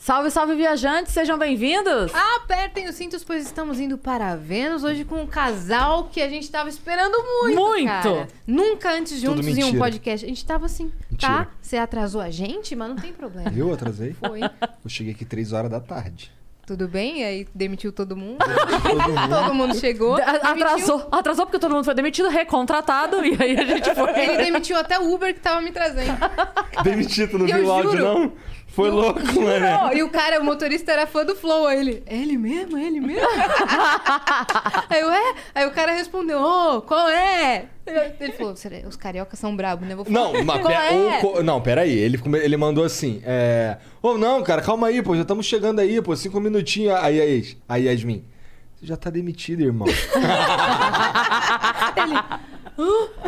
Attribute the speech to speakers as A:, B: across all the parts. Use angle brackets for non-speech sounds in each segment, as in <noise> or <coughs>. A: Salve, salve, viajantes! Sejam bem-vindos!
B: Apertem os cintos, pois estamos indo para Vênus hoje com um casal que a gente tava esperando muito.
A: Muito!
B: cara. Nunca antes
C: Tudo
B: juntos em um
C: mentira.
B: podcast. A gente tava assim,
C: Mentira.
B: tá? Você atrasou a gente, mas não tem problema.
C: Eu atrasei?
B: Foi.
C: Eu cheguei aqui 3 horas da tarde.
B: Tudo bem? E aí demitiu todo mundo.
C: Todo mundo.
B: todo mundo chegou.
A: A- <laughs>
B: Demitiu-
A: Atrasou, atrasou porque todo mundo foi demitido, recontratado, e aí a gente foi.
B: Ele demitiu até o Uber que tava me trazendo.
C: <laughs> Demitido, tu não
B: Eu
C: viu o áudio,
B: juro.
C: não? Foi louco, né?
B: Não, e o cara, o motorista era fã do Flow. Aí ele, é ele mesmo? É ele
A: <laughs>
B: mesmo? aí eu, é? Aí o cara respondeu, ô, qual é? Ele falou, "Será- os cariocas são brabos, né? Vou falar,
C: Não, mas
B: qual
C: pe-
B: é?
C: o co- não, peraí. Ele, come- ele mandou assim: é. Ô, não, cara, calma aí, pô, já estamos chegando aí, pô, cinco minutinhos. Aí, aí, aí, Yasmin. Você já tá
B: <laughs>
C: demitido, irmão.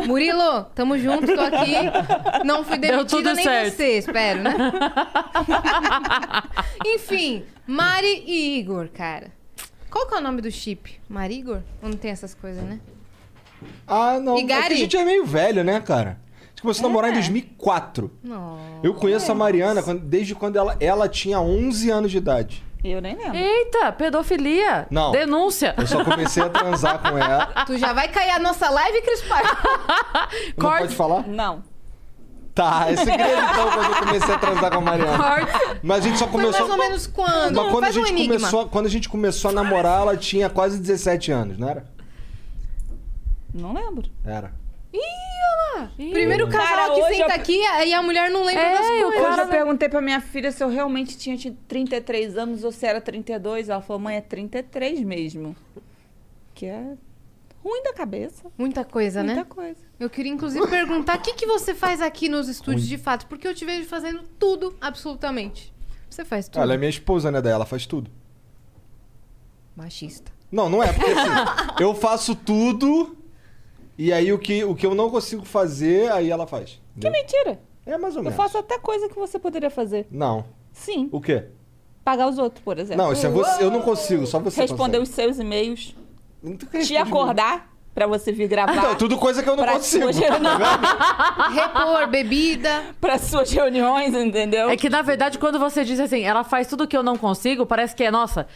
B: Murilo, tamo junto, tô aqui. Não fui
A: Deu
B: demitida
A: tudo
B: nem
A: certo.
B: você, espero, né? <laughs> Enfim, Mari e Igor, cara. Qual que é o nome do chip? Mari e Igor? Ou não tem essas coisas, né?
C: Ah, não.
B: E
C: É que
B: Gary? É.
C: a gente é meio velho, né, cara? A gente começou a namorar em 2004.
B: Não.
C: Eu conheço a Mariana quando- desde quando ela, ela tinha 11 anos de idade.
D: Eu nem lembro.
A: <laughs> Eita, pedofilia!
C: Não.
A: Denúncia!
C: Eu só comecei a transar
B: <laughs>
C: com ela.
B: Tu já vai cair a nossa live, Cris Paiva?
C: Não
A: Corte.
C: pode falar?
D: Não.
C: Tá, é segredo então quando eu comecei a transar com a Mariana.
A: Corte.
C: Mas a gente só
B: Foi
C: começou.
B: mais ou menos quando?
C: Mas quando a,
B: Faz um
C: gente
B: enigma.
C: começou, a- quando a gente começou a namorar, ela tinha quase 17 anos, não era?
D: Não lembro.
C: Era.
B: Ih, olha lá.
A: Ih.
B: Primeiro casal
D: Cara,
B: que
D: hoje
B: senta
D: eu-
B: aqui e a mulher não lembra
A: É,
B: das
A: eu
B: coisas.
D: Hoje
A: Cara,
D: eu perguntei pra minha filha se eu realmente tinha tido 33 anos ou se era 32. Ela falou, mãe, é 33 mesmo. Que é ruim da cabeça.
B: Muita coisa,
D: muita
B: né?
D: coisa.
B: Eu queria, inclusive, perguntar o que, que você faz aqui nos estúdios de fato, porque eu te vejo fazendo tudo, absolutamente. Você faz tudo.
C: Ela é minha esposa, né? Daí ela faz tudo.
B: Machista.
C: Não, não é, porque assim, eu faço tudo e aí o que, o que eu não consigo fazer, aí ela faz.
D: Que
C: entendeu?
D: mentira.
C: É mais ou
D: Eu
C: menos.
D: faço até coisa que você poderia fazer.
C: Não.
D: Sim.
C: O quê?
D: Pagar os outros, por exemplo.
C: Não, isso é você. Eu não consigo, só você.
D: Responder os
C: consegue.
D: seus e-mails.
C: Não tem
D: Te
C: responde-
D: acordar pra você vir gravar.
C: Então, é tudo coisa que eu não
D: pra
C: consigo.
D: Suas reuniões, <laughs>
A: <laughs>
B: Repor, bebida.
D: pra suas reuniões, entendeu?
A: É que na verdade, quando você diz assim, ela faz tudo que eu não consigo, parece que é, nossa,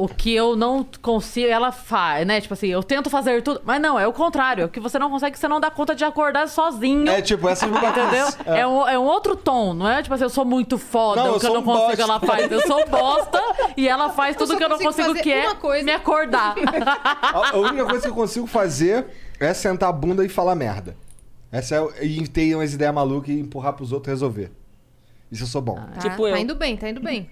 A: o que eu não consigo, ela faz, né? Tipo assim, eu tento fazer tudo. Mas não, é o contrário. É o que você não consegue, você não dá conta de acordar sozinho.
C: É tipo, essa é uma
A: Entendeu?
C: É.
A: É. um, é um outro tom, não é tipo assim, eu sou muito foda,
C: Não,
A: o
C: eu
A: que eu
C: sou
A: não
C: um
A: consigo
C: bosta.
A: ela faz. Eu
C: <laughs>
A: sou um bosta e ela faz
B: só
A: tudo que eu não consigo,
B: consigo fazer
A: que é
B: uma coisa.
A: me
B: <laughs>
A: acordar.
C: A, a única coisa que eu consigo fazer é sentar a bunda e falar merda. Essa é, e ter umas ideias malucas e empurrar pros outros resolver. Isso eu sou bom.
B: Tá,
D: Tipo eu.
B: tá indo bem, tá indo
C: <laughs>
B: bem.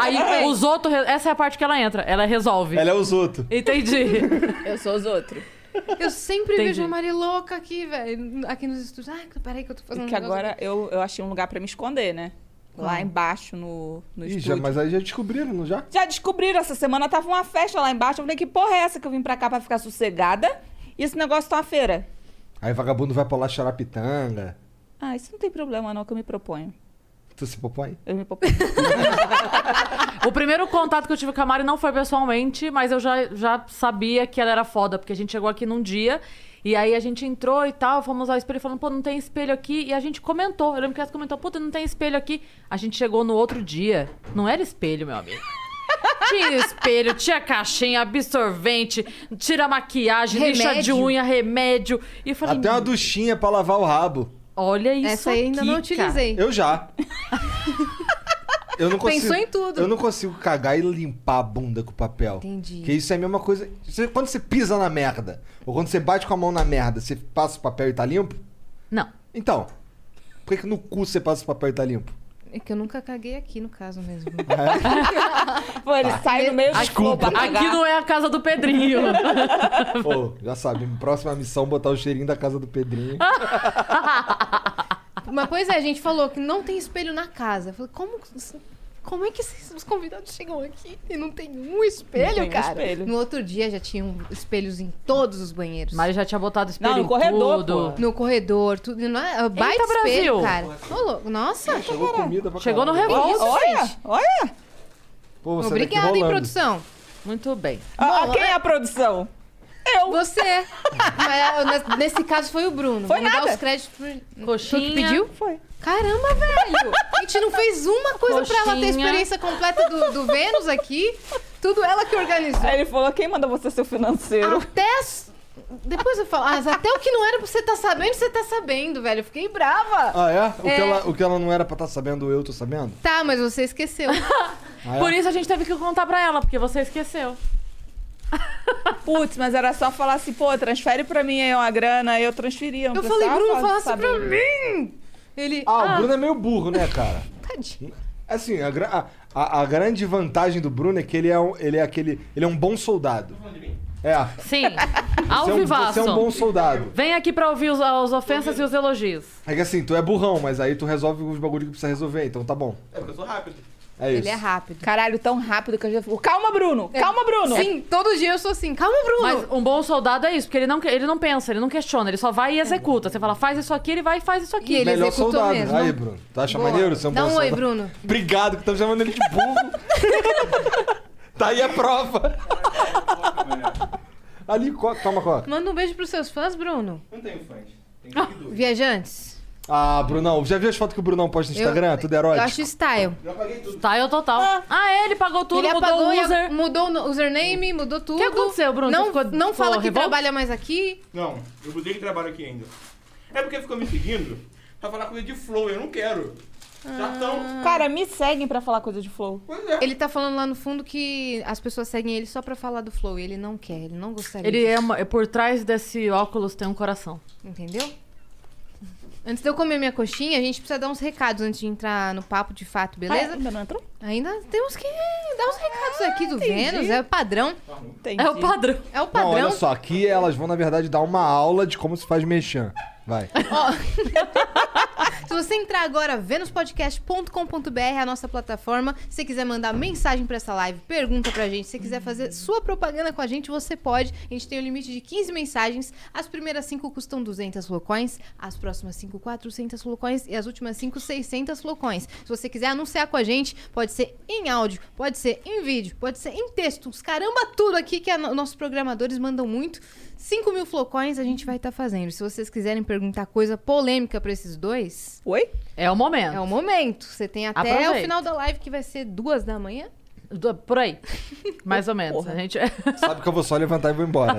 A: Aí os outros. re- Essa é a parte que ela entra, ela resolve.
C: Ela é os outros.
A: Entendi.
D: Eu sou os outros.
B: Eu sempre
A: Entendi.
B: vejo a Mari louca aqui, velho. Aqui nos estúdios. Ah, peraí que eu tô
A: É
B: fazendo um
D: que
B: negócio
D: agora eu, eu achei um lugar pra me esconder, né? Lá embaixo no,
B: um
D: no
C: Ih,
D: estúdio.
C: já,
D: Já,
C: mas aí já descobriram, não já?
D: descobriram, essa semana tava uma festa lá embaixo. Eu falei, que porra é essa que eu vim pra cá pra ficar sossegada? E esse negócio tá uma feira.
C: Aí vagabundo vai pra lá chorar pitanga.
D: Ah, isso não tem problema não, que eu me proponho.
C: Tu se popõe?
D: Eu me proponho.
A: O primeiro contato que eu tive com a Mari não foi pessoalmente, mas eu já, já sabia que ela era foda, porque a gente chegou aqui num dia. E aí a gente entrou e tal, fomos ao espelho falando, pô, não tem espelho aqui. E a gente comentou. Eu lembro que ela comentou, puta, não tem espelho aqui. A gente chegou no outro dia. Não era espelho, meu amigo. Tinha espelho, tinha caixinha, absorvente, tira maquiagem, lixa de
B: Remédio.
A: unha, remédio. E eu falei,
C: Até uma duchinha pra lavar o rabo.
A: olha isso.
B: Essa aí ainda
A: aqui,
B: não
A: cara."
B: utilizei.
C: Eu já. Eu não consigo,
B: Pensou em tudo.
C: Eu não consigo cagar e limpar a bunda com papel.
B: Entendi.
C: Porque isso é a mesma coisa. Você- quando você pisa na merda, ou quando você bate com a mão na merda, você passa o papel e tá limpo?
A: Não.
C: Então, por que, que no cu você passa o papel e tá limpo?
B: É que eu nunca caguei aqui, no caso
C: <laughs>
B: mesmo.
D: <laughs> Pô, ele sai no meio do
C: Desculpa.
D: show pra
A: Aqui
D: cagar.
A: não é a casa do
D: <laughs>
A: Pedrinho. É
C: Pô, já sabe, próxima missão botar o cheirinho da casa do Pedrinho.
A: Ah,
B: Mas pois é, a gente falou que não tem espelho na casa. Eu falei, como. Como é que esses, <laughs> os convidados chegam aqui e não tem um espelho,
D: tem um
B: cara?
D: espelho.
B: No outro dia já tinham espelhos em todos os banheiros.
A: Mari já tinha botado espelho
D: Não, no
A: em
D: corredor,
A: tudo.
D: pô.
B: No corredor, tudo. Não é, é baita
A: Eita, Brasil!
B: espelho, cara. Ô, louco, Nossa,
C: Chegou comida pra
A: Chegou no
C: caralho.
A: revolta.
B: isso,
D: olha,
B: gente?
D: olha.
C: Pô, você daqui
B: obrigada, hein,
C: rolando.
B: produção.
A: Muito bem.
D: Ah,
B: Bom,
D: quem é a produção? Eu. <laughs>
B: Você. Mas, eh, nesse caso foi o Bruno.
D: Foi
B: Vamos dar
D: nada.
B: os créditos pro.
A: Coxinha.
B: Tu que pediu?
D: Foi.
B: Caramba, velho! A gente não fez uma coisa pra ela ter
A: Coxinha.
B: experiência completa do, do Vênus aqui. Tudo ela que organizou.
D: Aí ele falou, quem manda você ser o financeiro?
B: Até. as- Depois eu falo. As, até o que não era pra você tá sabendo, você tá sabendo, velho. Eu fiquei brava.
C: Ah, é? O,
B: É.
C: Que ela, o que ela não era pra estar sabendo, eu tô sabendo?
B: Tá, mas você
D: <laughs>
B: esqueceu.
C: Ah, é?
A: Por isso a gente teve que contar pra ela, porque você esqueceu.
D: Putz, mas era só falar assim, pô, transfere pra mim aí uma grana, aí eu transferia. um não
B: Eu falei,
D: precisava
B: Bruno,
D: falar-
B: fala assim pra
D: saber.
B: mim! Ele.
C: Ah, o Bruno é meio burro, né, cara?
B: Tadinho.
C: Assim, a, gra- a- a- a grande vantagem do Bruno é que ele é, um, ele é aquele. Ele é um bom soldado. É.
A: <laughs> Sim. Ao
C: Você é um,
A: vivaço.
C: você é um bom soldado.
A: Vem aqui pra ouvir os- as ofensas e os elogios.
C: É que assim, tu é burrão, mas aí tu resolve os bagulho que precisa resolver, então tá bom.
E: É porque eu sou rápido.
C: É isso.
B: Ele é rápido.
D: Caralho, tão rápido que eu já... Calma, Bruno! Calma, Bruno!
B: Sim, todo dia eu sou assim. Calma, Bruno!
A: Mas um bom soldado é isso, porque ele não, que- ele não pensa, ele não questiona, ele só vai e executa. Você fala, faz isso aqui, ele vai e faz isso aqui.
B: E ele-
C: Melhor
B: executou
C: soldado.
B: mesmo.
C: Aí, Bruno. Tu acha
B: Boa.
C: maneiro ser um
B: Dá
C: bom
B: um oi,
C: soldado?
B: Bruno.
C: Obrigado, que tá chamando ele de
B: <laughs>
C: burro. tá aí a prova. Ali, co... toma, coca.
B: Manda um beijo pros seus fãs, Bruno.
E: Não tenho fãs. Tem seguidores.
B: Viajantes.
C: Ah, Brunão, já viu as fotos que o Brunão posta no Instagram? Tudo
B: Eu
C: erótico.
B: acho style.
E: Eu apaguei tudo.
A: Tá, eu total. Ah, ele pagou tudo,
B: ele
A: mudou
B: apagou,
A: o
B: e Hum. a-
A: é user.
B: mudou o username, mudou tudo.
A: O que aconteceu, Bruno?
B: Não,
A: Você ficou-
B: não
A: ficou
B: fala que
A: revolto?
B: trabalha mais aqui.
E: Não, eu botei que trabalho aqui ainda. É porque ficou me seguindo pra falar coisa de flow, eu não quero. Já tão.
D: Cara, me seguem pra falar coisa de flow.
E: Pois é.
B: Ele tá falando lá no fundo que as pessoas seguem ele só pra falar do flow. E ele não quer, ele não gostaria.
A: Ele é uma- por trás desse óculos tem um coração.
B: Entendeu? Antes de eu comer minha coxinha, a gente precisa dar uns recados antes de entrar no papo de fato,
D: Ah,
B: beleza?
D: ainda não entrou?
B: Ainda temos que dar uns recados aqui
A: Ah,
B: do
D: entendi.
B: Vênus, é o padrão.
D: Entendi.
A: É o padrão.
B: É o
C: Não,
B: padrão.
C: olha só, aqui elas vão, na verdade, dar uma aula de como se faz mexer. Vai.
B: Se você entrar agora, venuspodcast.com.br é a nossa plataforma. Se você quiser mandar mensagem pra essa live, pergunta pra gente. Se você quiser fazer sua propaganda com a gente, você pode. A gente tem um limite de 15 mensagens. As primeiras 5 custam 200 locoins, as próximas 5, 400 locoins e as últimas 5, 600 locoins. Se você quiser anunciar com a gente, pode ser em áudio, pode ser em vídeo, pode ser em texto. Os caramba, tudo aqui que a no- nossos programadores mandam muito. 5 mil flocões a gente vai estar fazendo. Se vocês quiserem perguntar coisa polêmica pra esses dois,
D: Oi?
A: É o momento.
B: é o momento. Você tem até
A: Aproveita.
B: o final da live, que vai ser duas da manhã.
A: <laughs> Do- Por
B: <laughs>
A: aí. Mais ou menos. A gente... é.
C: Sabe que eu vou só levantar e vou embora.
B: <laughs>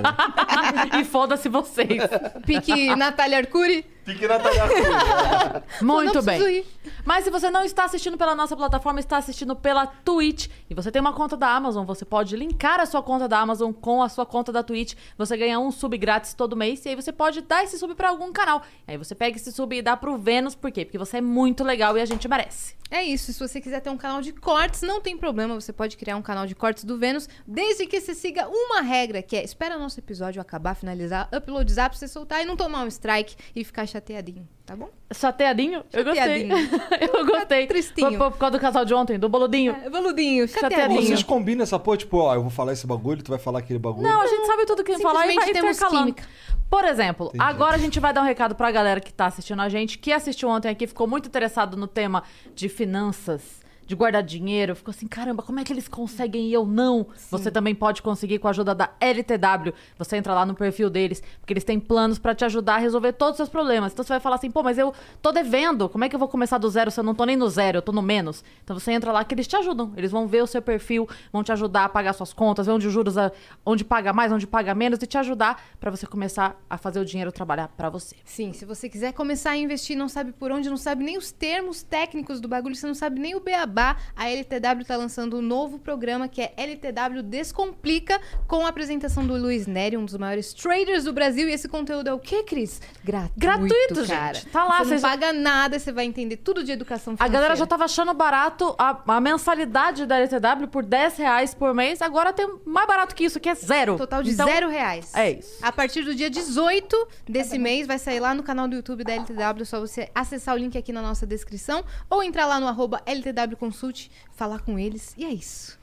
A: <laughs>
C: né?
A: e foda-se vocês.
B: Pique Natália Arcuri.
E: Fique na talhação.
A: Muito
B: Não
A: bem.
B: preciso ir.
A: Mas se você não está assistindo pela nossa plataforma, está assistindo pela Twitch e você tem uma conta da Amazon, você pode linkar a sua conta da Amazon com a sua conta da Twitch. Você ganha um sub grátis todo mês e aí você pode dar esse sub para algum canal. Aí você pega esse sub e dá pro Vênus, por quê? Porque você é muito legal e a gente merece.
B: É isso. Se você quiser ter um canal de cortes, não tem problema. Você pode criar um canal de cortes do Vênus, desde que você siga uma regra, que é espera nosso episódio acabar, finalizar, uploadizar pra você soltar e não tomar um strike e ficar chateadinho, tá bom?
A: Chateadinho? Tá Eu gostei.
B: Chateadinho.
A: <laughs> Eu gostei.
B: Tristinho.
A: Foi por causa do casal de ontem, do boludinho.
B: É, Valudinho,
C: Pô,
B: chateadinho.
A: Chateadinho.
C: Vocês combinam essa porra, tipo, ó, eu vou falar esse bagulho, tu vai falar aquele bagulho.
A: Não, a gente sabe tudo que falar e vai
B: simplesmente temos
A: intercalando.
B: química.
A: Por exemplo, agora a gente vai dar um recado pra galera que tá assistindo a gente, que assistiu ontem aqui, ficou muito interessado no tema de finanças, de guardar dinheiro, ficou assim, caramba, como é que eles conseguem e eu não? Você também pode conseguir com a ajuda da LTW. Você entra lá no perfil deles, porque eles têm planos pra te ajudar a resolver todos os seus problemas. Então você vai falar assim, pô, mas eu tô devendo, como é que eu vou começar do zero se eu não tô nem no zero, eu tô no menos? Então você entra lá que eles te ajudam. Eles vão ver o seu perfil, vão te ajudar a pagar suas contas, ver onde os juros, a- onde paga mais, onde paga menos e te ajudar pra você começar a fazer o dinheiro trabalhar pra você.
B: Sim, se você quiser começar a investir, não sabe por onde, não sabe nem os termos técnicos do bagulho, você não sabe nem o beabá, a LTW tá lançando um novo programa que é LTW Descomplica, com a apresentação do Luiz Neri, um dos maiores traders do Brasil. E esse conteúdo é o quê, Cris? Gratuito.
A: Gratuito, gente.
B: cara.
A: Tá lá,
B: você não
A: vocês já-
B: paga nada, você vai entender tudo de educação
A: A
B: financeira.
A: galera já tá tava achando barato a, a mensalidade da LTW por 10 reais por mês, agora tem mais barato que isso, que é zero.
B: Total de
A: Então,
B: zero reais.
A: é isso.
B: A partir do dia 18 desse mês, vai sair lá no canal do YouTube da LTW. É só você acessar o link aqui na nossa descrição ou entrar lá no arroba LTW consulte, falar com eles. E é isso.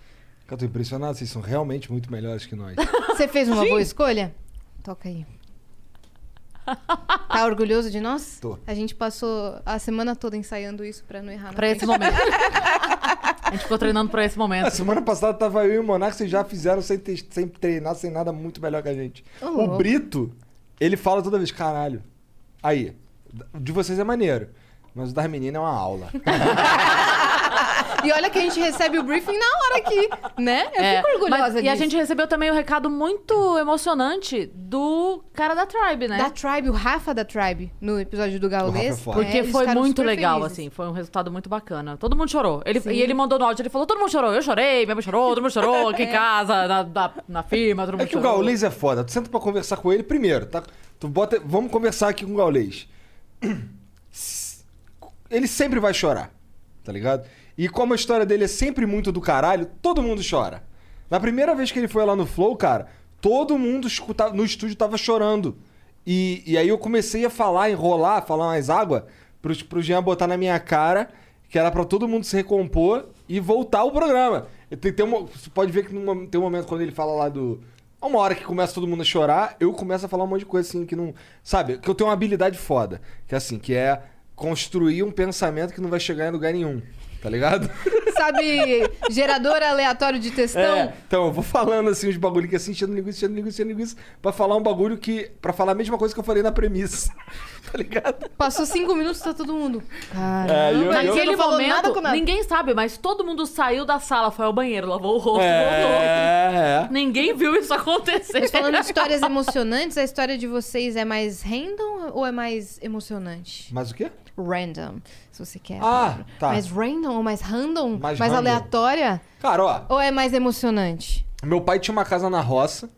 C: Eu tô impressionado, vocês são realmente muito melhores que nós.
B: Você fez uma boa escolha? Toca aí. Tá orgulhoso de nós?
C: Tô.
B: A gente passou a semana toda ensaiando isso pra não errar. na
A: Pra esse
B: frente.
A: momento. A gente ficou treinando pra esse
C: A
B: É,
A: momento.
C: Ah, semana passada tava eu e o Monark, vocês já fizeram sem, te- sem treinar, sem nada muito melhor que a gente.
B: Ô,
C: O
B: louco.
C: Brito, ele fala toda vez, caralho. Aí, o de vocês é maneiro, mas o das meninas é
B: <laughs>
C: uma aula.
B: <laughs> E olha que a gente recebe o briefing na hora aqui, né? Eu
A: É,
B: fico orgulhosa
A: mas-
B: disso.
A: E a gente recebeu também o recado muito emocionante do cara da Tribe, né?
B: Da Tribe, o Rafa da Tribe, no episódio do
C: Rafa é
B: Gaules.
C: foda.
A: Porque
B: eles
A: foi
B: ficaram
A: muito
B: super
A: legal,
B: felizes.
A: assim. Foi um resultado muito bacana. Todo mundo chorou. Ele, e ele mandou no áudio, ele falou, todo mundo chorou. Eu chorei, minha mãe chorou, todo mundo chorou.
B: <laughs> É.
A: Aqui em casa, na, na, na firma, todo mundo
C: É que o
A: chorou.
C: Gaulês é foda. Tu senta pra conversar com ele primeiro, tá? Tu bota. Vamos conversar aqui com o Gaulês. Ele sempre vai chorar, tá ligado? E como a história dele é sempre muito do caralho, todo mundo chora. Na primeira vez que ele foi lá no Flow, cara, todo mundo escuta- no estúdio tava chorando. E, e aí eu comecei a falar, enrolar, falar mais água, pros, pro Jean botar na minha cara, que era pra todo mundo se recompor e voltar o programa. E Tem, tem uma- você pode ver que numa- tem um momento quando ele fala lá do. Há uma hora que começa todo mundo a chorar, eu começo a falar um monte de coisa assim que não. Sabe, que eu tenho uma habilidade foda. Que é assim, que é construir um pensamento que não vai chegar em lugar nenhum. Tá ligado?
B: Sabe,
A: <laughs>
B: gerador aleatório de textão?
C: É, então, eu vou falando assim os bagulho que assim, enchendo linguiça, enchendo linguiça, enchendo linguiça, pra falar um bagulho que. pra falar a mesma coisa que eu falei na premissa. <laughs> Tá ligado?
B: Passou cinco minutos, tá todo mundo.
C: É, eu-
B: Mas ele
C: eu-
A: Naquele
B: não falou
A: momento,
B: nada com nada.
A: ninguém sabe, mas todo mundo saiu da sala, foi ao banheiro, lavou o rosto, voltou.
C: É, é.
A: Ninguém viu isso acontecer.
B: Mas falando de histórias emocionantes, a história de vocês é mais random ou é mais emocionante?
C: Mas o quê?
B: Random, se você quer. a
C: Ah,
B: palavra.
C: tá.
B: Mais random ou mais random?
C: Mais
B: mais
C: random. Tá
B: aleatória?
C: Cara, ó,
B: Ou é mais emocionante?
C: meu pai tinha uma casa na roça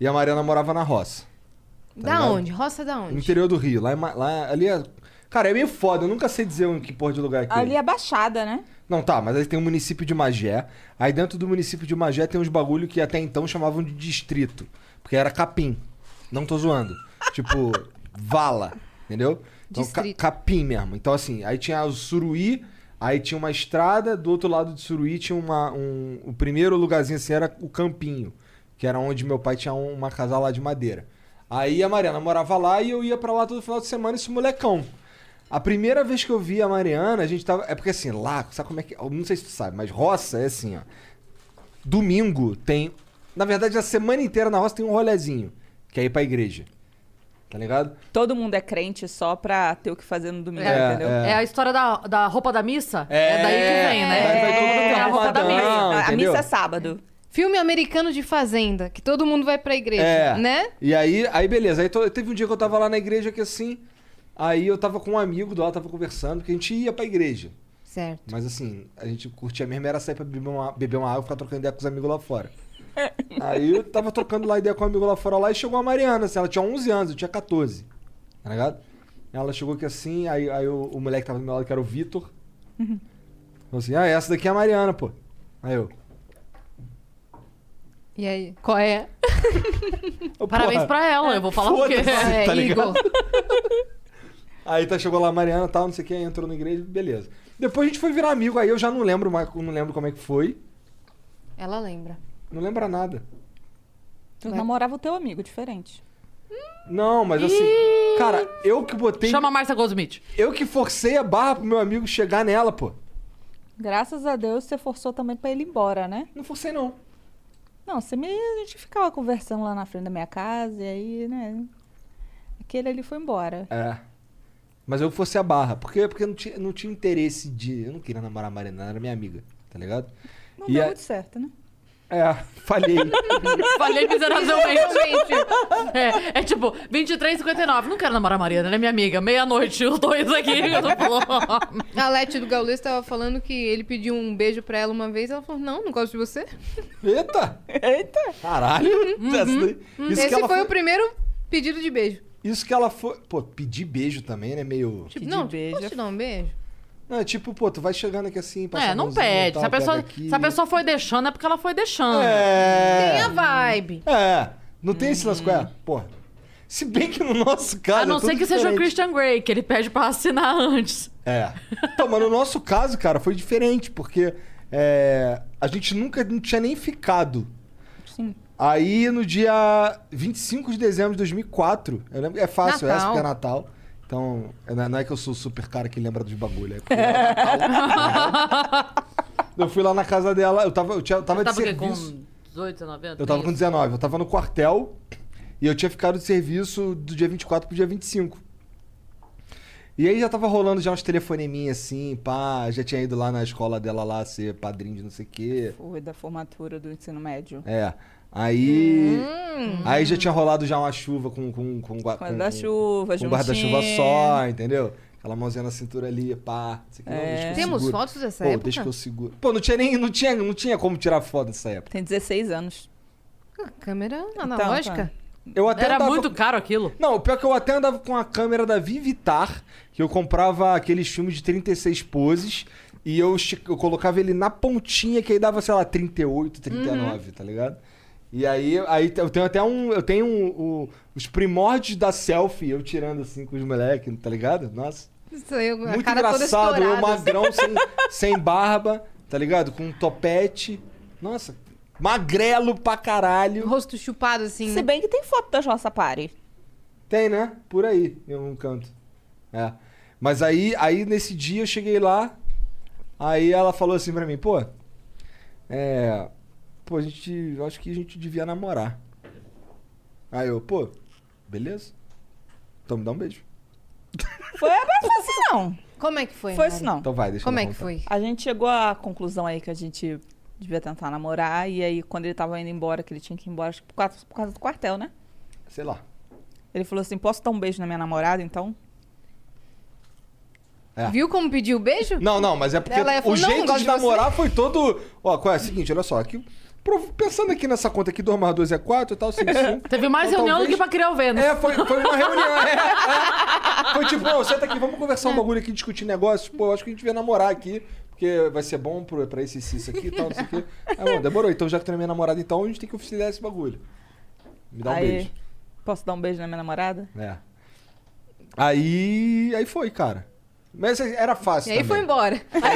C: e a Mariana morava na roça.
B: da
C: ligado?
B: onde? Roça da
C: No
B: onde?
C: interior do Rio, lá, em Ma- lá ali é. Cara, é meio foda, eu nunca sei dizer um que porra de lugar é aquele.
D: Ali é baixada, né?
C: Não, tá, mas aí tem o município de Magé. Aí dentro do município de Magé tem uns bagulho que até então chamavam de distrito. Porque era capim. Não tô zoando. Tipo, <laughs> vala. Entendeu? Então, ca-
B: Distrito.
C: capim mesmo. Então, assim, aí tinha o Suruí, aí tinha uma estrada, do outro lado de Suruí tinha uma. Um, o primeiro lugarzinho assim era o Campinho, que era onde meu pai tinha um- uma casa lá de madeira. Aí a Mariana morava lá e eu ia pra lá todo final de semana, esse molecão. A primeira vez que eu vi a Mariana, a gente tava. É porque assim, lá, sabe como é que. eu Não sei se tu sabe, mas roça é assim, ó. Domingo tem. Na verdade, a semana inteira na roça tem um rolezinho, que é ir pra igreja. Tá ligado?
D: Todo mundo é crente só pra ter o que fazer no domingo,
C: É,
D: entendeu?
C: é.
A: É a história da, da roupa da missa? É, daí que vem, né?
C: daí vai todo mundo
D: É, a roupa da
C: arrumadão,
D: missa. A
C: então. entendeu?
D: missa é sábado.
B: Filme americano de fazenda, que todo mundo vai pra igreja,
C: É.
B: né?
C: E aí, aí beleza. Aí to- teve um dia que eu tava lá na igreja que assim. Aí eu tava com um amigo do lado, tava conversando, que a gente ia pra igreja.
B: Certo.
C: Mas assim, a gente curtia mesmo, era sair pra beber uma, beber uma água e ficar trocando ideia com os amigos
A: <laughs>
C: lá fora. Aí eu tava trocando lá ideia com um amigo lá fora lá e chegou a Mariana, assim, ela tinha 11 anos, eu tinha 14. Tá ligado? Ela chegou aqui assim, aí, aí o, o moleque que tava do meu lado, que era o Vitor.
A: Uhum.
C: Falou assim, ah, essa daqui é a Mariana, pô. Aí eu.
B: E aí? Qual é?
C: eu,
A: Parabéns
C: porra.
A: pra ela, eu vou falar o quê?
C: Foda-se.
B: é,
C: tá
B: Igor.
C: Aí tá, chegou lá a Mariana e tal, não sei o que, entrou na igreja, beleza. Depois a gente foi virar amigo, aí eu já não lembro mais, não lembro como é que foi.
B: Ela lembra.
C: Não lembra nada.
D: Tu
B: Vai.
D: namorava o teu amigo, diferente.
C: Não, mas assim, cara, eu que botei.
A: Chama a Marcia Goldsmith.
C: Eu que forcei a barra pro meu amigo chegar nela, pô.
D: Graças a Deus você forçou também pra ele ir embora, né?
C: Não forcei, não.
D: Não, você me... a gente ficava conversando lá na frente da minha casa e aí, né? Aquele ali foi embora.
C: É. Mas eu forcei a barra. Porque, porque eu não tinha, não tinha interesse de. Eu não queria namorar a Mariana, ela era minha amiga, tá ligado?
D: Não
C: E
D: deu
C: é-
D: muito certo, né?
C: É, falhei.
A: Falhei miseravelmente.
B: Gente,
A: É, é tipo, 23,59. Não quero namorar a Mariana, ela é minha amiga. Meia-noite, os dois aqui. eu tô falando.
B: a Leti do Gaules tava falando que ele pediu um beijo pra ela uma vez. Ela falou, não, não gosto de você.
C: Eita!
D: <laughs> Eita!
C: Caralho! Essa daí- Isso,
B: Esse
C: que
B: foi,
C: ela foi,
B: o primeiro pedido de beijo.
C: isso que ela foi. Pô, pedir beijo também, né? Meio.
B: Tipo,
D: Pedir
B: não,
D: beijo
B: posso
D: é
B: te dar um beijo?
C: Não, é tipo, pô, tu vai chegando aqui assim, passa
A: É,
C: a
A: não
C: mãozinha e
A: pede.
C: tal,
A: Se a, pessoa,
C: pega aqui.
A: se a pessoa foi deixando, é porque ela foi deixando.
B: Tem
C: É.
B: a vibe.
C: É. Não tem esse lance com ela? Porra. Se bem que no nosso caso.
A: Hum. a não
C: é
A: ser
C: tudo
A: que seja um o
C: diferente.
A: Christian Grey, que ele pede pra assinar antes.
C: É. Então, mas no nosso caso, cara, foi diferente, porque é, a gente nunca não tinha nem ficado.
D: Sim.
C: Aí, no dia 25 de dezembro de 2004, eu lembro, é fácil
B: Natal.
C: essa, porque é Natal. Então, não é- não é que eu sou o super cara que lembra dos bagulho. É porque é Natal.
A: <laughs>
C: eu fui lá na casa dela, eu tava, eu tinha, eu tava
A: Eu
C: de
A: tava o quê? Com
C: serviço.
A: 18, 19 anos?
C: Eu tava com 19, eu tava no quartel e eu tinha ficado de serviço do dia 24 pro dia 25. E aí já tava rolando já uns telefoneminhas assim, pá, já tinha ido lá na escola dela lá ser padrinho de não sei o quê.
D: Foi da formatura do ensino médio.
C: É. Aí. Aí já tinha rolado já uma chuva com. Com, com, gua- com,
D: Guarda-chuva,
C: com
D: juntinho.
C: guarda-chuva só, entendeu? Aquela mãozinha na cintura ali, pá. não sei o quê. Não, deixa que eu
B: Temos
C: seguro.
B: fotos dessa
C: Pô,
B: época?
C: deixa que eu seguro. Pô, não tinha nem. Não tinha, não tinha como tirar foto nessa época.
D: Tem 16 anos.
B: Ah, Câmera
C: Então, tá.
B: analógica?
C: Eu até
A: Era
C: tava-
A: muito caro aquilo.
C: Não, o pior é que eu até andava com a câmera da Vivitar, que eu comprava aqueles filmes de 36 poses, e eu, esti- eu colocava ele na pontinha, que aí dava, sei lá, 38,
B: Uhum.
C: 39, tá ligado? E aí, aí eu tenho até um. Eu tenho um- o- os primórdios da selfie, eu tirando assim com os moleques, tá ligado? Nossa.
B: Isso aí, a
C: Muito
B: cara toda
C: engraçado,
B: estourada.
C: eu
B: assim, <laughs>
C: magrão sem, sem barba, tá ligado? Com um topete. Nossa, magrelo pra caralho.
B: Rosto chupado assim.
D: Se
B: né?
D: bem que tem foto da nossa party.
C: Tem, né? Por aí, em algum canto. É. Mas aí, aí nesse dia eu cheguei lá, aí ela falou assim pra mim, pô, é. Pô, a gente. Eu acho que a gente devia namorar. Aí eu, pô, beleza? Então me dá um beijo.
D: Foi, mas foi assim não.
B: Como é que foi?
D: Foi
B: Mari?
D: assim não.
C: Então vai, deixa
B: Como
C: ela
B: é que
C: contar.
B: foi?
D: A gente chegou à conclusão aí que a gente devia tentar namorar. E aí, quando ele tava indo embora, que ele tinha que ir embora, acho que por causa, por causa do quartel, né?
C: Sei lá.
D: Ele falou assim: posso dar um beijo na minha namorada, então?
C: É.
B: Viu como pediu o beijo?
C: Não, não, mas é porque
B: Ela falou,
C: o
B: não,
C: jeito
B: gosto de
C: de
B: você.
C: namorar foi todo. Ó, qual é? Seguinte, olha só, aqui. prov- Pensando aqui nessa conta aqui, 2 mais 2 é 4 e tal,
B: <laughs>
C: 5, 5.
B: Tá
A: Teve mais
C: Então,
A: reunião do
C: talvez-
A: que pra criar o Vênus.
C: É, foi, foi uma reunião. é, é. Foi tipo, não, senta aqui, vamos conversar
B: É.
C: um bagulho aqui, discutir negócio. Pô, acho que a gente vai namorar aqui, porque vai ser bom pro, pra esse isso aqui e tal, não sei o quê. Aí, mano, demorou. Então, já que tu é minha namorada, então a gente tem que oficializar esse bagulho. Me dá um
D: aí,
C: beijo.
D: posso dar um beijo na minha namorada?
C: É. Aí. Aí foi, cara. Mas assim, era fácil.
B: E aí
C: também.
B: foi embora.
C: E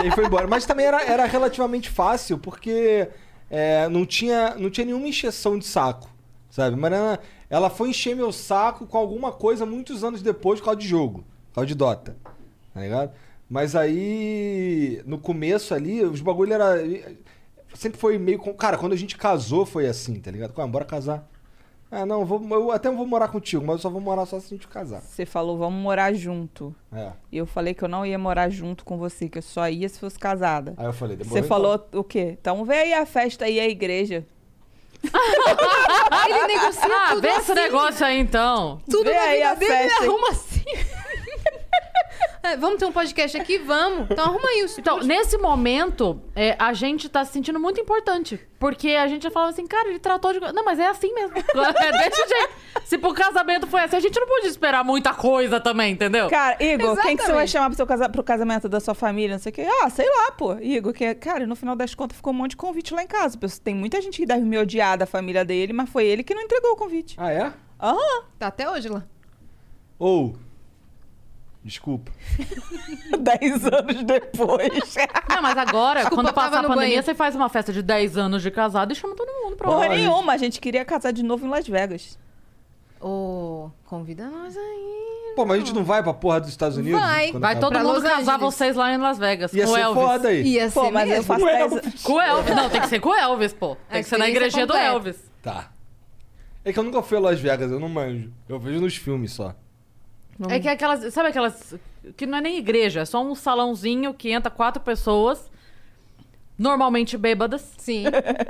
C: aí foi embora. Mas também era, era relativamente fácil, porque é, não, tinha, não tinha nenhuma encheção de saco, sabe? Mariana, ela foi encher meu saco com alguma coisa muitos anos depois, por causa de jogo, por causa de Dota, tá ligado? Mas aí, no começo ali, os bagulho era... Sempre foi meio... com- Cara, quando a gente casou foi assim, tá ligado? Ah, bora casar. Ah, não, vou, eu até vou morar contigo, mas eu só vou morar só se a gente casar.
D: Você falou: vamos morar junto.
C: É.
D: E eu falei que eu não ia morar junto com você, que eu só ia se fosse casada.
C: Aí eu falei, demorou.
D: Você
C: então.
D: falou o quê? Então vê aí a festa e a igreja.
B: <laughs> Ele negocia
A: Ah,
B: tudo
A: vê
B: assim.
A: esse negócio aí então.
B: Tudo
D: Vê
B: na
D: aí
B: vida
D: a
B: dele ele
D: festa, hein?
B: arruma assim. <laughs> É, vamos ter um podcast aqui? Vamos. Então arruma isso.
A: Então, nesse momento, é, a gente tá se sentindo muito importante. Porque a gente já falava assim, cara, ele tratou de. co- Não, mas é assim mesmo. <laughs> É desse jeito. Se pro casamento foi assim, a gente não podia esperar muita coisa também, entendeu?
D: Cara, Igor, quem que você vai
B: Exatamente.
D: chamar pro, seu casa... pro casamento da sua família, não sei o quê? Ah, sei lá, pô. Igor, que... é, cara, no final das contas ficou um monte de convite lá em casa. Pessoal, Tem muita gente que deve me odiar da família dele, mas foi ele que não entregou o convite.
C: Ah, é?
D: Aham.
B: Tá até hoje lá.
C: Ou... Desculpa.
D: <laughs> Dez
B: <laughs>
D: anos depois.
A: Não, mas agora,
B: Desculpa,
A: quando
B: eu tava
A: passar a
B: no
A: pandemia,
B: banheiro.
A: você faz uma festa de 10 anos de casado e chama todo mundo pra
D: Porra
C: Olha.
D: nenhuma, a gente queria casar de novo em Las Vegas.
B: Ô, convida nós aí.
C: Pô, mas a gente não vai pra porra dos Estados Unidos?
B: Vai.
C: quando
A: Vai
C: acaba?
A: todo
B: Pra
A: mundo
B: Los
A: casar
B: Angeles.
A: vocês lá em Las Vegas.
C: Ia
A: com
C: ser
A: Elvis.
C: foda aí.
B: Ia ser
D: Pô, mas eu
B: É assim mesmo.
D: faço
C: Ué,
D: dez
C: não.
D: anos.
A: Com o Elvis. Não, tem que ser com o Elvis, pô. Tem que ser na
B: experiência
A: igrejinha do
B: completa.
A: Elvis.
C: Tá. É que eu nunca fui a Las Vegas, eu não manjo. Eu vejo nos filmes só.
A: É que aquelas. Sabe aquelas. Que não é nem igreja, é só um salãozinho que entra quatro pessoas, normalmente bêbadas.
B: Sim.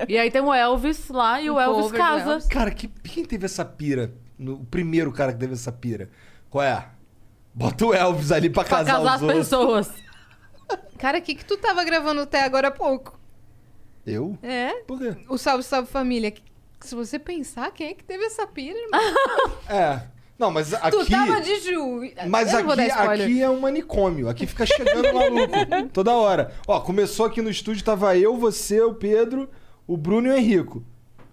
A: e aí tem o Elvis lá e
B: Um
A: o Elvis
B: cover do
A: casa.
B: Elvis.
C: Cara, que, quem teve essa pira? No- o primeiro cara que teve essa pira. Qual é? Bota o Elvis ali pra,
A: Pra
C: casar,
A: casar
C: os
A: as
C: outros.
A: pessoas.
B: Cara, o que, que tu tava gravando até agora há pouco?
C: Eu?
B: É?
C: Por quê?
B: O Salve Salve Família. Que- Se você pensar, quem é que teve essa pira, irmão?
C: É. Não, mas aqui...
B: Tu tava de ju...
C: Mas
B: eu não vou dar
C: aqui,
B: spoiler.
C: aqui é um manicômio. Aqui fica chegando maluco toda hora. Ó, começou aqui no estúdio, tava eu, você, o Pedro, o Bruno e o Henrico.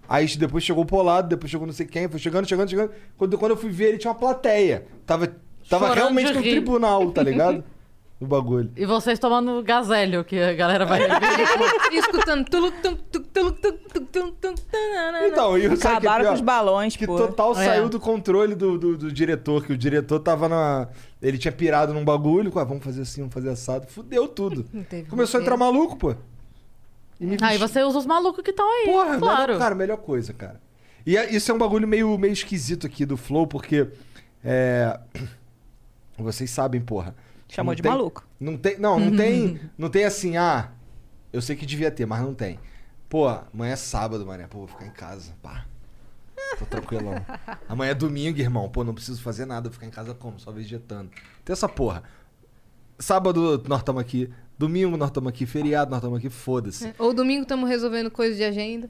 C: Aí depois chegou o Polado, depois chegou não sei quem, foi chegando, chegando, chegando. Quando, quando eu fui ver, ele tinha uma plateia. Tava, tava
A: Chorando
C: realmente
A: de
C: no
A: rir.
C: tribunal, tá ligado? No bagulho.
A: E vocês tomando gazélio, que a galera
B: <laughs>
A: vai.
B: E escutando. tulu, tum, tu, tulu, tum, tu, tum, tum, tanana.
C: Então, e o sabe o que é
D: Acabaram
C: pior?
D: com os balões,
C: que
D: pô.
C: total
A: É.
C: saiu do controle do, do, do diretor, que o diretor tava na. Ele tinha pirado num bagulho, ah, vamos fazer assim, vamos fazer assado. Fudeu tudo.
B: Não teve
C: Começou a
B: roteiro.
C: entrar maluco, pô. E me
A: Aí
C: vesti-
A: Ah, você usa os malucos que estão aí.
C: Porra,
A: claro.
C: melhor, cara, melhor coisa, cara. E é- isso é um bagulho meio, meio esquisito aqui do Flow, porque. É... <clears throat> Vocês sabem, porra.
D: Chamou
C: Não
D: de
C: tem-
D: maluco.
C: Não tem, não, não tem, não tem assim, ah, eu sei que devia ter, mas não tem. Pô, amanhã é sábado, mané, pô, vou ficar em casa, pá. Tô tranquilão. Amanhã é domingo, irmão, pô, não preciso fazer nada, vou ficar em casa como? Só vegetando. Tem essa porra. Sábado nós estamos aqui, domingo nós estamos aqui, feriado nós estamos aqui, foda-se.
B: Ou domingo estamos resolvendo coisa de agenda.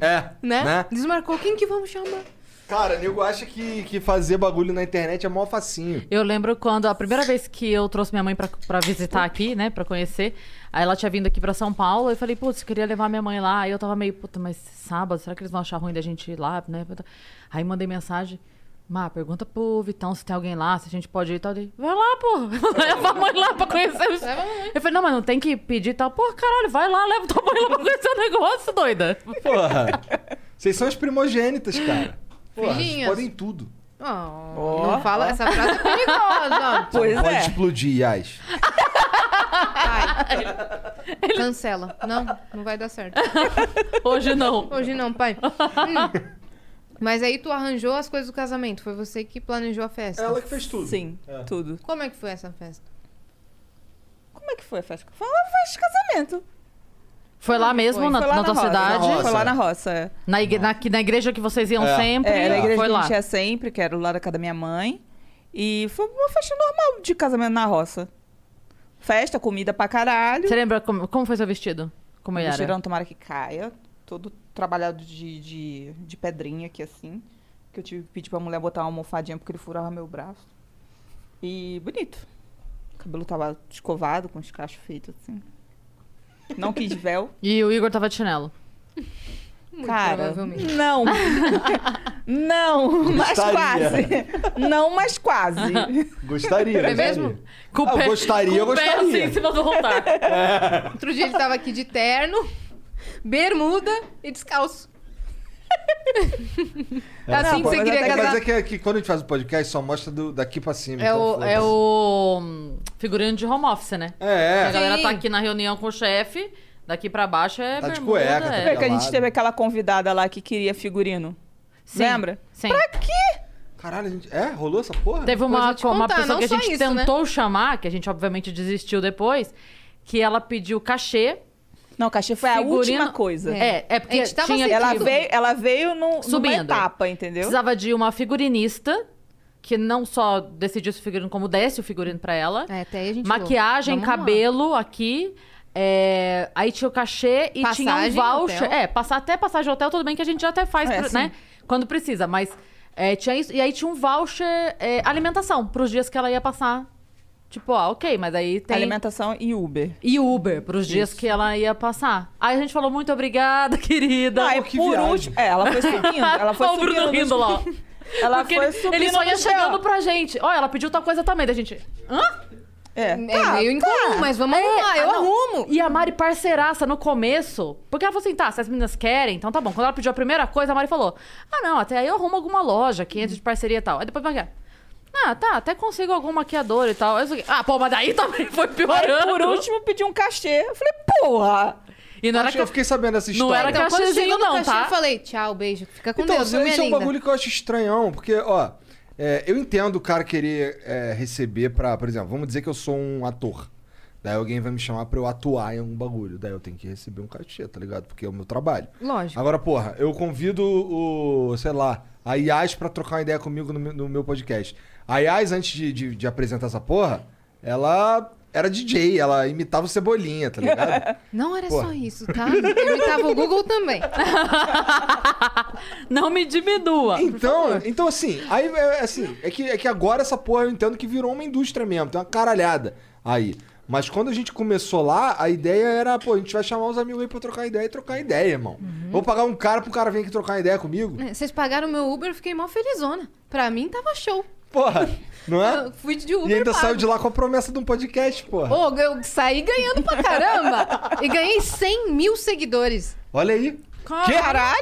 C: É,
B: Né? Desmarcou. Quem que vamos chamar?
C: Cara, nego acha que, que fazer bagulho na internet é mó facinho.
A: Eu lembro quando a primeira vez que eu trouxe minha mãe pra, pra visitar aqui, né, pra conhecer, aí ela tinha vindo aqui pra São Paulo, eu falei, putz, eu queria levar minha mãe lá. Aí eu tava meio, puta, mas sábado, será que eles vão achar ruim da gente ir lá, né? Aí mandei mensagem. Má, pergunta pro Vitão se tem alguém lá, se a gente pode ir e tal. Ele, vai lá, pô. <laughs> Leva a mãe lá pra conhecer os... Eu falei, não, mas não tem que pedir e tal. Pô, caralho, vai lá, leva tua mãe lá pra conhecer o negócio,
D: <laughs>
A: doida.
C: Porra. Vocês são as primogênitas, cara. Porra, vocês
B: Filhinhas.
C: podem tudo.
B: Oh, não fala essa frase é
D: <laughs>
B: perigosa.
D: Pois
C: Pode
D: é.
C: explodir, Yas.
B: Pai. Cancela. Não, não vai dar certo.
A: Hoje não.
B: Hoje não, pai. Hum. Mas aí tu arranjou as coisas do casamento. Foi você que planejou a festa.
C: É Ela que fez tudo.
D: Sim,
C: É.
D: tudo.
B: Como é que foi essa festa?
D: Como é que foi a festa? Foi uma festa de casamento.
A: Foi lá mesmo,
D: Foi
A: na,
D: lá
A: na tua
D: roça.
A: cidade?
C: Na roça.
D: Foi lá na roça. é.
A: Na, igre- na, na igreja que vocês iam
C: É.
A: sempre.
D: É, na igreja
A: foi
D: que a
A: lá.
D: gente ia sempre, que era lá da casa da minha mãe. E foi uma festa normal de casamento na roça. Festa, comida pra caralho.
A: Você lembra como, como foi seu vestido? Como ele era?
D: Mexerão, tomara que caia. Todo trabalhado de, de, de pedrinha aqui, assim. Que eu tive que pedir pra mulher botar uma almofadinha porque ele furava meu braço. E bonito. O cabelo tava escovado, com os cachos feitos, assim. Não quis véu.
A: E o Igor tava de chinelo.
B: Muito
D: Cara,
A: <laughs>
B: provavelmente.
D: não. não, mas quase.
C: Gostaria.
D: Não, mas quase.
C: Gostaria. né?
B: É
C: gostaria.
B: mesmo?
A: Com o
C: Ah, eu gostaria, eu
A: com o pé
C: gostaria.
A: assim em cima do altar.
B: Outro dia ele tava aqui de terno, bermuda e descalço.
C: É.
B: Assim que
C: pô,
B: você
C: mas
B: queria
C: é que-
B: casar.
C: Mas é que, é que quando a gente faz o podcast, só mostra do- daqui pra cima.
A: É
C: então
A: o,
C: foda-se.
A: é o hum, figurino de home office, né? A
C: É, é.
A: galera tá
B: Sim.
A: aqui na reunião com o chefe, daqui pra baixo é
C: Tá de
A: bermuda,
C: cueca, tá
A: é.
D: Lembra que a gente
C: Pelado.
D: teve aquela convidada lá que queria figurino?
A: Sim,
D: Lembra?
A: Sim.
C: Caralho, a gente... É? Rolou essa porra?
A: Teve uma,
B: vou te
A: co- uma
B: contar,
A: pessoa
B: não
A: que a
B: só
A: gente
B: isso, né?
A: tentou chamar, que a gente obviamente desistiu depois, que ela pediu cachê.
D: Não, cachê
B: É
D: foi a
A: figurino-
D: última coisa.
A: É, é porque
B: A gente tava
A: tinha
B: sem
D: Ela
B: tudo.
D: veio, ela veio no, numa
A: Subindo.
D: etapa, entendeu?
A: Precisava de uma figurinista que não só decidisse o figurino, como desse o figurino pra ela.
B: É, até aí a gente
A: Maquiagem,
B: falou. Vamos lá.
A: cabelo aqui. é, aí tinha o cachê e
B: Passagem,
A: tinha um voucher.
B: hotel.
A: É, passar até passagem hotel, tudo bem que a gente já até faz,
D: É,
A: pra-
D: sim.
A: né? Quando precisa, mas é, tinha isso. E aí tinha um voucher é, alimentação pros dias que ela ia passar. Tipo, ah, ok, mas aí tem.
D: Alimentação e Uber.
A: E Uber pros dias que ela ia passar. Aí a gente falou muito obrigada, <laughs> querida.
D: Ah, é
C: que
D: por
C: viagem.
D: último. É, ela foi
A: <laughs>
D: subindo. Ela foi
A: Olha o
D: subindo.
A: Bruno
D: nos-
A: rindo lá. ó.
D: <laughs> Ela
A: <laughs> Porque
D: foi
A: ele-
D: subindo.
A: ele só ia
D: nos-
A: chegando pra gente. Ó, ela pediu tal coisa também, da gente. Hã?
D: É,
B: É
D: tá,
B: meio incomum, mas vamos arrumar. Eu
A: ah, não.
B: arrumo.
A: E a Mari parceiraça no começo. Porque ela falou assim: tá, se as meninas querem, então tá bom. Quando ela pediu a primeira coisa, a Mari falou: ah, não, até aí eu arrumo alguma loja que entra de parceria e tal. Aí depois vai ganhar. Ah, tá, até consigo algum maquiador e tal. Aí eu sei o quê. ah, pô, mas daí também foi
D: Aí,
A: piorando.
D: por último, pediu um cachê. Eu falei, porra!
A: E não era
C: Acho
A: que
C: que eu fiquei sabendo dessa
A: Não
C: história.
A: era que eu-
B: Quando
A: Cachezinho
B: chegou no
A: não,
B: cachê,
A: tá?
B: eu falei, tchau, beijo. Fica com
C: Então,
B: Deus, viu, minha
C: isso é um
B: linda?
C: bagulho que eu acho estranhão, porque, ó, é, eu entendo o cara querer é, receber pra, por exemplo, vamos dizer que eu sou um ator. Daí alguém vai me chamar pra eu atuar em um bagulho. Daí eu tenho que receber um cachê, tá ligado? Porque é o meu trabalho.
B: Lógico.
C: Agora, porra, eu convido o, sei lá, a Yas pra trocar uma ideia comigo no, meu- no meu podcast. A Yas, antes de, de- de apresentar essa porra, ela era DJ, ela imitava o Cebolinha, tá ligado?
B: <laughs> Não era
C: Pô.
B: só isso, tá? Eu imitava o Google também.
A: não me diminua.
C: Então, então assim, aí é é assim, é que, é que agora essa porra eu entendo que virou uma indústria mesmo, tem uma caralhada aí. Mas quando a gente começou lá, a ideia era, pô, a gente vai chamar os amigos aí pra trocar ideia e trocar ideia, irmão. Vou pagar um cara pro cara vir aqui trocar ideia comigo.
B: É, Vocês pagaram meu Uber, eu fiquei mó felizona. Pra mim tava show.
C: Porra, não é?
B: Eu fui de Uber
C: E ainda
B: pago.
C: saiu de lá com a promessa de um podcast, porra.
B: Ô, eu saí ganhando pra caramba. e ganhei 100 mil seguidores.
C: Olha aí. Que?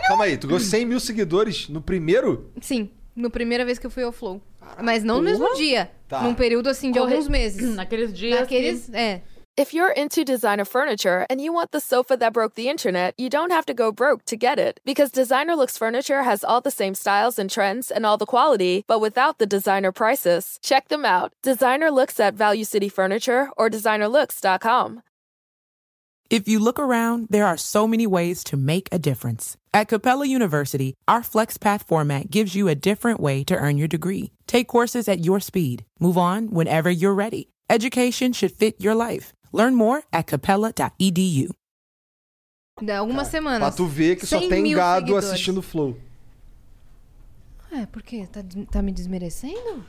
C: Calma aí, tu ganhou 100 mil seguidores no primeiro?
B: Sim, na primeira vez que eu fui ao Flow. Mas não no mesmo dia.
C: Tá.
B: Num período assim de
A: Corre-
B: alguns
A: <clears throat>
B: meses.
A: Naqueles dias.
B: Naqueles. É.
F: If you're into designer furniture and you want the sofa that broke the internet, you don't have to go broke to get it. Because Designer Looks Furniture has all the same styles and trends and all the quality, but without the designer prices. Check them out. Designer Looks at Value City Furniture or designerlooks.com.
G: If you look around, there are so many ways to make a difference. At Capella University, our FlexPath format gives you a different way to earn your degree. Take courses at your speed. Move on whenever you're ready. Education should fit your life. Learn more at E capella.edu.
B: Dá algumas
C: Pra
B: semanas.
C: tu ver que só
B: 100
C: tem
B: mil
C: gado
B: seguidores.
C: assistindo o Flow.
B: É, por quê? Tá, des- tá me desmerecendo?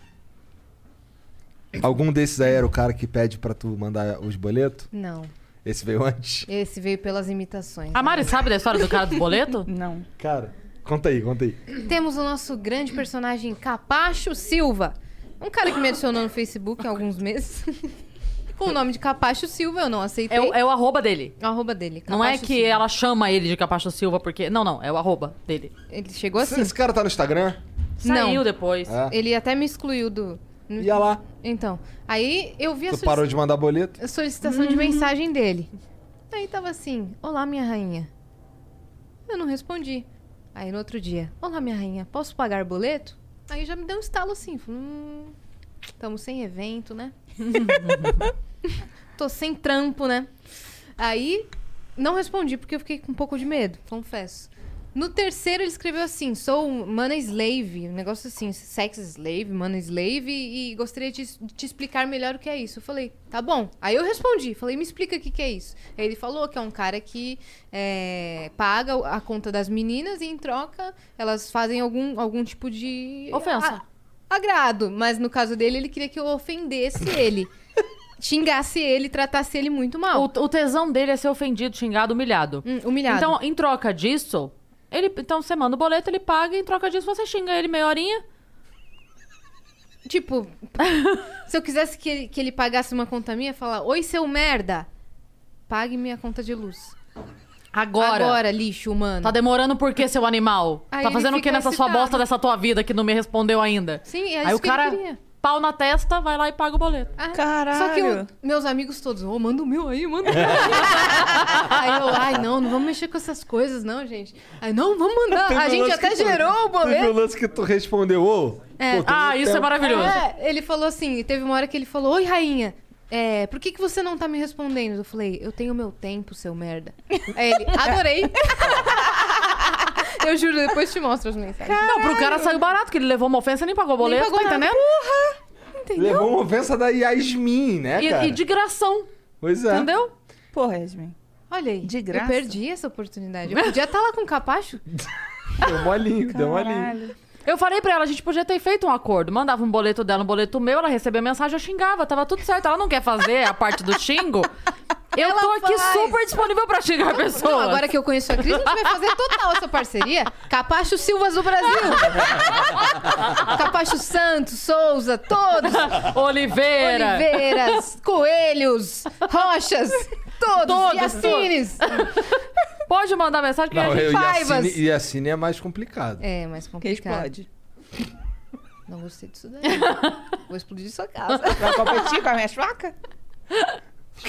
C: Algum desses aí era o cara que pede pra tu mandar os boletos?
B: Não.
C: Esse veio antes?
B: Esse veio pelas imitações.
A: A Mari sabe da história do cara do
B: <laughs>
A: boleto?
D: Não.
C: Cara, conta aí, conta aí.
B: Temos o nosso grande personagem Capacho Silva. Um cara que me adicionou no Facebook há alguns meses. <laughs> Com o nome de Capacho Silva, eu não aceitei.
A: É o, é o arroba dele.
B: O arroba dele.
A: Não é
B: Capacho
A: que
B: Silva.
A: ela chama ele de Capacho Silva porque. Não, não. É o arroba dele.
B: Ele chegou assim.
C: Esse cara tá no Instagram?
A: Saiu
B: Não.
A: depois.
C: É.
B: Ele até me excluiu do.
C: Ia lá.
B: Então. Aí eu vi a
C: Tu
B: solici-
C: parou de mandar boleto?
B: solicitação de mensagem dele. Aí tava assim: Olá, minha rainha. Eu não respondi. Aí no outro dia: Olá, minha rainha, posso pagar boleto? Aí já me deu um estalo assim: falei, Hum, tamo sem evento, né? Tô sem trampo, né? Aí não respondi porque eu fiquei com um pouco de medo, confesso. No terceiro ele escreveu assim: sou mana slave, um negócio assim, sex slave, mana slave, e gostaria de te, te explicar melhor o que é isso. Eu falei, tá bom. Aí eu respondi, falei, me explica o que, que é isso. Aí ele falou que é um cara que é, paga a conta das meninas e em troca elas fazem algum, algum tipo de.
A: Ofensa.
B: a- agrado, mas no caso dele ele queria que eu ofendesse
A: <laughs>
B: ele, xingasse ele, tratasse ele muito mal.
A: O, o tesão dele é ser ofendido, xingado, humilhado.
B: Hum, humilhado.
A: Então, em troca disso, ele. Então você manda o boleto, ele paga, e em troca disso você xinga ele meia horinha.
B: Tipo, se eu quisesse que ele, que ele pagasse uma conta minha, falar: Oi, seu merda, pague minha conta de luz.
A: Agora.
B: Agora, lixo humano.
A: Tá demorando por quê, seu animal?
B: Aí
A: tá
B: ele
A: fazendo o que
B: fica
A: nessa sua
B: excitado.
A: bosta dessa tua vida que não me respondeu ainda?
B: Sim, é
A: Aí
B: isso
A: o
B: que
A: cara,
B: ele queria.
A: pau na testa, vai lá e paga o boleto.
B: Ah,
D: Caralho.
B: Só que eu- meus amigos todos, ô, manda o meu aí, manda
A: <laughs>
B: o meu aí. aí eu, ai, não, não vamos mexer com essas coisas, não, gente. Aí, não, vamos mandar.
C: Teve
B: A
C: um
B: gente
C: lance
B: até
C: que tu-
B: gerou o boleto.
C: Teve o lance que tu respondeu, ô.
B: É.
C: pô, tem
A: Ah,
C: muito
A: isso é
C: tempo.
A: maravilhoso.
B: É, ele falou assim, teve uma hora que ele falou, oi, rainha, é, por que, que você não tá me respondendo? Eu falei, eu tenho meu tempo, seu merda. Aí ele, adorei. <laughs> eu juro, depois te mostro as mensagens.
A: Não, pro cara saiu barato, que ele levou uma ofensa e nem pagou o boleto,
B: pagou
A: tá
B: nada.
A: entendendo?
C: Levou uma ofensa da Yasmin, né, cara?
A: E, e de gração,
C: Pois é.
A: entendeu?
D: Porra, Esmin.
B: Olha aí,
D: De graça.
B: eu perdi essa oportunidade. Eu podia estar lá com o capacho.
C: Deu molinho, deu molinho.
A: Eu falei pra ela, a gente podia ter feito um acordo. Mandava um boleto dela, um boleto meu, ela recebia mensagem, eu xingava, tava tudo certo. Ela não quer fazer a parte do
B: <laughs>
A: xingo. Eu tô aqui
B: faz.
A: super disponível pra xingar a pessoa.
B: Não, agora que eu conheço a Cris, a gente vai fazer total essa parceria. Capacho Silvas
A: <laughs>
B: do Brasil. Capacho Santos, Souza, todos.
A: Oliveira.
D: <laughs>
B: Oliveiras, Coelhos, Rochas, todos,
A: Todos,
B: e Assines.
A: Pode mandar mensagem que a gente
C: eu,
B: Faivas.
C: Yacine, Yacine é mais complicado.
B: É, mais
D: Que
B: complicado.
D: explode.
B: Não gostei disso
D: <laughs>
B: daí. Vou explodir sua casa.
D: Vai competir com a minha faca?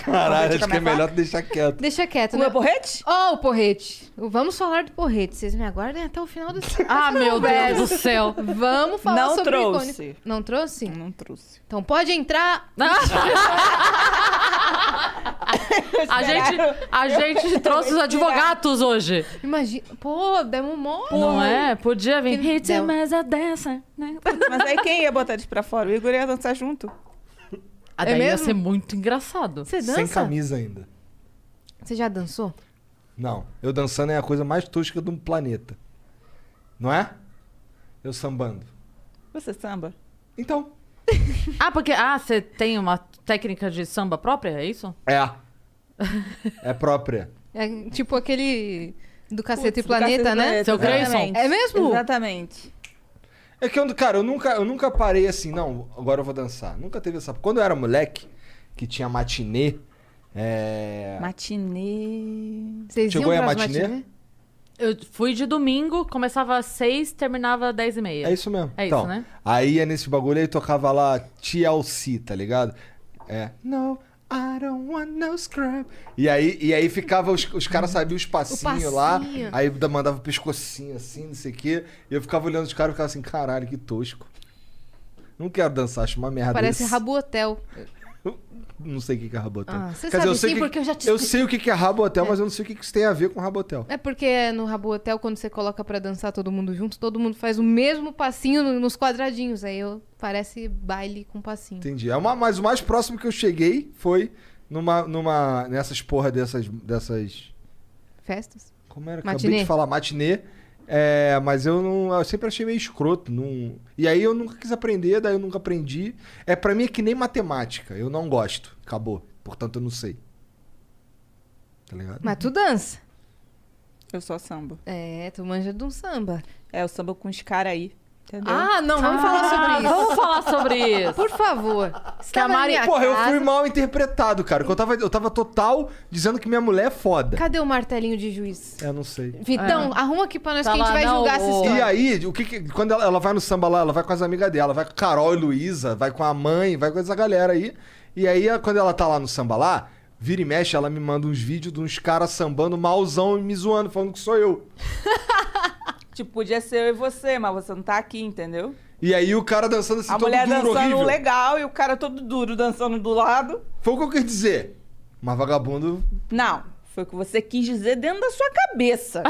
C: Caralho,
D: Vou te
C: acho que é
D: comer
C: melhor tu deixar quieto.
B: Deixa quieto,
D: Com
B: né?
D: meu porrete?
B: Ó, o porrete. Vamos falar do porrete. Vocês me aguardem até o final
D: <laughs>
B: do
A: Ah, meu Deus do céu.
B: Vamos falar
D: Não
B: sobre
D: trouxe.
B: o icônico. Não trouxe?
D: Não trouxe.
B: Então pode entrar. <laughs>
A: A gente, a gente trouxe os advogados hoje.
B: Imagina. Pô, demos um monte.
A: Não é? Podia vir.
B: Que
A: Hit
B: dela.
A: mais a dessa, né?
D: Mas aí quem ia botar eles pra fora? O Igor ia dançar junto.
A: Ah, daí ia
B: É mesmo?
A: ser muito engraçado.
B: Você dança?
C: Sem camisa ainda.
B: Você já dançou?
C: Não, eu dançando é a coisa mais tosca do planeta. Não é? Eu sambando.
D: Você samba?
C: Então,
A: Ah, porque. Ah, você tem uma técnica de samba própria, é isso?
C: É. É própria.
B: É tipo aquele do Cacete
D: Putz,
B: e
D: do
B: Planeta,
D: Cacete
B: né?
D: e
A: Seu
D: Planeta,
A: Grayson.
D: exatamente.
B: É mesmo?
D: Exatamente.
C: É que, eu, cara, eu nunca, eu nunca parei assim, não, agora eu vou dançar. Nunca teve essa. Quando eu era moleque, que tinha matinê. É...
D: Matinê.
B: Vocês
C: Chegou
B: iam
C: aí a
B: pras
C: matinê?
B: matinê?
A: Eu fui de domingo, começava às seis, terminava às dez e meia.
C: É isso mesmo.
A: É isso,
C: então,
A: né?
C: Aí ia nesse bagulho aí tocava lá TLC, tá ligado? É. No, I don't want no scrub. E aí, e aí ficava, os, os caras
B: <laughs>
C: sabiam os passinhos lá,
B: passinho.
C: aí da- mandava o pescocinho assim, não sei o quê. E eu ficava olhando os caras e ficava assim, caralho, que tosco. Não quero dançar, acho uma merda
B: Parece
C: isso.
B: Rabu Hotel.
C: Não sei o que que é rabotel.
B: Ah, você
C: Quer dizer,
B: sabe
C: eu sei
B: sim,
C: que-
B: porque eu já te
C: Eu
B: expliquei.
C: sei o que que é rabotel, mas eu não sei o que que isso tem a ver com rabotel.
B: É porque no Rabu Hotel, quando você coloca pra dançar todo mundo junto, todo mundo faz o mesmo passinho no- nos quadradinhos. Aí eu, parece baile com passinho.
C: Entendi. É uma, mas o mais próximo que eu cheguei foi numa, numa nessas porra dessas dessas
B: Festas?
C: como era que eu
B: Matinê.
C: acabei de falar matinê. É, mas eu não, eu sempre achei meio escroto, não. E aí eu nunca quis aprender, daí eu nunca aprendi. É pra mim é que nem matemática, eu não gosto. Acabou. Portanto, eu não sei. Tá ligado?
B: Mas tu dança.
D: Eu sou samba.
B: É, tu manja de um samba.
D: É, o samba com os caras aí. Entendeu?
B: Ah, não, vamos falar sobre isso.
A: Vamos falar sobre isso.
B: Por favor.
A: Que a
B: Estava na
A: Mari-
B: minha
C: Porra, eu
B: casa.
C: fui mal interpretado, cara. que Eu tava, eu tava total dizendo que minha mulher é foda.
B: Cadê o martelinho de juiz? É.
C: Eu não sei.
B: Vitão, arruma aqui pra nós
A: Tá
B: que a gente
A: lá,
B: vai
A: não,
B: julgar essa
A: o-
C: E
B: história.
C: aí, o que, que- quando ela, ela vai no samba lá, ela vai com as amigas dela, vai com Carol e Luísa, vai com a mãe, vai com essa galera aí. E aí, a- quando ela tá lá no samba lá, vira e mexe, ela me manda uns vídeos de uns caras sambando malzão e me zoando, falando que sou eu.
D: Tipo, podia ser eu e você, mas você não tá aqui, entendeu?
C: E aí o cara dançando assim,
D: a
C: todo
D: mulher
C: duro,
D: dançando
C: horrível.
D: legal e o cara todo duro dançando do lado.
C: Foi o que eu quis dizer. Mas vagabundo.
D: Não, foi o que você quis dizer dentro da sua cabeça.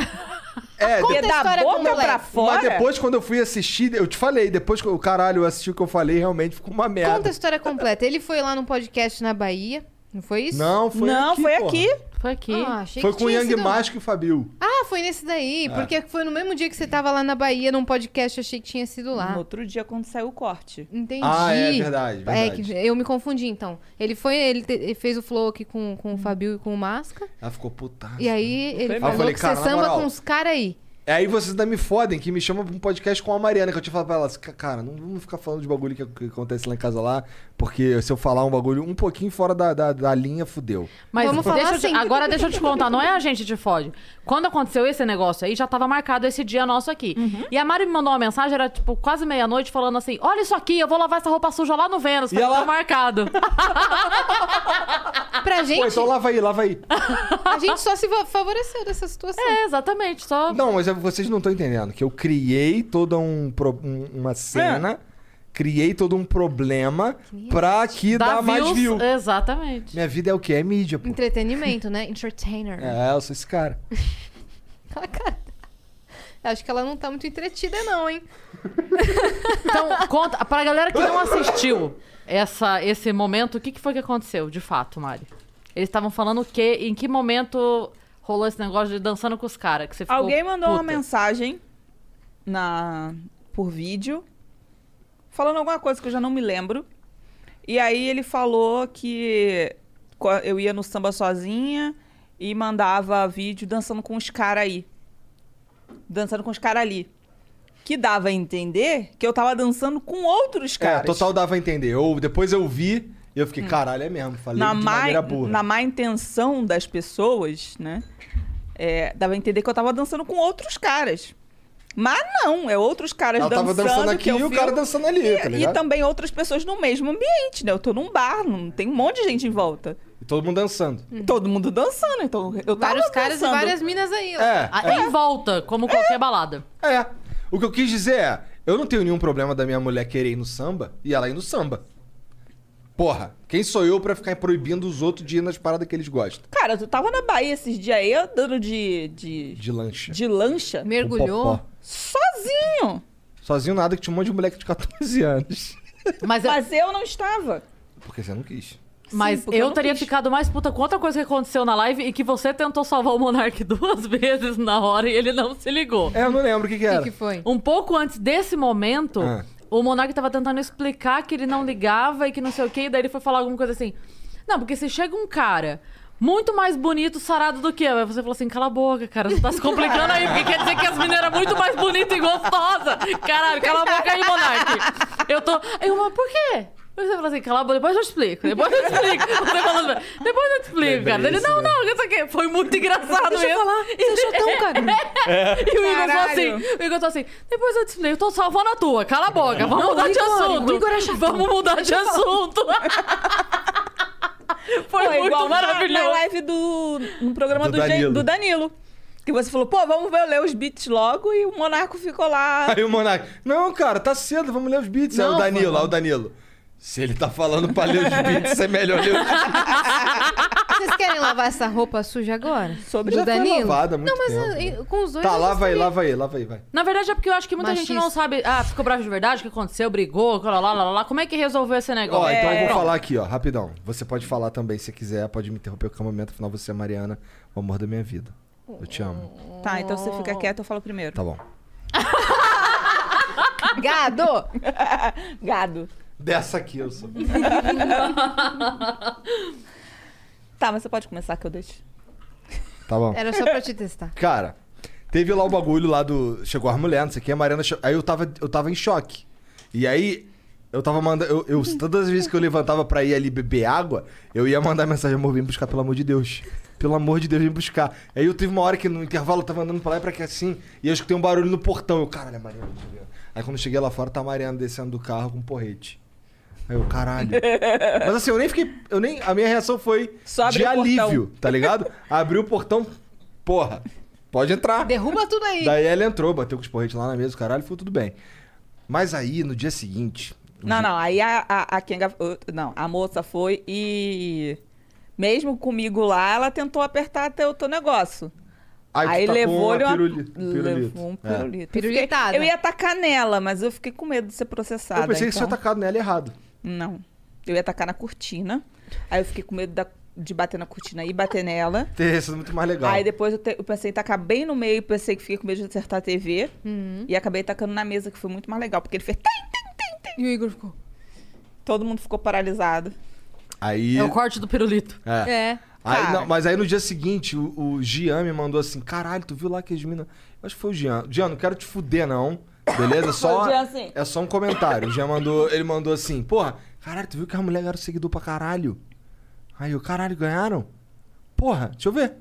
C: É,
D: Porque
B: a
D: da
B: história com o
D: boca
B: moleque.
D: pra
B: Mas
D: fora.
C: Mas depois, quando eu fui assistir, eu te falei, depois que o caralho eu assisti o que eu falei, realmente ficou uma merda.
B: Conta a história completa. Ele foi lá num podcast na Bahia, não foi isso?
C: Não, foi
D: não,
C: aqui.
D: foi
C: porra.
D: aqui.
A: Foi aqui.
B: Ah, achei
C: Foi
B: que
C: com o
B: tinha
C: Yang
B: sido-
C: Masco e o Fabio.
B: Ah, foi nesse daí.
C: É.
B: Porque foi no mesmo dia que você tava lá na Bahia, num podcast, eu achei que tinha sido lá.
D: No outro dia, quando saiu o corte.
B: Entendi.
C: Ah, é verdade,
B: É,
C: verdade.
B: que eu me confundi, então. Ele foi, ele, te- ele fez o flow aqui com, com o Fabio e com o Masca.
C: Ela ficou puta.
B: E aí ele
C: Hum. Eu
B: falou
C: falei,
B: que
C: cara,
B: você
C: na
B: samba
C: moral.
B: com os caras aí.
C: É aí vocês ainda me fodem, que me chamam pra um podcast com a Mariana, que eu tinha falado pra ela, assim, "Ca- cara, não vamos ficar falando de bagulho que, que acontece lá em casa lá, porque se eu falar um bagulho um pouquinho fora da, da, da linha, fudeu.
A: Mas
B: Vamos falar
A: deixa eu te-
B: assim.
A: agora deixa eu te contar, não é a gente que te fode. Quando aconteceu esse negócio aí, já tava marcado esse dia nosso aqui. E a Mari me mandou uma mensagem, era tipo quase meia-noite, falando assim: olha isso aqui, eu vou lavar essa roupa suja lá no Vênus,
C: E
A: porque
C: ela-
A: tá
C: <laughs>
A: marcado.
B: Pra
C: Pô,
B: gente,
C: então lava aí, lava aí.
A: Ah.
B: a gente só se fa- favoreceu dessa situação.
A: é, exatamente, só.
C: Não, mas é- vocês não estão entendendo, que eu criei toda um, pro- um- uma cena, criei todo um problema pra que
A: Dá
C: dá mais
A: views, Ah.
C: view.
A: Exatamente.
C: Minha vida é o que? É mídia, pô.
B: Entretenimento,
C: <laughs>
B: né? Entertainer.
C: É, eu sou esse cara.
B: Aquela cara. Eu acho que ela não tá muito entretida, não, hein?
A: Então, conta, pra galera que não assistiu essa, esse momento, o que, que foi que aconteceu, de fato, Mari? Eles estavam falando o quê? Em que momento rolou esse negócio de dançando com os caras? Que você ficou
D: Alguém mandou uma
A: puta?
D: mensagem na por vídeo falando alguma coisa que eu já não me lembro. E aí ele falou que co- eu ia no samba sozinha e mandava vídeo dançando com os caras aí. Dançando com os caras ali. Que dava a entender que eu tava dançando com outros
C: É,
D: caras.
C: total dava a entender. Eu, depois eu vi e eu fiquei,
A: Hum.
C: caralho, é mesmo. Falei
D: na
C: de
D: má,
C: maneira burra.
D: na má intenção das pessoas, né? É, dava a entender que eu tava dançando com outros caras. Mas não, é outros caras
C: Ela tava
D: dançando.
C: dançando aqui
D: que
C: e
D: eu
C: o
D: vi-
C: cara dançando ali,
D: e,
C: tá
D: e
C: ligado?
D: também outras pessoas no mesmo ambiente, né? Eu tô num bar, não tem um monte de gente em volta.
C: E todo mundo dançando.
D: Todo mundo dançando, então eu tava
B: Uhum. Vários caras
D: dançando.
B: e várias minas aí. ó.
C: É,
A: Ah, Em volta, como qualquer balada.
C: É. O que eu quis dizer é, eu não tenho nenhum problema da minha mulher querer ir no samba e ela ir no samba. Porra, quem sou eu pra ficar proibindo os outros de ir nas paradas que eles gostam?
D: Cara, tu tava na Bahia esses dias aí andando de, de,
C: De lancha.
D: de lancha
C: Com
B: Mergulhou.
C: popó.
D: sozinho.
C: Sozinho nada, que tinha um monte de moleque de 14 <laughs> anos.
A: Mas, eu-
D: Mas eu não estava.
C: Porque você não quis.
A: mas
D: sim, porque eu
A: eu
D: não
A: teria
D: quis.
A: ficado mais puta com outra coisa que aconteceu na live e que você tentou salvar o Monark <laughs> duas vezes na hora e ele não se ligou.
C: É, eu não lembro o que que
B: O
C: era.
B: que, que foi?
A: Um pouco antes desse momento,
C: Ah.
A: o Monark tava tentando explicar que ele não ligava e que não sei o quê, e daí ele foi falar alguma coisa assim. Não, porque se chega um cara muito mais bonito, sarado do que eu, aí você falou assim, cala a boca, cara, você tá se complicando aí, porque quer dizer que as meninas eram muito mais bonitas e gostosas. Caralho, cala a boca aí, Monark. Eu tô... Eu, mas por quê? Aí Você falou assim, cala a boca, depois eu te explico, depois eu te explico. Você falou assim, depois eu te explico, cara. Ele, não, não, não sei o quê. Foi muito engraçado
D: Deixa eu
A: isso.
D: falar. Você é chatão, cara.
A: E o Igor falou
D: Caralho.
A: assim, o Igor falou assim, depois eu te explico, eu tô salvando a tua, cala a boca, vamos
D: Não,
A: mudar
D: o
A: de
D: Igor,
A: assunto.
D: o Igor é chatão.
A: vamos mudar de assunto. Foi muito
D: na- Na
A: maravilhoso.
D: live do. No programa
C: Do
D: do, Gen-
C: Danilo.
D: do Danilo. Que você falou, pô, vamos ver, ler os beats logo. E o Monarco ficou lá.
C: Aí o Monark, não, cara, tá cedo, vamos ler os beats. aí o
A: Não,
C: Danilo,
A: vamos.
C: aí o Danilo. Se ele tá falando pra ler os beats, é melhor <laughs> ler os beats.
B: Vocês querem lavar essa roupa suja agora?
D: Sobre
C: Já
B: do Danilo?
C: foi lavada há muito
B: Não, mas
C: tempo.
B: eh, com os dois.
C: Tá,
B: eu
C: lava aí,
B: gostaria.
C: lava aí, lava aí, vai.
A: Na verdade é porque eu acho que muita gente não
B: Machista.
A: sabe, ah, ficou bravo de verdade, o que aconteceu, brigou, lá, lá, lá, lá. Como é que resolveu esse negócio?
C: Ó,
B: É,
C: então eu vou
A: Pronto.
C: falar aqui, ó, rapidão. Você pode falar também, se quiser, pode me interromper a qualquer momento, afinal você é a Mariana, o amor da minha vida. Eu te amo.
D: Tá, então você
A: Oh.
D: fica quieto, eu falo primeiro.
C: Tá bom.
B: Gado!
D: Gado.
C: Dessa aqui eu sou.
D: Tá, mas você pode começar que eu deixo.
C: Tá bom.
B: Era só pra te testar.
C: Cara, teve lá o bagulho lá do. Chegou as mulheres, não sei o que, a Mariana. che- Aí eu tava, eu tava em choque. E aí, eu tava mandando. Eu, eu- todas as vezes que eu levantava pra ir ali beber água, eu ia mandar mensagem, amor, vem buscar, pelo amor de Deus. Pelo amor de Deus, vem buscar. Aí eu teve uma hora que no intervalo eu tava andando pra lá e pra cá assim, e eu escutei um barulho no portão. Eu, caralho, a Mariana tá chegando. Aí quando eu cheguei lá fora, tá a Mariana descendo do carro com um porrete. Aí eu,
D: <laughs>
C: caralho. Mas assim, eu nem fiquei. Eu nem, a minha reação foi
D: Só abriu
C: de
D: o portão.
C: alívio, tá ligado? Abriu o portão, porra, pode entrar.
B: Derruba tudo aí.
C: Daí ela entrou, bateu com os porretes lá na mesa, caralho, foi tudo bem. Mas aí, no dia seguinte. o
D: Não,
C: Gi-
D: não, aí a, a, a Kenga. uh, Não, a moça foi e. Mesmo comigo lá, ela tentou apertar até o teu negócio.
C: Aí, tu
D: Aí
C: tacou
D: levou-lhe
C: uma
D: uma...
C: piruli- um pirulito.
D: Levou um
C: É.
D: pirulito. Eu fiquei-
B: Pirulitada.
D: Eu ia atacar nela, mas eu fiquei com medo de ser processada.
C: Eu pensei que você
D: então...
C: tinha tacado nela errado. <laughs>
D: Não. Eu ia atacar na cortina. Aí eu fiquei com medo da- de bater na cortina e bater nela.
C: Teria sido muito mais legal.
D: Aí depois eu, te- eu pensei em tacar bem no meio, pensei que fiquei com medo de acertar a TV.
B: Uhum.
D: E acabei tacando na mesa, que foi muito mais legal, porque ele fez. Tim, tim, tim, tim.
B: E o Igor ficou.
D: Todo mundo ficou paralisado.
C: Aí.
A: É o corte do pirulito.
C: é.
B: É.
C: Aí,
D: Cara.
C: não, mas aí no dia seguinte, o, o Gian me mandou assim: caralho, tu viu lá que as minas. Eu Acho que foi o Gian. Gian, não quero te fuder, não. Beleza? Só,
D: <laughs> Foi o Jean, sim.
C: é só um comentário. O Gian mandou, ele mandou assim: porra, caralho, tu viu que as mulheres eram seguidor pra caralho? Aí eu, caralho, ganharam? Porra, deixa eu ver.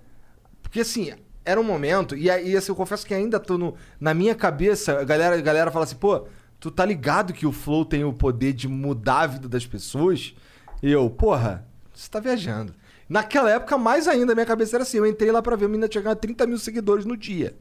C: Porque assim, era um momento, e, aí, assim, eu confesso que ainda tô no, na minha cabeça, a galera, a galera fala assim, pô, tu tá ligado que o Flow tem o poder de mudar a vida das pessoas? E eu, porra, você tá viajando. Naquela época, mais ainda, minha cabeça era assim, eu entrei lá pra ver a menina chegar a 30 mil seguidores no dia.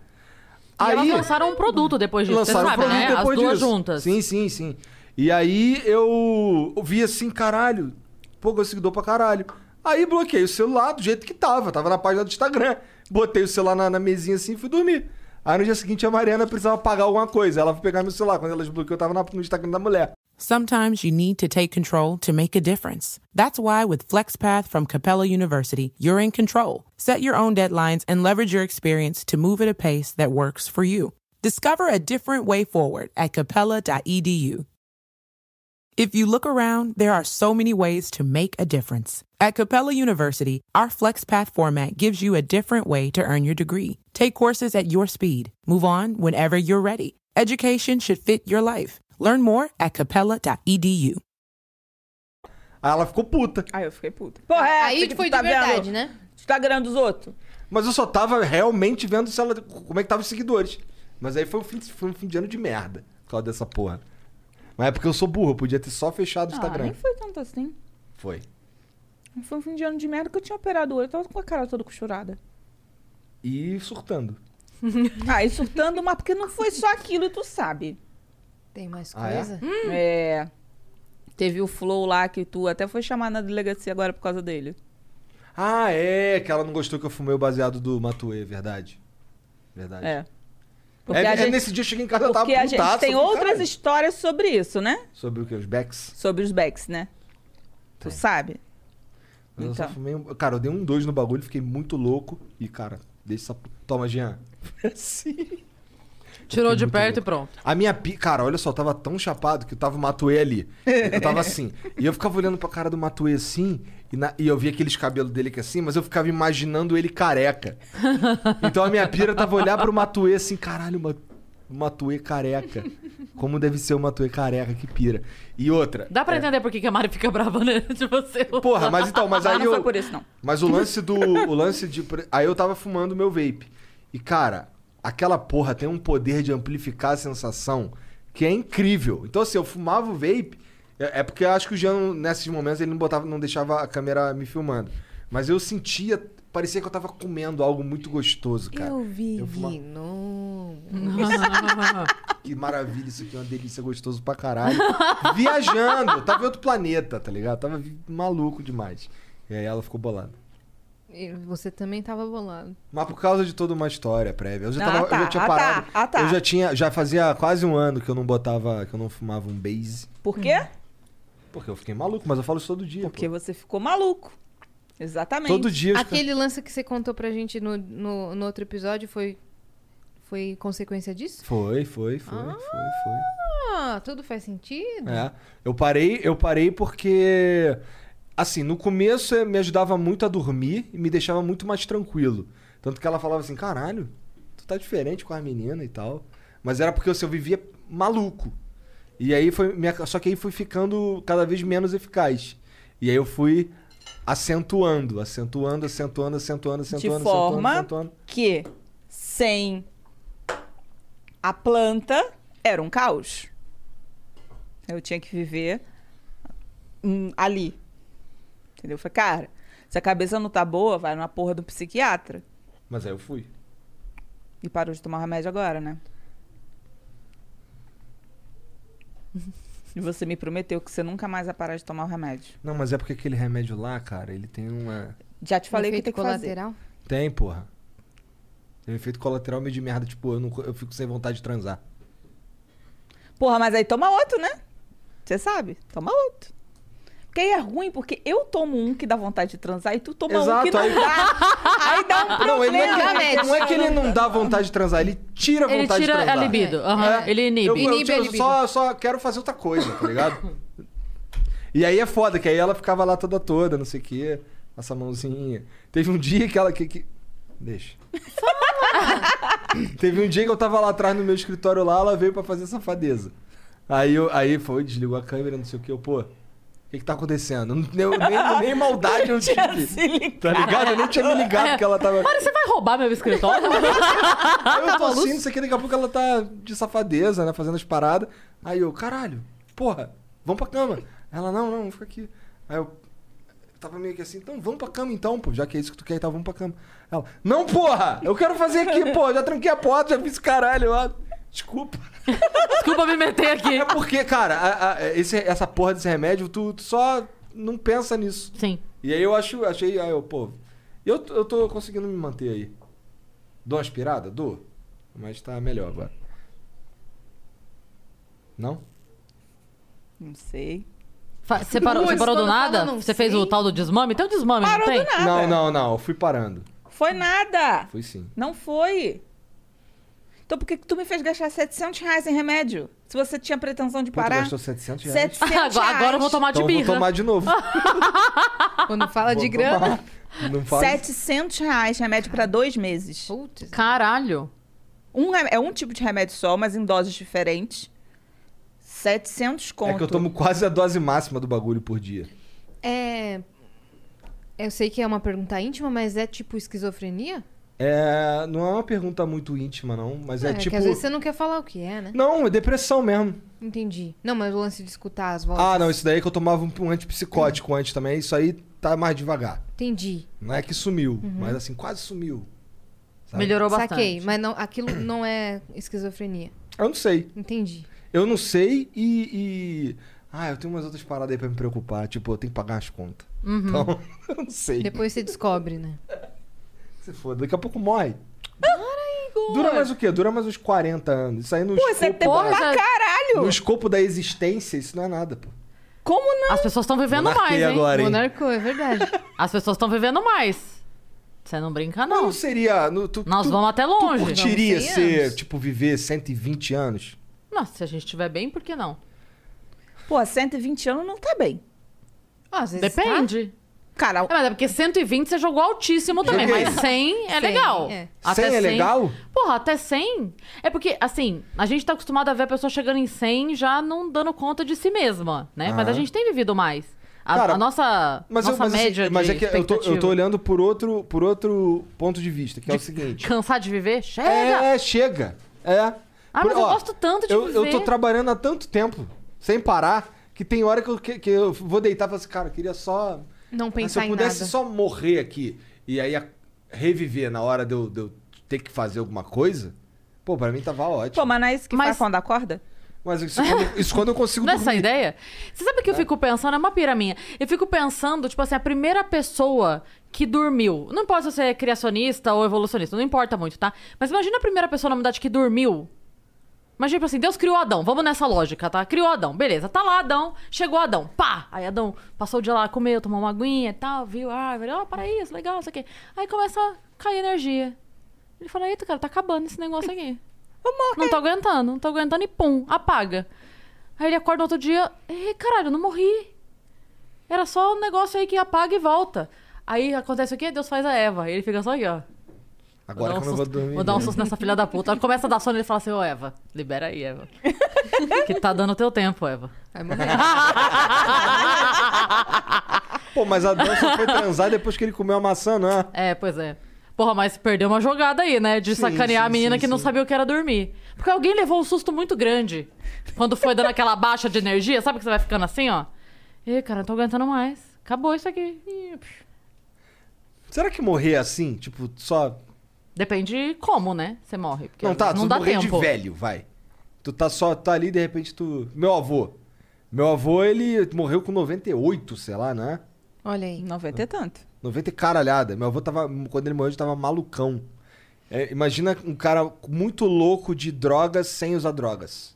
A: E elas lançaram um produto depois disso,
C: Lançaram
A: você
C: o
A: sabe,
C: produto
A: né? As
C: depois
A: duas
C: disso.
A: juntas.
C: Sim, sim, sim. E aí eu eu vi assim, caralho, pô, conseguidor pra caralho. Aí bloqueei o celular do jeito que tava, tava na página do Instagram. Botei o celular na, na mesinha assim e fui dormir. Aí no dia seguinte a Mariana precisava pagar alguma coisa. Ela foi pegar meu celular. Quando ela desbloqueou, eu tava na- no Instagram da mulher.
G: Sometimes you need to take control to make a difference. That's why with FlexPath from Capella University, you're in control. Set your own deadlines and leverage your experience to move at a pace that works for you. Discover a different way forward at E capella.edu. If you look around, there are so many ways to make a difference. At Capella University, our FlexPath format gives you a different way to earn your degree. Take courses at your speed. Move on whenever you're ready. Education should fit your life. Learn more at E capella.edu.
C: Aí ela ficou puta.
D: Aí eu fiquei puta. Porra, é,
B: Aí
D: fica-
B: foi
D: tá
B: de verdade,
D: vendo?
B: né?
D: Instagram dos outros.
C: Mas eu só tava realmente vendo se ela, como é que tava os seguidores. Mas aí foi um fim, de- foi um fim de ano de merda por causa dessa porra. Mas é porque eu sou burro, eu podia ter só fechado o
D: Ah,
C: Instagram.
D: nem foi tanto assim.
C: Foi.
D: Foi um fim de ano de merda que eu tinha operado o olho. Eu tava com a cara toda costurada.
C: E surtando.
D: Ah, e surtando, mas porque não foi só aquilo, e tu sabe.
B: Tem mais
C: Ah, é?
B: coisa?
D: É. Teve o Flow lá que tu até foi chamar na delegacia agora por causa dele.
C: Ah, é, que ela não gostou que eu fumei o baseado do Matuê, verdade. Verdade.
D: É.
C: É,
D: Porque, a,
C: é
D: gente,
C: nesse dia eu cheguei em casa, eu tava
D: porque a
C: putaço.
D: gente tem
C: eu falei,
D: outras
C: "Caralho".
D: histórias sobre isso, né?
C: Sobre o que? Os backs?
D: Sobre os backs, né?
C: Tem.
D: Tu sabe?
C: Mas Eu só
D: Então.
C: fumei um... Cara, eu dei um dois no bagulho, fiquei muito louco. E, cara, deixa essa... p- Toma, Jean. <laughs> Sim.
A: Tirou
C: fiquei
A: de
C: muito
A: perto
C: louco.
A: e pronto.
C: A minha pi... Cara, olha só, eu tava tão chapado que eu tava o Matuê ali. Eu tava assim. E eu ficava olhando pra cara do Matuê assim, e, na- e eu via aqueles cabelos dele que assim, mas eu ficava imaginando ele careca. Então a minha pira tava olhar pro Matuê assim, caralho, Ma- Matuê careca. Como deve ser o Matuê careca, que pira. E outra.
A: Dá pra entender por que que a Mari fica brava né, de você.
C: É. Porra, mas então, mas
D: Ah,
C: aí
D: não
C: eu...
D: foi por isso, não.
C: Mas o lance do. o lance de. Aí eu tava fumando meu vape. E, cara, aquela porra tem um poder de amplificar a sensação que é incrível. Então, assim, eu fumava o vape. É é porque eu acho que o Jean, não- nesses momentos, ele não botava, não deixava a câmera me filmando. Mas eu sentia. Parecia que eu tava comendo algo muito gostoso, cara.
B: eu vi.
C: eu fuma-
B: não.
C: Que maravilha, isso aqui é uma delícia gostoso pra caralho. Viajando, eu tava em outro planeta, tá ligado? Tava vi- maluco demais. E aí ela ficou bolada.
B: E Você também tava bolado.
C: Mas por causa de toda uma história prévia. Eu já,
D: Ah,
C: tava,
D: tá,
C: eu já tinha
D: ah, tá,
C: parado.
D: ah, tá.
C: Eu já tinha. Já fazia quase um ano que eu não botava. Que eu não fumava um base.
D: Por quê?
C: Porque eu fiquei maluco, mas eu falo isso todo dia.
D: Porque
C: pô.
D: você ficou maluco. Exatamente.
C: Hum. Todo dia. eu
B: Aquele lance que você contou pra gente no, no, no outro episódio foi. Foi consequência disso?
C: fico- Foi, foi, foi, foi, foi.
B: Ah, tudo faz sentido.
C: É. Eu parei, eu parei porque. Assim, no começo eh, me ajudava muito a dormir e me deixava muito mais tranquilo. Tanto que ela falava assim: caralho, tu tá diferente com a menina e tal. Mas era porque assim, eu vivia maluco. E aí foi. minha- Só que aí fui ficando cada vez menos eficaz. E aí eu fui acentuando, acentuando, acentuando, acentuando, acentuando,
D: forma-
C: acentuando, acentuando.
D: Que sem a planta era um caos. Eu tinha que viver hum, ali. Entendeu? Eu falei, cara, se a cabeça não tá boa, vai numa porra do psiquiatra.
C: Mas aí eu fui.
D: E parou de tomar remédio agora, né? <laughs> E você me prometeu que você nunca mais vai parar de tomar o remédio.
C: Não, mas é porque aquele remédio lá, cara, ele tem uma.
D: Já te falei o que
B: Efeito
D: tem que fazer.
B: colateral.
C: Tem, porra. Tem um efeito colateral meio de merda, tipo, eu, não, co- eu fico sem vontade de transar.
D: Porra, mas aí toma outro, né? Você sabe? Toma outro. Porque aí é ruim, porque eu tomo um que dá vontade de transar e tu toma um que
C: Exato,
D: não
C: aí- <laughs>
D: dá. Aí dá um
C: Não, ele não
D: problema.
C: é, que, não é que ele não dá vontade de transar, ele tira a vontade
A: Ele
C: de
A: tira a
C: transar.
A: libido. aham,
C: É.
A: Ele
C: Eu,
A: inibe.
C: eu,
B: Inibe a
C: tipo,
B: libido.
C: só, só quero fazer outra coisa,
B: <laughs>
C: tá ligado? e aí é foda, que aí ela ficava lá toda toda, não sei o quê, essa mãozinha. Teve um dia que ela. Que, que... Deixa. Teve um dia que eu tava lá atrás no meu escritório lá, ela veio pra fazer safadeza. Aí, eu, aí foi, desligou a câmera, não sei o que, eu, pô. O que, que tá acontecendo? Eu, nem, nem maldade
B: <laughs>
C: eu tive.
D: Se
C: Tá
D: liga.
C: ligado? Eu nem tinha me ligado que ela tava.
A: Mari, você vai roubar meu escritório?
C: <laughs> Aí eu tô assim, não sei o que, daqui a pouco ela tá de safadeza, né? Fazendo as paradas. Aí eu, caralho, porra, vamos pra cama. Ela, não, não, fica aqui. Aí eu tava meio que assim, então vamos pra cama então, pô, já que é isso que tu quer, então vamos pra cama. Ela, não, porra, eu quero fazer aqui, pô, já tranquei a porta, já fiz caralho, ó. Desculpa.
A: Desculpa me meter aqui.
C: <laughs> É porque, cara, a- a- esse- essa porra desse remédio, tu, tu só não pensa nisso.
A: Sim.
C: E aí eu acho, achei, aí eu, pô, eu, eu tô conseguindo me manter aí. Dou uma aspirada? Dou. Mas tá melhor agora. Não?
D: Não sei.
A: Fa- Você parou,
B: Não,
A: você
B: eles
A: parou do
B: quando falam,
A: nada?
B: não
A: Você fez o
B: sei.
A: tal do desmame? Tem o desmame,
D: Parou
A: não tem?
D: do nada.
C: Não, não, não. Eu fui parando.
D: Foi nada.
C: Fui sim.
D: Não foi. Então por que que tu me fez gastar 700 reais em remédio? Se você tinha pretensão de
C: Pô, tu
D: parar.
C: gastou 700 reais.
D: 700
A: <laughs> <laughs>
D: reais.
A: Agora, agora eu vou tomar de
C: Então eu vou
A: birra.
C: tomar de novo.
B: Quando fala de
C: Vou
B: grana.
C: tomar. Não faz.
D: 700 reais remédio pra dois meses.
B: Putz.
A: Caralho.
D: Um, re- é um tipo de remédio só, mas em doses diferentes. 700 conto.
C: É que eu tomo quase a dose máxima do bagulho por dia.
B: É. Eu sei que é uma pergunta íntima, mas é tipo esquizofrenia?
C: É, não é uma pergunta muito íntima, não. Mas é,
B: Ah,
C: tipo...
B: que às vezes você não quer falar o que é, né?
C: Não, é depressão mesmo.
B: Entendi. Não, mas o lance de escutar as vozes.
C: Ah, não, isso daí é que eu tomava um um antipsicótico antes também. Isso aí tá mais devagar.
B: Entendi.
C: Não é que sumiu, mas assim, quase sumiu. sabe?
A: Melhorou bastante.
B: Saquei, mas não, aquilo não é esquizofrenia.
C: Eu não sei.
B: Entendi.
C: Eu não sei e. e- Ah, eu tenho umas outras paradas aí pra me preocupar. Tipo, eu tenho que pagar as contas. Então, <laughs> eu não sei.
B: Depois você descobre, né?
C: Se foda, daqui a pouco morre. Dura mais o quê? Dura mais uns 40 anos. Isso aí no,
D: Pô, você
C: escopo,
D: tem
A: Porra,
D: pra
A: já-
D: caralho!
C: no escopo da existência, isso não é nada, pô.
D: Como não?
A: As pessoas estão vivendo
C: Monarquei
A: mais, hein?
C: agora, hein?
B: Monarcou, é verdade.
A: As pessoas estão vivendo mais. Você não brinca,
C: Mas
A: não.
C: não seria. no- tu-
A: Nós
C: tu-
A: vamos até longe.
C: Tu curtiria
B: Vamos 100
C: ser,
B: anos.
C: tipo, viver 120 anos?
A: Nossa, se a gente estiver bem, por que não?
D: Pô, 120 anos não tá bem.
B: Ó, <laughs> às vezes
A: Depende.
D: Cara,
A: É, mas é porque 120 você jogou altíssimo também,
C: Joguei.
A: mas 100 é
B: 100,
A: legal.
B: é.
A: Até
C: 100 é legal?
A: Porra, até 100? É porque, assim, a gente tá acostumado a ver a pessoa chegando em 100 já não dando conta de si mesma, né? Mas a
C: Aham.
A: gente tem vivido mais. A,
C: Cara,
A: a nossa,
C: Mas, eu-
A: nossa
C: mas, assim,
A: média
C: mas
A: de
C: é que eu tô, eu tô
A: expectativa.
C: olhando por outro, por outro ponto de vista, que é o seguinte.
A: Cansar de viver? Chega!
C: É, chega. É.
A: Ah, mas eu gosto tanto de
C: eu, eu tô
A: viver.
C: trabalhando há tanto tempo, sem parar, que tem hora que eu, que, que eu vou deitar e falar assim, cara, eu queria só.
B: tá. Não pensar
C: Ah, se eu
B: em
C: pudesse
B: nada.
C: só morrer aqui e aí a- reviver na hora de eu, de eu ter que fazer alguma coisa, pô, pra mim tava ótimo.
D: pô, mas não é isso que
A: Mas-
D: faz quando acorda?
C: Mas isso quando, isso quando eu consigo
A: Não é
C: dormir.
A: essa a ideia? Você sabe o que eu fico pensando? É uma pira minha. Eu fico pensando, tipo assim, a primeira pessoa que dormiu. Não importa se você é criacionista ou evolucionista, não importa muito, tá? Mas imagina a primeira pessoa na humanidade que dormiu. Imagina, tipo assim, Deus criou Adão, vamos nessa lógica, tá? Criou Adão, beleza, tá lá Adão, chegou Adão, pá! Aí Adão passou o dia lá, comeu, tomou uma aguinha e tal, viu a árvore, ó, paraíso, legal, isso aqui. Aí começa a cair energia. Ele fala, eita, cara, tá acabando esse negócio aqui. Não tô aguentando, não tô aguentando e pum, apaga. Aí ele acorda no outro dia, e caralho, eu não morri. Era só um negócio aí que apaga e volta. Aí acontece o quê? Deus faz a Eva. Aí ele fica só aqui, ó. Vou dar um
C: Agora que eu não vou
A: susto-
C: dormir. né?
A: Vou dar um
C: mesmo.
A: susto nessa filha da puta. Aí começa a dar sono e ele fala assim, ô Eva, libera aí, Eva. <laughs> que tá dando teu tempo, Eva.
B: Vai morrer.
C: Pô, mas a dança foi transar depois que ele comeu a maçã, não é?
A: É, pois é. Porra, mas perdeu uma jogada aí, né? De
C: Sim,
A: sacanear a
C: sim,
A: menina
C: sim,
A: que não
C: sim.
A: sabia o que era dormir. Porque alguém levou um susto muito grande. Quando foi dando aquela baixa de energia, sabe que você vai ficando assim, ó? Ih, cara, não tô aguentando mais. Acabou isso aqui. Ih, psh.
C: Será que morrer assim, tipo, só.
A: Depende como, né? Você morre. Porque
C: não,
A: às
C: tá,
A: vezes
C: tu
A: não dá
C: morrer
A: tempo.
C: de velho, vai. Tu tá só, tá ali, de repente tu. Meu avô. Meu avô, ele morreu com 98, sei lá, né?
B: Olha aí. <laughs>
D: 90 e tanto.
C: 90 e caralhada. Meu avô tava. Quando ele morreu, ele tava malucão. É, imagina um cara muito louco de drogas sem usar drogas.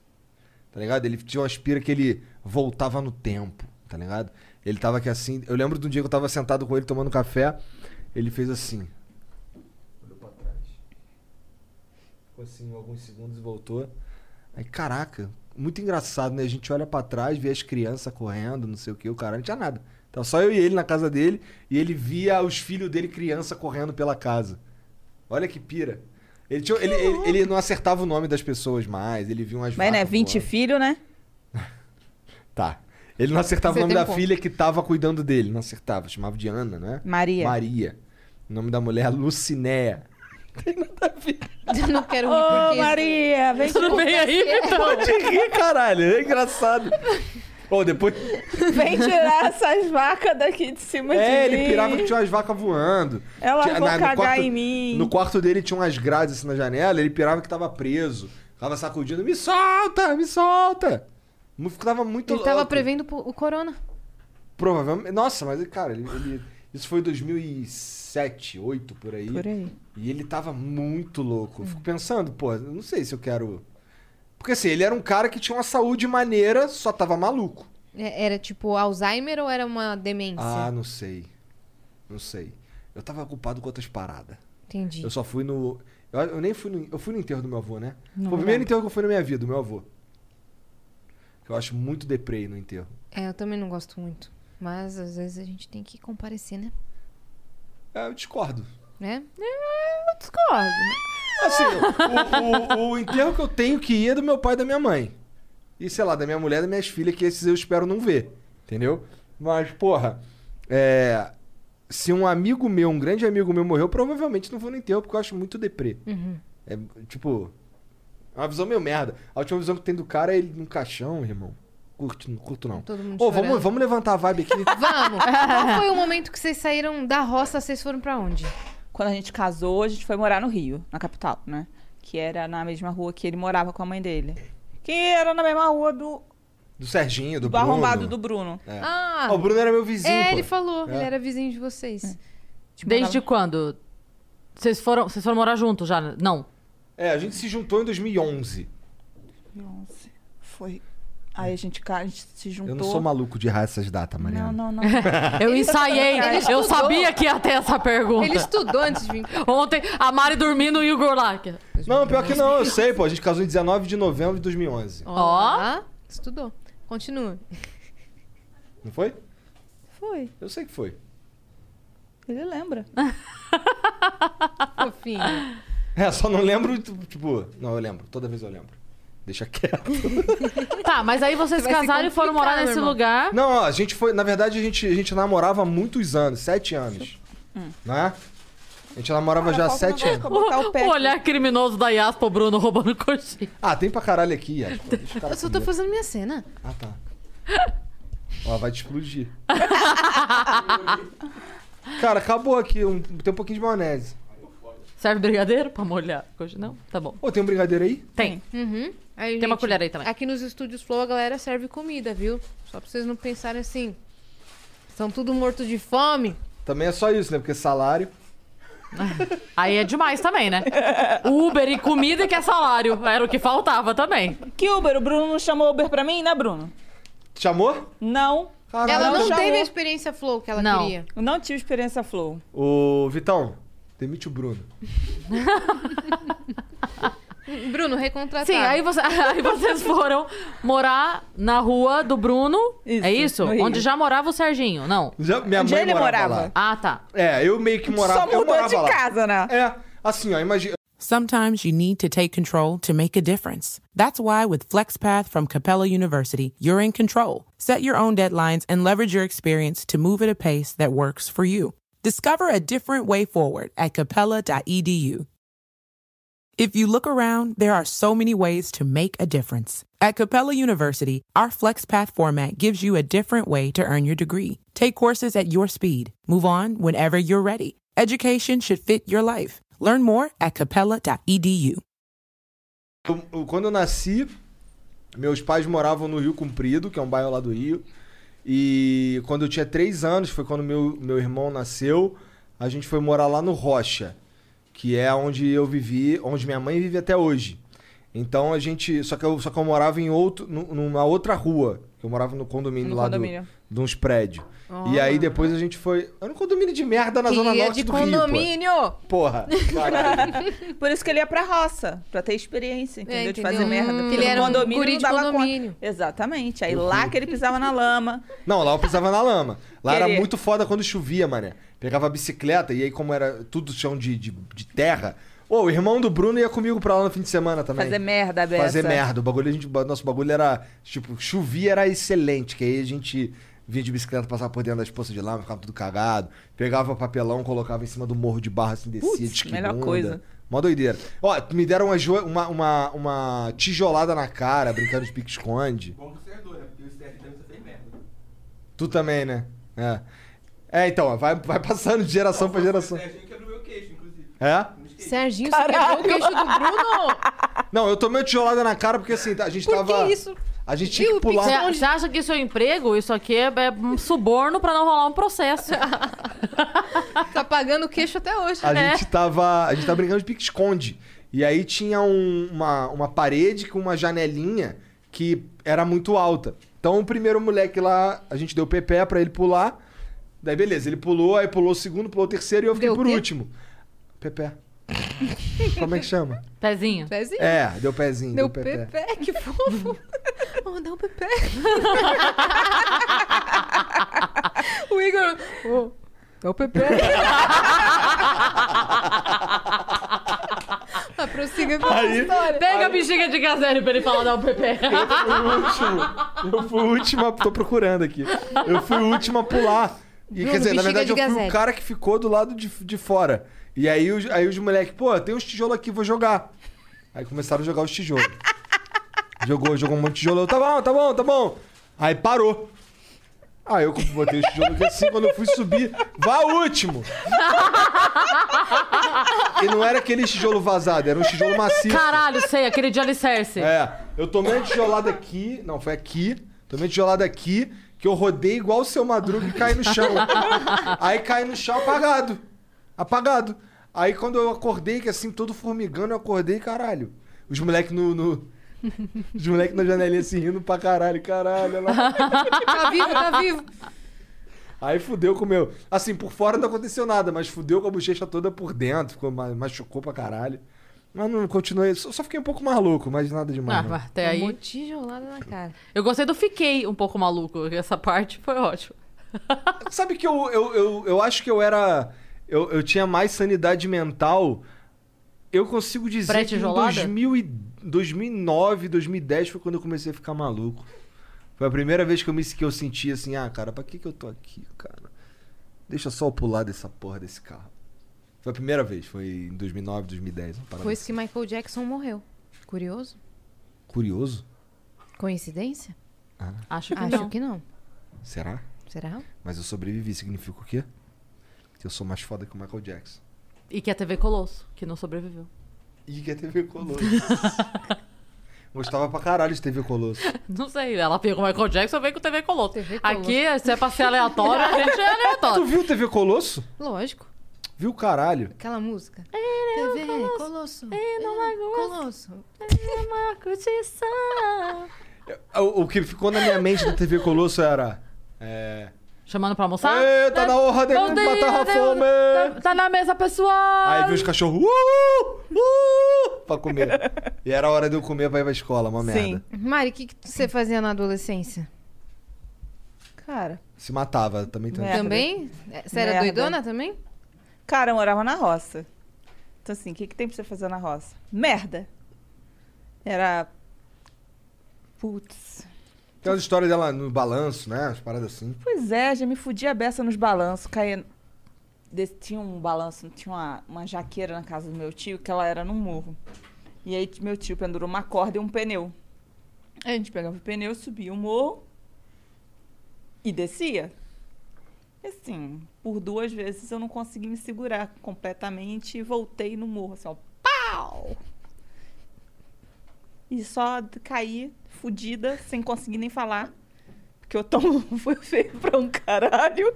C: Tá ligado? Ele tinha uma aspira que ele voltava no tempo, tá ligado? Ele tava aqui assim. Eu lembro de um dia que eu tava sentado com ele tomando café. Ele fez assim. Olhou pra trás. Ficou assim alguns segundos e voltou. Aí, caraca, muito engraçado, né? A gente olha pra trás, vê as crianças correndo, não sei o que, o cara não tinha nada. Então só eu e ele na casa dele e ele via os filhos dele criança correndo pela casa. Olha que pira. Ele, tinha- ele, ele, ele não acertava o nome das pessoas mais, ele via umas
D: Mas, né,
C: vacas
D: 20
C: voando.
D: filhos, né?
C: Tá. Ele não acertava
B: Você
C: o nome
B: tem
C: da
B: um ponto.
C: filha que tava cuidando dele, não acertava, chamava de Ana, né?
D: Maria.
C: Maria. O nome da mulher é Lucinéia.
B: Eu não quero
D: Ô,
B: rir porque...
D: Maria, vem
A: Tudo bem aí, então. Vitão?
C: Pode rir, caralho, é engraçado. Ou depois, <laughs>
D: Vem tirar essas vacas daqui de cima
C: É,
D: de mim.
C: ele pirava que tinha umas vacas voando.
D: Elas
C: Tinha-
D: vão
C: no
D: cagar
C: quarto-
D: em mim.
C: No quarto dele tinha umas grades assim na janela, ele pirava que tava preso. Tava sacudindo, me solta, me solta. Mu- Tava muito
B: Ele tava
C: louco.
B: prevendo po- o corona.
C: Provavelmente. Nossa, mas cara, ele, ele- isso foi 2007, 2008, por aí.
D: Por aí. Hum.
C: E ele tava muito louco. Eu fico pensando, pô, eu não sei se eu quero. Porque assim, ele era um cara que tinha uma saúde maneira, só tava maluco.
B: É- Era tipo Alzheimer ou era uma demência?
C: Ah, não sei. Não sei. Eu tava ocupado com outras paradas.
B: Entendi.
C: Eu só fui no. Eu, eu nem fui no. Eu fui no enterro do meu avô, né?
D: Não
C: Foi o primeiro
D: lembro.
C: enterro que eu fui na minha vida, do meu avô. Eu acho muito deprei no enterro.
B: É, eu também não gosto muito. Mas às vezes a gente tem que comparecer, né?
C: É, eu discordo.
B: Né?
D: Eu discordo.
C: Assim, o, o- o enterro que eu tenho que ir é do meu pai e da minha mãe. E, sei lá, da minha mulher e das minhas filhas, que esses eu espero não ver. Entendeu? Mas, porra, é. Se um amigo meu, um grande amigo meu morreu, provavelmente não vou no enterro, porque eu acho muito deprê.
B: Uhum.
C: É, tipo. É uma visão meio merda. A última visão que tem do cara é ele num caixão, irmão. Curto, não curto não.
B: Todo mundo
C: Ô,
B: chorando.
C: vamos, vamos levantar a vibe aqui.
B: <laughs> Vamos! Qual foi o momento que vocês saíram da roça? Vocês foram pra onde?
D: Quando a gente casou, a gente foi morar no Rio, na capital, né? Que era na mesma rua que ele morava com a mãe dele. Que era na mesma rua do,
C: Do Serginho, do,
D: do
C: Bruno.
D: arrombado do Bruno.
C: É.
B: Ah!
C: Ó, o Bruno era meu vizinho.
B: é,
C: pô.
B: ele falou.
C: É.
B: Ele era vizinho de vocês.
D: Tipo,
A: Desde quando? Vocês foram, vocês foram morar juntos já? né? Não.
C: É, a gente se juntou em 2011.
D: morava- Nossa, Foi Aí a gente, ca- a gente se juntou.
C: Eu não sou maluco de errar essas datas, Mariana.
D: Não, não, não.
A: <laughs> Eu
B: Ele-
A: ensaiei.
B: Ele
A: Eu
B: estudou.
A: sabia que ia ter essa pergunta.
B: Ele estudou antes de vir.
A: <laughs> Ontem, a Mari dormindo e o Igor lá.
C: Não, pior que não, eu sei, pô. A gente casou em 19 de novembro de 2011.
B: Ó. Estudou. Continua.
C: Não foi?
D: Foi.
C: Eu sei que foi.
D: Ele lembra.
B: <laughs> Fofinho.
C: É, só não lembro, tipo... Não, eu lembro. Toda vez eu lembro. Deixa quieto.
A: Tá, mas aí vocês
B: Vai se
A: casaram e foram
B: complicar,
A: morar
B: meu
A: nesse
B: irmão.
A: lugar.
C: Não, ó, a gente foi... Na verdade, a gente, a gente namorava há muitos anos. Sete anos. Não é? A gente namorava já há sete anos.
D: Botar Tá o pé
A: O
D: aqui.
A: olhar criminoso da Yaspo Bruno roubando coxinha.
C: Ah, tem pra caralho aqui, Yas. Pô, deixa o cara
B: Eu só tô
C: comer.
B: fazendo minha cena.
C: Ah, tá. Ó, vai te explodir. Cara, acabou aqui. Um, tem um pouquinho de maionese.
A: Serve brigadeiro pra molhar? Coxa não? Tá bom.
C: Ô, tem um brigadeiro aí?
A: Tem.
B: Uhum. Aí,
A: Tem uma
B: gente,
A: colher aí também.
B: Aqui nos estúdios Flow a galera serve comida, viu? Só pra vocês não pensarem assim. São tudo morto de fome.
C: Também é só isso, né? Porque salário...
A: Aí é demais também, né? Uber e comida que é salário. Era o que faltava também.
D: Que Uber? O Bruno não chamou Uber pra mim, né, Bruno?
C: Chamou?
D: Não.
C: Caralho.
B: Ela é. não
D: chamou.
B: teve a experiência Flow que ela
A: Não.
B: queria.
D: Eu não tive experiência flow.
C: Ô, Vitão, demite o Bruno.
B: Bruno, recontratar.
A: Sim, aí, você- <laughs> aí vocês foram morar na rua do Bruno.
D: Isso,
A: é isso?
D: no Rio.
A: Onde já morava o Serginho. Não.
C: Já, minha
D: Onde
C: mãe
D: ele
C: morava,
D: morava?
C: lá.
A: Ah, tá.
C: É, eu meio que morava...
D: Só
C: eu
D: mudou
C: morava
D: de
C: lá.
D: casa, né?
C: É, assim, ó, imagina...
G: Sometimes you need to take control to make a difference. That's why with FlexPath from Capella University, you're in control. Set your own deadlines and leverage your experience to move at a pace that works for you. Discover a different way forward at capella.edu. If you look around, there are so many ways to make a difference. At Capella University, our FlexPath format gives you a different way to earn your degree. Take courses at your speed. Move on whenever you're ready. Education should fit your life. Learn more at E capella.edu.
C: Eu- eu- quando eu nasci, meus pais moravam no Rio Comprido, que é um bairro lá do Rio. E quando eu tinha três anos, foi quando meu, meu irmão nasceu, a gente foi morar lá no Rocha, que é onde eu vivi, onde minha mãe vive até hoje. Então a gente. Só que eu, só que eu morava em outro, nu- numa outra rua. Eu morava no condomínio
D: No
C: lá do-
D: condomínio.
C: de uns prédios. E aí depois a gente foi. Era um condomínio de merda na Zona
B: Queria
C: Norte
B: é de
C: do Rio.
B: condomínio.
C: pô. Porra! caralho.
D: Por isso que ele ia pra roça, pra ter experiência, entendeu? De
B: entendeu?
D: fazer merda.
B: Hum,
D: porque
B: ele
D: no
B: era um
D: condomínio
B: guri
D: não
B: de
D: dava
B: condomínio.
D: Conta. Exatamente. Aí lá que ele pisava
C: <laughs>
D: na lama.
C: Não, lá eu pisava na lama. Lá era
D: Querer.
C: muito foda quando chovia, mané. Pegava a bicicleta e aí, como era tudo chão de, de, de terra. Ô, o irmão do Bruno ia comigo pra lá no fim de semana também.
D: Fazer merda, Bessa.
C: Fazer merda. O bagulho, a gente, o nosso bagulho era. Tipo, chovia era excelente, que aí a gente vinha de bicicleta, passava por dentro das poças de lama, ficava tudo cagado. Pegava papelão, colocava em cima do morro de barro assim, descia,
D: Putz,
C: de esquibunda.
D: melhor coisa.
C: Mó doideira. Ó, me deram uma, jo- uma, uma, uma tijolada na cara, brincando de pique-esconde.
E: <laughs> Bom que você herdou, né? Porque o CR também você fez merda.
C: Tu também, né? É. É, então, ó, vai, vai passando de geração pra geração.
E: O Serginho quebrou meu queixo, inclusive.
C: É?
B: Serginho, você quebrou o queixo do Bruno?
C: Não, eu tomei uma tijolada na cara porque assim, a gente
B: Por
C: tava.
B: que isso?
C: A gente tinha
B: E
C: que
B: o
C: pular.
A: Você você acha que isso é emprego? Isso aqui é, é um suborno pra não rolar um <laughs> processo.
B: Tá pagando o queixo até hoje.
C: A
B: né?
C: gente tava. A gente tava brincando de pique-esconde. E aí tinha um- uma, uma parede com uma janelinha que era muito alta. Então o primeiro moleque lá, a gente deu pepé pra ele pular. Daí beleza, ele pulou, aí pulou o segundo, pulou o terceiro e eu fiquei
B: Deu o
C: por
B: quê?
C: último. Pepé. Como é
B: <laughs>
C: que chama?
A: Pezinho.
B: Pezinho.
C: É, deu pezinho,
B: Deu
C: deu, pepé.
B: Pepe, é, que fofo. <laughs> Oh, deu Pepe. <laughs> o Igor. Oh, deu Pepe. <laughs> Ah, prossiga com a
C: Aí-
B: história.
A: Pega a bexiga de gazélio pra ele falar da UPP.
C: Eu fui o último. Eu fui o último. a- Tô procurando aqui. Eu fui o último a pular. E,
B: Bruno,
C: quer dizer,
B: bexiga
C: na verdade,
B: de
C: eu fui
B: gazela.
C: o cara que ficou do lado de, de fora. E aí, os- aí os moleques, pô, tem uns tijolos aqui, vou jogar. Aí começaram a jogar os tijolos. Jogou, jogou um monte de tijolo. Eu, Tá bom, tá bom, tá bom. Aí parou. Aí eu botei os tijolos aqui assim, quando eu fui subir, vá último. E não era aquele tijolo vazado, era um tijolo
A: <laughs>
C: macio.
A: Caralho, sei, aquele de alicerce.
C: É, eu tomei uma tijolada aqui, não, foi aqui. Tomei uma tijolada aqui, que eu rodei igual o seu madruga e caí no chão. Aí caí no chão apagado. Apagado. Aí quando eu acordei, que assim, todo formigando, eu acordei, caralho. Os moleques no, no, Os moleques na janelinha se rindo pra caralho, caralho. olha lá.
B: Tá vivo, tá vivo.
C: Aí fudeu com o meu. Assim, por fora não aconteceu nada, mas fudeu com a bochecha toda por dentro, ficou, ma- machucou pra caralho. Mas não continuei, só, só fiquei um pouco maluco, mas nada demais.
A: Ah,
C: não.
A: mas até
B: Um
A: aí.
B: monte de tijolada na cara.
A: Eu gostei do fiquei um pouco maluco. Essa parte foi ótima.
C: Sabe que eu, eu, eu, eu acho que eu era. Eu, eu tinha mais sanidade mental. Eu consigo dizer que em
A: Pré-tijolada?
C: 2000 e- 2009, 2010 foi quando eu comecei a ficar maluco. Foi a primeira vez que eu, me, que eu senti assim: ah, cara, pra que, que eu tô aqui, cara? Deixa só eu pular dessa porra desse carro. Foi a primeira vez, foi em 2009, 2010. Uma parada
B: Depois que Michael Jackson morreu. Curioso?
C: assim. Curioso?
B: <laughs> Coincidência?
A: Acho que
B: Acho
A: não.
B: que não.
C: Será?
B: Será?
C: Mas eu sobrevivi, significa o quê? Que eu sou mais foda que o Michael Jackson.
A: E que a TV Colosso, que não sobreviveu. <laughs>
C: E que é TV <laughs> Colosso. Gostava pra caralho de TV Colosso.
A: Não sei, ela pegou o Michael Jackson e veio com TV Colosso.
B: TV Colosso.
A: Aqui, se é pra ser aleatório, a gente é
C: Tu
A: aleatório.
C: viu TV Colosso?
B: Lógico.
C: Viu caralho.
B: Aquela música. TV, É, Colosso. É, Colosso.
A: é
C: É, O, o que ficou na minha mente da TV Colosso era. É.
A: Chamando pra almoçar?
C: Eita, tá na hora de
A: Bom dia,
C: matar a
A: Deus.
C: fome!
A: Tá, tá na mesa, pessoal!
C: Aí viu os cachorros. Uh, uh, pra comer. E era a hora de eu comer pra ir pra escola, uma merda.
B: Mari, o que, que você fazia na adolescência?
D: Cara,
C: Se matava também. Tem...
D: É. Merda.
B: Também? É, Você era
D: Merda.
B: doidona também?
D: cara, eu morava na roça. Então assim, o que, que tem pra você fazer na roça? Merda! Era. Putz.
C: Tem umas histórias dela no balanço, né? As paradas assim.
D: Pois é, já me fudia a beça nos balanços. Caía... desse- Tinha um balanço, tinha uma, uma jaqueira na casa do meu tio, que ela era num morro. E aí t- meu tio pendurou uma corda e um pneu. Aí a gente pegava o pneu, subia o morro e descia. E assim, por duas vezes eu não consegui me segurar completamente e voltei no morro, assim, ó, pau! E só d- caí, fudida, sem conseguir nem falar. Porque o <laughs> tom foi feio pra um caralho.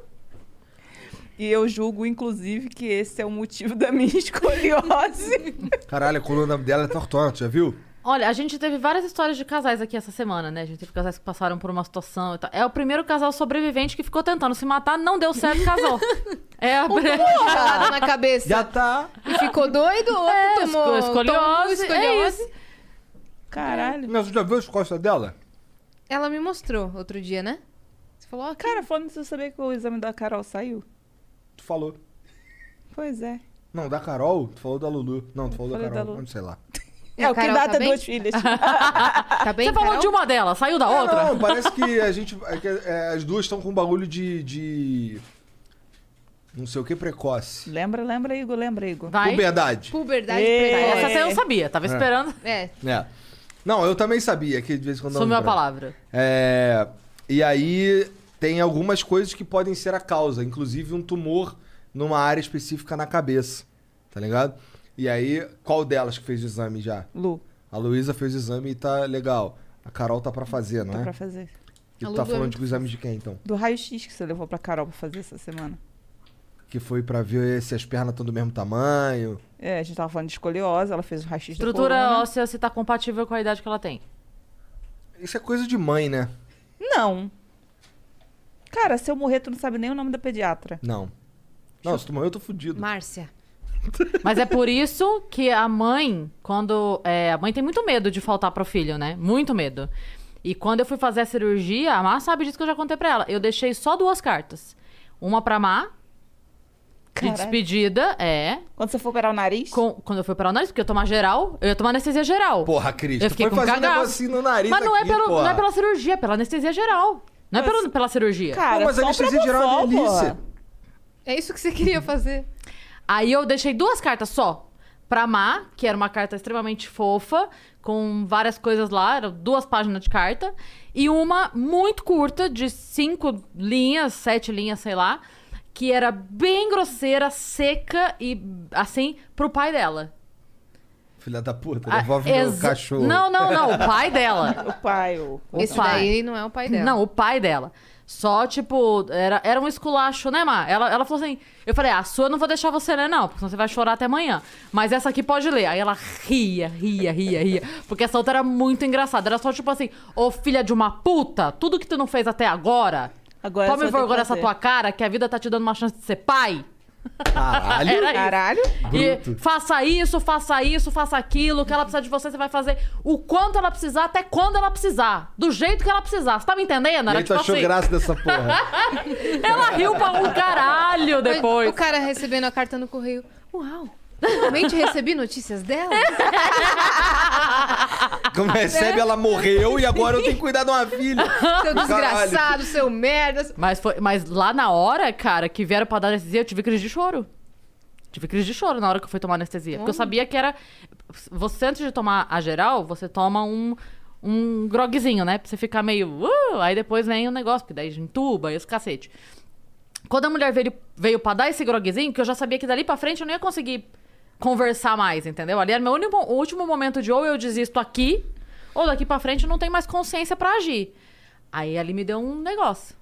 D: E eu julgo, inclusive, que esse é o motivo da minha <laughs> escoliose.
C: Caralho, a coluna dela é tortona, tu já viu?
A: Olha, a gente teve várias histórias de casais aqui essa semana, né? A gente teve casais que passaram por uma situação e tal. É o primeiro casal sobrevivente que ficou tentando se matar, não deu certo, <laughs> casou. É a
B: Tijolada na cabeça.
C: Já tá.
B: E ficou doido? Outro
A: É,
B: tomou
A: esco- escoliose,
B: tomou
A: é
B: escoliose.
D: Caralho.
C: Mas tu já viu as costas dela?
B: Ela me mostrou outro dia, né? Você falou, ó,
D: Cara, falando se eu sabia que o exame da Carol saiu.
C: Tu falou.
D: Pois é.
C: Não, da Carol? Tu falou da Lulu. Não, tu falou da
D: Falei da
C: Carol.
D: Lulu.
C: Não sei lá.
D: É o que
B: Carol
D: dá
B: tá
D: ter
B: bem?
D: duas <laughs> filhas.
B: tá bem,
A: Ah, Você falou
B: Carol?
A: de um uma delas, saiu da
C: Não,
A: outra?
C: não, parece que a gente. é que, é, as duas estão com um bagulho de. de. Não sei o que precoce.
D: lembra, lembra, Igor, lembra, Igor.
A: Vai.
C: Puberdade.
B: Puberdade
D: Ei.
B: precoce.
A: Essa até eu sabia, tava esperando.
B: É,
C: É. Não, eu também sabia que de vez em quando. eu
A: Sumiu a
C: lembrava.
A: palavra.
C: É, e aí tem algumas coisas que podem ser a causa, inclusive um tumor numa área específica na cabeça. Tá ligado? E aí, qual delas que fez o exame já?
D: Lu,
C: A Luísa fez o exame e tá legal. A Carol tá pra fazer, não
D: tá
C: é?
D: pra fazer.
C: E
B: A
C: tu
B: Lu
C: tá
B: é
C: falando
B: muito
C: de exame de quem, então?
D: Do raio-x que você levou pra Carol pra fazer essa semana.
C: Que foi pra ver se as pernas estão do mesmo tamanho.
D: É, a gente tava falando de escoliose, ela fez o raio-x da
A: Estrutura
D: coluna.
A: óssea se tá compatível com a idade que ela tem.
C: Isso é coisa de mãe, né?
D: Não. Cara, se eu morrer, tu não sabe nem o nome da pediatra.
C: Não. Não, se tu morrer, eu tô fudido.
B: Márcia.
A: Mas é por isso que a mãe, quando. é, a mãe tem muito medo de faltar pro filho, né? Muito medo. E quando eu fui fazer a cirurgia, a Má sabe disso que eu já contei pra ela. Eu deixei só duas cartas. Uma pra Má, de
D: Caralho.
A: despedida, é.
D: Quando você for operar o nariz,
A: Com- quando eu fui operar o nariz, porque eu ia tomar geral, eu ia tomar anestesia geral.
C: Porra, Cris,
A: Eu
C: tu
A: fiquei
C: foi
A: com
C: fazer um
A: cagaço.
C: negocinho no nariz
A: Mas não,
C: aqui,
A: é pelo,
C: porra.
A: não é pela cirurgia, é pela anestesia geral. Não é pelo, pela cirurgia.
D: cara,
C: Pô, mas
D: só um
C: anestesia geral é uma
D: propofol,
C: delícia.
D: porra.
B: É isso que você queria fazer.
A: Aí eu deixei duas cartas só. Pra Má, que era uma carta extremamente fofa, com várias coisas lá, eram duas páginas de carta. E uma muito curta, de cinco linhas, sete linhas, sei lá, que era bem grosseira, seca e assim, pro pai dela.
C: Filha da puta,
A: Ah,
C: devolve meu
A: exa-
C: cachorro.
A: Não, não, não, o pai dela.
D: O pai, o...
A: O
B: Esse
A: pai.
B: daí não é o pai dela.
A: Não, o pai dela. Só, tipo, era, era um esculacho, né, Má? Ela, ela falou assim: eu falei, ah, a sua eu não vou deixar você ler, não, porque senão você vai chorar até amanhã. Mas essa aqui pode ler. Aí ela ria, ria, ria, ria. Porque essa outra era muito engraçada. Era só, tipo assim, ô filha de uma puta, tudo que tu não fez até agora.
D: Agora
A: Tome
D: você tem que
A: vergonha nessa
D: fazer.
A: tua cara, que a vida tá te dando uma chance de ser pai. tá,
C: Caralho.
A: Era é isso.
D: Caralho.
A: E
C: Bruto.
A: faça isso, faça isso, faça aquilo. O que ela precisar de você, você vai fazer o quanto ela precisar, até quando ela precisar. Do jeito que ela precisar. Você tá me entendendo?
C: E
A: Era
C: aí tu
A: tipo
C: achou
A: assim.
C: graça dessa
A: <laughs>
C: porra.
A: Ela riu pra um caralho depois.
B: O cara recebendo a carta no correio. Uau! Finalmente recebi
A: <laughs>
B: notícias dela?
C: Como é, recebe, ela morreu e agora eu tenho que cuidar de uma filha.
B: Seu
C: Caralho.
B: desgraçado, seu merda.
A: Mas, foi, mas lá na hora, cara, que vieram pra dar anestesia, eu tive crise de choro. Tive crise de choro na hora que eu fui tomar anestesia. Porque eu sabia que era. Você, antes de tomar a geral, você toma um, um grogzinho, né? Pra você ficar meio. "Uh", aí depois vem o negócio, porque daí entuba e os cacete. Quando a mulher veio, veio pra dar esse groguezinho, que eu já sabia que dali pra frente eu não ia conseguir conversar mais, entendeu? Ali era meu único, o último momento de ou eu desisto aqui, ou daqui pra frente eu não tenho mais consciência pra agir. Aí ali me deu um negócio.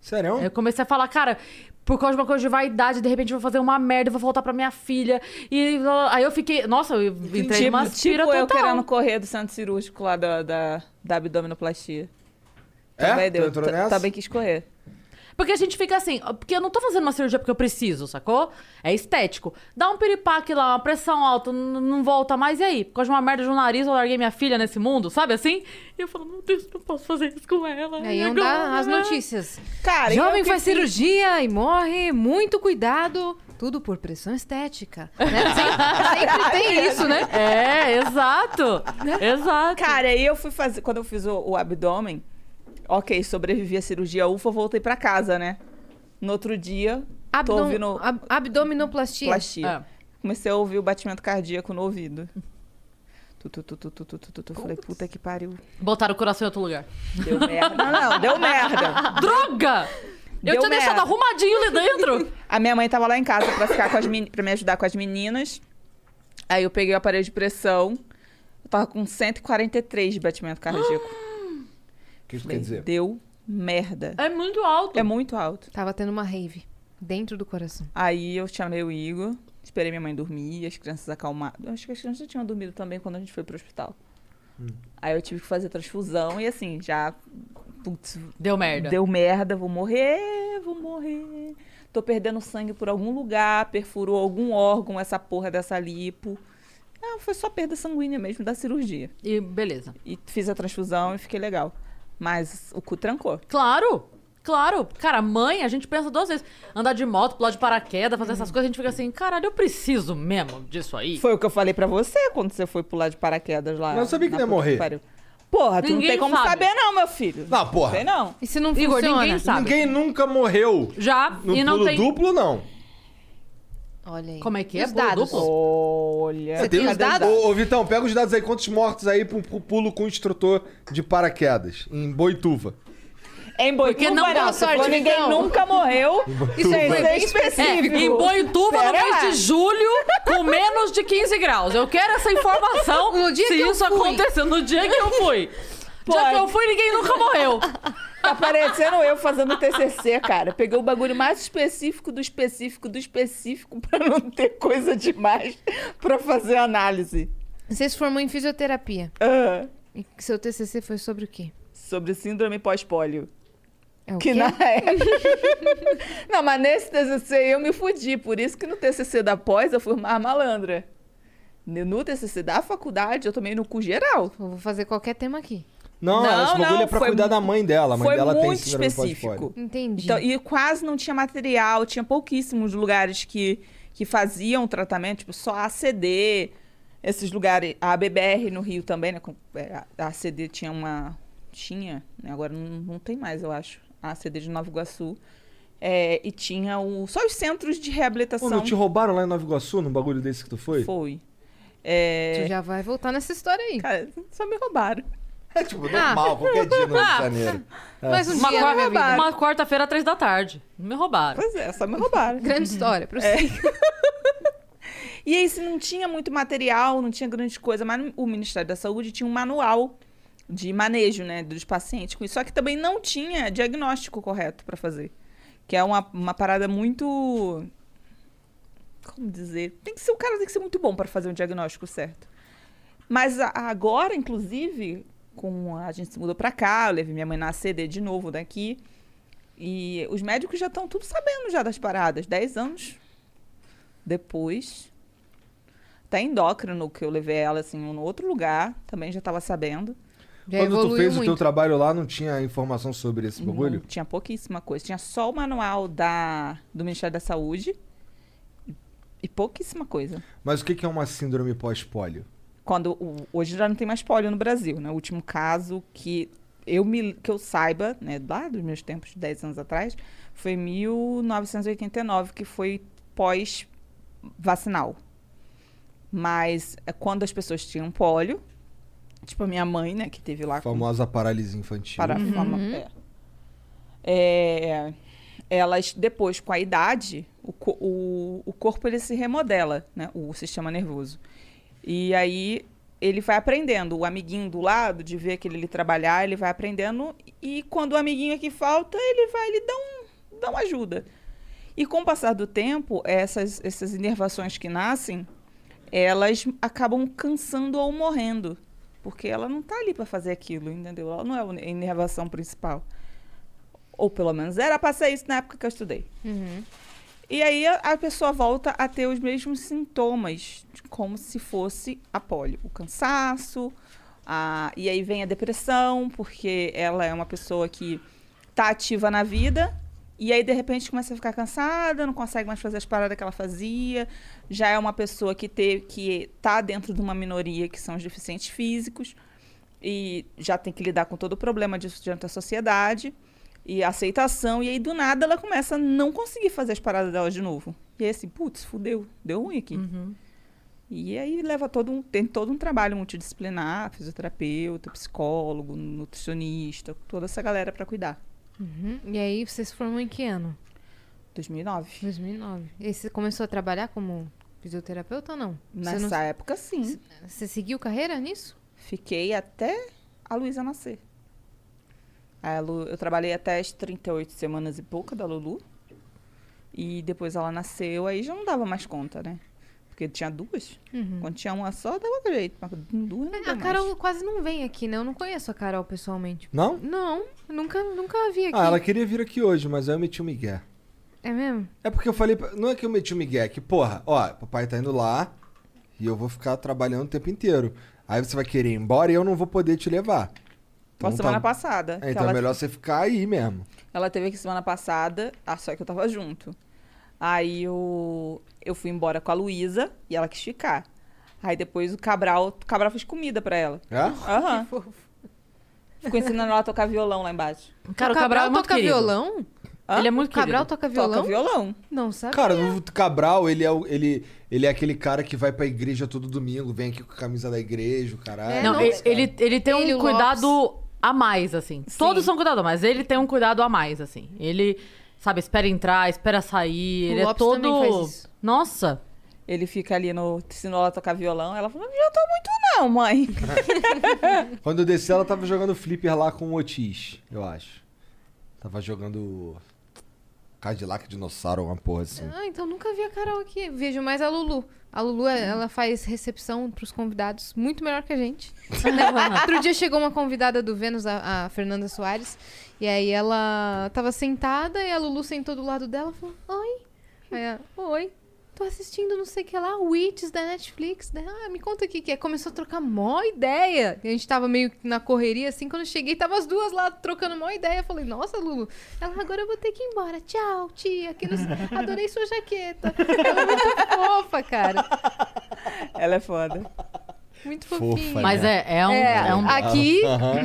C: Sério?
A: Eu comecei a falar, cara, por causa de uma coisa de vaidade, de repente eu vou fazer uma merda, eu vou voltar pra minha filha. E aí eu fiquei, nossa, eu entrei
D: tipo,
A: numa aspira
D: tipo eu
A: total.
D: querendo correr do centro cirúrgico lá da, da, da abdominoplastia.
C: É?
D: Também
C: Tu
D: deu.
C: entrou
D: ta-
C: nessa?
D: Também quis correr.
A: Porque a gente fica assim, ó, porque eu não tô fazendo uma cirurgia porque eu preciso, sacou? É estético. Dá um piripaque lá, uma pressão alta, n- não volta mais, e aí? Por causa de uma merda de um nariz, eu larguei minha filha nesse mundo, sabe assim? E eu falo, meu Deus, não posso fazer isso com ela.
B: Aí É, não
A: agora?" né?
B: dá as notícias.
D: Cara, e
B: Jovem
D: eu que
B: faz cirurgia e morre, muito cuidado. Tudo por pressão estética. Né?
D: <laughs>
B: Sempre, sempre tem isso, né?
A: É, exato. exato.
D: Cara, aí eu fui fazer. Quando eu fiz o, o abdômen, ok, sobrevivi à cirurgia ufa, voltei pra casa, né? No outro dia, tô
B: Abdom,
D: ouvindo
B: ab- abdominoplastia.
D: plastia.
A: É.
D: Comecei a ouvir o batimento cardíaco no ouvido. Tu, tu, tu, tu, tu, tu, tu, tu, tu. Falei, puta que pariu.
A: Botaram o coração em outro lugar.
D: Deu merda. Não, não, deu <laughs> merda.
A: Droga! Eu
D: Deu
A: tinha deixado
D: merda.
A: arrumadinho ali dentro.
D: A minha mãe tava lá em casa pra ficar com as meni- pra me ajudar com as meninas. Aí eu peguei o aparelho de pressão. Eu tava com 143 de batimento cardíaco. <gasps>
C: O que isso quer
D: Falei,
C: dizer?
D: Deu merda.
A: É muito alto.
D: É muito alto.
B: Tava tendo uma rave dentro do coração.
D: Aí eu chamei o Igor, esperei minha mãe dormir, as crianças acalmadas. Acho que as crianças já tinham dormido também quando a gente foi pro hospital.
C: Hum.
D: Aí eu tive que fazer transfusão e assim, já. Putz,
A: Deu merda.
D: Deu merda, vou morrer, vou morrer. Tô perdendo sangue por algum lugar, perfurou algum órgão essa porra dessa lipo. Ah, foi só perda sanguínea mesmo da cirurgia.
A: E beleza.
D: E fiz a transfusão e fiquei legal. Mas o cu trancou.
A: Claro! Claro! Cara, mãe, a gente pensa duas vezes. Andar de moto, pular de paraquedas, fazer essas coisas, a gente fica assim, caralho, eu preciso mesmo disso aí.
D: Foi o que eu falei pra você quando você foi pular de paraquedas lá.
C: Mas eu sabia que
D: na
C: não ia
D: puta
C: morrer.
D: pariu. Porra, tu
A: Ninguém
D: não tem como
A: sabe.
D: saber não, meu filho.
C: Não, porra.
D: Sei não.
B: E se não
A: Igor,
B: funciona?
A: ninguém sabe.
C: Ninguém nunca morreu
A: Já,
C: no
A: e não
C: pulo
A: tem.
C: duplo, não.
B: Olha aí.
A: Como é que
B: E
A: é?
B: os
A: Pulo
B: dados?
D: <laughs>
A: duplo?
D: Olha.
B: Você tem os
D: cadê
B: dados?
C: Ô, ô, Vitão, pega os dados aí. Quantos mortos aí pro, pro pulo com instrutor de paraquedas em Boituva?
D: Em Boituva,
A: Porque não deu
D: você
B: sorte,
D: falou, ninguém
B: Vitão.
D: nunca morreu.
B: Isso aí foi
D: Tem
B: bem
A: É,
D: específico.
A: em Boituva, no
D: Pera
A: mês
D: lá.
A: de julho, com menos de 15 graus. Eu quero essa informação
B: No dia
A: se
B: que eu
A: isso
B: fui.
A: aconteceu, no dia que eu fui. No dia
D: Pode.
A: que eu fui, ninguém nunca morreu.
D: Tá parecendo eu fazendo TCC, cara. Peguei o bagulho mais específico do específico do específico pra não ter coisa demais pra fazer análise.
B: Você se formou em fisioterapia.
D: Ah,
B: E seu TCC foi sobre o quê?
D: sobre síndrome pós-pólio.
B: É o
D: Que
B: quê?
D: na época... <laughs> não, mas nesse TCC eu me fudi. Por isso que no TCC da pós eu fui mais malandra. No TCC da faculdade eu tomei no cu geral.
B: Eu vou fazer qualquer tema aqui.
C: Não,
D: Não,
C: esse bagulho
D: não,
C: é pra
D: foi
C: cuidar
D: mu-
C: da mãe dela. A mãe
D: Foi
C: dela tem
D: muito
C: síndrome do
D: específico.
B: Entendi.
D: Então, e quase não tinha material, tinha pouquíssimos lugares que, que faziam tratamento, tipo, só a ACD, esses lugares, a ABBR no Rio também, né? com- é, A ACD tinha uma. Tinha, né, agora não, não tem mais, eu acho. A ACD de Nova Iguaçu. É, e tinha o, só os centros de
C: Pô,
D: reabilitação.
C: não um te roubaram lá em Nova Iguaçu, num bagulho desse que tu foi?
D: Foi.
B: Tu
D: É,
B: já vai voltar nessa história aí.
D: cara, só me roubaram.
C: <laughs> É tipo,
D: Ah.
C: normal, qualquer dia no Rio de Janeiro.
B: Mais um
A: Uma,
B: dia
A: quar-
B: na minha vida.
A: uma quarta-feira, três da tarde. Me roubaram.
D: Pois é, só me roubaram. <laughs>
B: Grande história.
D: É.
B: prossiga.
D: E aí, se não tinha muito material, não tinha grande coisa, mas o Ministério da Saúde tinha um manual de manejo, né, dos pacientes. com isso. Só que também não tinha diagnóstico correto para fazer, que é uma, uma parada muito como dizer, tem que ser o cara tem que ser muito bom para fazer um diagnóstico certo. Mas a- agora, inclusive, com a, a gente se mudou para cá, eu levei minha mãe na ACD de novo daqui. E os médicos já estão tudo sabendo já das paradas. Dez anos depois. Até endócrino, que eu levei ela assim, num outro lugar, também já estava sabendo.
B: Já
C: Quando tu
B: evoluiu
C: fez o
B: muito.
C: teu trabalho lá, não tinha informação sobre esse bagulho?
D: Não, tinha pouquíssima coisa. Tinha só o manual da, do Ministério da Saúde e- e pouquíssima coisa.
C: Mas o que que é uma síndrome pós-pólio?
D: quando o- hoje já não tem mais pólio no Brasil, né? O último caso que eu me que eu saiba, né, lá dos meus tempos de 10 anos atrás, foi 1989, que foi pós vacinal. Mas é quando as pessoas tinham pólio, tipo a minha mãe, né, que teve lá
C: A famosa paralisia infantil.
D: para a fama. É. É, elas, depois, com a idade, o, co- o, o corpo ele se remodela, né? O sistema nervoso. E aí ele vai aprendendo. O amiguinho do lado, de ver aquele ele trabalhar, ele vai aprendendo. E quando o amiguinho aqui falta, ele vai, ele dá, um, dá uma ajuda. E com o passar do tempo, essas, essas inervações que nascem, elas acabam cansando ou morrendo. Porque ela não tá ali para fazer aquilo, entendeu? Ela não é a inervação principal. Ou pelo menos era para ser isso na época que eu estudei. E aí a, a pessoa volta a ter os mesmos sintomas, de como se fosse a polio. O cansaço, a- e aí vem a depressão, porque ela é uma pessoa que tá ativa na vida, e aí de repente começa a ficar cansada, não consegue mais fazer as paradas que ela fazia, já é uma pessoa que, te, que tá dentro de uma minoria, que são os deficientes físicos, e já tem que lidar com todo o problema disso diante da sociedade e a aceitação. E aí, do nada, ela começa a não conseguir fazer as paradas dela de novo. E aí, assim, putz, fudeu, deu ruim aqui.
B: Uhum.
D: E aí leva todo um, tem todo um trabalho multidisciplinar, fisioterapeuta, psicólogo, nutricionista, toda essa galera pra cuidar.
B: Uhum. E aí, você se formou em que ano?
D: 2009.
B: 2009. E você começou a trabalhar como fisioterapeuta ou não?
D: Nessa
B: Você,
D: época, sim.
B: não... você seguiu carreira nisso?
D: Fiquei até a Luísa nascer. A Lu, eu trabalhei até as 38 semanas e pouca da Lulu. E depois ela nasceu, aí já não dava mais conta, né? Porque tinha duas.
B: Hum.
A: Uhum.
D: Quando tinha uma só, dava jeito. Mas com duas não
B: Uhum.
D: deu
B: A Carol quase não vem aqui, né? Eu não conheço a Carol pessoalmente.
C: Não?
B: Não, nunca, nunca a vi aqui.
C: Ah, ela queria vir aqui hoje, mas aí eu meti o migué.
B: É mesmo?
C: É porque eu falei. pra- Não é que eu meti o migué, é que, porra, ó, papai tá indo lá e eu vou ficar trabalhando o tempo inteiro. Aí você vai querer ir embora e eu não vou poder te levar.
D: Então,
C: Então
D: semana
C: tá-
D: passada.
C: É,
D: que
C: então
D: ela,
C: é melhor você ficar aí mesmo.
D: ela teve aqui semana passada, ah, só que eu tava junto. Aí eu, eu fui embora com a Luísa e ela quis ficar. Aí depois o Cabral, o Cabral fez comida pra ela.
C: É?
D: Aham. Ficou ensinando ela a tocar violão lá embaixo.
A: Cara, o Cabral, é muito
B: toca
A: querido.
B: violão?
D: Hã?
A: Ele é muito
B: tá Cabral
A: querido.
B: toca violão?
D: Toca violão.
B: Não, sabe?
C: Cara, o Cabral, ele é, o- ele, ele é aquele cara que vai pra igreja todo domingo, vem aqui com a camisa da igreja, o caralho.
B: É,
A: Não,
B: não,
A: ele,
B: cara.
A: ele, ele tem
B: Ele,
A: um
B: o
A: cuidado a mais, assim. Todos são cuidados, mas ele tem um cuidado a mais, assim. Ele, sabe, espera entrar, espera sair.
B: O
A: ele
B: Lopes
A: é todo.
B: também faz isso.
A: Nossa!
D: Ele fica ali no. ensinou ela a tocar violão. Ela falou: não adiantou muito, não, mãe. <laughs>
C: Quando eu desci, ela tava jogando flipper lá com o Otis, eu acho. Tava jogando Cadillac Dinossauro, uma porra assim.
B: Ah, então nunca vi a Carol aqui. Vejo mais a Lulu. A Lulu, é- ela faz recepção pros convidados muito melhor que a gente. Outro dia chegou uma convidada do Vênus, a, a Fernanda Soares, e aí ela tava sentada e a Lulu sentou do lado dela e falou: Oi. Aí ela, Oi. Tô assistindo não sei o que lá, Witches da Netflix. Né? Ah, me conta o que que é. Começou a trocar mó ideia. E a gente tava meio que na correria, assim, quando eu cheguei, tava as duas lá trocando mó ideia. Eu falei, nossa, Lulu, ela, agora eu vou ter que ir embora. Tchau, tia. Que não sei-
C: <laughs>
B: Adorei sua jaqueta. Ela é muito fofa, cara.
D: Ela é foda.
B: Muito
C: Fofa,
B: fofinha.
C: né?
A: Mas é, é um.
B: É,
A: é um-
B: aqui,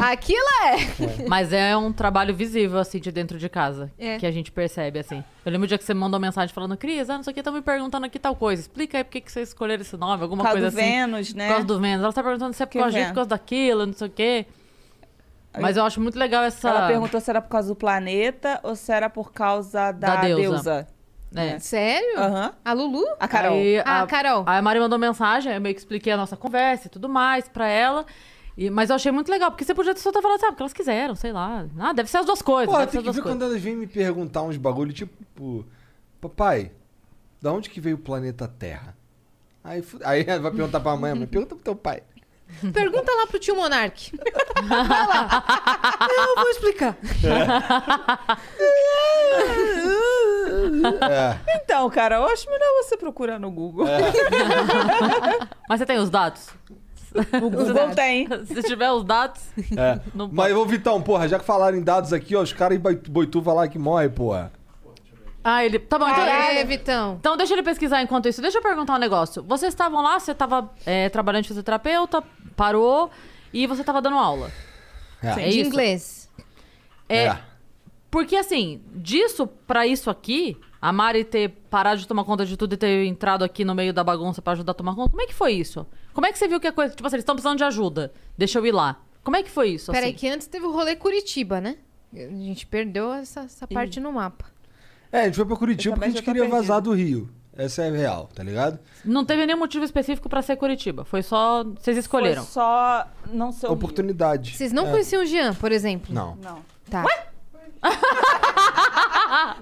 B: aqui ela é.
A: Mas é um trabalho visível, assim, de dentro de casa.
B: É.
A: Que a gente percebe, assim. Eu lembro o dia que você mandou mensagem falando, Cris, ah, não sei o que, estão me perguntando aqui tal coisa. Explica aí por que que vocês escolheram esse nome, alguma
D: Por causa
A: coisa
D: do
A: assim.
D: Vênus, né?
A: Por causa do Vênus. Ela tá perguntando se é por
D: Que
A: causa disso,
D: Vênus?
A: por causa daquilo, não sei o quê. Mas eu acho muito legal essa.
D: Ela perguntou se era por causa do planeta ou se era por causa da,
A: Da deusa.
D: deusa.
A: É.
B: Sério?
D: Aham.
B: A Lulu?
D: A Carol.
B: <laughs>
A: Aí,
B: Ah, Carol.
A: <laughs> Aí a Mari mandou mensagem, eu meio que expliquei a nossa conversa e tudo mais pra ela. E- mas eu achei muito legal, porque você podia só estar falando, sabe, "Ah, porque elas quiseram, sei lá. Ah, deve ser as duas coisas.
C: Porra,
A: deve ser
C: tem
A: as
C: que
A: duas
C: ver
A: coisas.
C: quando elas vêm me perguntar uns bagulho, tipo, papai, da onde que veio o planeta Terra? Aí, fu- aí <laughs> ela vai perguntar pra mãe, mãe, pergunta pro teu pai.
B: Pergunta lá pro tio Monark.
A: <laughs>
B: Vai lá. Eu vou explicar.
C: É,
D: Então, cara, eu acho melhor você procurar no Google.
A: Mas você tem os dados?
D: <laughs>
A: <laughs>
D: O Google tem.
A: Se tiver os dados,
C: é.
A: não pode.
C: Mas, ô Vitão, porra, já que falaram em dados aqui, ó, os caras em Boi- Boituva lá que morre, porra.
A: Ah, ele. Tá bom, então.
B: Aê, Vitão.
A: Então deixa ele pesquisar enquanto isso. Deixa eu perguntar um negócio. Vocês estavam lá, você estava trabalhando de fisioterapeuta, parou e você estava dando aula.
C: É.
A: É
B: de
A: isso?
B: inglês.
A: É, Porque assim, disso pra isso aqui, a Mari ter parado de tomar conta de tudo e ter entrado aqui no meio da bagunça pra ajudar a tomar conta, como é que foi isso? Como é que você viu que a coisa. Tipo assim, eles estão precisando de ajuda. Deixa eu ir lá. Como é que foi isso?
B: Peraí,
A: assim?
B: que antes teve o rolê Curitiba, né? A gente perdeu essa, essa parte no mapa.
C: É, a gente foi pra Curitiba
D: Eu
C: porque a gente
D: também já tô
C: queria vazar
D: perdida.
C: do Rio. Essa é real, tá ligado?
A: Não teve nenhum motivo específico pra ser Curitiba. Foi só. Vocês escolheram.
D: Foi só não ser o Rio.
C: Oportunidade.
B: Vocês não
C: É.
B: conheciam o Jean, por exemplo?
C: Não.
D: Então, Não.
B: Tá.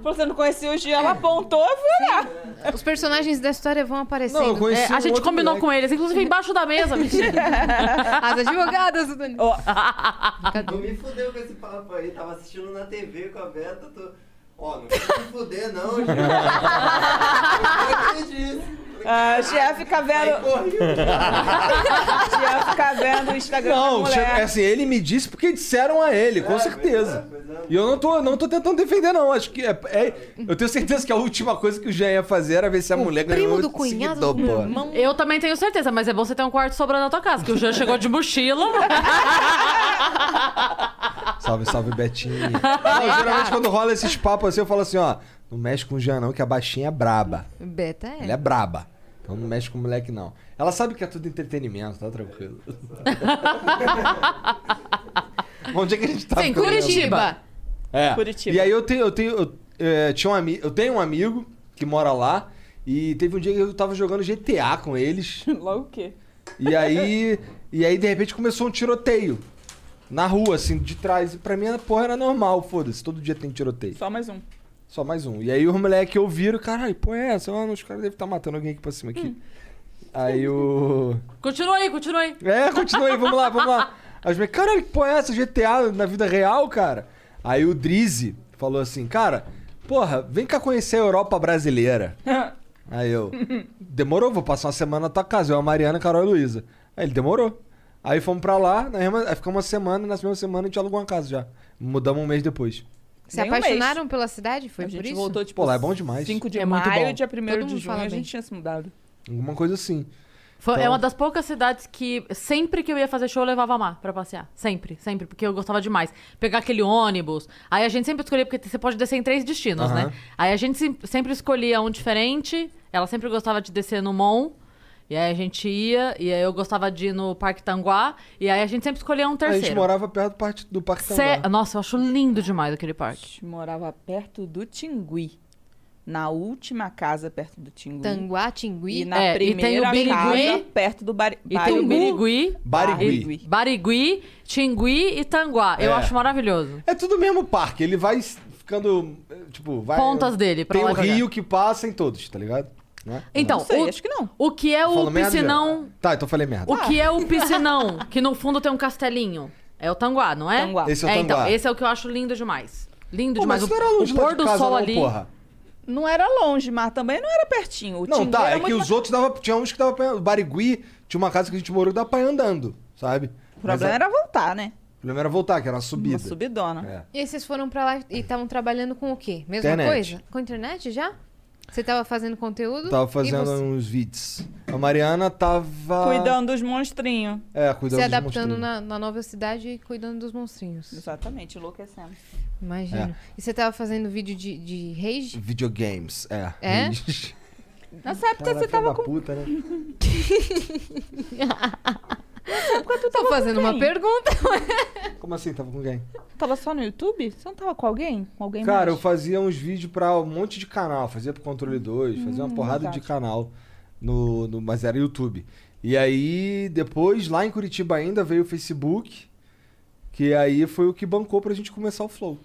D: Você não conhecia o Jean, ela apontou, eu fui olhar.
B: Os personagens da história vão aparecendo.
C: Não, eu
A: É,
C: conheci um
A: a gente combinou com eles, inclusive embaixo da
D: <laughs>
A: mesa. mentira.
B: As advogadas do Danilo.
D: Ó,
H: Não me fudeu com esse papo aí. Tava assistindo na TV com a Beta. Tô... Ó, não vou me fuder, não, gente. Eu disse.
D: ah, Jean fica
H: Aí
D: vendo,
H: correu.
D: Jean fica vendo o Instagram da
C: Não, chega- é
D: mulher.
C: assim, ele me disse porque disseram a ele, com certeza.
H: pois é, pois é.
C: E eu não tô, não tô tentando defender, não. Acho que é, é- Eu tenho certeza que a última coisa que o Jean ia fazer era ver se a mulher ganhou.
B: Primo do
C: outro
B: cunhado
C: seguidor,
B: do meu
C: pô.
B: irmão.
A: Eu também tenho certeza, mas é bom você ter um quarto sobrando na tua casa, que o Jean chegou de
D: <laughs>
A: mochila.
C: Salve, salve, Betinho. Não, geralmente quando rola esses papos assim, eu falo assim, ó. Não mexe com o Jean, não, que a baixinha é braba.
B: Beta é.
C: Ela é braba. Então não mexe com o moleque, não. Ela sabe que é tudo entretenimento, tá tranquilo. Onde é que a gente tá?
B: Sim,
C: Porque eu não lembro.
B: Curitiba.
C: É.
D: Curitiba.
C: E aí eu tenho, eu tenho, eu, é, tinha um ami eu tenho um amigo que mora lá e teve um dia que eu tava jogando GTA com eles
D: Logo o quê?
C: e aí e aí de repente começou um tiroteio na rua assim de trás e pra mim porra era normal, foda-se, todo dia tem tiroteio.
D: Só mais um.
C: Só mais um. E aí os moleque ouviram, caralho, pô, é essa, Ah, os caras devem estar matando alguém aqui pra cima aqui. Aí o
A: continua aí, continua aí.
C: é, continua aí, vamos lá, vamos lá. Aí os moleques, caralho, que porra é essa GTA na vida real, cara? Aí o Drizzy falou assim, cara, porra, vem cá conhecer a Europa brasileira. Aí eu, demorou, vou passar uma semana na tua casa, eu, a Mariana, Carol e Luísa. Aí ele, demorou. Aí fomos pra lá, na mesma, aí ficamos uma semana, e na mesma semana a gente alugou uma casa já. Mudamos um mês depois.
B: Se
D: Nem um
B: apaixonaram pela cidade? Foi
D: a
B: por
D: gente
B: isso?
D: voltou, tipo,
C: Pô, lá é bom demais.
D: 5 de
A: É muito
D: maio,
A: bom.
D: dia 1
B: Todo
D: de
B: mundo
D: junho,
B: fala
D: a
B: bem.
D: gente tinha se mudado.
C: Alguma coisa assim.
A: Foi, É
C: Então-
A: uma das poucas cidades que sempre que eu ia fazer show eu levava a Mar pra passear. Sempre, sempre, porque eu gostava demais. Pegar aquele ônibus. Aí a gente sempre escolhia, porque você pode descer em três destinos,
C: Aham.
A: né? Aí a gente se- sempre escolhia um diferente. Ela sempre gostava de descer no Mon. E aí a gente ia, e aí eu gostava de ir no Parque Tanguá. E aí a gente sempre escolhia um
C: A
A: terceiro.
C: gente morava perto do, parte, do Parque
A: Cê-
C: Tanguá.
A: Nossa, eu acho lindo demais aquele parque.
D: gente morava perto do Tingui. Na última casa perto do Tingui.
B: Tanguá, Tingui.
D: E na
A: É, e tem
D: primeira
A: o Birigui.
D: casa perto do Bari...
A: E tem o
D: Barigui.
A: Birigui,
C: Barigui.
A: Barigui, Tingui e Tanguá. Eu
C: É.
A: acho maravilhoso.
C: É tudo o mesmo parque, ele vai ficando, eh, tipo, vai...
A: Pontas dele pra
C: Tem
A: lá
C: o
A: e pra cá.
C: rio que passa em todos, tá ligado? Né?
A: Então,
D: Não sei,
A: o-
D: acho que não.
A: O que é
C: Tô
A: o
C: falando merda,
A: piscinão?
C: já. Tá, então eu falei merda.
A: O que é <laughs> o piscinão? que no fundo tem um castelinho. É o Tanguá, não é?
D: Tanguá.
C: Esse é o Tanguá.
A: então, esse é o que eu acho lindo demais. Lindo
C: Pô,
A: demais.
C: mas
A: o,
C: não era longe
A: o
C: lá
A: pôr
C: de
A: do
C: casa,
A: sol
C: não,
A: ali. <laughs>
C: porra.
D: Não era longe, mas também não era pertinho. O
C: Não,
D: Tingui
C: tá,
D: era
C: é que
D: muito
C: os outros dava, tinha uns que dava pra, O Barigui tinha uma casa que a gente morou que dava pra ir andando, sabe? é,
D: O problema era voltar, né?
C: O problema era voltar, que era uma subida.
D: Uma subidona.
C: É.
B: E aí vocês foram pra lá e estavam trabalhando com o quê? Mesma
C: Internet.
B: coisa? Com internet já? Você tava fazendo conteúdo?
C: Tava
B: e
C: fazendo um
B: você,
C: uns vídeos. A Mariana tava.
D: Cuidando dos monstrinhos.
C: É, cuidando
B: se
C: dos
B: adaptando
C: monstrinhos.
B: na, na nova cidade e cuidando dos monstrinhos.
D: Exatamente, enlouquecendo.
C: É.
B: Imagino. E você tava fazendo vídeo de, de rage?
C: Videogames, é.
B: É?
C: <laughs>
A: é
C: Cara,
D: Nessa época Então você
A: tá
C: filha da
D: tava com.
C: puta, né?
B: Tô fazendo uma
D: quem?
B: pergunta.
C: Como assim? Tava com quem?
D: Tava só no YouTube? Você não tava com alguém? Com alguém
C: Cara, eu
D: mais?
C: fazia uns vídeos pra um monte de canal. Fazia pro Controle 2, fazia uma porrada de
D: verdade.
C: canal. No, no- mas era YouTube. E aí, depois, lá em Curitiba ainda, veio o Facebook, que aí foi o que bancou pra gente começar o Flow.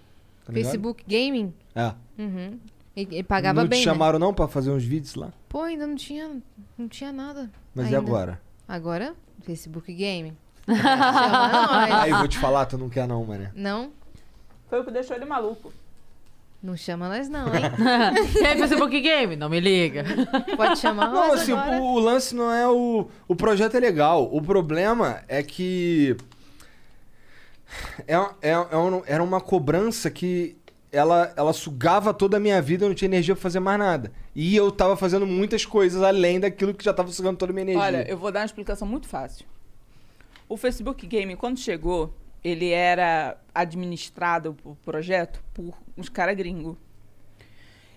C: tá ligado?
B: Facebook Gaming.
C: É.
B: Uhum. E, e pagava
C: não
B: bem,
C: te
B: né?
C: chamaram não pra fazer uns vídeos lá?
B: Pô, ainda não tinha, não tinha nada.
C: Mas e
B: ainda.
C: agora?
B: Agora, Facebook
D: <laughs>
B: Gaming. Chama nós.
C: Aí eu vou te falar, tu não quer não, mané.
B: Não,
D: Foi o que deixou ele maluco.
B: não chama nós não,
D: <laughs>
B: hein?
A: e aí, Facebook Game? Não me liga.
B: Pode chamar
C: Não,
B: nós
C: assim,
B: agora.
C: o, o lance não é o. O projeto é legal. O problema é que. É, é, é um- era uma cobrança que ela, ela sugava toda a minha vida, eu não tinha energia pra fazer mais nada. E eu tava fazendo muitas coisas além daquilo que já tava sugando toda a minha energia.
D: Olha, eu vou dar uma explicação muito fácil. O Facebook Game, quando chegou, ele era administrado, o projeto, por uns caras gringos.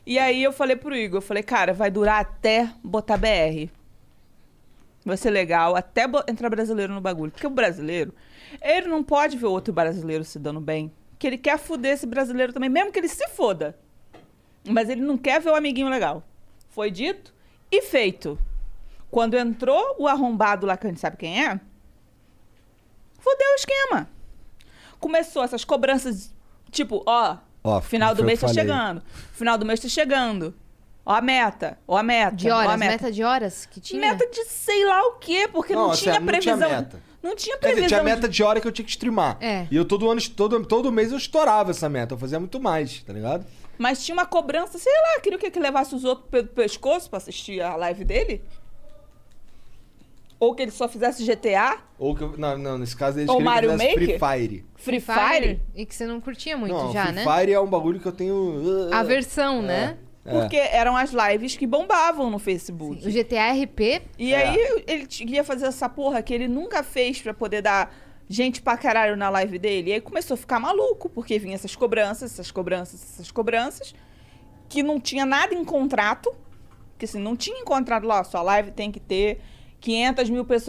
D: E aí eu falei pro Igor, eu falei, cara, vai durar até botar BR. Vai ser legal, até bo- entrar brasileiro no bagulho. Porque o brasileiro, ele não pode ver outro brasileiro se dando bem. Que ele quer foder esse brasileiro também, mesmo que ele se foda. Mas ele não quer ver o amiguinho legal. Foi dito e feito. Quando entrou o arrombado lá, que a gente sabe quem é, fudeu o esquema. Começou essas cobranças, tipo, ó,
C: Ó,
D: final
C: foi
D: do
C: o
D: mês
C: que
D: tá
C: eu falei.
D: chegando. Final do mês tá chegando. Ó a meta, ó a meta,
B: De
D: ó
B: horas,
D: a
B: meta.
D: meta.
B: de horas que tinha?
D: Meta de sei lá o quê, porque não,
C: Não, assim,
D: tinha
C: não tinha
D: previsão.
C: meta.
D: Não tinha
C: Quer
D: previsão.
C: dizer, tinha a
D: de-
C: meta de hora que eu tinha que streamar.
B: É.
C: E eu todo ano, todo, todo mês eu estourava essa meta. Eu fazia muito mais, tá ligado?
D: Mas tinha uma cobrança, sei lá, queria o quê? que levasse os outros pelo pescoço pra assistir a live dele? Ou que ele só fizesse GTA,
C: Ou que eu, não, não, nesse caso é eles
D: Ou
C: queriam que eu
D: Mario
C: fizesse Free
D: Maker?
C: Fire.
D: Free Fire?
B: Fire? E que você não curtia muito
C: não,
B: já,
C: Free
B: né?
C: Fire é um bagulho que eu tenho.
B: A versão, né?
C: É.
D: Porque eram as lives que bombavam no Facebook.
B: O GTA RP,
D: E aí ele t- ia fazer essa porra que ele nunca fez pra poder dar gente pra caralho na live dele. E aí começou a ficar maluco, porque vinha essas cobranças, essas cobranças, essas cobranças, que não tinha nada em contrato. Que assim, não tinha em contrato lá, sua live tem que ter 500 mil pessoas.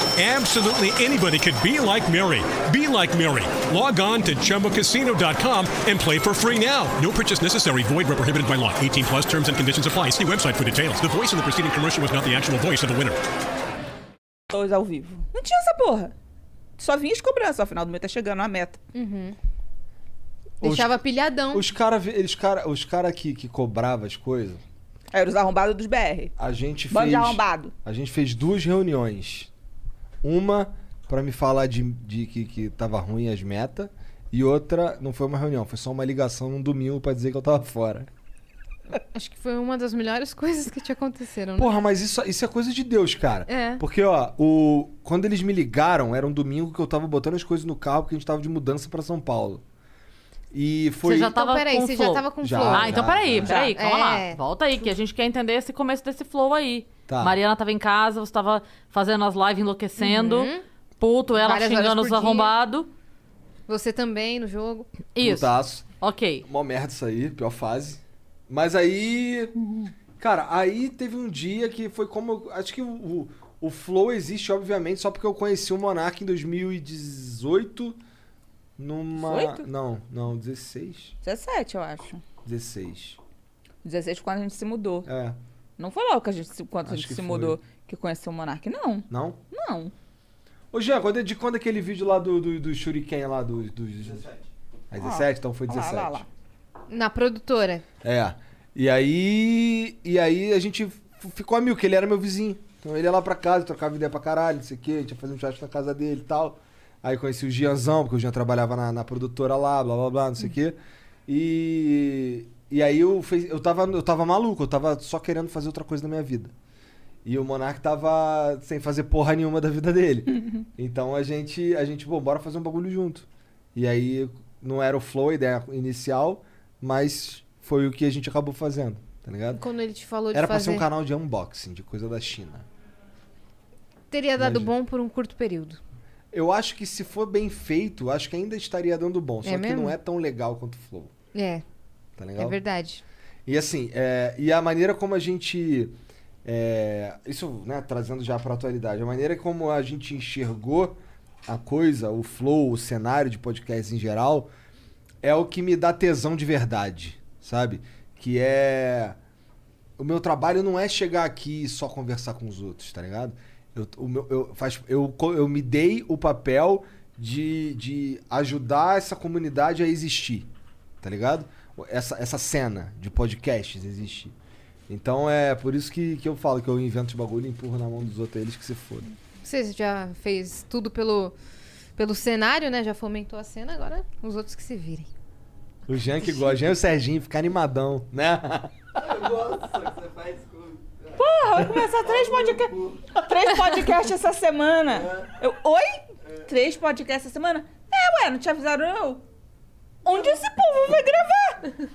I: Absolutely anybody could be like Mary. Be like Mary. Log on to chumbacasino.com and play for free now. No purchase necessary. Void where prohibited by law. 18 plus terms and conditions apply. See website for details. The voice in the preceding commercial was not the actual voice of the winner.
D: pessoas ao vivo. Não tinha essa porra. Só vinha as cobranças, ó, final do mês tá chegando a meta.
B: deixava pilhadão.
C: Os caras eles cara, os cara que, que cobrava as coisas,
D: Aí era os arrombados dos BR.
C: a gente
D: Bando de
C: fez.
D: arrombado.
C: A gente fez duas reuniões. Uma pra me falar de, de que, que tava ruim as metas. E outra, não foi uma reunião, foi só uma ligação num domingo pra dizer que eu tava fora.
B: Acho que foi uma das melhores <laughs> coisas que te aconteceram, né?
C: Porra, mas isso, isso é coisa de Deus, cara.
B: É.
C: Porque, ó, o, quando eles me ligaram, era um domingo que eu tava botando as coisas no carro porque a gente tava de mudança pra São Paulo. E foi.
A: Você já tá-
B: Então,
A: tava
B: peraí,
A: com
B: você já
A: flow.
B: tava com
C: Já.
B: flow.
A: Ah, então
C: já,
A: peraí,
C: já.
A: peraí, calma
B: É.
A: lá. Volta aí, que a gente quer entender esse começo desse flow aí.
C: Tá.
A: Mariana tava em casa, você tava fazendo as lives enlouquecendo. Puto, ela
B: Várias horas
A: xingando
B: por
A: os
B: dia.
A: arrombados.
B: Você também no jogo.
A: Isso.
C: Putaço.
A: Ok.
C: Mó merda isso aí, pior fase. Mas aí. Cara, aí teve um dia que foi como. eu- Acho que o, o, o Flow existe, obviamente, só porque eu conheci o Monark em 2018. Numa.
D: 18?
C: Não, não, 16.
D: 17, eu acho.
C: 16.
D: 16 quando a gente se mudou.
C: É.
D: Não foi logo que a gente, se- quando a
C: Acho
D: gente
C: que
D: se
C: foi.
D: mudou que conheceu o Monark, não.
C: Não?
D: Não.
C: Ô, Jean, quando é- de quando é aquele vídeo lá do, do, do Shuriken lá dos. Do, 17. É 17? Então foi
D: Olha
C: 17.
D: Ah, Lá, olha lá.
B: Na produtora.
C: É. E aí. E aí a gente f- ficou amigo, que ele era meu vizinho. Então ele ia lá pra casa, trocava ideia pra caralho, não sei o quê, a gente ia fazer um churrasco na casa dele e tal. Aí conheci o Gianzão, porque o Gian trabalhava na, na produtora lá, blá blá blá, não sei o quê. E. E aí eu, fez, eu, tava, eu tava maluco, eu tava só querendo fazer outra coisa na minha vida. E o Monark tava sem fazer porra nenhuma da
B: <laughs>
C: vida dele. então a gente, a gente, pô, bora fazer um bagulho junto. E aí não era o flow a ideia inicial, mas foi o que a gente acabou fazendo. Tá ligado?
B: Quando ele te falou de
C: Era pra
B: fazer.
C: ser um canal de unboxing, de coisa da China.
B: Teria dado
C: Imagina.
B: bom por um curto período.
C: Eu acho que se for bem feito, acho que ainda estaria dando bom. Só
B: É
C: que
B: mesmo?
C: não é tão legal quanto o Flow.
B: É,
C: Tá
B: é
C: legal?
B: verdade.
C: E assim, é, e a maneira como a gente. é, isso, né, trazendo já pra atualidade, a maneira como a gente enxergou a coisa, o flow, o cenário de podcast em geral, é o que me dá tesão de verdade, sabe? Que é. O meu trabalho não é chegar aqui e só conversar com os outros, tá ligado? Eu, o meu, eu, faz, eu, co- eu me dei o papel de, de ajudar essa comunidade a existir, tá ligado? Essa, essa cena de podcasts existir. Então é por isso que, que eu falo que eu invento os bagulho e empurro na mão dos outros é eles que se fodam.
B: Você já fez tudo pelo, pelo cenário, né? Já fomentou a cena, agora os outros que se virem.
C: O Jean que gosta, o Jean e o Serginho ficar animadão, né? <laughs>
H: Eu gosto, só que você faz com.
D: Porra, vai começar três podcasts. Três podcasts essa semana. Eu, oi? Três podcasts essa semana? É, ué, não te avisaram não? Onde esse povo vai gravar?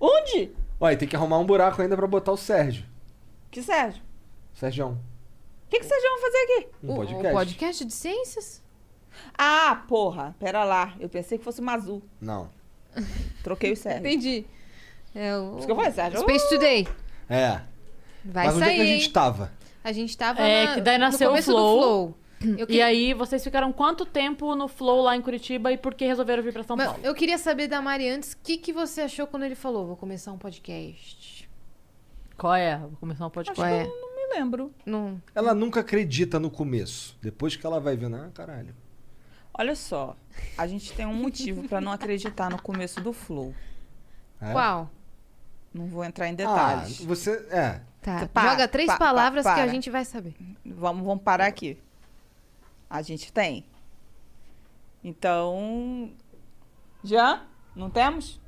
D: Onde?
C: Ó, e tem que arrumar um buraco ainda pra botar o Sérgio.
D: Que Sérgio?
C: Sérgio,
D: O que, que vocês vão fazer aqui?
C: um
B: O-
C: podcast.
B: O podcast de ciências?
D: Ah, porra, pera lá. Eu pensei que fosse o Mazu.
C: Não.
D: Troquei o Sérgio.
B: Entendi. É o
D: Isso que eu falei, Sérgio.
B: Space Today.
C: É.
B: Vai
C: Mas onde
B: sair.
C: é que a gente
B: hein?
C: tava?
B: A gente tava
A: É,
B: na-
A: que daí nasceu o
B: no começo
A: Flow. <clears throat>
B: do Flow. Eu
A: E
B: queria-
A: aí, vocês ficaram quanto tempo no Flow lá em Curitiba e por que resolveram vir pra São
B: Mas
A: Paulo?
B: eu queria saber da Mari antes, o que, que você achou quando ele falou, vou começar um podcast?
A: Qual é? Vou começar um podcast.
D: Acho
B: Ué.
D: que eu não me lembro.
B: Não,
C: Ela nunca acredita no começo. Depois que ela vai vendo, ah, caralho.
D: Olha só, a gente tem um motivo pra não acreditar no começo do flow.
C: É?
B: Qual?
D: Não vou entrar em
C: Ah,
D: detalhes.
C: você. É.
B: Tá,
D: Pa-
B: joga três
D: pa- pa-
B: palavras que a
D: para.
B: gente vai saber.
D: Vamos, vamos parar aqui. A gente tem. Então. Jean, não temos?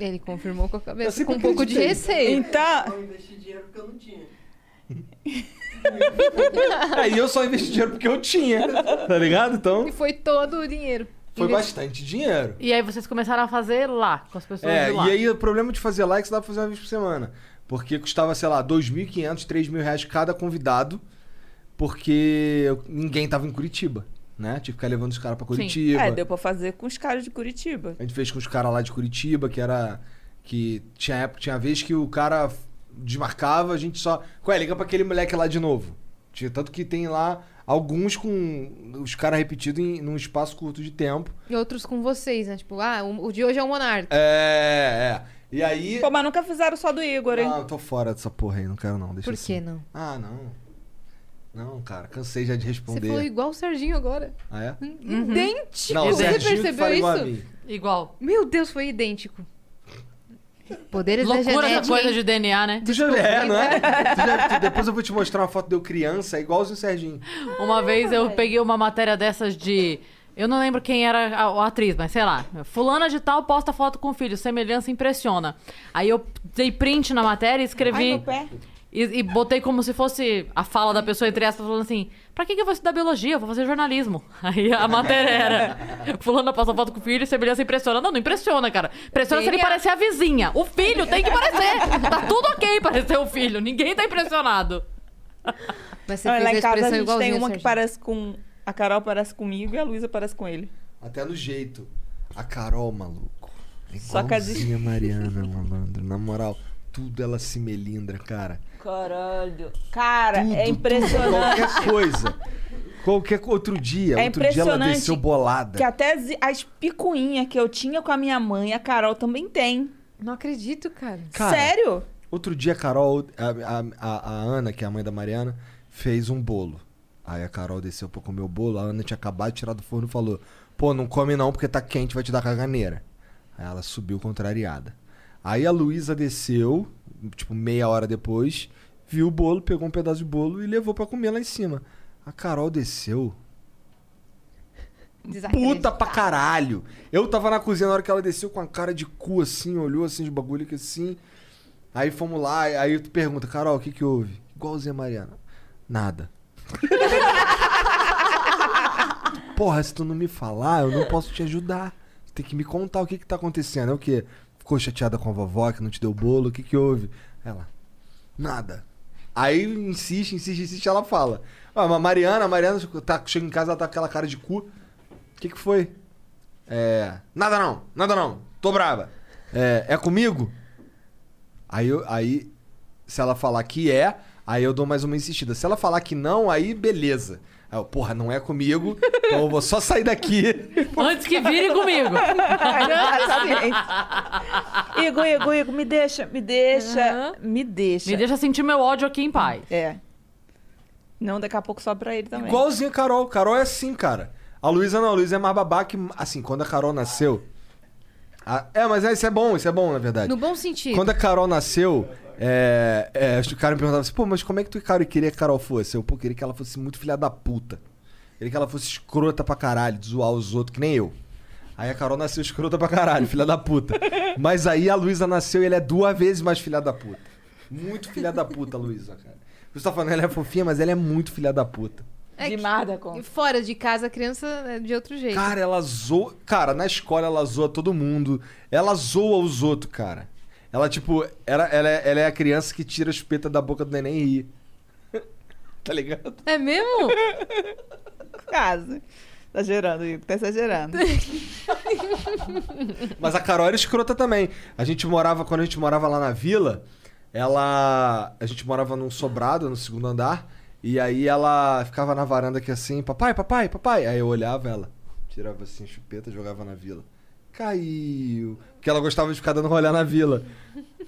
B: Ele confirmou com a
C: Eu
B: cabeça,
C: sempre
B: com um pouco de
C: acreditei.
B: receio.
D: Então.
H: Eu investi dinheiro porque eu não tinha.
C: Aí eu só investi dinheiro porque eu tinha. Tá ligado? Então.
B: E foi todo o dinheiro.
C: Foi
B: Investi-
C: bastante dinheiro.
A: E aí, vocês começaram a fazer lá, com as pessoas
C: É,
A: de lá.
C: e aí o problema de fazer likes dá pra fazer uma vez por semana. Porque custava, sei lá, 2.500, 3.000 reais cada convidado, porque eu- ninguém tava em Curitiba, né? Tive que ficar levando os caras pra Curitiba.
D: É, deu pra fazer com os caras de Curitiba.
C: A gente fez com os caras lá de Curitiba, que era. Que tinha época, tinha vez que o cara desmarcava, a gente só. Ué, liga pra aquele moleque lá de novo. Tinha- Tanto que tem lá alguns com os caras repetidos em num espaço curto de tempo.
B: E outros com vocês, né? Tipo, ah, o, o de hoje é o Monarca.
C: É, é. E aí.
D: Pô, mas nunca fizeram só do Igor, hein?
C: Ah, eu tô fora dessa porra aí, não quero não. Deixa
B: Por
C: assim.
B: que não?
C: Ah, não. Não, cara, cansei já de
B: Você falou
C: responder.
B: igual o Serginho agora.
C: Ah, é?
D: Uhum.
B: Idêntico!
C: Não,
B: Você
C: Serginho que
B: percebeu
C: fala igual a
B: isso?
C: mim.
A: Igual.
B: Meu Deus, foi idêntico. Poderes da
A: Loucura
B: genética.
A: essa coisa
B: hein?
A: de DNA, né?
C: Tu já é, não é? Tu já- tu- depois eu vou te mostrar uma foto de eu criança, é igualzinho o Serginho.
A: Uma vez eu peguei uma matéria dessas de. Eu não lembro quem era a, a atriz, mas sei lá. Fulana de tal posta foto com o filho, semelhança impressiona. Aí eu dei print na matéria e
D: Ai,
A: escrevi.
D: meu pé.
A: E, e botei como se fosse a fala da pessoa, entre aspas, falando assim: pra que, que eu vou estudar biologia? Eu vou fazer jornalismo. <laughs> Aí a matéria
B: <laughs>
A: era: Fulana passa foto com o filho, semelhança impressiona. Não, não impressiona, cara. Impressiona se ele
B: Seria-
A: parecer a vizinha. O filho tem que parecer. Tá tudo ok parecer o filho. Ninguém tá impressionado.
B: Mas você
D: Não,
B: fez
D: lá
B: a
D: em casa
B: expressão
D: a gente tem
B: igualzinha,
D: uma que
B: Serginho.
D: parece com. A Carol parece comigo e a Luísa parece com ele.
C: Até no jeito. A Carol, maluco. É
D: Só que a de-
C: igualzinha a Mariana, malandro. Na moral, tudo ela se melindra, cara.
D: Caralho. Cara,
C: Tudo,
D: é
C: tudo,
D: impressionante.
C: Qualquer coisa. Qualquer outro dia, outro dia ela
D: É impressionante
C: desceu bolada.
D: Que até as- as picuinhas que eu tinha com a minha mãe, a Carol também tem.
B: Não acredito, cara.
C: Cara.
D: Sério?
C: Outro dia a Carol, a, a- a- a Ana, que é a mãe da Mariana, fez um bolo. Aí a Carol desceu pra comer o bolo, a Ana tinha acabado de tirar do forno e falou: Pô, não come não porque tá quente, vai te dar caganeira. Aí ela subiu contrariada. Aí a Luísa desceu, tipo meia hora depois, viu o bolo, pegou um pedaço de bolo e levou pra comer lá em cima. A Carol desceu, puta pra caralho. Eu tava na cozinha na hora que ela desceu com a cara de cu assim, olhou assim de bagulho que assim. Aí fomos lá, aí tu pergunta, Carol, o que que houve? Igualzinha a Mariana. Nada. <laughs> Porra, se tu não me falar, eu não posso te ajudar. Tu tem que me contar o que que tá acontecendo. É o quê? ficou chateada com a vovó que não te deu bolo, o que que houve? Ela, nada. Aí insiste, insiste, insiste, ela fala. Ah, mas Mariana, a Mariana tá, chega em casa, ela tá com aquela cara de cu. O que que foi? É, nada não, nada não, tô brava. É, é comigo? Aí, eu- aí, se ela falar que é, aí eu dou mais uma insistida. Se ela falar que não, aí beleza. Aí eu, porra, não é comigo, <laughs> então eu vou só sair daqui.
A: Antes que vire comigo.
D: Igor, Igor, Igor, me deixa, me deixa, me deixa.
A: Me deixa sentir meu ódio aqui em paz.
D: É. Não, daqui a pouco sobe pra ele também.
C: Igualzinho a Carol. Carol é assim, cara. A Luísa não, a Luísa é mais babaca. e- Assim, quando a Carol nasceu. a- É, mas é, isso é bom, isso é bom, na verdade.
B: No bom sentido.
C: Quando é a Carol nasceu, é, é, os caras me perguntavam assim, pô, mas como é que tu e Carol queria que a Carol fosse? Eu, pô, queria que ela fosse muito filha da puta. Queria que ela fosse escrota pra caralho, de zoar os outros, que nem eu. Aí a Carol nasceu escrota pra caralho, filha da puta. Mas aí a Luísa nasceu e ela é duas vezes mais filha da puta. Muito filha da puta, Luísa, cara. Você tá falando, ela é fofinha, mas ela é muito filha da puta.
B: É
D: De
B: que-
D: nada, com.
B: E Fora de casa, a criança é de outro jeito.
C: Cara, ela zoa. Cara, na escola ela zoa todo mundo. Ela zoa os outros, cara. Ela, tipo, ela, ela, é, ela é a criança que tira a espeta da boca do neném e ri. tá ligado?
B: É mesmo?
D: Quase. Tá gerando, Igor, tá exagerando.
B: <laughs>
C: Mas a Carol era escrota também. A gente morava, quando a gente morava lá na vila, ela. A gente morava num sobrado, no segundo andar. E aí ela ficava na varanda aqui assim, papai, papai, papai. Aí eu olhava ela, tirava assim a chupeta, jogava na vila. Caiu. Porque ela gostava de ficar dando rolê na vila.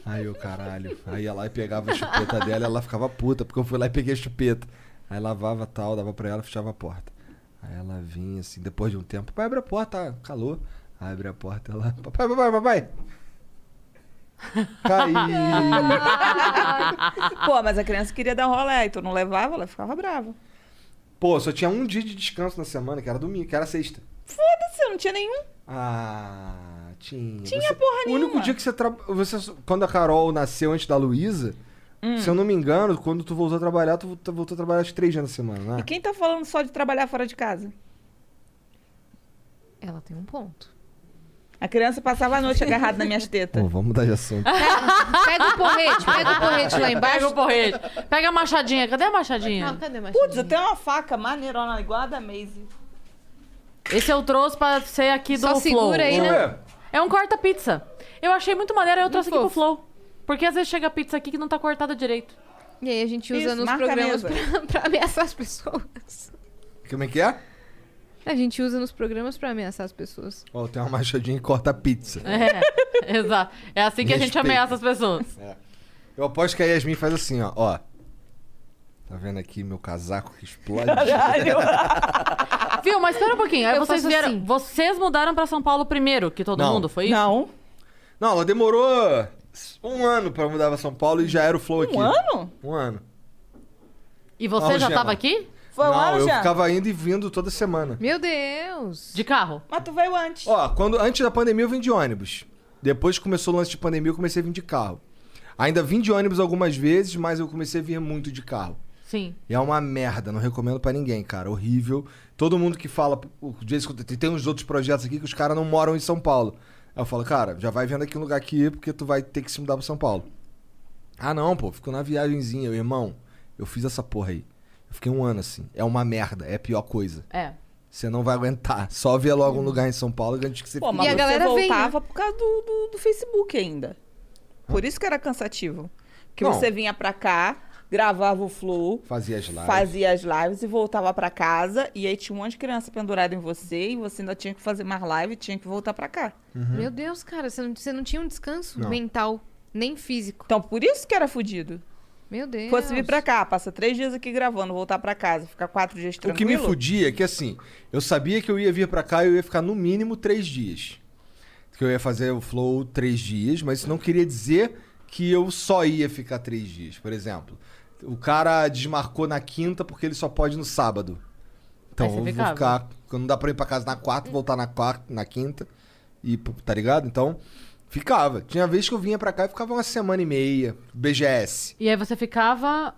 C: Aí eu, caralho. Aí ia lá e pegava a chupeta dela e ela ficava puta, porque eu fui lá e peguei a chupeta. Aí lavava tal, dava pra ela, fechava a porta. Aí ela vinha assim, depois de um tempo, papai, abre a porta, ah, calor. Abre a porta ela, papai, papai, papai.
D: <laughs>
C: Caiu.
D: Pô, mas a criança queria dar rolé, e tu não levava, ela ficava brava.
C: Pô, só tinha um dia de descanso na semana, que era domingo, que era sexta.
D: Foda-se, eu não tinha nenhum.
C: Ah, tinha.
D: Tinha porra
C: O único
D: nenhuma.
C: dia que você, tra... você. Quando a Carol nasceu antes da Luísa,
D: Hum.
C: se eu não me engano, quando tu voltou a trabalhar, tu voltou voltou a trabalhar as três dias na semana, né?
D: E quem tá falando só de trabalhar fora de casa?
B: Ela tem um ponto.
D: A criança passava a noite agarrada nas minhas tetas.
C: Pô, vamos mudar de assunto.
B: Pega o porrete, pega o porrete lá
D: <laughs>
A: Pega
B: embaixo.
A: o porrete. Pega a machadinha. Cadê a
B: Ah,
A: machadinha?
B: cadê mais?
D: Putz, eu tenho uma faca maneirona igual a da Maisie.
A: Esse eu trouxe pra ser aqui do
B: Só
A: Flow.
B: segura aí, né?
C: Ué,
A: É um corta-pizza. Eu achei muito maneiro, eu trouxe aqui pro
B: fofo.
A: Flow. Porque às vezes chega pizza aqui que não tá cortada direito.
B: um? E aí a gente usa
D: Isso,
B: nos
D: marca a
B: programas pra,
D: mesa.
B: pra ameaçar as pessoas.
C: como é que é?
B: A gente usa nos programas pra ameaçar as pessoas.
C: Ó, tem uma machadinha e corta a pizza.
A: <laughs> É, exato. É assim que a gente
C: Respeito. É.
A: ameaça as pessoas.
C: Eu aposto que a Yasmin faz assim, ó. ó. Tá vendo aqui meu casaco que explode?
A: Viu? Mas espera um pouquinho. Aí
B: Eu
A: vocês
B: faço
A: vieram.
B: assim.
A: Vocês mudaram pra São Paulo primeiro que todo
C: Não.
A: mundo, foi É isso?
D: Não.
C: Não, ela demorou um ano pra mudar pra São Paulo e já era o Flow aqui.
D: Um ano?
C: Um ano.
A: E você
C: Não,
A: já
C: Gema.
A: tava aqui?
D: Foi um
C: Não,
D: ano
C: eu
D: já?
C: ficava indo e vindo toda semana.
B: Meu Deus!
A: De carro?
D: Mas tu veio antes.
C: Ó, quando, antes da pandemia eu vim de ônibus. Depois que começou o lance de pandemia, eu comecei a vir de carro. Ainda vim de ônibus algumas vezes, mas eu comecei a vir muito de carro.
A: Sim.
C: E é uma merda, não recomendo pra ninguém, cara. Horrível. Todo mundo que fala. pô, De vez em quando- tem- tem uns outros projetos aqui que os caras não moram em São Paulo. Aí eu falo, cara, já vai vendo aqui um lugar aqui, porque tu vai ter que se mudar pra São Paulo. Ah, não, pô, ficou na viagemzinha. Eu, irmão, eu fiz essa porra aí. Eu fiquei um ano assim. É uma merda, é a pior coisa.
A: É.
C: Você não vai aguentar. Só vê logo um lugar em São Paulo antes que você
D: Pô,
C: fique
D: mas
B: E a
D: você
B: galera né? veio,
D: voltava por causa do, do, do Facebook ainda. Por isso que era cansativo. Que
C: Não.
D: você vinha pra cá, gravava o flow,
C: Fazia as lives.
D: fazia as lives e voltava pra casa. E aí tinha um monte de criança pendurada em você e você ainda tinha que fazer mais live e tinha que voltar pra cá.
B: Meu Deus, cara, você não, você não tinha um descanso
C: Uhum. Não.
B: mental, nem físico.
D: Então por isso que era fudido.
B: Meu Deus.
D: Fosse vir pra cá, passa três dias aqui gravando, voltar pra casa, ficar quatro dias
C: O que me
D: tranquilo.
C: fudia é que assim, eu sabia que eu ia vir pra cá e eu ia ficar no mínimo três dias. Que eu ia fazer o flow três dias, mas isso não queria dizer que eu só ia ficar três dias. Por exemplo, o cara desmarcou na quinta porque ele só pode no sábado. Então
A: Aí você
C: eu vou
A: ficava.
C: ficar. Não dá pra ir pra casa na quarta, voltar na quarta, na quinta. E, p- tá ligado? Então, ficava. Tinha vez que eu vinha pra cá e ficava uma semana e meia. BGS.
A: E aí você ficava.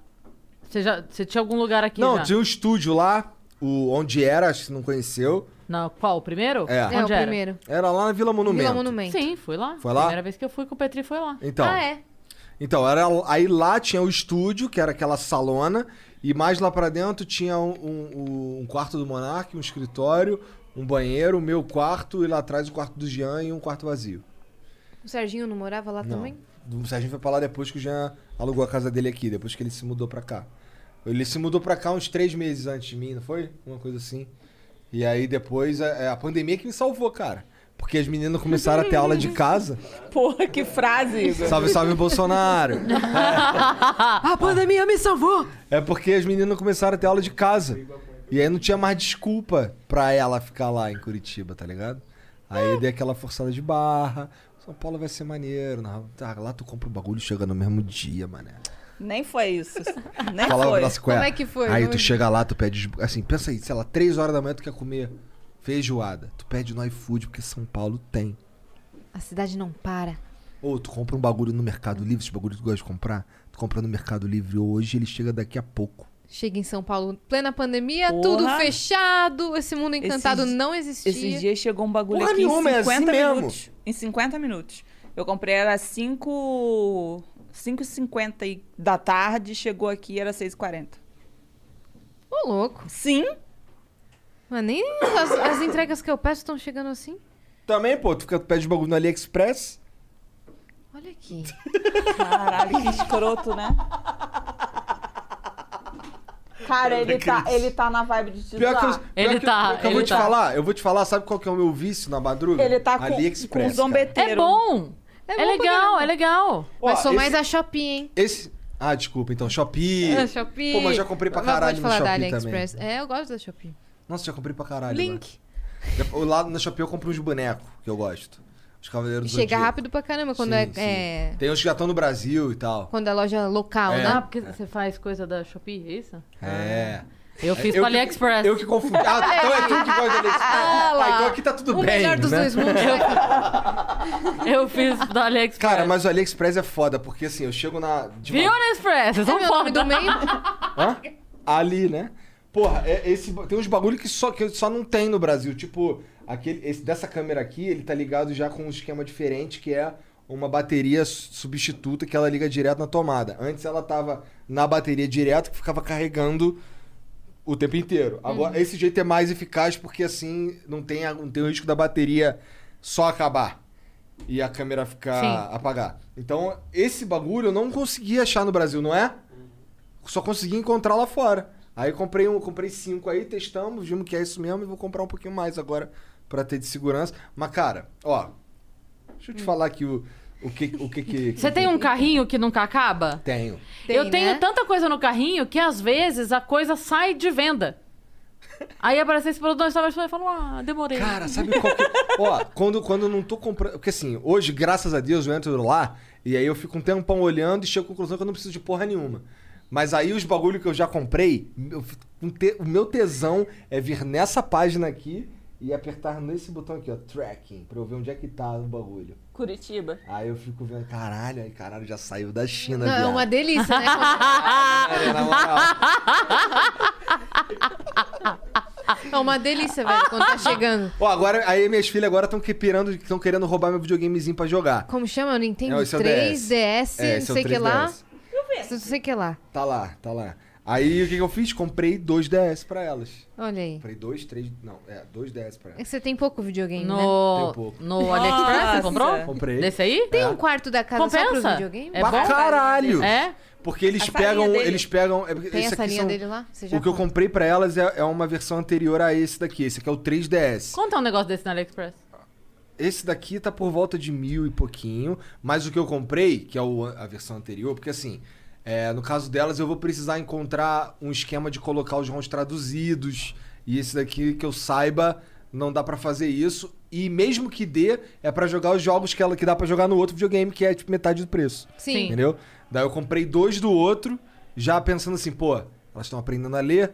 A: Você, já... você tinha algum lugar aqui
C: Não, um
A: já?
C: tinha um estúdio lá, o, onde era, acho que você não conheceu.
A: Na, qual? O primeiro?
C: É.
B: É,
A: Onde
B: o
A: era?
B: primeiro.
C: Era lá na Vila Monumento.
B: Vila Monumento.
A: Sim, fui lá.
C: Foi lá?
A: Primeira vez que eu fui com o Petri foi lá.
C: Então,
B: Ah, é.
C: então era, aí lá tinha o estúdio, que era aquela salona, e mais lá pra dentro tinha um, um- um quarto do Monark, um escritório, um banheiro, o meu quarto, e lá atrás o quarto do Jean e um quarto vazio.
B: O Serginho não morava lá também?
C: O Serginho foi pra lá depois que o Jean alugou a casa dele aqui, depois que ele se mudou pra cá. Ele se mudou pra cá uns três meses antes de mim, não foi? Uma coisa assim. E aí depois, é, a, a pandemia que me salvou, cara. Porque as meninas começaram a
B: <laughs>
C: ter aula de casa.
D: Porra, que frase, Igor.
C: Salve, salve,
B: <laughs>
C: Bolsonaro!
A: A pandemia me salvou!
C: É porque as meninas começaram a ter aula de casa. E aí não tinha mais desculpa pra ela ficar lá em Curitiba, tá ligado? Aí eu dei aquela forçada de barra. São Paulo vai ser maneiro. na- tá, lá tu compra o bagulho e chega no mesmo dia, mané. um
D: Nem foi
C: <laughs>
D: isso. Nem
C: Falava
D: foi.
C: pra Square.
B: Como é que foi?
C: Aí
B: Como é
C: tu
B: que-
C: chega lá, tu pede. Assim, pensa aí, sei lá, três horas da manhã tu quer comer feijoada. Tu pede no iFood, porque São Paulo tem.
B: A cidade não para.
C: Ou tu compra um bagulho no Mercado Livre, esse bagulho que tu gosta de comprar, tu compra no Mercado Livre hoje ele chega daqui a pouco.
B: Chega em São Paulo, plena pandemia,
D: Porra.
B: tudo fechado, esse mundo encantado
D: Esses-
B: não existia.
D: Esses dias chegou um bagulho
C: Porra
D: aqui
C: nenhuma, é
D: em
C: assim
D: 50
C: mesmo.
D: minutos. Em 50 minutos. Eu comprei, era 5... 5h50 e- da tarde, chegou aqui, era 6h40.
B: Ô, louco.
D: Sim,
B: Mas nem as, as entregas que eu peço estão chegando assim.
C: Também, pô, tu fica, tu pede bagulho no AliExpress.
B: Olha
C: <laughs>
B: aqui.
D: Caralho, que escroto, né? Cara, ele tá, ele tá na vibe de te
C: Pior que eu,
D: zoar.
C: pior
A: Ele
C: que
A: tá,
C: eu, pior que eu
A: ele
C: vou te
A: tá.
C: falar, eu vou te falar, sabe qual que é o meu vício na madruga?
D: Ele tá com, com
C: AliExpress. cara.
D: zombeteiro.
A: É bom!
B: É
A: É,
B: bom pra
A: legal,
B: caramba.
A: é legal.
C: Ó,
B: mas sou
C: esse-
B: mais a Shopee, hein?
C: Esse. Ah, desculpa, então, Shopee.
B: Ah, Shopee.
C: Pô, mas já comprei pra
B: Mas pode
C: caralho no
B: falar da
C: Shopee também.
B: AliExpress. É, eu gosto da Shopee.
C: Nossa, já comprei pra caralho.
B: Link.
C: mano. Já- eu Lá no Shopee eu compro uns bonecos que eu gosto. Os Cavaleiros
B: E
C: do
B: chega
C: Zodíaco.
B: rápido pra caramba quando
C: Sim,
B: é,
C: sim.
B: é-
C: Tem uns que já estão no Brasil e tal.
B: Quando é loja local,
C: É.
A: Ah,
B: né?
A: porque você faz coisa da Shopee, é isso?
C: É.
A: Eu fiz
C: Eu
A: com
C: que-
A: AliExpress.
C: Eu que confundi. Ah, então é tu que gosta de AliExpress. Ah, então aqui tá tudo
B: o
C: bem.
B: melhor dos
C: né?
B: dois mundos.
A: <laughs>
C: <laughs>
A: Eu fiz da AliExpress.
C: Cara, mas o AliExpress é foda, porque assim, eu chego na. de
A: Viu, AliExpress? Vocês
B: Sabe
A: são
B: o nome do
A: foda.
B: meio?
C: Hã? Ali, né? Porra, é- esse, tem uns bagulho que só, que só não tem no Brasil. Tipo, aquele, esse dessa câmera aqui, ele tá ligado já com um esquema diferente, que é uma bateria su- substituta que ela liga direto na tomada. Antes ela tava na bateria direto, que ficava carregando o tempo inteiro.
A: Uhum.
C: Agora, esse jeito é mais eficaz porque assim não tem, a- não tem o risco da bateria só acabar e a câmera ficar
A: Sim.
C: apagar. Então, esse bagulho eu não consegui achar no Brasil, não é? Só consegui encontrar lá fora. Aí comprei um, comprei cinco aí, testamos, vimos que é isso mesmo e vou comprar um pouquinho mais agora pra ter de segurança. Mas cara, ó, deixa eu te falar aqui o o que o que que
A: Hum. Você tem um carrinho que nunca acaba?
C: tenho.
B: Tem,
A: eu tenho
B: né?
A: tanta coisa no carrinho que às vezes a coisa sai de venda. Aí aparece esse produto, eu estava e falo, ah, demorei.
C: Cara, sabe qual que... Ó, quando, quando eu não tô comprando... Porque assim, hoje, graças a Deus, eu entro lá e aí eu fico um tempão olhando e chego à conclusão que eu não preciso de porra nenhuma. Mas aí os bagulho que eu já comprei, eu fico com te- o meu tesão é vir nessa página aqui e apertar nesse botão aqui, ó, tracking, pra eu ver onde é que tá o bagulho.
D: Curitiba.
C: Aí eu fico vendo, caralho, aí caralho, já saiu da
B: Não,
C: China,
B: é
C: Tá viado.
B: uma delícia, né?
C: Caralho, na moral.
B: É uma delícia, velho, quando tá chegando.
C: Ó, agora, aí minhas filhas agora estão pirando, estão querendo roubar meu videogamezinho pra jogar.
B: Como chama? Nintendo
C: Não, esse é o
B: 3,
C: DS.
B: DS,
C: É, esse é
B: não
C: o
B: sei o que lá.
C: 3DS.
B: Não sei o que lá.
C: Tá lá, tá lá. Aí o que, que eu fiz? Comprei dois DS pra elas.
B: Olha aí.
C: Comprei dois, três. Não, é, dois DS pra
B: É
C: elas.
B: que você tem pouco videogame, né?
C: Tem um
A: No,
C: pouco.
A: no AliExpress, você comprou?
C: Comprei.
A: Desse aí?
B: é- Tem um quarto da casa só pro
A: Compensa?
B: videogame?
A: É
C: pra
A: bom?
C: caralho!
A: É?
C: Porque eles
D: A farinha
C: pegam.
D: dele.
C: Eles pegam. é porque
B: Tem
C: esse
B: essa
C: aqui
B: linha
C: são-
B: dele lá? Você já
C: O que eu
B: conta.
C: comprei pra elas é, é uma versão anterior a esse daqui. Esse aqui é o 3DS.
A: Conta um negócio desse no AliExpress.
C: Esse daqui tá por volta de mil e pouquinho. Mas o que eu comprei, que é o an- a versão anterior, porque assim. é, no caso delas, eu vou precisar encontrar um esquema de colocar os ROMs traduzidos. E esse daqui, que eu saiba, não dá pra fazer isso. E mesmo que dê, é pra jogar os jogos que, ela, que dá pra jogar no outro videogame, que é tipo metade do preço.
B: Sim.
C: Entendeu? Daí eu comprei dois do outro, já pensando assim, pô, elas estão aprendendo a ler,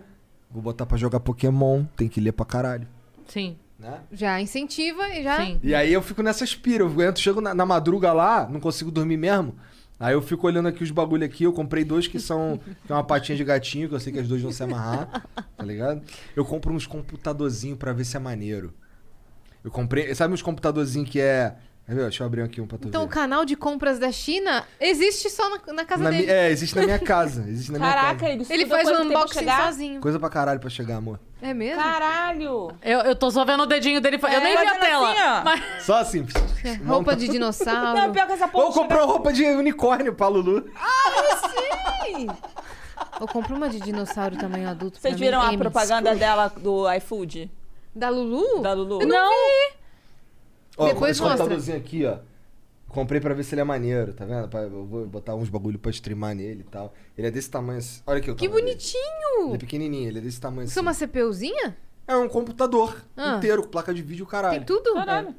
C: vou botar pra jogar Pokémon, tem que ler pra caralho.
A: Sim,
C: Né?
B: Já incentiva e já...
A: sim.
C: E aí eu fico nessa espira, eu entro, chego na, na madruga lá, não consigo dormir mesmo. Aí eu fico olhando aqui os bagulho aqui, eu comprei dois que são que é uma patinha de gatinho, que eu sei que as duas vão se amarrar. Tá ligado? Eu compro uns computadorzinhos pra ver se é maneiro. Eu comprei. Sabe uns computadorzinhos que é. Quer ver? Deixa eu abrir aqui um pra tu
B: Então o
C: ver.
B: canal de compras da China existe só na, na casa
C: Na mi-
B: dele.
C: É, existe na minha casa. Existe na minha
J: Caraca,
C: casa.
J: ele estuda
B: Ele faz
J: quanto
B: um
J: tempo
B: unboxing
J: chegar?
B: sozinho.
C: Coisa pra caralho pra chegar, amor.
B: É mesmo?
J: Caralho!
A: Eu, eu tô só vendo o dedinho dele.
D: É,
A: fa- eu nem vi a
D: tá
J: fazendo
A: tela.
J: assim, ó.
A: mas-
C: Só assim.
B: É, roupa de dinossauro.
J: Não, pior que essa porra.
C: Ou comprou roupa de unicórnio pra Lulu.
B: Eu compro uma de dinossauro tamanho adulto.
J: Vocês
B: pra mim,
J: viram a
B: Amy.
J: propaganda dela do iFood?
B: Da Lulu?
J: Da Lulu?
B: Eu não, vi.
C: Ó,
B: Depois
C: esse
B: mostra.
C: computadorzinho aqui, ó. Comprei pra ver se ele é maneiro, tá vendo? Pra- Eu vou botar uns bagulho pra streamar nele e tal. Ele é desse tamanho assim. Olha aqui o
B: Que
C: tamanho dele. Ele é
B: bonitinho.
C: pequenininho, ele é desse tamanho
B: Isso é
C: assim.
B: uma CPUzinha?
C: É um computador
B: Ah.
C: inteiro, com placa de vídeo,
B: Tem
C: caralho.
B: tudo? É.
J: Caralho.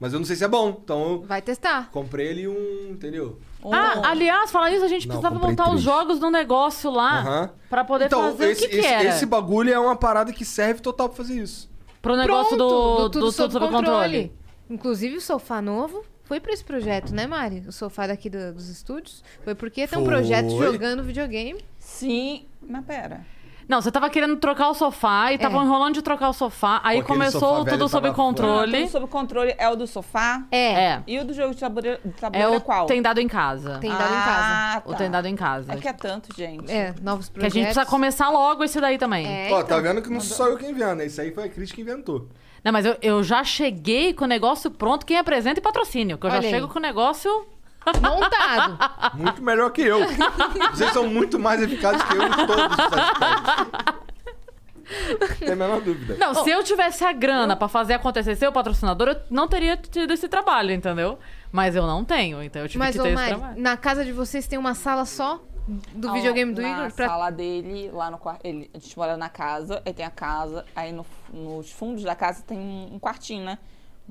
C: Mas eu não sei se é bom, então eu
B: Vai testar.
C: comprei ele um, entendeu?
J: Um-
A: Ah, aliás, falar isso, a gente
C: Não,
A: precisava
C: comprei
A: montar os
C: três.
A: jogos do negócio
B: Ah,
A: lá
C: Aham.
A: pra poder
C: então,
A: fazer
C: esse,
A: o que, que
C: esse,
A: era.
C: esse bagulho é uma parada que serve total pra fazer isso.
A: Pro negócio do, do, Tudo
B: tudo
A: Sob Controle.
B: Inclusive o sofá novo foi pra esse projeto, né, Mari? O sofá daqui do- dos estúdios. Foi porque tem um
C: Foi.
B: projeto jogando videogame.
J: Sim.
D: Mas pera.
A: Não, você tava querendo trocar o sofá
B: É.
A: e tava enrolando de trocar o sofá. Aí
C: aquele
A: começou
C: sofá
A: o
C: velho
A: Tudo Sob
C: tava foda.
A: Controle.
D: Ah, Tudo sob controle é o do sofá?
B: É,
A: É.
D: E o do jogo de tabuleiro, de
A: É
D: tabuleiro
A: o
D: qual?
A: Tem Dado em Casa.
B: tem dado em casa.
D: Ah,
A: O
D: tá.
A: Tem Dado em Casa.
D: É que
A: que,
D: é tanto, gente.
B: É, novos
A: a
B: projetos.
A: gente precisa começar logo esse daí também.
B: É,
C: ó,
B: então.
C: tá vendo que não sou eu quem inventa, né? isso aí foi a Cris que inventou.
A: Não, mas eu, eu já cheguei com o negócio pronto. Quem apresenta e patrocínio. Que eu
B: Olha
A: já
B: aí.
A: chego com o negócio...
B: tá Montado.
C: Muito melhor que eu. Vocês são muito mais eficazes que eu em todos os aspectos. Tem a menor dúvida.
A: Não,
B: Oh.
A: se eu tivesse a grana pra fazer acontecer ser o patrocinador, eu não teria tido esse trabalho, entendeu? Mas eu não tenho, então eu tive
B: Mas,
A: que
B: ô
A: ter esse
B: Mari,
A: trabalho.
B: na casa de vocês tem uma sala só do
D: Ao-
B: É videogame do Igor?
D: Na
B: pra-
D: sala dele, lá no quarto. Ele, a gente mora na casa, aí tem a casa, aí no- nos fundos da casa tem um, um quartinho, né?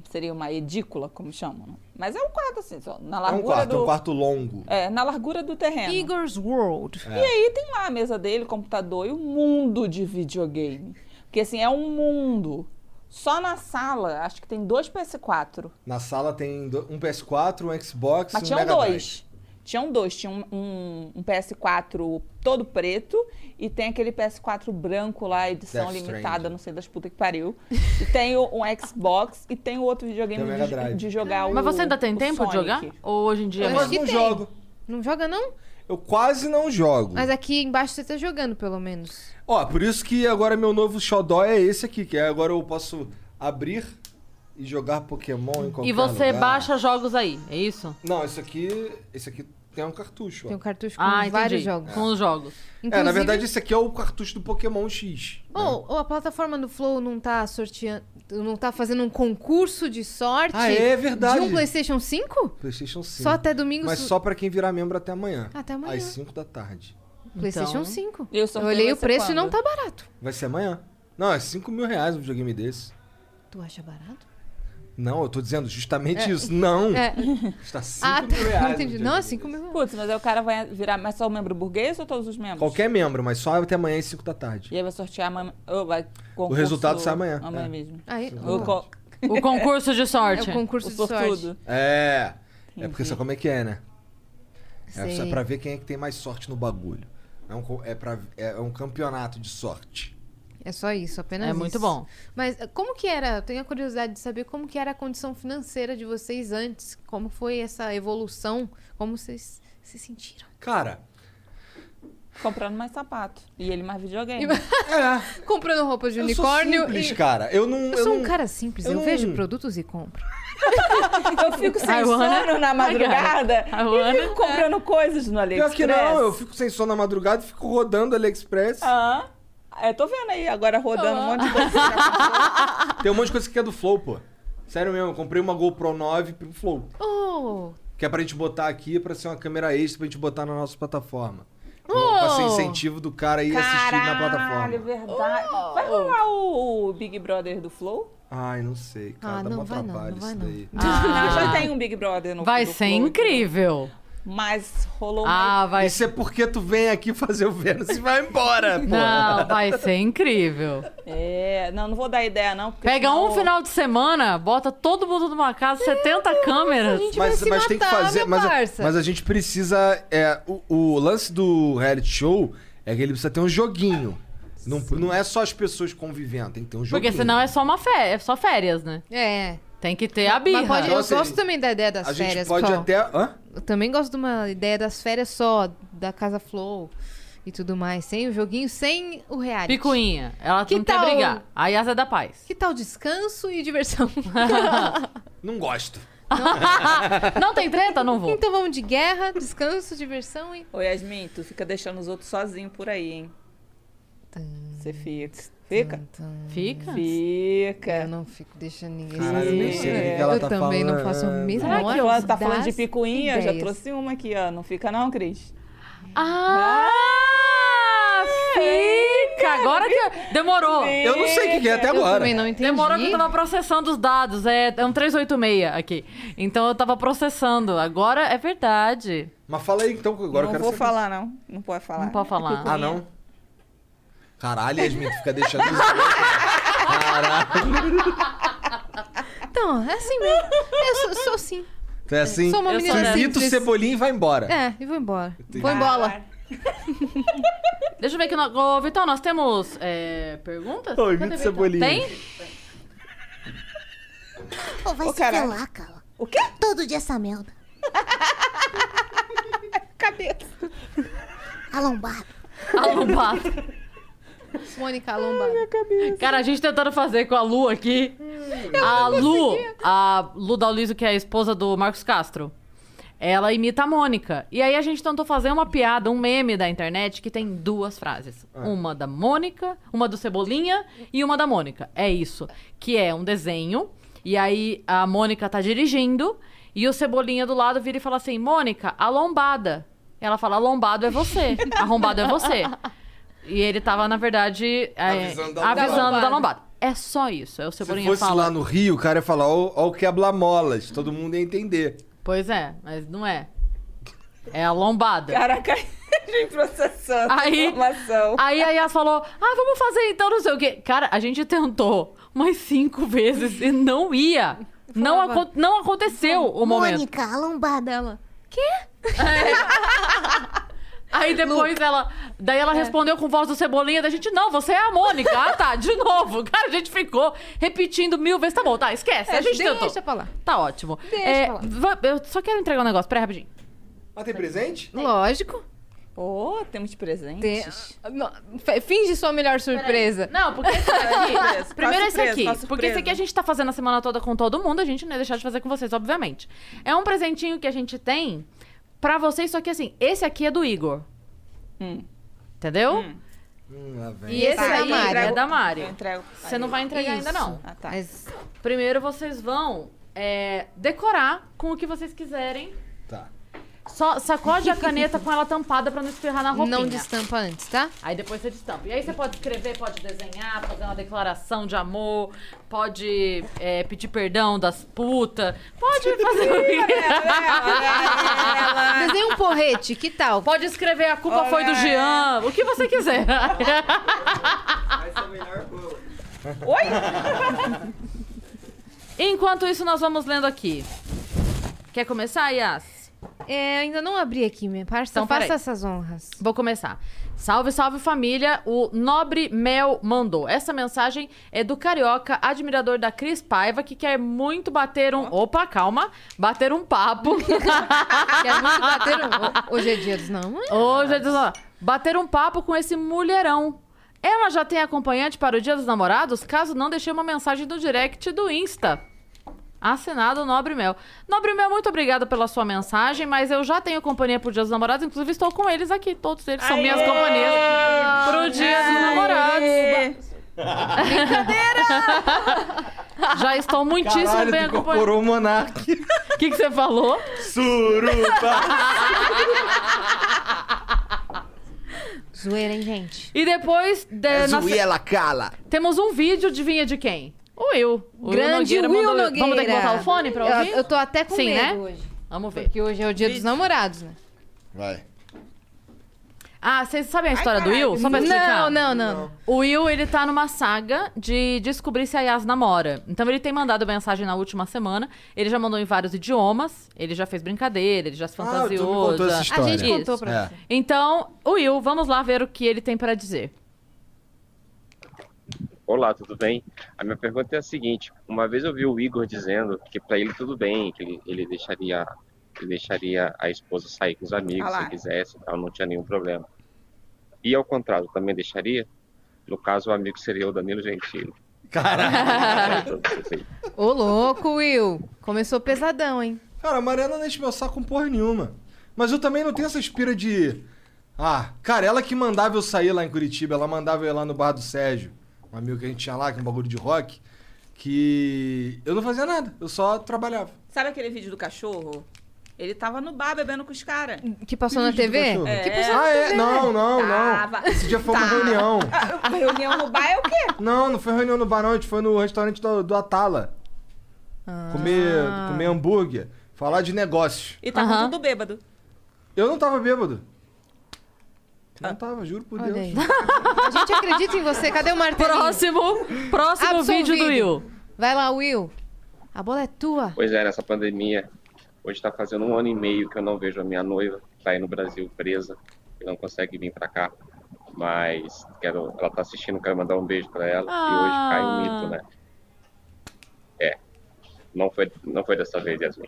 D: Seria uma edícula, como chamam, né? Mas é um quarto assim, só. Na
C: É um
D: largura
C: quarto, é
D: do.
C: um quarto longo.
D: É, na largura do terreno.
B: Igor's World.
C: É.
D: E aí tem lá a mesa dele, o computador e o mundo de videogame. Porque assim, é um mundo. Só na sala, acho que tem dois PS4.
C: Na sala tem do- um PS4, um Xbox
D: Mas
C: e um
D: tinham
C: Mega Drive.
D: dois. Tinham dois. Tinha um, um- um PS4 todo preto e tem aquele PS4 branco lá, edição
C: Death
D: limitada,
C: Stranding.
D: não sei das putas que pariu. E tem o- um Xbox e tem o outro videogame
C: Tem o Mega
D: de,
C: Drive.
D: de jogar o
A: Mas você ainda tem
D: o
A: tempo de
D: Sonic.
A: jogar? Ou hoje em dia...
B: Eu
C: Mas
B: acho
A: não?
B: que
C: não
B: tem.
C: jogo.
B: Não joga, não?
C: Eu quase não jogo.
B: Mas aqui embaixo você tá jogando, pelo menos.
C: Ó, por isso que agora meu novo xodó é esse aqui, que é agora eu posso abrir e jogar Pokémon em qualquer
A: E você
C: lugar.
A: baixa jogos aí, é isso?
C: Não, esse aqui, esse aqui tem um cartucho. ó.
B: Tem um cartucho com
A: ah, entendi.
B: vários jogos.
A: Com os jogos.
C: É, na
B: Inclusive-
C: verdade esse aqui é o cartucho do Pokémon X. né?
B: Ou ou a plataforma do Flow não tá sorteando. Não tá fazendo um concurso de sorte.
C: Ah, é verdade.
B: De um PlayStation 5?
C: PlayStation 5.
B: Só até domingo.
C: Mas
B: su-
C: só pra quem virar membro até amanhã.
B: Até amanhã.
C: Às 5 da tarde.
B: PlayStation
A: Então.
B: 5.
D: E o
B: Eu
D: sorteio
B: olhei
D: vai
B: o
D: ser
B: preço e
D: quando?
B: não tá barato.
C: Vai ser amanhã. Não, é 5 mil reais um videogame desse.
B: Tu acha barato?
C: Não, eu tô dizendo justamente isso. Não.
B: É.
C: <laughs> Está 5
B: Ah,
C: mil
B: tá.
C: reais.
B: Não <laughs>
C: um
B: entendi.
C: videogame
B: Não, é
C: desse.
B: 5 mil reais.
D: Putz, mas aí o cara vai virar mas só o membro burguês ou todos os membros?
C: Qualquer membro, mas só até amanhã às 5 da tarde.
D: E aí vai sortear amanhã. ou vai concurso
C: resultado sai amanhã,
D: Amanhã
C: é.
D: mesmo.
B: Aí,
D: O, co-
A: O <laughs> concurso de
B: é
A: sorte.
B: o
D: o
B: concurso de sorte.
D: sortudo.
C: É. É
D: Entendi.
C: porque sabe como é que é, né? É, só
B: Sei.
C: pra ver quem é que tem mais sorte no bagulho. É um, co- é pra, é é um campeonato de sorte.
B: É só isso, apenas
A: É muito
B: isso.
A: bom.
B: Mas eh, como que era? Eu tenho a curiosidade de saber como que era a condição financeira de vocês antes. Como foi essa evolução? Como vocês se sentiram?
C: Cara,
D: Comprando mais sapato. E ele mais <laughs> videogame.
C: é.
B: Comprando roupa de
C: eu
B: unicórnio
C: sou simples,
B: e...
C: cara. Eu não.
B: Eu sou
C: não-
B: um cara simples,
C: eu
B: eu,
C: não-
B: vejo produtos e compro.
D: Eu fico sem
A: I wanna-
D: sono na madrugada
A: I wanna-
D: e fico comprando coisas no
C: Pior
D: AliExpress.
C: que não, eu fico sem sono na madrugada e fico rodando AliExpress.
D: Ah, eu tô vendo aí agora rodando um monte de
C: <laughs>
D: coisa.
C: Tem um monte de coisa que é do Flow, pô. Sério mesmo, eu comprei uma GoPro 9 pro Flow.
B: Oh,
C: Que é pra gente botar aqui pra ser uma câmera extra pra gente botar na nossa plataforma.
B: Oh!
C: Pra ser incentivo do cara aí assistir na
D: Caralho,
C: plataforma.
D: verdade. Vai rolar o, o Big Brother do Flow?
C: Ai, não sei, cara.
B: Ah,
C: dá
B: não,
C: mó
B: vai não,
C: trabalho
B: não vai
C: isso
B: não. Ah,
C: daí.
D: Já tem um Big Brother no
A: Vai
D: do
A: ser
D: Flow,
A: incrível.
D: Mas rolou uma...
A: Ah, vai...
C: Isso é porque tu vem aqui fazer o Vênus
B: <laughs>
C: e vai embora, pô.
A: Não, vai ser incrível.
D: É, não, não vou dar ideia não. porque
A: Pega um
D: senão-
A: final de semana, bota todo mundo numa casa, 70 câmeras.
B: gente vai se matar, meu
C: mas,
B: parça.
C: mas a gente precisa. É, o, o lance do reality show é que ele precisa ter um joguinho. Não, não é só as pessoas convivendo, tem que ter um joguinho.
A: Porque senão é só uma férias, é só férias, né?
B: É.
A: Tem que ter a birra.
B: Mas pode,
C: Então,
B: eu
C: assim,
B: gosto também da ideia das
C: a gente
B: férias.
C: pode
B: Paulo.
C: até... Hã?
B: Eu também gosto de uma ideia das férias só, da Casa Flow e tudo mais. Sem o joguinho, sem o reality.
A: Picuinha. Ela
B: Que
A: não quer
B: tal-
A: brigar. Aí asa é da paz.
B: Que tal descanso e
C: <laughs>
B: diversão?
C: Não gosto.
A: <laughs> não tem treta? Não vou.
B: então vamos de guerra, descanso, diversão e...
J: Ô Yasmin, tu fica deixando os outros sozinhos por aí, hein?
K: Tá.
J: Você fica. Fica?
A: Fica?
J: Fica.
B: Eu não fico deixando ninguém
C: Caralho, eu nem sei o que que ela
B: Eu
C: tá
B: também não
C: falando. né?
B: faço o mesmo.
J: É. Será que ela tá falando de picuinha? Já trouxe uma aqui, ó. Não fica não, Cris.
A: Ah! Fica! Agora que. Demorou.
C: Eu não sei o que que é até
B: Eu
C: agora.
B: também não entendi.
A: Demorou que eu tava processando os dados. É, é um 386 aqui. Então eu tava processando. Agora é verdade.
C: Mas fala aí então, que agora eu
J: não
C: quero
J: vou
C: saber.
J: falar, não. Não pode falar.
A: Não pode
K: É
A: falar.
C: Ah, não? Caralho, Yasmin, tu fica deixando isso. Caralho.
B: Então, é assim mesmo. Eu sou, sou assim.
C: Tu é assim?
B: Sou uma
A: Eu
B: menina
A: sou dessa.
C: Imita o
B: simples.
C: cebolinha e vai embora.
B: É, e vou embora.
C: Entendi.
B: Vou embora.
A: Deixa eu ver que nós. Ô, Vitão, nós temos é, perguntas?
C: Ô,
A: Cadê,
C: imita o
A: Vitão?
C: Cebolinha.
A: Tem?
K: Pô, vai
J: Ô,
K: se
J: cara.
K: calar, cara.
J: O quê?
K: Todo dia essa merda.
J: <laughs> Cabeça.
K: Alombado.
A: Alumbado.
B: Mônica Lombada.
A: Cara, a gente tentando fazer com a Lu aqui. a Lu, a Lu Daulizo, que é a esposa do Marcos Castro. Ela imita a Mônica. E aí a gente tentou fazer uma piada, um meme da internet que tem duas frases. Uma da Mônica, uma do Cebolinha e uma da Mônica. É isso. Que é um desenho. E aí a Mônica tá dirigindo e o Cebolinha do lado vira e fala assim: Mônica, a lombada. Ela fala: lombado é você. Arrombado é você. E ele tava, na verdade, é, avisando,
C: Avisando da
A: da,
C: lombada.
A: lombada. É só isso. É o
C: Se
A: Cebolinha
C: fosse
A: fala.
C: lá no Rio, o cara ia falar, ó, ó o quebra-molas, todo mundo ia entender.
A: Pois é, mas não é. É a lombada.
B: <laughs>
J: Caraca, <laughs> a gente processando a
A: Aí-
J: informação.
A: Aí a Yas falou: Ah, vamos fazer então, não sei o quê. Cara, a gente tentou umas cinco vezes e não ia. Não,
B: Falava.
A: acon- não aconteceu o momento.
K: Mônica, a lombada ela.
A: Aí depois ela. Daí
B: É.
A: ela respondeu com voz do Cebolinha da gente: Não, você é a Mônica. ah, tá, de novo. <laughs> Cara, a gente ficou repetindo mil vezes. Tá bom, tá, esquece. a gente
B: É, Deixa
A: tentou.
B: pra lá.
A: Tá ótimo.
B: Deixa
A: É,
B: pra lá.
A: va- eu só quero entregar um negócio, peraí, rapidinho.
C: Mas tem presente?
B: Lógico.
J: Ô, temos
B: Tem...
J: presentes.
B: Não, fe- Finge sua melhor surpresa.
A: Não, porque esse aqui.
J: Surpresa,
A: <laughs> primeiro
J: tá
A: esse
J: surpresa,
A: aqui.
J: tá
A: porque
J: surpresa.
A: esse aqui a gente tá fazendo a semana toda com todo mundo, a gente não ia deixar de fazer com vocês, obviamente. É um presentinho que a gente tem pra vocês, só que assim, esse aqui é do Igor.
J: Hum.
A: Entendeu?
C: Hum, lá vem.
A: E esse
B: Tá,
A: aí
B: eu entrego-
A: é da
J: Eu
A: Mari.
J: entrego.
A: Você não vai entregar ainda, não.
J: Ah, tá.
B: Mas
A: Primeiro vocês vão é, decorar com o que vocês quiserem.
C: Tá.
A: Só sacode a caneta com ela tampada pra não espirrar na roupinha.
B: não destampa antes, tá?
A: Aí depois você destampa. E aí você pode escrever, pode desenhar, fazer uma declaração de amor, pode é, pedir perdão das putas, pode fazer o que
B: Desenha um porrete, que tal?
A: Pode escrever a culpa foi do Jean, o que você quiser. <laughs>
H: Vai ser o melhor gol.
A: Enquanto isso, nós vamos lendo aqui. Quer começar, Yas?
B: É, ainda não abri aqui, minha parça.
A: Então,
B: faça
A: peraí.
B: essas
A: <laughs>
B: honras.
A: Vou começar. Salve, salve família, o Nobre Mel mandou. Essa mensagem é do carioca, admirador da Cris Paiva, que quer muito bater um. Opa, calma! Bater um papo.
B: Quero muito
A: tá
B: bater um- Hoje é dia dos não.
A: Ô, Jesus, ó, bater um papo com esse mulherão. Ela já tem acompanhante para o Dia dos Namorados? Caso não, deixei uma mensagem no direct do Insta. Assinado Nobre Mel. Nobre Mel, muito obrigada pela sua mensagem, mas eu já tenho companhia pro Dia dos Namorados, inclusive estou com eles aqui, todos eles são minhas companhias pro Dia dos Namorados. Já estou muitíssimo
C: Caralho,
A: bem acompanhada.
C: tu incorporou o Monark.
A: O que, que você falou?
C: Suruba.
B: Zoeira, hein, gente?
A: E depois. de- na se-
C: ela cala.
A: Temos um vídeo, adivinha de quem? O Will. O
B: Grande Will
A: mandou-
B: Nogueira.
A: Vamos ter que botar o fone pra ouvir?
B: Eu, eu tô até com
A: Sim, né?
B: medo hoje.
A: Vamos ver.
B: Porque hoje é o dia dos namorados, né?
C: Vai.
A: Ah, vocês sabem a história do Will? Só pra explicar.
B: Não, não, não.
A: O Will, ele tá numa saga de descobrir se a Yas namora. Então ele tem mandado mensagem na última semana. Ele já mandou em vários idiomas. Ele já fez brincadeira, ele já se
C: Ah, tu me
A: fantasiou.
C: contou
A: já-
C: essa história.
B: gente contou pra
C: É.
B: você.
A: Então, o Will, vamos lá ver o que ele tem pra dizer.
G: Olá, tudo bem? A minha pergunta é a seguinte: uma vez eu vi o Igor dizendo que para ele tudo bem, que ele, ele deixaria ele deixaria a esposa sair com os amigos
D: Ah lá.
G: se quisesse, e tal, não tinha nenhum problema. E ao contrário, também deixaria? No caso, o amigo seria o Danilo Gentili. Caralho!
B: Ô, louco, Will. Começou pesadão, hein?
C: Cara, a Mariana não enche meu saco com porra nenhuma. Mas eu também não tenho essa espira de. Ah, cara, ela que mandava eu sair lá em Curitiba, ela mandava eu ir lá no bar do Sérgio, um amigo que a gente tinha lá, que é um bagulho de rock, que eu não fazia nada, eu só trabalhava.
D: Sabe aquele vídeo do cachorro? Ele tava no bar bebendo com os caras.
B: Que passou na TV?
D: É.
B: Que passou na
C: ah, é?
B: TV?
C: Não, não,
D: Tava.
C: não. Esse dia foi uma
D: Tava.
C: reunião.
D: A reunião no bar é o quê?
C: Não, não foi reunião no bar, não, a gente foi no restaurante do, do Atala. Comer,
B: Ah.
C: comer hambúrguer, falar de negócios.
D: E tava tudo bêbado.
C: Eu não tava bêbado.
D: Ah.
C: Não tava, juro por Deus.
B: A gente acredita em você. Cadê o martelinho?
A: Próximo, próximo vídeo do Will.
B: Vai lá, Will. A bola é tua.
G: Pois é, nessa pandemia, hoje está fazendo um ano e meio que eu não vejo a minha noiva, está aí no Brasil presa e não consegue vir para cá. Mas quero, ela está assistindo, quero mandar um beijo para ela. E hoje cai um mito, né? É. Não foi, não foi dessa vez, Yasmin.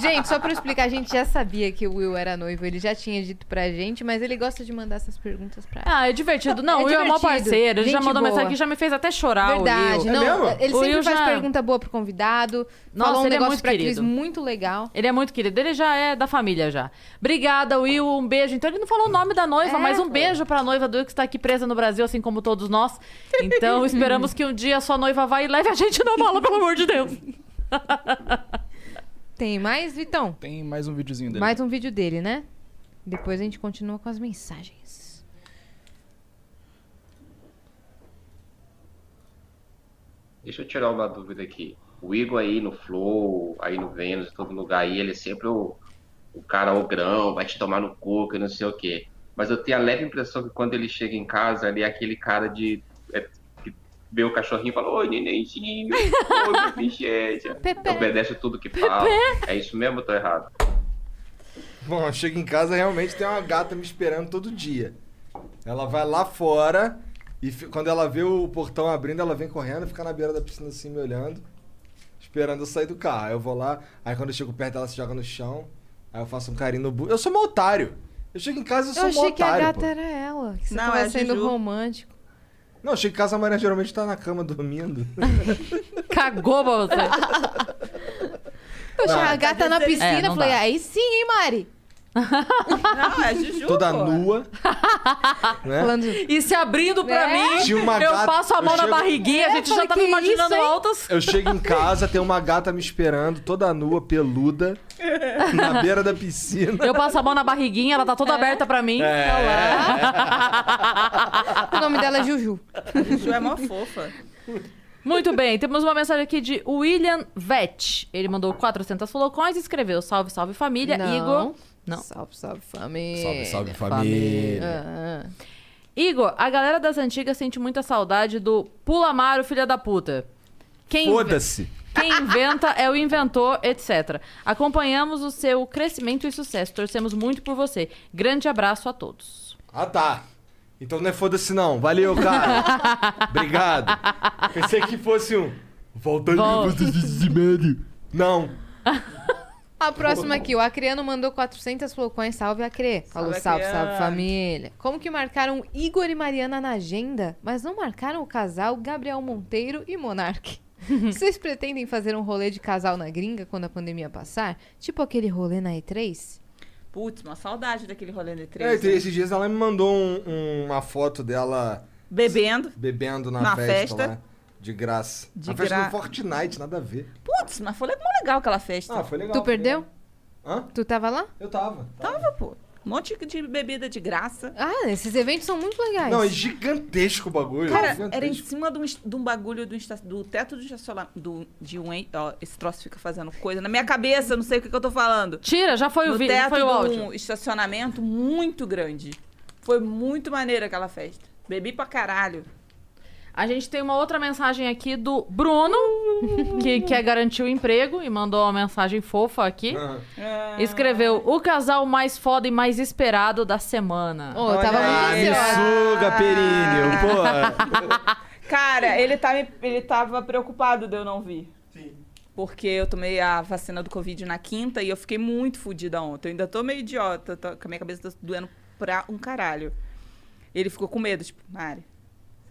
B: gente, só pra eu explicar, a gente já sabia que o Will era noivo. Ele já tinha dito pra gente, mas ele gosta de mandar essas perguntas pra
A: Ah, é divertido. Não,
B: É
A: o Will é mó
B: divertido.
A: parceiro. Ele já
B: Gente
A: mandou
B: boa.
A: mensagem que já me fez até chorar. Ah, o
B: Verdade.
A: Will.
B: Não,
C: É
B: Ele
A: O
B: sempre
A: Will
B: faz
A: já-
B: pergunta boa pro convidado.
A: Nossa,
B: falou um
A: ele é
B: negócio
A: muito
B: pra Cris
A: querido.
B: muito legal.
A: Ele é muito querido. Ele já é da família já. Obrigada, Will. Um beijo. Então ele não falou o nome da noiva,
B: É,
A: mas um beijo pra noiva do Will que está aqui presa no Brasil, assim como todos nós.
C: <laughs>
A: Então esperamos que um dia a sua noiva vá e leve a gente na mala, pelo amor de Deus.
B: Tem mais, Vitão?
L: Tem mais um videozinho dele.
B: Mais um vídeo dele, né? Depois a gente continua com as mensagens.
G: Deixa eu tirar uma dúvida aqui. O Igor aí no Flow, aí no Vênus, em todo lugar aí, ele é sempre o, o cara ogrão, vai te tomar no cu, que não sei o quê. Mas eu tenho a leve impressão que quando ele chega em casa, ele é aquele cara de. é- que vê o cachorrinho e fala, oi, nenenzinho, oi, bichinha. Obedece tudo que fala.
C: Pepe.
G: É isso mesmo ou tô errado?
C: Bom, eu chego em casa realmente tem uma gata me esperando todo dia. Ela vai lá fora e fi- quando ela vê o portão abrindo, ela vem correndo, fica na beira da piscina assim me olhando, esperando eu sair do carro. Aí eu vou lá, aí quando eu chego perto ela se joga no chão, aí eu faço um carinho no bu. Eu sou um otário. Eu chego em casa e sou
B: eu
C: um
B: achei que a
C: otário.
B: gata
C: pô.
B: era ela. Que você
D: Não,
B: tava
D: é a
B: sendo
D: Juju.
B: romântico.
C: Não, eu chego em casa a Maria geralmente tá na cama dormindo.
A: Cagou pra você.
B: Eu achei
C: Não,
B: a
C: tá
B: gata na
C: dizendo-
B: piscina.
C: É, não
B: falei,
C: dá.
B: aí sim,
A: <laughs>
B: hein, Mari?
D: Não, é Juju.
C: Toda
D: pô.
C: nua. né?
A: E se abrindo pra
C: É.
A: mim,
C: Tinha uma
A: eu
C: gata-
A: passo a mão
C: eu É,
A: na
C: chego-
A: barriguinha, a gente já tava imaginando altas.
C: Eu chego em casa, tem uma gata me esperando, toda nua, peluda, na beira da piscina.
A: Eu passo a mão na barriguinha, ela tá toda aberta pra mim.
C: É.
A: O
B: nome dela é Juju.
D: Juju é mó fofa.
A: Muito bem, temos uma mensagem aqui de William Vett. Ele mandou 400 flocões e escreveu salve, salve família,
B: Não.
A: é Igor. Não.
B: Salve, salve família.
C: Salve, salve, família.
A: Ah. Igor, a galera das antigas sente muita saudade do Pula Maro, filha da puta. Quem
C: É. Foda-se.
A: Quem inventa é o inventor, etc. Acompanhamos o seu crescimento e sucesso. Torcemos muito por você. Grande abraço a todos.
C: Ah, tá. Então não é foda-se não. Valeu, cara. Obrigado. Pensei que fosse um... Volta aí,
B: Vol-
C: você de médio. Não.
B: A próxima aqui, o Acreano mandou 400 flocões. Salve, Acre. Falou, salve, salve,
D: Acreano.
B: família. Como que marcaram Igor e Mariana na agenda, mas não marcaram o casal Gabriel Monteiro e Monark? Vocês pretendem fazer um rolê de casal na gringa quando a pandemia passar? Tipo aquele rolê na E3?
D: Putz, uma saudade daquele rolê de três. né?
C: É, então, esses dias ela me mandou um- uma foto dela...
D: Bebendo.
C: Bebendo na,
D: Na
C: festa,
D: festa.
C: lá. De graça.
D: De
C: a festa
D: gra-
C: do Fortnite, nada a ver.
D: Putz, mas foi mó legal aquela festa.
C: Ah, foi legal,
B: tu
C: foi
B: perdeu?
C: Hã?
B: Tu tava lá?
C: Eu tava.
D: Tava, pô. Um monte de bebida de graça.
B: Ah, esses eventos são muito legais.
C: Não, é gigantesco o bagulho.
D: Cara,
C: gigantesco.
D: era em cima de um, ins- de um bagulho do, insta- do teto do estacionamento. Do, de um. en- Ó, esse troço fica fazendo coisa. Na minha cabeça, eu não sei o que, que eu tô falando.
A: Tira, já foi o
D: No
A: vídeo, já
D: teto
A: foi o
D: de
A: áudio.
D: um estacionamento muito grande. Foi muito maneira aquela festa. Bebi pra caralho.
A: A gente tem uma outra mensagem aqui do Bruno. que quer garantir o emprego e mandou uma mensagem fofa aqui.
C: Ah.
A: Ah. Escreveu: o casal mais foda e mais esperado da semana.
B: Ô, eu tava muito
C: Ah. Me suga, períneo, pô.
A: <laughs>
J: Cara, ele, tá, me- ele tava preocupado de eu não vir. Sim. Porque eu tomei a vacina do Covid na quinta e eu fiquei muito fodida ontem. Eu ainda tô meio idiota, tô- com a minha cabeça tá doendo pra um caralho. Ele ficou com medo, tipo, Mari,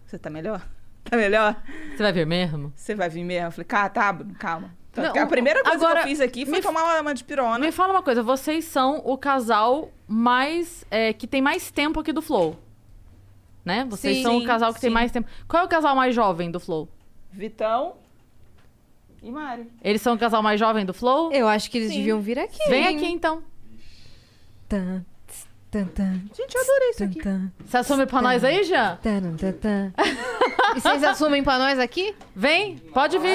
J: você tá melhor? Tá melhor?
A: Você vai vir mesmo?
J: Você vai vir mesmo? Eu falei, cara, tá, Bruno, calma. Então,
A: Não,
J: a primeira coisa
A: agora,
J: que eu fiz aqui foi
A: me-
J: tomar uma- uma dipirona.
A: Me fala uma coisa: vocês são o casal mais. é, que tem mais tempo aqui do Flow. Né? Vocês
J: Sim.
A: são o
J: Sim,
A: casal que tem
J: sim.
A: mais tempo. Qual é o casal mais jovem do Flow?
J: Vitão e Mari.
A: Eles são o casal mais jovem do Flow?
B: Eu acho que eles deviam vir aqui.
A: Vem
B: hein?
A: aqui então.
J: Gente, eu adorei isso aqui.
A: Você assume pra nós aí, Jean?
B: <laughs> E vocês assumem pra nós aqui?
A: Vem, pode vir.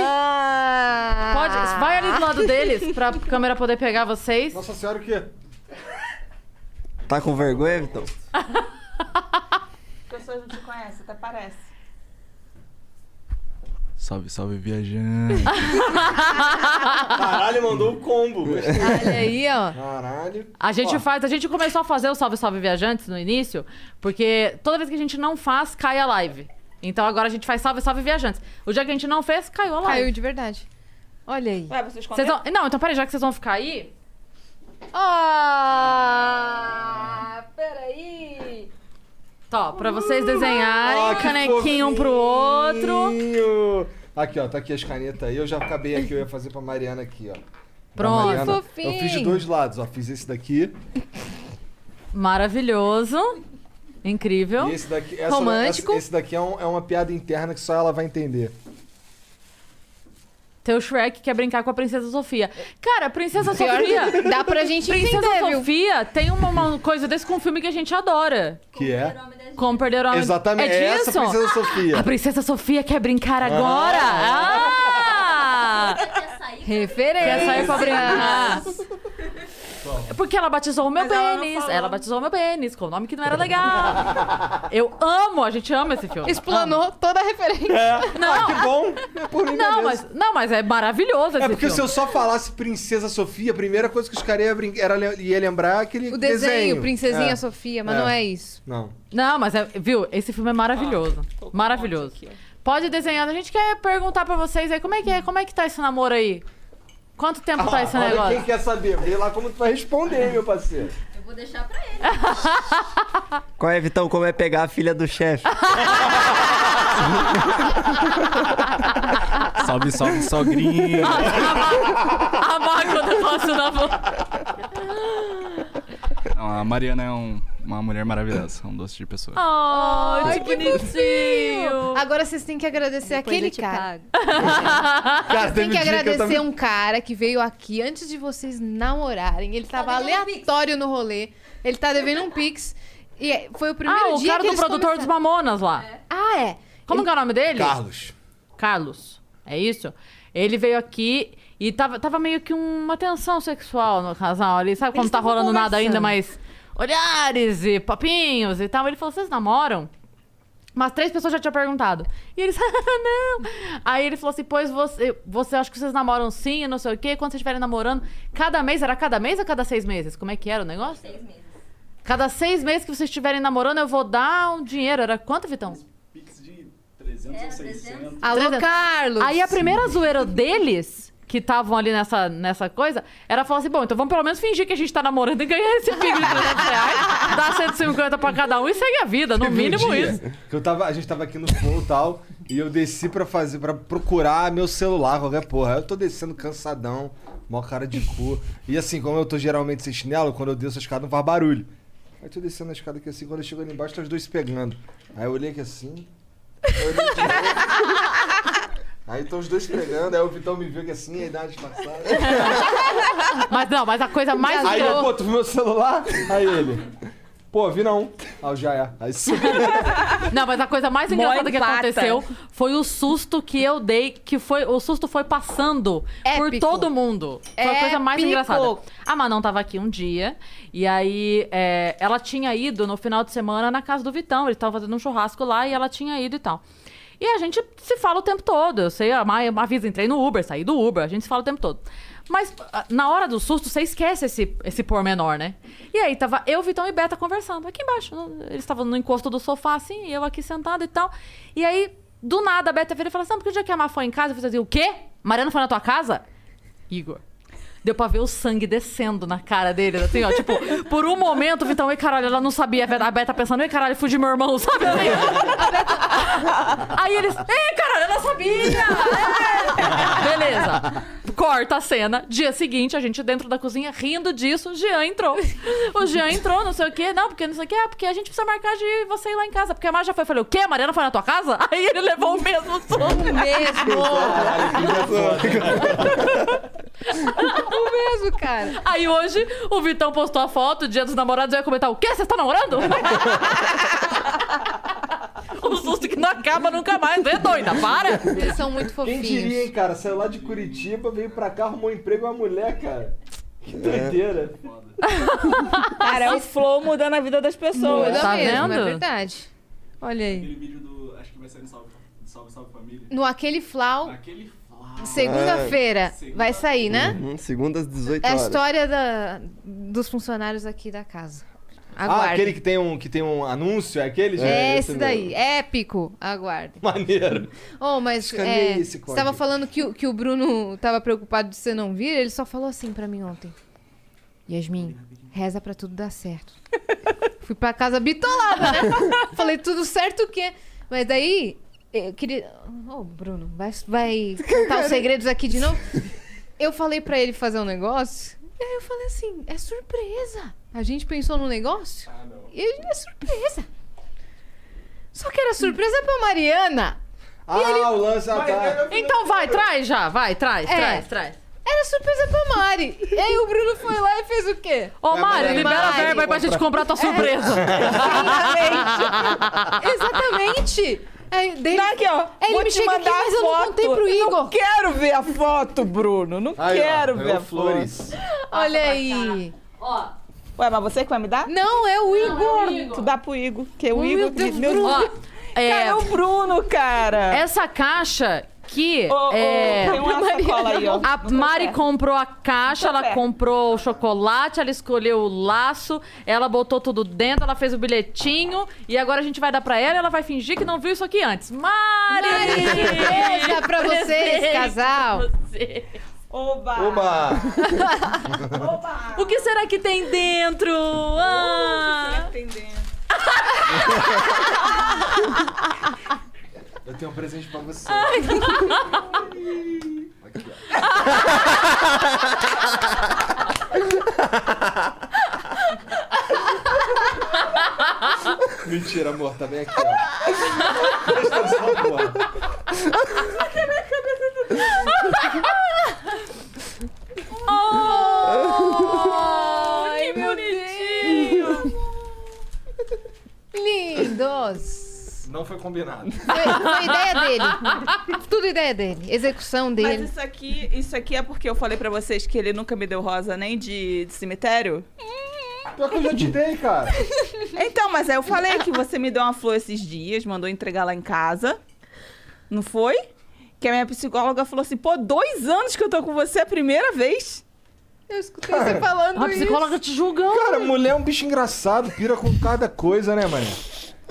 A: Pode, vai ali do lado deles pra câmera poder pegar vocês.
C: Nossa senhora, o quê?
H: Tá com vergonha, Vitão?
J: As pessoas não te conhecem, até parece.
M: Salve, salve,
A: <laughs>
M: viajante.
E: Caralho, mandou o combo.
A: Olha aí, ó.
C: Caralho.
A: A gente
E: Ó.
A: faz, a gente começou a fazer o Salve Salve Viajantes no início, porque toda vez que a gente não faz, cai a live. Então agora a gente faz Salve Salve Viajantes. O dia que a gente não fez, caiu a live.
B: Caiu de verdade. Olha aí.
D: É,
J: Ué, vocês
A: Vocês vão- Não, então peraí, já que vocês vão ficar aí.
B: Ah, peraí.
A: Tó, Tá, pra vocês desenharem,
C: Ó, Ah, que
A: canequinho um pro outro.
C: fofinho. Aqui, ó, tá aqui as canetas aí. Eu já acabei aqui, eu ia fazer pra Mariana aqui, ó. Da
A: Pronto.
C: Mariana.
A: Que fofinho.
C: Eu fiz de dois lados, ó. Fiz esse daqui.
A: Maravilhoso. Incrível.
C: E esse daqui. essa-
A: Então, Romântico.
C: essa- esse daqui é, um- é uma piada interna que só ela vai entender.
A: Teu Shrek quer brincar com a Princesa Sofia. Cara, Princesa
B: Pior
A: Sofia.
B: <laughs> que um? dá pra gente
A: Princesa
B: entender, viu?
A: Sofia tem uma, uma coisa desse com um filme que a gente adora.
C: Que é.
A: Como perder o homem.
C: Exatamente.
A: É
C: é
A: disso?
C: essa a Princesa Sofia.
A: A Princesa Sofia quer brincar agora? Ah!
B: Referência. Ah.
A: Quer sair é pra
B: <laughs>
A: brincar. Porque ela batizou o meu pênis. Ela, batizou o meu pênis com o nome que não era legal. Eu amo, a gente ama esse filme.
B: Explanou toda a referência.
C: É.
A: Não.
C: Ah, que bom. É por mim
A: Não,
C: mesmo.
A: mas, não, mas é maravilhoso esse
C: É porque
A: filme.
C: se eu só falasse Princesa Sofia, a primeira coisa que os caras iam brin- era lem- ia lembrar aquele
B: O desenho,
C: desenho.
B: Princesinha
C: É.
B: Sofia, mas não é isso.
C: Não.
A: Não, mas é, viu, esse
B: Tá.
A: filme é maravilhoso. maravilhoso. Pode desenhar. A gente quer perguntar pra vocês aí como é que é, como é que tá esse namoro aí? Quanto tempo tá esse
C: Ah, Olha
A: negócio?
C: Quem quer saber? Vê lá como tu vai responder, meu parceiro.
N: Eu vou deixar pra ele.
H: Qual é, Vitão? Como é pegar a filha do chefe?
M: Salve, salve, sogrinha.
A: Amar Ah, quando eu faço
B: <laughs>
A: namoro.
M: Não, a Mariana é um- uma mulher maravilhosa, um doce de pessoa.
A: Ah. Ai,
B: que bonitinho. Agora vocês têm que agradecer aquele cara.
M: Cara,
B: Vocês
M: teve
B: têm que
M: um dia que eu
B: agradecer
M: tava-
B: um cara que veio aqui antes de vocês namorarem. Ele tava um aleatório no rolê. Ele tá devendo um pix. E é- foi o primeiro
A: Ah, o
B: dia
A: cara
B: que
A: do
B: eles
A: produtor dos
B: começaram.
A: Mamonas lá.
B: Ah, é.
A: Como que é o nome dele?
C: Carlos.
A: Carlos. É isso? Ele veio aqui e tava, tava meio que uma tensão sexual no casal ali. Sabe quando
N: Eles
A: tá
N: tavam
A: rolando nada
N: conversando.
A: ainda, mas olhares e papinhos e tal. Ele falou: vocês namoram? Mas três pessoas já tinham perguntado. E eles, <laughs> ah, não. Aí ele falou assim: pois você, você acha que vocês namoram sim, e não sei o quê. Quando vocês estiverem namorando, cada mês, era cada mês ou cada seis meses? Como é que era o negócio? Seis meses. Cada seis meses que vocês estiverem namorando, eu vou dar um dinheiro. Era quanto, Vitão?
M: Pix de 300 ou 600.
A: Entendeu?
B: Carlos!
A: Aí a primeira zoeira deles, que estavam ali nessa, nessa coisa, era falar assim: bom, então vamos pelo menos fingir que a gente tá namorando e ganhar esse pix de 300 reais, dá 150 pra cada um e segue a vida, no
C: Teve um
A: mínimo
C: dia
A: isso.
C: Que eu tava, a gente tava aqui no flow e tal, e eu desci pra fazer, para procurar meu celular, qualquer porra. Aí Eu tô descendo cansadão, mó cara de cu. E assim, como eu tô geralmente sem chinelo, quando eu desço a escada não faz barulho. Aí eu tô descendo a escada aqui assim, quando eu chego ali embaixo, tá os dois se pegando. Aí eu olhei aqui assim. aí eu olhei de novo. Aí estão os dois se pegando, aí o Vitão me viu aqui assim, aí dá uma disfarçada.
A: Mas não, mas a coisa mais.
C: Aí eu,
A: louca-
C: pô, tu viu meu celular? Aí ele. Pô, vi não. Aí eu já é. Aí subiu.
A: Não, mas a coisa mais
C: Mó
A: engraçada que
C: empata.
A: aconteceu foi o susto que eu dei, que foi. O susto foi passando por todo mundo. Foi a coisa mais
N: Épico.
A: engraçada. A Manon tava aqui um dia, e aí é, ela tinha ido no final de semana na casa do Vitão. Ele tava fazendo um churrasco lá e ela tinha ido e tal. E a gente se fala o tempo todo. Eu sei, a Maia avisa, entrei no Uber, saí do Uber, a gente se fala o tempo todo. Mas ah, na hora do susto, você esquece esse, esse pormenor, né? E aí tava eu, Vitão e Beta conversando, aqui embaixo. no- Eles estavam no encosto do sofá, assim, e eu aqui sentada e tal. E aí, do nada, a Beta vira e fala assim, "Não, porque o dia que a Má foi em casa, eu falei assim, o quê? Mariana foi na tua casa? Igor. Deu pra ver o sangue descendo na cara dele, assim, ó. Tipo, por um momento, o Vitão, ei, caralho, ela não sabia. A Beta pensando, ei, caralho, fugi meu irmão, <laughs> sabe? Assim? Aí eles, ei, caralho, ela sabia! É. Beleza. Corta a cena. Dia seguinte, a gente dentro da cozinha rindo disso. Jean entrou. O Jean entrou, não sei o quê. Não, porque não sei o quê. É porque a gente precisa marcar de você ir lá em casa. Porque a Mar já foi. Eu falei, o quê? A Mariana foi na tua casa? Aí ele levou o mesmo som. O
B: o mesmo, cara.
A: Aí hoje, o Vitão postou a foto, dia dos namorados, eu ia comentar, o quê? Vocês estão namorando? <laughs> um susto que não acaba nunca mais, né, doida? Para!
B: Eles são muito
C: Quem
B: fofinhos.
C: diria, hein, cara? Saiu lá de Curitiba, veio pra cá, arrumou um emprego e uma mulher, cara.
O: É.
C: Que doideira.
D: Cara, é o flow mudando a vida das pessoas.
B: Muda mesmo, É verdade. Olha aí.
H: Aquele vídeo do. Acho que vai sair no Salve, Salve, Salve Família.
B: No Aquele Flau,
H: Aquele flau.
B: segunda-feira, vai sair, né?
O: Uhum, segunda às 18
B: É a
O: horas.
B: história da- dos funcionários aqui da casa.
C: Ah,
B: Aguardem.
C: aquele que tem um, que tem um anúncio, é aquele? gente?
B: é esse daí. Épico. Aguardem.
C: Maneiro.
B: Oh, mas
C: Escaneei
B: é,
C: esse
B: você tava
C: código.
B: falando que, o- que o Bruno tava preocupado de você não vir, ele só falou assim pra mim ontem. Yasmin, reza pra tudo dar
C: <laughs>
B: certo. Fui pra casa bitolada, né? Falei, tudo certo o quê? Mas daí, eu queria... Ô, Bruno, vai, vai contar os segredos aqui de
C: <laughs>
B: novo? Eu falei pra ele fazer um negócio, e aí eu falei assim, é surpresa. A gente pensou no negócio,
C: Ah,
B: e é surpresa. Só que era surpresa pra Mariana.
C: Ah, o lance... Ah, tá.
A: Então vai, traz já, vai, traz,
B: É.
A: traz, traz.
B: Era surpresa pra Mari. E aí o Bruno foi lá e fez o
D: <laughs>
B: quê?
A: Ô, Mari, libera a verba aí pra gente comprar tua surpresa.
B: Exatamente. Aí, dele...
D: Tá aqui, ó.
B: Aí
D: Vou
B: ele me
D: te
B: chega aqui,
D: mandar a
B: mas eu não
D: foto.
B: contei pro
D: Eu
B: Igor.
D: Não quero ver a foto, Bruno. Não
C: Aí, ó,
D: quero
C: é
D: ver
C: o
D: a
C: Flores.
D: foto.
B: Olha aí.
A: Ó.
D: Ué, mas você que vai me dar?
B: Não, é o Igor.
D: Tu dá pro Igor. Porque o
A: Meu
D: Igor...
A: Deus,
D: meu
A: Bruno.
D: Deus. Cara, é o Bruno, cara.
B: É.
A: Essa caixa que.
D: Tá. Ô, ô,
A: é, <laughs>
D: tem uma sacola aí, ó.
A: A
D: No
A: Mari
D: café.
A: comprou a caixa,
D: No
A: ela
D: café.
A: comprou o chocolate, ela escolheu o laço, ela botou tudo dentro, ela fez o bilhetinho e agora a gente vai dar pra ela e ela vai fingir que não viu isso aqui antes. Mari!
B: Mari, beijo
A: <laughs>
B: pra vocês, casal.
D: Oba!
C: Oba!
A: O que será que tem dentro? Ah!
C: Eu tenho um presente pra você. Mentira, amor, tá bem aqui, ó. Presta atenção, amor.
B: Ai, meu Deus. Lindos.
C: Não foi combinado.
B: Foi, foi ideia dele. Tudo ideia dele. Execução
D: Mas
B: dele.
D: isso aqui, isso aqui é porque eu falei pra vocês que ele nunca me deu rosa nem de, de cemitério?
B: Hum.
C: Pior que eu já te dei, cara.
D: Então, mas aí eu falei que você me deu uma flor esses dias, mandou entregar lá em casa. Não foi? Que a minha psicóloga falou assim: pô, dois anos que eu tô com você é a primeira vez.
B: Eu escutei você
C: Ah,
B: falando
A: A psicóloga te julgando.
C: Cara, mulher é um bicho engraçado, pira com cada coisa, né, mano?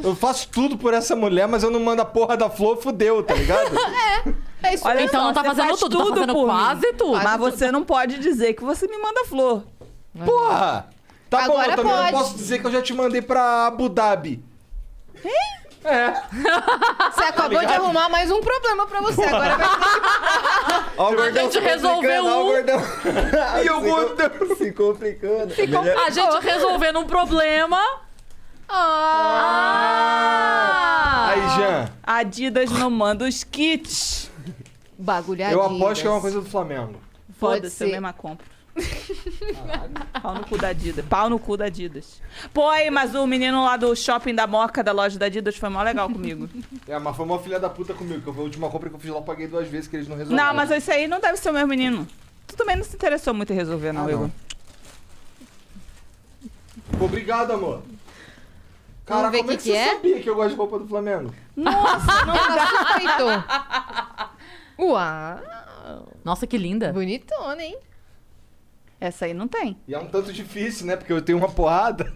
C: Eu faço tudo por essa mulher, mas eu não mando a porra da flor, fudeu, tá ligado?
B: É isso
D: Olha
B: mesmo.
A: Então
D: só,
A: não tá
D: você
A: fazendo
D: faz
A: tudo, tá fazendo
D: por mim.
A: quase tudo.
D: Mas
A: Quase
D: você não pode dizer que você me manda flor.
C: Porra! Tá bom,
D: Agora
C: eu também
D: pode.
C: não posso dizer que eu já te mandei pra Abu Dhabi.
B: Você acabou de
C: ligado?
B: arrumar mais um problema pra você. Agora vai
O: Ó, o
A: A gente resolveu um.
O: E o
C: <laughs>
O: gordão se complicando.
C: É
O: Se complicando.
A: A gente resolvendo um problema.
C: Aí, Jean,
D: A Adidas não manda os kits.
B: Bagulhadinho.
C: eu aposto que é uma coisa do Flamengo.
D: Foda-se, eu
B: ser.
D: mesma compro. Pau no cu da Adidas. Pau no cu da Adidas. Pô, aí, mas o menino lá do shopping da Moca, da loja da Adidas, foi mó legal comigo.
C: É, mas foi uma filha da puta comigo, que eu- a última compra que eu fiz lá, eu paguei duas vezes, que eles não resolveram.
D: não, mas esse aí não deve ser o meu menino. Tu também não se interessou muito em resolver, não,
C: Ah,
D: Igor.
C: Obrigado, amor. Caraca,
B: ver
C: como
B: que
C: é que
B: que
C: você
B: é?
C: sabia que eu gosto de roupa do Flamengo?
B: Nossa, não ela suspeitou. Uau!
A: Nossa, que linda.
B: Bonitona, hein?
D: Essa aí não tem.
C: E é um tanto difícil, né? Porque eu tenho uma porrada.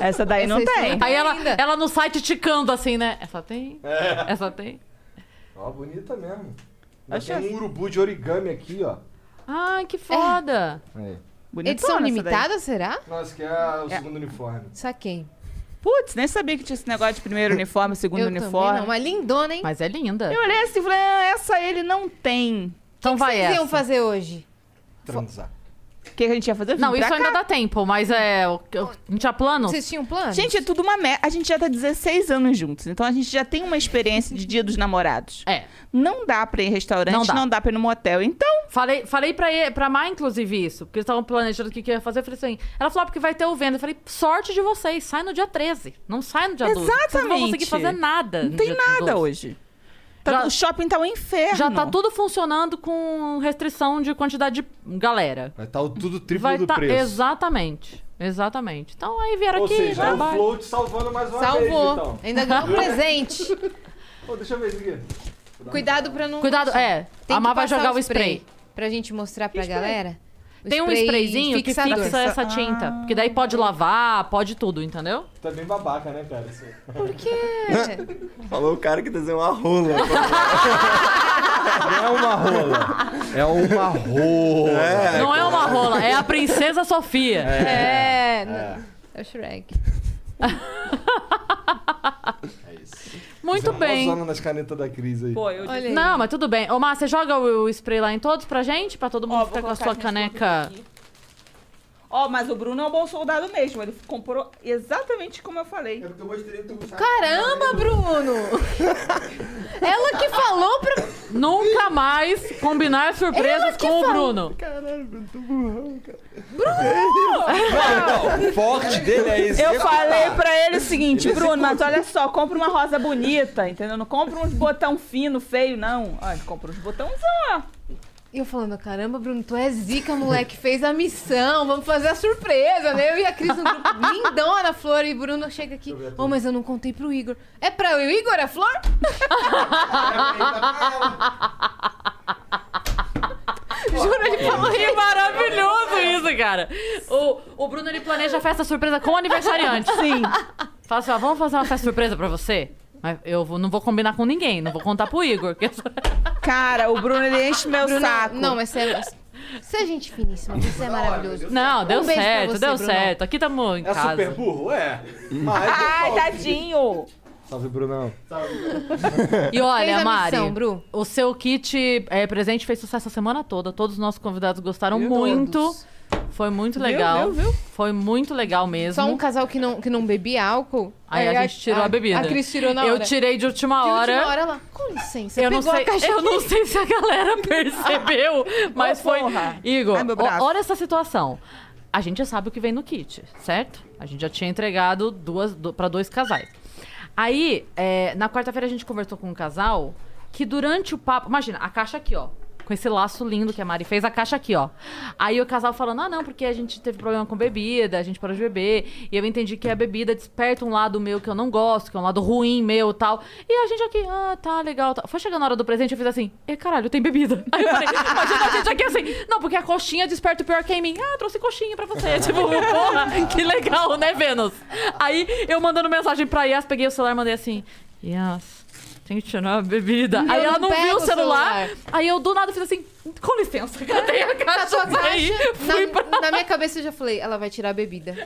D: Essa daí não tem.
A: Aí ela, ela no site ticando assim, né? Essa tem?
D: É.
A: Essa tem?
C: Ó, bonita mesmo.
A: Olha
C: Ainda
A: a
C: Tem
A: chance.
C: um urubu de origami aqui, ó.
A: Ai, que foda.
C: Aí.
B: Edição limitada, será?
C: Nossa, que é o
D: É.
C: segundo uniforme.
B: Saquei.
D: Putz, nem sabia que tinha esse negócio de primeiro uniforme, segundo
B: Eu
D: uniforme.
B: também não, mas lindona, hein?
A: Mas é linda.
D: Eu olhei assim e falei, ah, essa ele não tem.
A: Então
B: O que vocês iam fazer hoje?
C: Transar.
D: O que a gente ia fazer? Vim
A: Não,
D: pra
A: isso ainda
D: cá.
A: dá tempo, mas é. o- o- Não tinha plano?
B: Vocês tinham plano?
D: Gente, é tudo uma merda. A gente já tá 16 anos juntos, então a gente já tem uma experiência de dia dos namorados.
A: É.
D: Não dá pra ir em restaurante,
A: Não
D: não
A: dá.
D: dá, pra ir no motel. Então,
A: Falei, falei pra, ele, pra Má, inclusive, isso. Porque eles estavam planejando o que, que ia fazer. Eu falei assim. Ela falou, ah, porque vai ter o venda. Eu falei, sorte de vocês. Sai no dia 13. Não sai no dia 12. Vocês não vão conseguir
D: Exatamente.
A: fazer nada.
D: Não
A: no
D: tem
A: dia
D: nada
A: 12.
D: hoje. Tá-
A: Já-
D: o shopping tá um inferno.
A: Já tá tudo funcionando com restrição de quantidade de galera.
C: Vai estar tudo triplo
A: Vai
C: do
A: tá-
C: preço.
A: Exatamente. Exatamente. Então aí vieram
C: Ou
A: aqui.
C: seja, é o
A: trabalho.
C: Flow te salvando mais uma vez,
B: Salvou.
C: então.
B: Ainda ganhou um presente.
C: Pô, deixa eu ver isso aqui.
B: Cuidado pra não.
A: Cuidado, é.
B: Tem
A: A Má
B: que
A: vai
B: passar
A: jogar o spray.
B: Pra gente mostrar pra
A: spray?
B: galera. O
A: Tem um
B: spray
A: sprayzinho que
B: fixador.
A: fixa essa tinta. Porque daí pode lavar, pode tudo, entendeu?
C: Tá bem babaca, né, cara? Isso aí.
B: Por quê?
H: Falou o cara que desenhou uma rola.
C: Não é uma rola. É uma rola.
A: Não é uma rola, é a princesa Sofia.
B: <laughs> É. não. É o Shrek.
A: Muito bem.
C: Zona Tá nas canetas da Cris aí.
D: Pô, eu
B: Olha aí.
A: Não, mas tudo bem. Ô, Mar, você joga o o spray lá em todos pra gente? Pra todo mundo
D: Ó, vou
A: ficar com a
D: colocar
A: sua
B: um
D: aqui nesse
A: caneca.
D: Ó, mas o Bruno é um bom soldado mesmo. Ele comprou exatamente como eu falei. É porque eu mostrei tu.
C: <laughs>
B: Caramba, Bruno! Ela que falou pra.
A: Nunca mais combinar surpresas
B: Ela que
A: com o
B: fala.
A: Bruno.
H: Caralho, eu tô burrão, cara.
C: Não, não, o forte dele é esse.
D: É Eu falei pra ele o seguinte,
C: Ele
D: Bruno, mas olha só, compra uma rosa bonita, entendeu? Não compra uns botão fino, feio, não. Olha, compra uns botãozão, ó.
B: E eu falando, caramba, Bruno, tu é zica, moleque. Fez a missão, vamos fazer a surpresa, né? Eu e a Cris no grupo lindona, Flor e Bruno chega aqui. Oh, mas eu não contei pro Igor. É pra o Igor, a Flor? Juro, ele falou
A: Que
B: isso.
A: maravilhoso isso, cara. O, o Bruno, ele planeja a festa surpresa com o aniversariante.
D: Sim.
A: Fala assim, ó, vamos fazer uma festa surpresa pra você? Mas eu vou- não vou combinar com ninguém, não vou contar pro Igor. que
B: <laughs>
A: essa-
D: Cara, o Bruno, ele enche meu
B: Bruno,
D: saco.
B: Não, mas você é, você é gente finíssima, você é maravilhoso.
A: Não, deu
B: Um beijo pra
A: certo,
B: você,
A: deu
B: Bruno.
A: certo. Aqui tamo em
C: É
A: casa.
C: super burro? É.
D: <laughs> Ai, tá tadinho.
C: Salve, Brunão.
A: E olha,
B: Fez a
A: Mari,
B: missão, Bru.
A: o seu kit é, presente fez sucesso a semana toda. Todos os nossos convidados gostaram muito. Foi muito
D: Viu,
A: legal.
D: viu, viu?
A: Foi muito legal mesmo.
B: Só um casal que não, que não bebia álcool. É,
A: Aí a gente tirou a, bebida.
B: A Cris tirou na
A: Eu
B: hora.
A: tirei de última
B: De
A: hora.
B: última hora lá. Com
D: assim,
B: licença,
A: Eu não,
B: pegou
A: sei,
B: a caixa
A: eu não <laughs>
B: aqui.
A: sei se a
D: <laughs>
A: galera percebeu, mas
D: Ô,
A: foi.
D: porra.
A: Igor,
D: Ai, meu
A: o-
D: braço.
A: olha essa situação. A gente já sabe o que vem no kit, certo? A gente já tinha entregado duas do, para dois casais. Aí, é, na quarta-feira, a gente conversou com um casal que durante o papo. Imagina, a caixa aqui, ó. Com esse laço lindo que a Mari fez, a caixa aqui, ó. Aí o casal falando, ah, não, porque a gente teve problema com bebida, a gente parou de beber. E eu entendi que a bebida desperta um lado meu que eu não gosto, que é um lado ruim meu e tal. E a gente aqui, ah, tá, legal. Tá. Foi chegando a hora do presente, eu fiz assim, e caralho, tem bebida. Aí eu falei, imagina a gente aqui assim, não, porque a coxinha desperta o pior que é em mim. Ah, trouxe coxinha pra você. tipo, porra, que legal, né, Vênus? Aí eu mandando mensagem pra Yas, peguei o celular e mandei assim, Yas. Tem que tirar a bebida.
B: Eu
A: aí ela
B: não
A: não
B: pego
A: viu
B: o
A: o celular.
B: celular.
A: Aí eu do nada fiz assim: com licença, cadê a
B: Tá
A: caixa?
B: sua
A: Aí
B: caixa.
A: fui pra. É.
B: Na, na minha cabeça eu já falei, ela vai tirar a bebida.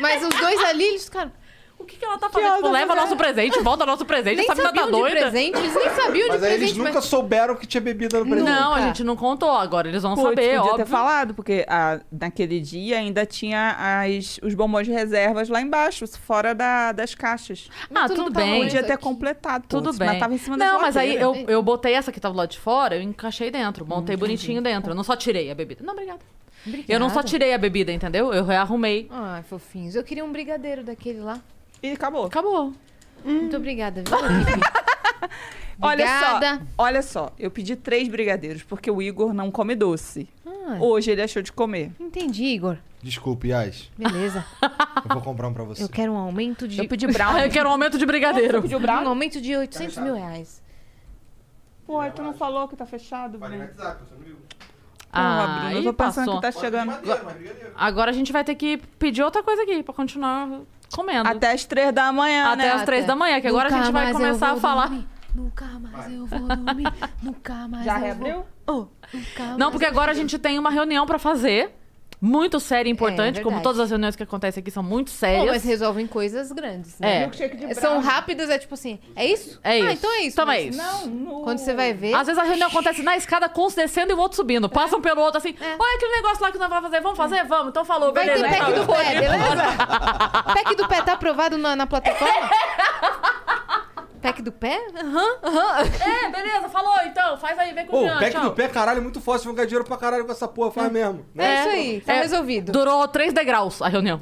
B: Mas os dois ali, eles, cara,
A: O que, que ela tá fazendo? Tipo,
B: ela tá
D: é?
A: leva nosso presente, volta nosso presente.
B: nem
A: essa menina tá
B: sabiam de
A: doida.
B: presente, eles nem sabiam de
C: Mas aí eles
B: presente.
C: nunca
B: mas-
C: souberam que tinha bebida no presente.
A: Não, a
B: Nunca.
A: gente não contou. Agora eles vão
D: Putz,
A: saber,
D: podia
A: óbvio.
D: ter falado, porque ah, naquele dia ainda tinha as, os bombons de reservas lá embaixo, fora da- das caixas.
A: Ah,
B: tu
A: tudo
B: não tá
A: bem.
B: longe
D: Podia ter
B: aqui.
D: completado,
A: Tudo
D: um putz,
A: bem.
D: mas tava em cima da
A: não, mas aí eu,
D: geladeira.
A: eu botei essa que tava do lado de fora, eu encaixei dentro, montei bonitinho dentro. Eu não só tirei a bebida. Não, obrigada. Eu não só
B: Obrigada.
A: tirei a bebida, entendeu? Eu rearrumei.
B: Ai, fofinhos. Eu queria um brigadeiro daquele lá.
D: E acabou.
A: Acabou.
B: Muito obrigada, viu? <laughs> Felipe?
D: Olha
B: Obrigada.
D: só, olha só, eu pedi três brigadeiros, porque o Igor não come doce.
B: Ah,
D: Hoje ele achou de comer.
B: entendi, Igor.
C: Desculpe, Yas.
B: Beleza.
C: Eu vou comprar um pra você.
B: Eu quero um aumento de.
C: Eu pedi
B: <laughs>
C: brown.
A: Eu quero um aumento de brigadeiro.
B: Eu pedi brown? Um aumento de 800 mil reais.
D: Pô, aí tu não falou que tá fechado, Bruno?
A: Ah,
D: Bruno, eu
A: aí
D: tô pensando
A: passou.
D: que tá chegando.
A: Agora a gente vai ter que pedir outra coisa aqui pra continuar comendo. Até
D: as três da manhã,
A: Até
B: né?
A: as três da manhã, que agora a
B: Nunca
A: gente vai
B: mais eu
A: começar a
B: vou
A: falar.
B: dormir. Nunca mais eu vou dormir. Nunca mais
D: Já
B: eu
D: reabriu?
B: vou. Oh, nunca
A: Não,
B: mais
A: porque
B: eu
A: agora a
B: vou.
A: gente tem uma reunião pra fazer. Muito séria e importante,
B: É,
A: como
B: verdade.
A: todas as reuniões que acontecem aqui são muito
B: Pô,
A: sérias.
B: mas resolvem coisas grandes,
A: É.
B: né?
A: Milkshake de
B: São
A: brownie.
B: rápidas, é tipo assim, é isso?
A: É isso.
B: Ah, então é isso.
A: Então é
B: mesmo.
A: isso.
B: Não, Quando você vai ver...
A: Às vezes a reunião acontece na escada, com os descendo e o outro
B: É.
A: subindo. Passam pelo outro assim, olha aquele negócio lá que nós vamos fazer, vamos fazer? Vamos, então falou,
B: Vai ter
A: beleza.
B: pack
A: então.
B: do pé, beleza? <laughs> Pack do pé tá aprovado na,
A: <laughs>
B: na plataforma? Pack do pé? Aham, aham.
A: É, beleza, falou então, faz aí, vem com
C: Ô,
A: o Jean,
C: pack
A: tchau.
C: do pé, caralho, é muito forte. Vão ganhar dinheiro pra caralho com essa porra, faz mesmo. né?
B: tá
A: É, Durou três degraus a reunião.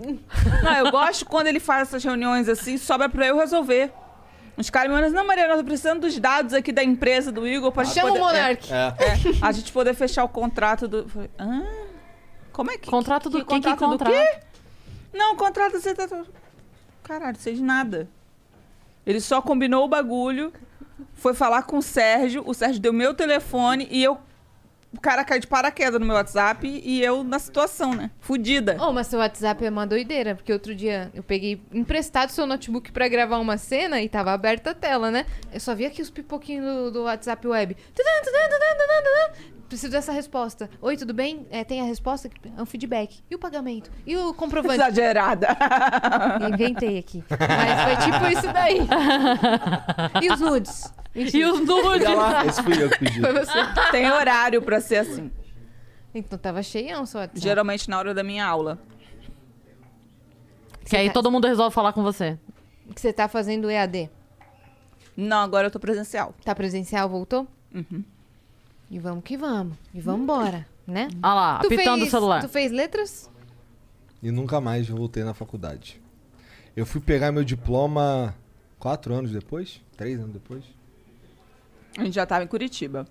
D: Não, eu gosto quando ele faz essas reuniões assim, sobra pra eu resolver. Os caras me mandam assim, não, Maria, nós precisamos dos dados aqui da empresa do Igor pra gente
B: Chama o
D: poder-
B: Monark.
D: É, é, a gente poder fechar o contrato do... Eu falei, "Hã? Como é que...
A: Contrato do
D: que,
A: quê? Que
D: Contrato do
A: contrato?
D: quê? Não, contrato... Você tá... Caralho, sei de nada. Ele só combinou o bagulho, foi falar com o Sérgio, o Sérgio deu meu telefone e eu... O cara caiu de paraquedas no meu WhatsApp e eu na situação, né? Fudida.
B: Ô, mas seu WhatsApp é uma doideira, porque outro dia eu peguei emprestado seu notebook pra gravar uma cena e tava aberta a tela, né? Eu só vi aqui os pipoquinhos do, do WhatsApp web. Tudum, tudum, tudum, tudum, tudum. Preciso dessa resposta. Oi, tudo bem? É, tem a resposta? É um feedback. E o pagamento? E o comprovante?
D: Exagerada. <laughs>
B: Inventei aqui. Mas foi tipo isso daí.
D: <laughs>
B: E os nudes?
A: E os
B: <laughs>
A: nudes?
D: Olha
C: <laughs>
D: lá, esse fui eu
A: <laughs>
D: que pedi.
B: Foi você.
D: Tem horário pra ser assim.
A: Tá.
B: Então tava cheião seu WhatsApp.
D: Geralmente na hora da minha aula.
A: Que aí todo mundo resolve falar com você.
B: tá- Que você tá fazendo EAD?
D: Não, agora eu tô presencial.
B: Tá presencial, voltou? Uhum. E vamos que vamos. E vamos embora, né?
A: Olha lá,
B: Tu
A: apitando
B: fez-
A: o celular.
B: Tu fez letras?
C: E nunca mais eu voltei na faculdade. Eu fui pegar meu diploma quatro anos depois? Três anos depois?
D: A gente já tava em Curitiba.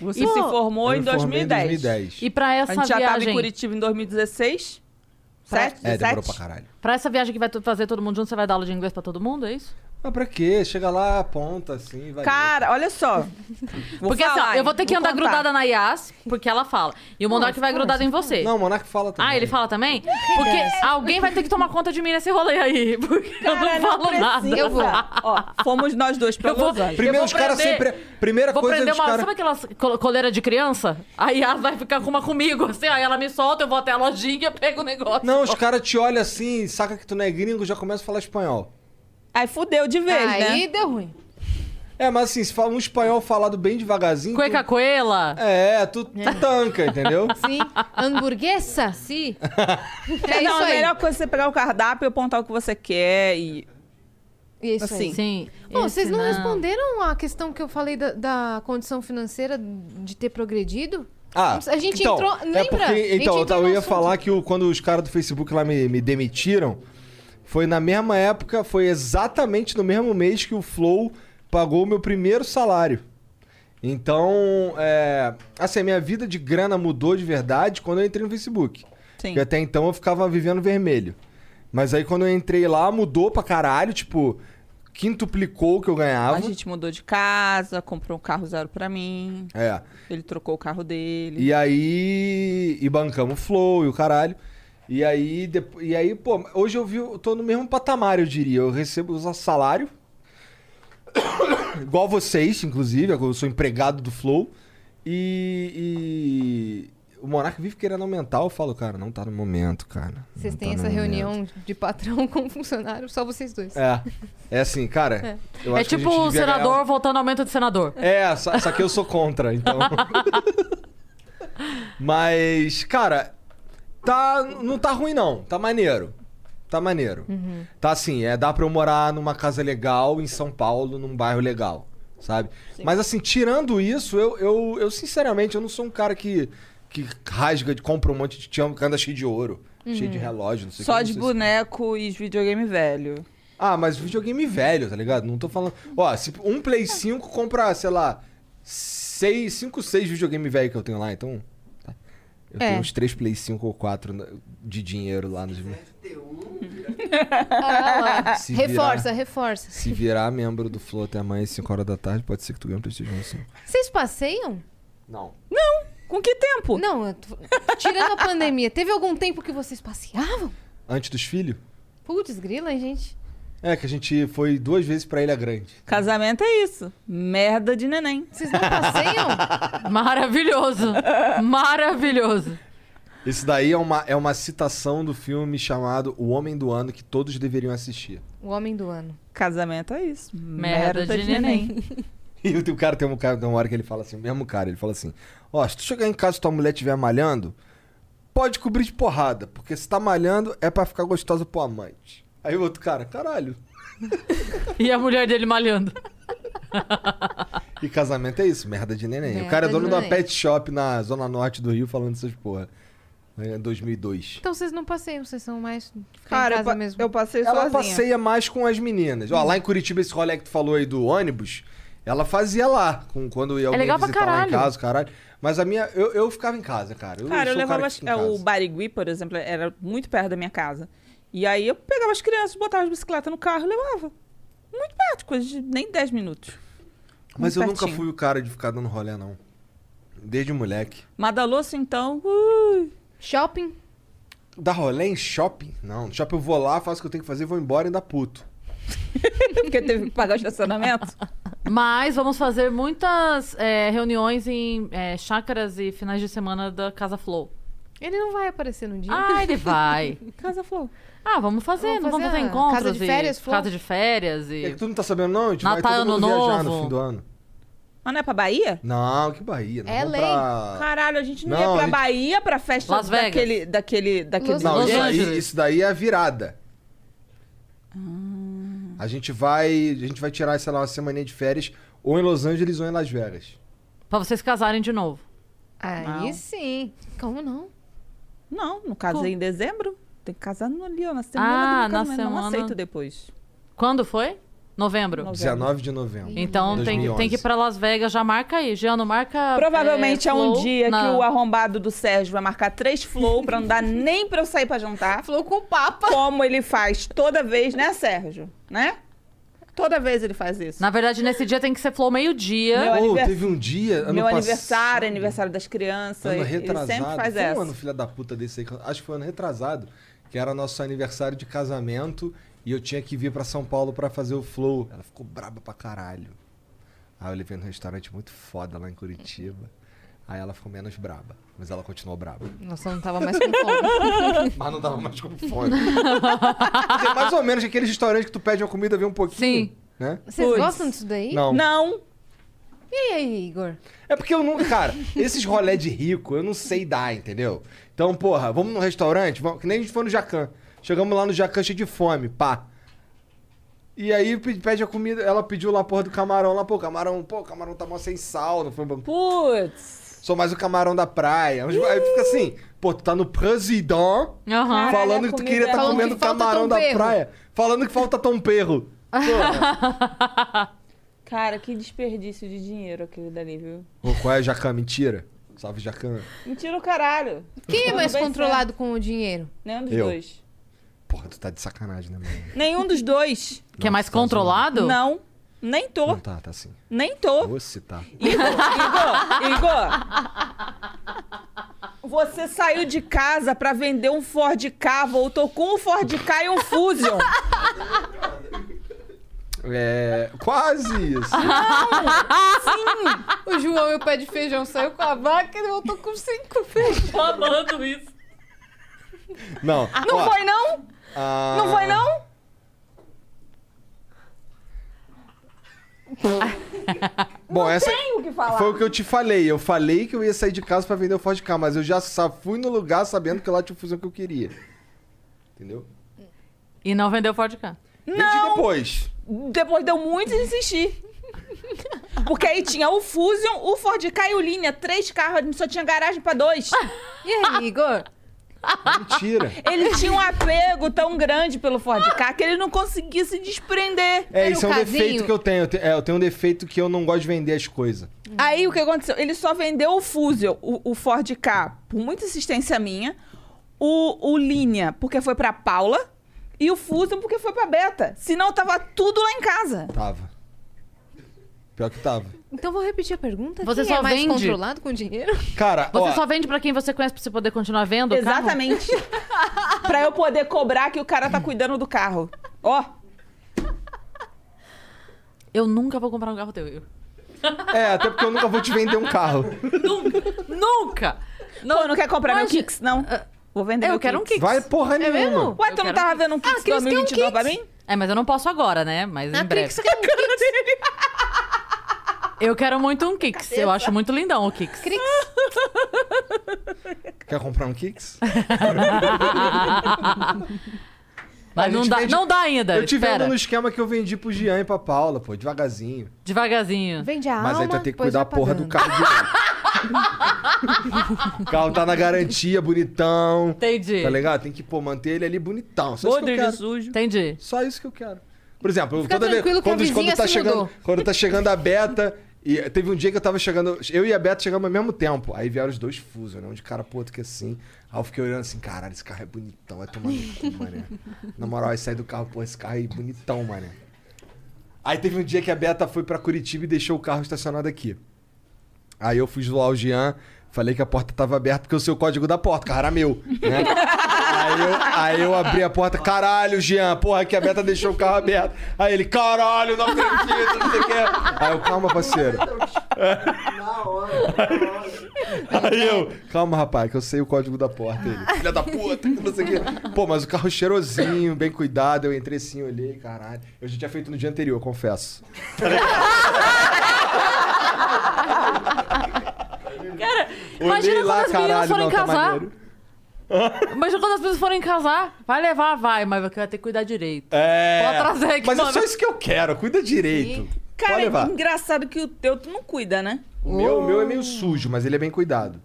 D: Você
A: E-
D: se
A: Pô,
D: formou
C: eu
D: em
C: me formei
D: 2010.
C: em 2010.
A: E pra essa
D: A gente já tava
A: viagem?
D: em Curitiba em 2016? Sete?
C: É, demorou pra
D: Dezessete?
C: caralho.
A: Pra essa viagem que vai tu- fazer todo mundo junto, você vai dar aula de inglês pra todo mundo, é isso?
C: Mas pra quê? Chega lá, aponta assim, vai.
D: Cara, olha
A: <laughs>
D: só.
A: porque assim, ó,
C: falar,
A: eu vou ter
C: hein?
A: que
C: Vou
A: andar
C: contar.
A: grudada na Yas, porque ela fala. E o Monark vai grudado em você. Não,
C: o Monark fala também.
A: Ah, ele fala também? Porque alguém vai ter que tomar conta de mim nesse rolê aí. <laughs> Porque eu não falo nada.
D: precisa. Ó, fomos nós dois pra
A: Eu vou-
D: Los Angeles.
A: Primeiro Eu vou os caras prender- sempre-
C: Primeira
A: Vou
C: coisa é
A: prender
C: os
A: uma.
C: cara-
A: Sabe aquelas col- coleira de criança? Aí ela vai ficar com uma comigo, assim, aí ela me solta, eu vou até a lojinha, pego o negócio.
C: Não, os caras te olham assim, saca que tu não é gringo, já começa a falar espanhol.
D: Aí fudeu de vez, né?
B: Aí Aí deu ruim.
C: É, mas assim, se fala um espanhol falado bem devagarzinho.
A: Cueca coela?
C: É, tu, tu tanca, entendeu?
B: Sim. Hamburguesa?
D: <laughs>
B: Sim. É
D: não,
B: isso
D: a
B: aí.
D: melhor coisa é você pegar o cardápio e apontar o que você quer e.
B: E é isso
D: assim.
B: aí. Ô, vocês não, responderam a questão que eu falei da, da condição financeira de ter progredido?
C: Ah,
B: <laughs> a gente
C: então,
B: entrou. Lembra?
C: É porque,
B: a gente
C: então, eu,
B: entrou
C: eu
B: no
C: ia
B: assunto.
C: falar que o- quando os caras do Facebook lá me, me demitiram, foi na mesma época, foi exatamente no mesmo mês que o Flow pagou o meu primeiro salário. Então, é, assim, a minha vida de grana mudou de verdade quando eu entrei no Facebook.
D: Sim.
C: Porque até então eu ficava vivendo vermelho. Mas aí quando eu entrei lá, mudou pra caralho, tipo, quintuplicou o que eu ganhava.
D: A gente mudou de casa, comprou um carro zero pra mim.
C: É.
D: Ele trocou o carro dele.
A: Uhum.
C: E aí. E bancamos o Flow e o caralho. E aí, depo- e aí, pô, hoje eu vi, eu tô no mesmo patamar, eu diria. Eu recebo o salário. <coughs> Igual vocês, inclusive, é eu sou empregado do Flow. E. e o Monarca vive querendo aumentar, eu falo, cara, não tá no momento, cara.
B: Vocês
C: Não
B: têm
C: tá no
B: essa
C: momento.
B: reunião de patrão <laughs> com funcionário, só vocês dois.
C: É. É assim, cara.
A: <laughs>
C: Eu
A: É
C: acho que a
A: tipo
C: gente
A: o
C: devia ganhar um-
A: senador voltando ao aumento de senador.
C: É, só, só que eu sou contra,
D: <laughs>
C: então. Mas, cara, tá, não tá ruim, não. Tá maneiro. Tá maneiro.
D: Uhum.
C: Tá assim, é, dá pra eu morar numa casa legal em São Paulo, num bairro legal, sabe? Mas assim, tirando isso, eu, eu, eu sinceramente, eu não sou um cara que, que rasga, de- compra um monte de tchão, que anda cheio de ouro,
D: Uhum.
C: cheio de relógio, não sei o que,
D: Só
C: não
D: de
C: sei se-
D: boneco e de videogame velho.
C: ah, mas videogame velho, tá ligado? Não tô falando. Ó, se um Play 5 compra, sei lá, 6, 5, 6 videogame velho que eu tenho lá, então. tá. Eu
B: É.
C: tenho uns 3 Play 5 ou 4 na- de dinheiro lá nos.
B: Ah, lá.
C: Se virar.
B: reforça, reforça.
C: Se virar membro do Flow até amanhã às 5 horas da tarde, pode ser que tu ganhe um PlayStation 5.
B: Vocês passeiam?
C: Não.
B: Não. Com que tempo? Não, eu tô- tirando a pandemia, teve algum tempo que vocês passeavam?
C: Antes dos filhos?
B: Putz, grila, hein, gente.
C: É, que a gente foi duas vezes pra Ilha Grande.
D: Casamento é isso. Merda de neném.
B: Vocês não passeiam?
A: Maravilhoso. Maravilhoso.
C: Isso daí é uma, é uma citação do filme chamado O Homem do Ano, que todos deveriam assistir.
B: O homem do ano.
D: Casamento é isso.
B: Merda de neném.
C: <laughs> E o cara tem um cara, tem uma hora que ele fala assim, o mesmo cara, ele fala assim: Ó, se tu chegar em casa e tua mulher estiver malhando, pode cobrir de porrada, porque se tá malhando é pra ficar gostosa pro amante. Aí o outro cara, caralho.
A: E a mulher dele malhando.
C: E casamento é isso, merda de neném. o cara
B: Merda
C: é dono
B: de
C: de uma
B: neném.
C: pet shop na zona norte do Rio falando essas porra. né, Em 2002.
B: Então vocês não passeiam, vocês são mais ficar
D: Cara,
B: em
D: eu
B: casa
D: pa-
B: mesmo.
D: eu passei
C: Ela passeia mais com as meninas. Ó, lá em Curitiba, esse rolê que tu falou aí do ônibus, ela fazia lá, com, quando ia alguém
D: legal pra
C: visitar lá em
D: caralho.
C: casa, caralho. Mas a minha, eu, eu ficava em casa, cara. Eu
D: Cara, eu
C: sou o
D: levava
C: cara que
D: as-
C: fica em
D: o
C: casa.
D: Barigui, por exemplo, era muito perto da minha casa. E aí eu pegava as crianças, botava as bicicletas no carro e levava. Muito perto, coisa de nem 10 minutos.
C: Mas eu
D: muito
C: nunca
D: pertinho.
C: fui o cara de ficar dando rolê, não. Desde moleque.
D: Madalosso, então. ui. <laughs>
B: Shopping?
C: Dar rolê em shopping? Não. No shopping eu vou lá, faço o que eu tenho que fazer, vou embora e ainda puto.
D: Porque teve que pagar o estacionamento.
A: Mas vamos fazer muitas é, reuniões em é, chácaras e finais de semana da Casa Flow.
B: Ele não vai aparecer no dia.
A: Ah, ele vai.
D: Casa Flow.
A: Ah, vamos fazer,
B: Vamos
A: não vamos
B: fazer
A: fazer
B: a
A: encontros.
B: casa de
A: e-
B: férias, Flow?
A: Casa de férias
C: É que
A: e.
C: tu não tá sabendo, não? A gente vai
A: Natal,
C: todo mundo
A: Ano
C: viajar no
A: Novo.
C: fim do ano.
D: Mas não é pra Bahia?
C: Não, que Bahia. Não
D: É
C: vamos
D: lei.
C: pra-
D: Caralho, a gente não,
C: Não,
D: ia
C: a
D: pra
C: gente-
D: Bahia pra festa
C: Las Vegas.
D: daquele. daquele, daquele
C: Não, isso
D: jeito?
C: daí, isso daí é a virada.
A: Ah.
C: A gente vai. A gente vai tirar, sei lá, uma semaninha de férias, ou em Los Angeles ou em Las Vegas.
A: Pra vocês casarem de novo.
B: Aí
D: Não.
B: sim. Como não?
D: Não, não casei
A: Como?
D: em dezembro. Tem que casar no ali, ó, na
A: Ah,
D: semana do meu
A: na
D: casamento. Não
A: semana.
D: aceito depois.
A: Quando foi? Novembro.
C: 19 de novembro.
A: Então tem,
C: 2011.
A: tem que ir pra Las Vegas, já marca aí. Giano, marca.
D: Provavelmente é, um
A: Flow
D: dia
A: na-
D: que o arrombado do Sérgio vai marcar três flow pra não dar nem pra eu sair pra jantar.
B: Flow com papa.
D: Como ele faz toda vez, né, Sérgio? Né? Toda vez ele faz isso.
A: Na verdade, nesse dia tem que ser Flow meio-dia.
D: Meu
C: Ou
D: aniversário.
C: teve um dia, ano
D: Meu
C: passado.
D: aniversário, aniversário das crianças.
C: Ano
D: ele- ele
C: retrasado.
D: sempre faz
C: foi
D: essa.
C: um ano filha da puta desse aí. que eu- Acho que foi um ano retrasado. Que era nosso aniversário de casamento. E eu tinha que vir pra São Paulo pra fazer o flow. Ela ficou braba pra caralho. Aí eu levei num restaurante muito foda lá em Curitiba. Aí ela ficou menos braba. Mas ela continuou braba.
B: Nossa,
D: <laughs>
B: eu não tava mais com fome.
C: Mas não tava mais com fome. É mais ou menos aquele restaurante que tu pede uma comida, vem um pouquinho. Sim. Né?
B: Vocês gostam disso daí?
C: Não.
D: Não.
B: E aí, Igor?
C: É porque eu não. Cara, esses rolé de rico eu não sei dar, entendeu? Então, porra, vamos no restaurante? Vamos, que nem a gente foi no Jacan. Chegamos lá no Jacan cheio de fome, pá. E aí pe- pede a comida, ela pediu lá a porra do camarão lá, pô, camarão, pô, camarão tá mal sem sal, não foi bom.
D: Putz!
C: Sou mais o camarão da praia. Aí fica assim, pô, tu tá no president
A: Aham.
C: falando
A: Caralho,
C: que
A: a
C: tu queria
A: comida-
C: estar
D: é
A: Falando
C: comendo
A: que falta
C: camarão da
A: tomperro.
C: praia, falando que falta tom perro.
D: Cara, que desperdício de dinheiro aquele dali, viu?
C: Ô, qual é, Jacan? Mentira. Salve, Jacan.
D: Mentira o caralho.
B: Quem é
D: Tudo
B: mais
D: bem
B: controlado com o dinheiro?
D: Nenhum dos
C: Eu.
D: dois.
C: Porra, tu tá de sacanagem, né, mano?
D: Nenhum dos dois.
A: Que é mais controlado?
D: Não. Nem tô.
C: tá Não tá, tá sim.
D: Nem tô.
C: Você tá.
D: Igor, Igor. Você saiu de casa pra vender um Ford K, voltou com um Ford K e um Fusion.
C: É. Quase isso.
B: Sim! O João e o pé de feijão saiu com a vaca e voltou com cinco feijões.
A: Falando isso.
C: Não.
D: <laughs> Não
C: ó,
D: foi, não?
C: ah,
D: Não foi, não?
C: Bom, essa
D: tenho o que falar.
C: foi o que eu te falei. Eu falei que eu ia sair de casa pra vender o Ford K, mas eu já sa- fui no lugar sabendo que lá tinha o fusão que eu queria. Entendeu?
A: E não vendeu Ford K.
C: Vendi depois.
D: Depois deu muito de insistir. Porque aí tinha o Fusion, o Ford K e o Linha. Três carros, a gente só tinha garagem pra dois.
B: E aí, Igor?
D: <laughs>
C: Mentira.
D: Ele tinha um apego tão grande pelo Ford K que ele não conseguia se desprender.
C: É, isso é um defeito que eu tenho. Eu te- é, eu tenho um defeito que eu não gosto de vender as coisas.
D: Aí o que aconteceu? Ele só vendeu o Fusion, o, o Ford K, por muita insistência minha. O, o Linha, porque foi pra Paula. E o Fusion, porque foi pra Beta. Senão tava tudo lá em casa.
C: Tava. Pior que tava.
B: Então vou repetir a pergunta.
A: Você
B: Quem
A: só
B: é mais
A: vende?
B: controlado
A: <laughs>
B: com dinheiro?
C: Cara,
A: Você
C: ó,
A: só vende pra quem você conhece pra você poder continuar vendo? o carro? <laughs>
D: Exatamente. pra eu poder cobrar que o cara tá cuidando do carro. Ó.
A: Eu nunca vou comprar um carro teu, Will.
C: É, até porque eu nunca vou te vender um
D: <laughs>
C: carro.
A: Nunca! Não,
D: não quer comprar meu Kicks, não. Vou vender
A: Eu
D: meu
A: quero um Kicks.
C: Vai porra
A: É
C: nenhuma.
A: mesmo?
D: Ué, tu não tava vendo um Kicks
A: ah, Cris, quer um
D: 2022 pra
A: Kicks?
D: mim?
A: É, mas eu não posso agora, né? Mas em breve.
B: Cris, quer um Kicks?
A: Eu quero muito um Kicks. Eu acho muito lindão o Kicks.
B: Crix.
C: Quer comprar um Kicks? A
A: Mas não
C: gente
A: dá,
C: vende-
A: não dá ainda.
C: Eu tive
A: Espera.
C: vendo no esquema que eu vendi pro Jean e pra Paula, pô, devagarzinho.
A: Devagarzinho.
B: Vende a
C: Mas aí tu vai ter que
B: é, tá
C: cuidar a porra do carro direito. o carro tá na garantia, bonitão.
A: Entendi.
C: Tá ligado? Tem que, pô, manter ele ali bonitão. Só isso que eu
A: Podre de
C: quero.
D: sujo.
A: Entendi.
C: Só isso que eu quero. Por exemplo,
A: Fica
C: toda vez.
A: tranquilo que a
C: Quando, quando,
A: vizinha
C: tá
A: se
C: chegando,
A: mudou.
C: quando tá chegando a Beta. E teve um dia que eu tava chegando. Eu e a Beta chegamos ao mesmo tempo. Aí vieram os dois fusos, né? Um de cara pro outro que assim. Aí eu fiquei olhando assim, caralho, esse carro é bonitão, vai tomar no
A: <laughs>
C: cu, mané. Na moral, aí sai do carro, pô, esse carro é bonitão, mané. Aí teve um dia que a Beta foi pra Curitiba e deixou o carro estacionado aqui. Aí eu fui zoar o Jean, falei que a porta tava aberta porque eu sei o código da porta, o carro era meu, né? aí, eu, aí eu abri a porta, caralho, Jean, porra, que a Beta deixou o carro aberto. Aí ele, caralho, não acredito, não sei o que. Aí eu, calma, parceiro. Aí eu, calma, rapaz, que eu sei o código da porta. Ele, filha da puta, que não sei o quê. Pô, mas o carro cheirosinho, bem cuidado. Eu entrei assim, olhei, caralho. Eu já tinha feito no dia anterior, eu confesso.
A: Cara,
C: Olhei
A: imagina
C: lá,
A: quando as meninas
C: caralho,
A: forem
C: não, tá
A: casar.
C: maneiro.
A: Imagina quando as pessoas forem casar. Vai levar, vai, mas vai ter que cuidar direito.
C: É.
A: Pode trazer aqui,
C: Mas é
A: mano.
C: só isso que eu quero, cuida direito.
D: Cara,
C: Pode
D: é
C: levar.
D: engraçado que o teu tu não cuida, né?
C: O meu, o meu é meio sujo, mas ele é bem cuidado.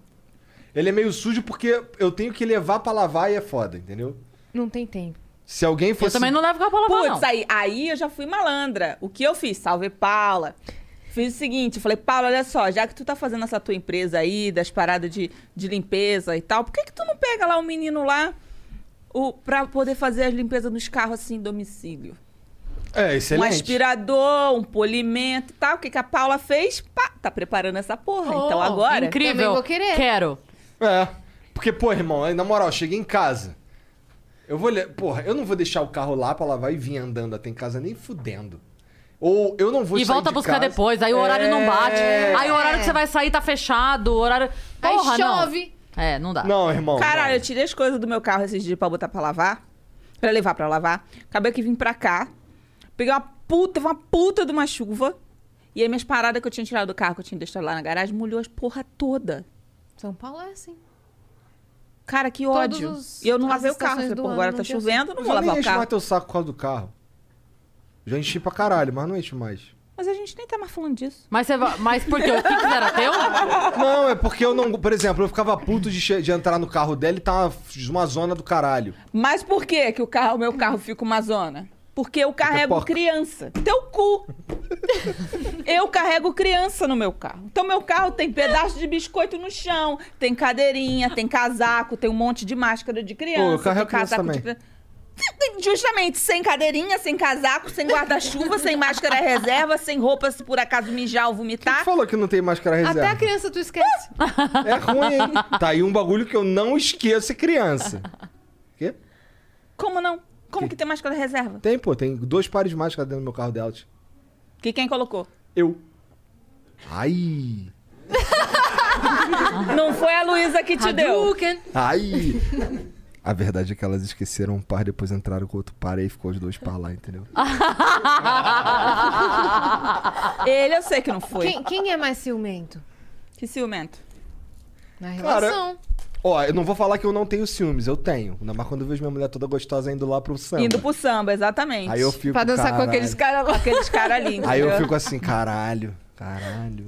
C: Ele é meio sujo porque eu tenho que levar pra lavar e é foda, entendeu?
B: Não tem tempo.
C: Se alguém fosse.
A: levo com a Paula
D: Putz,
C: não.
D: Aí, aí eu já fui malandra. O que eu fiz? Salve Paula. Fiz o seguinte, eu falei, Paula, olha só, já que tu tá fazendo essa tua empresa aí, das paradas de, de limpeza e tal, por que que tu não pega lá um menino lá o, pra poder fazer as limpezas nos carros assim, em domicílio?
C: É,
D: Um
C: excelente.
D: aspirador, um polimento e tal. O que que a Paula fez? Pá, tá preparando essa porra. então
A: Oh,
D: agora...
A: incrível. Também vou querer. Quero.
C: É. Porque, pô, irmão, aí, na moral, cheguei em casa. Eu vou. le- Porra, eu não vou deixar o carro lá pra lavar e vir andando até em casa nem fudendo. Ou eu não vou
A: e
C: sair
A: volta a
C: de
A: buscar
C: casa.
A: depois, aí o horário não bate.
C: É.
A: Aí o horário que você vai sair tá fechado, o horário.
D: Aí
A: Porra, não.
D: chove.
A: É, não dá.
D: Caralho, eu tirei as coisas do meu carro esses dias pra botar pra lavar. Pra levar pra lavar. Acabei que vim pra cá. Peguei uma puta, uma puta de uma chuva. E aí minhas paradas que eu tinha tirado do carro, que eu tinha deixado lá na garagem, molhou as porra toda.
B: São Paulo é assim.
D: Cara, que
B: Todos
D: ódio.
B: os-
D: E eu não
B: as
D: lavei o carro.
B: estações
D: Falei,
B: do
D: pô,
B: ano
D: agora
B: não
D: tá
B: tem assim.
D: chovendo, não
C: Mas
D: vou
C: eu
D: lavar
C: nem
D: o
C: enche
D: carro.
C: mais teu saco por causa do carro. Já enchi pra caralho, mas não enche mais.
D: Mas a gente nem tá mais falando disso.
A: Mas você vai. Mas porque o Kix era teu?
C: Não, é porque eu não. Por exemplo, eu ficava puto de, che- de entrar no carro dela e tá uma, uma zona do caralho.
D: Mas por que que o carro, meu carro fica uma zona? Porque eu carrego
C: porca.
D: criança. Teu cu! eu carrego criança no meu carro. Então, meu carro tem pedaço de biscoito no chão, tem cadeirinha, tem casaco, tem um monte de máscara de criança.
C: Pô, eu carrego
D: tem
C: criança
D: casaco de
C: também.
D: criança. Justamente, sem cadeirinha, sem casaco, sem guarda-chuva, sem máscara reserva, sem roupa se por acaso mijar ou vomitar.
C: Falou que não tem máscara
B: Até a
C: reserva.
B: criança tu
C: <laughs>
B: esquece.
C: É ruim, hein? Tá aí um bagulho que eu não esqueço é criança. Quê?
D: Como não? Como que tem máscara reserva?
C: Tem, pô, tem dois pares de máscara dentro do meu carro dela. tio.
D: Que quem colocou?
C: Eu. Ai.
D: Não foi a Luísa que te deu.
C: Ai. A verdade é que elas esqueceram um par, depois entraram com outro par e aí ficou os dois par lá, entendeu?
D: Ele eu sei que não foi.
B: Quem, quem é mais ciumento?
D: Que ciumento?
B: Na
C: Cara,
B: relação.
C: Ó, eu não vou falar que eu não tenho ciúmes, eu tenho. Ainda mais quando eu vejo minha mulher toda gostosa indo lá pro samba.
D: Indo pro samba, exatamente.
C: Aí eu fico, Pra dançar com caralho. aqueles
D: caras lá. Aqueles caras ali.
C: <laughs> Aí eu
D: entendeu?
C: fico assim, caralho, caralho.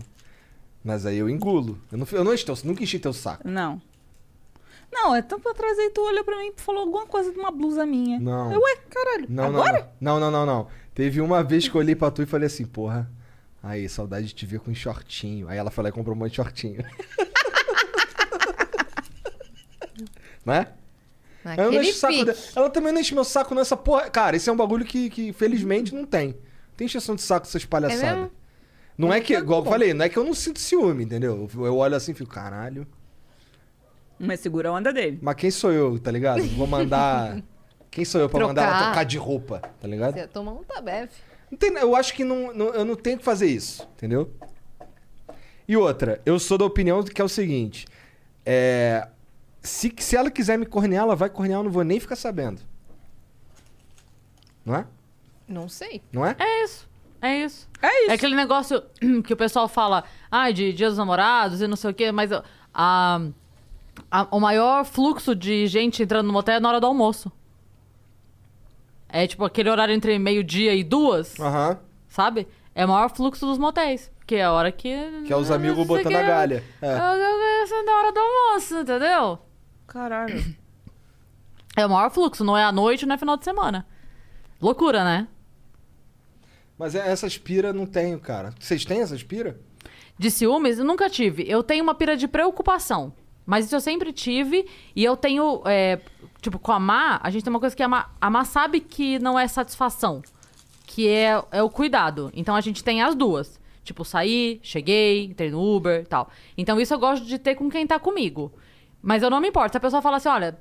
C: Mas aí eu engulo. Eu não, eu não enchi teu- nunca enchi teu saco.
D: Não.
J: Não, é tanto atrás aí tu olhou pra mim e falou alguma coisa de uma blusa minha.
C: Não.
J: Eu, ué, caralho,
C: Não, não,
J: agora?
C: Não, não, não, não. não. Teve uma vez que eu olhei pra tu e falei assim, porra, aí, saudade de te ver com um shortinho. Aí ela foi lá e comprou um monte de shortinho. <laughs> né? Ela, não
B: Naquele
C: enche o saco
B: pique.
C: dela. ela também não enche meu saco nessa porra. Cara, esse é um bagulho que, que felizmente não tem. Não tem encheção de saco essas palhaçadas.
B: É mesmo? tá
C: Não é que, igual eu falei, não é que eu não sinto ciúme, entendeu? Eu eu olho assim e fico, caralho.
J: Mas segura a onda dele.
C: Mas quem sou eu, tá ligado?
A: <laughs>
C: Vou mandar. quem sou eu pra mandar ela
B: Trocar.
C: trocar de roupa, tá ligado?
B: Você toma um tabef.
C: Não tem- eu acho que não, não- eu não tenho que fazer isso, entendeu? E outra, eu sou da opinião que é o seguinte: é, se, se ela quiser me cornear, ela vai cornear, eu não vou nem ficar sabendo. Não é?
B: Não sei.
C: Não é?
A: É isso. É isso. É isso. É aquele negócio <clears throat> que o pessoal fala, ai, de Dia dos Namorados e não sei o quê, mas a- a- o maior fluxo de gente entrando no motel é na hora do almoço. É tipo aquele horário entre meio-dia e duas, sabe? É o maior fluxo dos motéis, que é a hora que... né,
C: Que é os amigos
A: Você
C: botando a
A: quer-
C: galha. É.
A: Essa é na hora do almoço, entendeu?
J: Caralho.
A: É o maior fluxo, não é à noite, não é final de semana. Loucura, né?
C: Mas é- essas pira não tenho, cara. Vocês têm essas pira?
A: De ciúmes, eu nunca tive. Eu tenho uma pira de preocupação. Mas isso eu sempre tive. E eu tenho. é, tipo, com a Má, a gente tem uma coisa que a Má, a Má sabe que não é satisfação. Que é, é o cuidado. Então a gente tem as duas. Tipo, saí, cheguei, entrei no Uber e tal. Então isso eu gosto de ter com quem tá comigo. Mas eu não me importo. Se a pessoa fala assim, olha,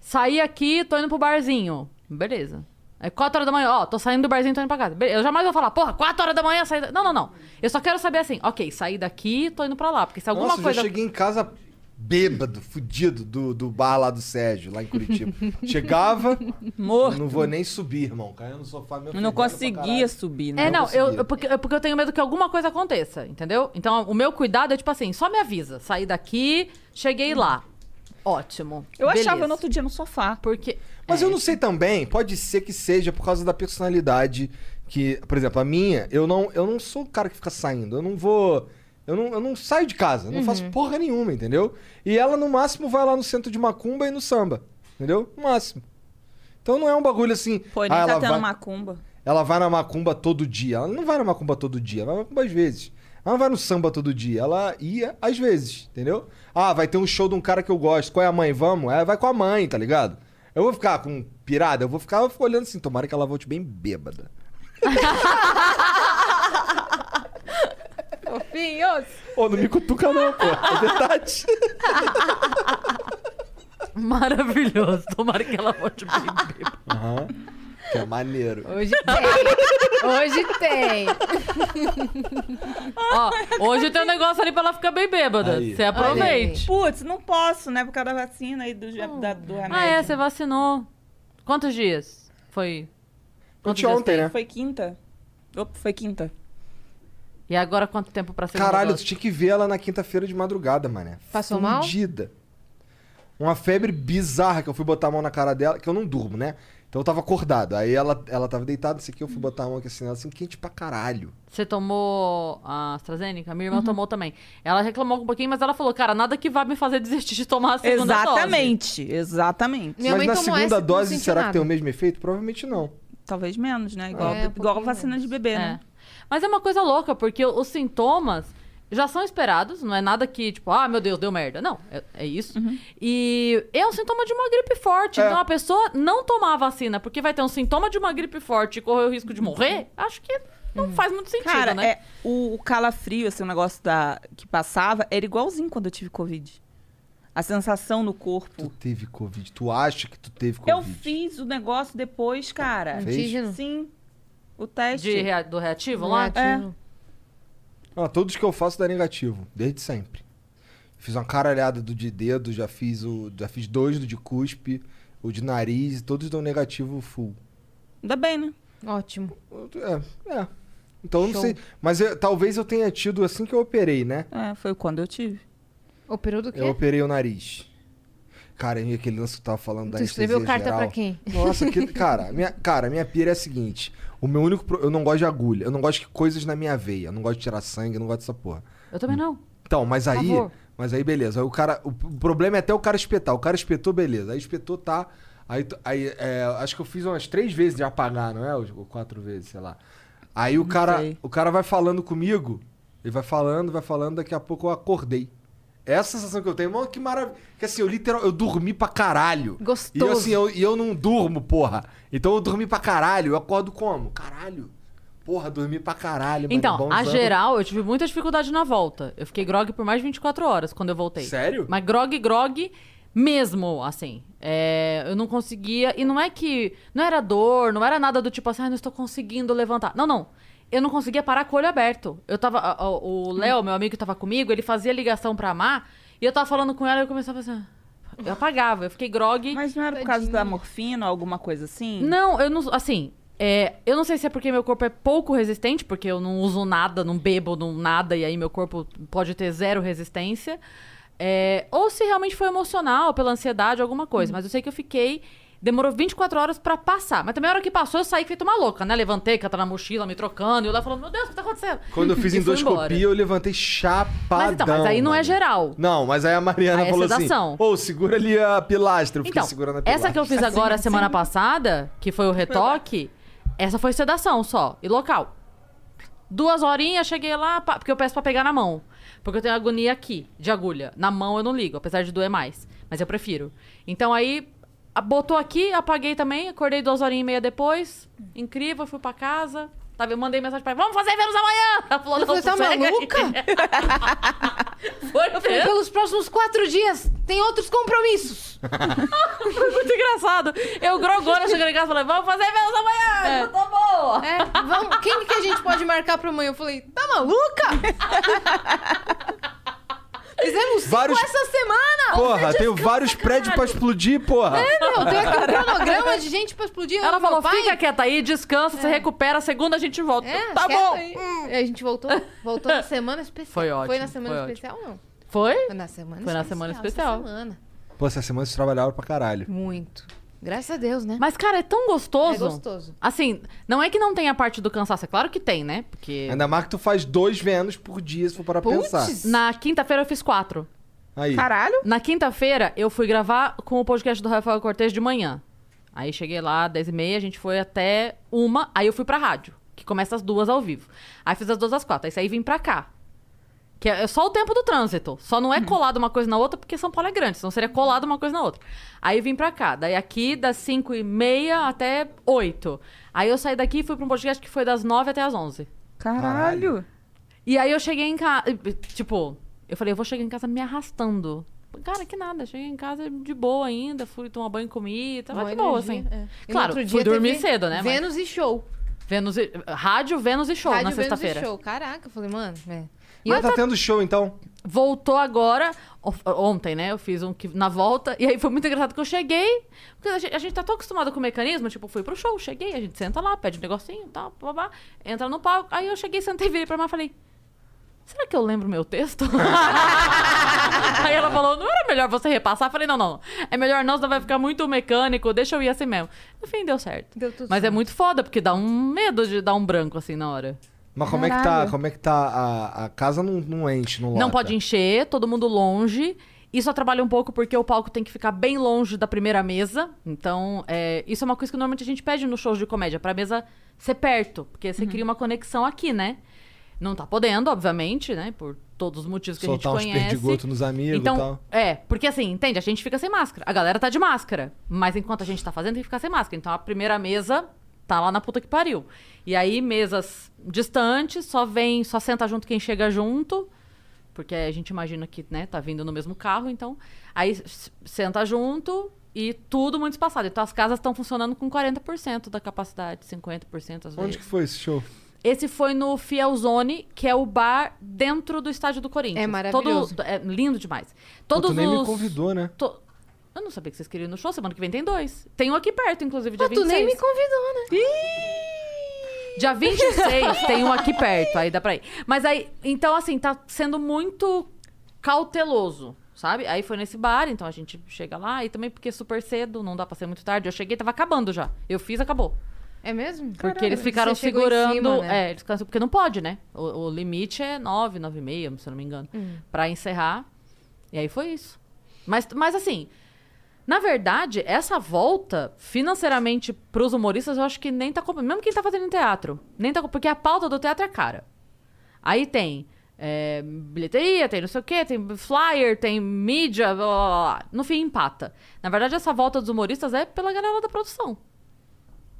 A: saí aqui, tô indo pro barzinho. Beleza. É 4 horas da manhã, ó, tô saindo do barzinho, tô indo pra casa. Be- Eu jamais vou falar, porra, 4 horas da manhã, saí da... Não, não, não. Eu só quero saber assim, ok, saí daqui, tô indo pra lá. Porque se alguma
C: Nossa, eu
A: coisa...
C: já cheguei em casa bêbado, fudido, do, do bar lá do Sérgio, lá em
A: <laughs>
C: Curitiba. Chegava,
J: <clears throat> Morto.
C: não vou nem subir, irmão. Caiu no sofá meu.
J: Eu não conseguia subir, né?
A: É, não, eu, eu- porque, eu, porque eu tenho medo que alguma coisa aconteça, entendeu? Então, o meu cuidado é tipo assim, só me avisa. Saí daqui, cheguei lá. Ótimo.
J: Eu achava
A: Beleza.
J: no outro dia no sofá.
A: Porque. é
C: Mas eu não sei também, pode ser que seja por causa da personalidade que, por exemplo, a minha, eu não, eu não sou o cara que fica saindo, eu não vou, eu não, eu não saio de casa, eu não
A: Uhum.
C: faço porra nenhuma, entendeu? E ela no máximo vai lá no centro de macumba e no samba, entendeu? No máximo. Então não é um bagulho assim,
J: Pô, nem
C: ah,
J: tá
C: ela
J: tendo
C: vai,
J: macumba.
C: ela vai na macumba todo dia. Ela não vai na macumba todo dia, ela vai na macumba às vezes. Ela não vai no samba todo dia, ela ia às vezes, entendeu? Ah, vai ter um show de um cara que eu gosto. Qual é a mãe? Vamos? É, vai com a mãe, tá ligado? Eu vou ficar com um pirada, eu vou ficar eu fico olhando assim, tomara que ela volte bem bêbada.
J: Fofinhos.
C: Ô, não me cutuca não, pô. É verdade.
A: Maravilhoso. Tomara que ela volte bem bêbada.
C: Aham. Que é maneiro.
B: Hoje tem. Hoje tem.
J: <laughs>
A: Ó, hoje tem um negócio ali pra ela ficar bem bêbada.
C: Aí.
A: Você aproveite.
J: Putz, não posso, né? Por causa da vacina e do, da- do remédio.
A: Ah, é, você vacinou. Quantos dias? Foi. Quantos dias tem?
C: né?
J: Foi quinta. Opa, foi quinta.
A: E agora quanto tempo pra segunda
C: Caralho, tu
A: dose?
C: tinha que ver ela na quinta-feira de madrugada, mané.
A: Passou mal?
C: Fundida. Uma febre bizarra que eu fui botar a mão na cara dela, que eu não durmo, né? Então eu tava acordado. Aí ela, ela tava deitada, isso aqui, eu fui botar a mão aqui assim, ela assim, quente pra caralho.
A: Você tomou a AstraZeneca? Minha irmã tomou também. Ela reclamou um pouquinho, mas ela falou, cara, nada que vá me fazer desistir de tomar a segunda
J: Exatamente, exatamente.
A: Minha
C: Mas
A: mãe
C: na
A: tomou
C: segunda
A: essa e não
C: dose,
A: sentiu
C: será que
A: nada.
C: tem o mesmo efeito? Provavelmente não.
J: Talvez menos, né? Igual,
A: É, um
J: igual a vacina de bebê, né?
A: dose. Mas é uma coisa louca, porque os sintomas já são esperados, não é nada que, tipo, ah, meu Deus, deu merda. Não, é, é isso. E é um sintoma de uma gripe forte. Então a pessoa não tomar a vacina porque vai ter um sintoma de uma gripe forte e correr o risco de morrer, acho que não faz muito sentido,
J: Cara,
A: né?
J: é, o, o calafrio, esse negócio da, que passava, era igualzinho quando eu tive Covid. A sensação no corpo.
C: Tu teve Covid. Tu acha que tu teve Covid?
J: Eu fiz o negócio depois, cara.
C: Fez? Antígeno?
J: Sim. O teste.
A: De rea- do reativo
B: É.
A: lá?
J: Reativo.
C: Ah, todos que eu faço dá negativo, desde sempre. Fiz uma caralhada do de dedo, já fiz o. Já fiz dois do de cuspe, o de nariz, todos dão negativo full.
J: Ainda bem, né?
B: Ótimo.
C: É, é. Então eu não
B: Show.
C: sei. Mas eu- talvez eu tenha tido assim que eu operei, né?
J: É, foi quando eu tive.
B: Operou do quê?
C: Eu operei o nariz. Cara, e aquele lance que tu tava falando da
B: Tu
C: anestesia
B: escreveu carta
C: geral.
B: pra quem? <laughs>
C: Nossa, que, cara, minha, cara, minha pira é a seguinte. O meu único... pro- Eu não gosto de agulha. Eu não gosto que coisas na minha veia. Eu não gosto de tirar sangue, eu não gosto dessa porra.
A: Eu também não.
C: Então, mas aí,
A: favor.
C: Mas aí beleza. Aí o cara. O p- o problema é até o cara espetar. O cara espetou, beleza. Aí espetou, tá. Aí, tu- aí é, acho que eu fiz umas três vezes de apagar, não é? Ou quatro vezes, sei lá. Aí o cara, o cara vai falando comigo. Ele vai falando, vai falando, daqui a pouco eu acordei. Essa sensação que eu tenho, mano, que maravilha. Que assim, eu literal, eu dormi pra caralho. E eu,
B: Gostoso.
C: assim, eu, e eu não durmo, porra. Então eu dormi pra caralho. Eu acordo como? Caralho. Porra, dormi pra caralho. mano, é
A: Então,
C: bonzão.
A: a geral, eu tive muita dificuldade na volta. Eu fiquei grog por mais de 24 horas quando eu voltei.
C: Sério?
A: Mas grog, grog mesmo, assim. É, eu não conseguia. E não é que. Não era dor, não era nada do tipo assim, ah, não estou conseguindo levantar. Não, não. Eu não conseguia parar com o olho aberto. Eu tava. a- a- O Léo, meu amigo que tava comigo, ele fazia ligação pra Mar e eu tava falando com ela e eu começava assim. Eu apagava, eu fiquei grog.
J: Mas não era por causa da morfina ou alguma coisa assim?
A: Não, eu não. Assim, é, eu não sei se é porque meu corpo é pouco resistente, porque eu não uso nada, não bebo, não nada, e aí meu corpo pode ter zero resistência. É, ou se realmente foi emocional, pela ansiedade, alguma coisa. Mas eu sei que eu fiquei. Demorou 24 horas pra passar. Mas também a hora que passou, eu saí feito uma louca, né? Levantei, que ela tá na mochila, me trocando, e eu lá falando, meu Deus, o que tá acontecendo?
C: Quando eu fiz
A: <laughs> E fui embora.
C: endoscopia, eu levantei chapadão.
A: Mas então, mas aí não é geral.
C: Não, mas aí a Mariana
A: Aí é
C: falou
A: sedação.
C: assim: Ô, segura ali a pilastra. Eu fiquei
A: Então,
C: segurando a Assim, pilastra.
A: essa que eu fiz agora semana passada, que foi o retoque, essa foi sedação só, e local. Duas horinhas, cheguei lá, pá, porque eu peço pra pegar na mão. Porque eu tenho agonia aqui, de agulha. Na mão eu não ligo, apesar de doer mais. Mas eu prefiro. Então aí, a- botou aqui, apaguei também, acordei duas horinhas e meia depois. Incrível, fui pra casa. Tava, eu mandei mensagem pra ela, vamos fazer Vênus amanhã! <laughs> Ela falou,
B: Eu
A: não,
B: falei, tá
A: sossega aí." <laughs> Foi
B: Eu falei, pelos próximos quatro dias, tem outros compromissos.
A: Foi muito engraçado. Eu grogona chegando em casa falei, vamos fazer Vênus amanhã! Eu tô boa!
B: É, vamos, quem que a gente pode marcar pra amanhã? Eu falei, tá maluca? <laughs> Fizemos cinco
C: Vários-
B: essa semana!
C: Porra, tenho vários prédios pra explodir, porra.
B: É, meu, tem aqui um cronograma de gente pra explodir. eu
A: Ela
B: e meu
A: falou,
B: pai.
A: fica quieta aí, descansa, se recupera, segunda a gente volta.
B: É,
A: tá
B: quieto
A: bom!
B: aí. E A gente voltou, voltou na semana especial.
A: Foi ótimo,
B: Foi na semana
A: foi ótimo.
B: especial, não?
A: Foi?
B: Foi na semana
A: Foi
B: especial.
A: na semana especial.
B: essa semana.
C: Pô, essa semana vocês trabalharam pra caralho.
B: Muito. Graças a Deus, né?
A: Mas, cara, é tão gostoso.
B: É gostoso.
A: Assim, não é que não tem a parte do cansaço, é claro que tem, né? Porque.
C: Ainda mais que tu faz dois Vênus por dia, se for para pensar.
A: Na quinta-feira eu fiz quatro.
C: Aí.
A: Na quinta-feira eu fui gravar com o podcast do Rafael Cortez de manhã. Aí cheguei lá, 10 e meia, a gente foi até uma, aí eu fui pra rádio, que começa às duas ao vivo. Aí fiz as duas às quatro, aí saí e vim pra cá. Que é é só o tempo do trânsito. Só não é colado uma coisa na outra, porque São Paulo é grande, senão seria colado uma coisa na outra. Aí vim pra cá. Daí aqui das 5 e meia até 8. Aí eu saí daqui e fui pra um podcast que foi das 9 até as 11.
J: Caralho!
A: E aí eu cheguei em casa. Tipo, eu falei, eu vou chegar em casa me arrastando. Cara, que nada. Cheguei em casa de boa ainda. Fui tomar banho e comi. Tava
B: Boa
A: de boa,
B: energia,
A: assim.
B: é. E no
A: Claro,
B: outro
A: fui
B: dia
A: dormir
B: teve
A: cedo, né? Mas-
B: Vênus e show.
A: Vênus e- Rádio, Vênus e show
B: Rádio
A: na
B: Vênus e
A: sexta-feira.
B: show. Caraca, eu falei, mano, é. velho.
C: E Mas tá tendo show, então?
A: Voltou agora, o- ontem, né? Eu fiz um que- na volta, e aí foi muito engraçado que eu cheguei. Porque a gente, a gente tá tão acostumado com o mecanismo, tipo, fui pro show, cheguei, a gente senta lá, pede um negocinho, tal, babá, entra no palco. Aí eu cheguei, sentei, virei pra Mar e falei: será que eu lembro meu texto? <laughs> aí ela falou: não era melhor você repassar? Eu falei: não, não, é melhor não, senão vai ficar muito mecânico, deixa eu ir assim mesmo. No fim, deu certo.
B: Deu tudo
A: Mas é
B: certo.
A: muito foda, porque dá um medo de dar um branco assim na hora.
C: Mas como é que tá?
A: Caralho.
C: Como é que tá? A, a casa não, não enche, não lota.
A: Não pode encher, todo mundo longe. Isso atrapalha um pouco porque o palco tem que ficar bem longe da primeira mesa. Então, é, isso é uma coisa que normalmente a gente pede nos shows de comédia, pra mesa ser perto. Porque você cria uma conexão aqui, né? Não tá podendo, obviamente, né? Por todos os motivos que
C: Soltar
A: a
C: uns
A: gente conhece.
C: perdigotos nos amigos e
A: então,
C: tal.
A: É, porque assim, entende? A gente fica sem máscara. A galera tá de máscara. Mas enquanto a gente tá fazendo, tem que ficar sem máscara. Então a primeira mesa tá lá na puta que pariu. E aí, mesas distantes, só vem, só senta junto quem chega junto. Porque a gente imagina que, né, tá vindo no mesmo carro, então. Aí s- senta junto e tudo muito espaçado. Então as casas estão funcionando com 40% da capacidade, 50% às
C: Onde
A: vezes.
C: que foi esse show?
A: Esse foi no Fielzone, que é o bar dentro do estádio do Corinthians.
B: É maravilhoso.
A: Todo, é lindo demais.
C: Pô,
A: Todos
C: tu nem me
A: os-
C: convidou, né?
A: to- Eu não sabia que vocês queriam ir no show. Semana que vem tem dois. Tem um aqui perto, inclusive, dia
B: Pô, tu nem me
A: 26.
B: convidou, né?
A: Dia 26 tem um aqui perto, aí dá pra ir. Mas aí, então assim, tá sendo muito cauteloso, sabe? Aí foi nesse bar, então a gente chega lá. E também porque é super cedo, não dá pra ser muito tarde. Eu cheguei, tava acabando já. Eu fiz, acabou.
B: É mesmo?
A: Porque eles ficaram segurando.
B: né?
A: É, eles né? ficaram, porque não pode, né? O, o limite é 9, 9 e meia, se eu não me engano.
B: Hum.
A: Pra encerrar. E aí foi isso. Mas, mas assim, na verdade, essa volta, financeiramente, pros humoristas, eu acho que nem tá compensando. Mesmo quem tá fazendo em teatro. Nem tá, porque a pauta do teatro é cara. Aí tem é, bilheteria, tem não sei o quê, tem flyer, tem mídia, blá, blá, blá, blá. No fim, empata. Na verdade, essa volta dos humoristas é pela galera da produção.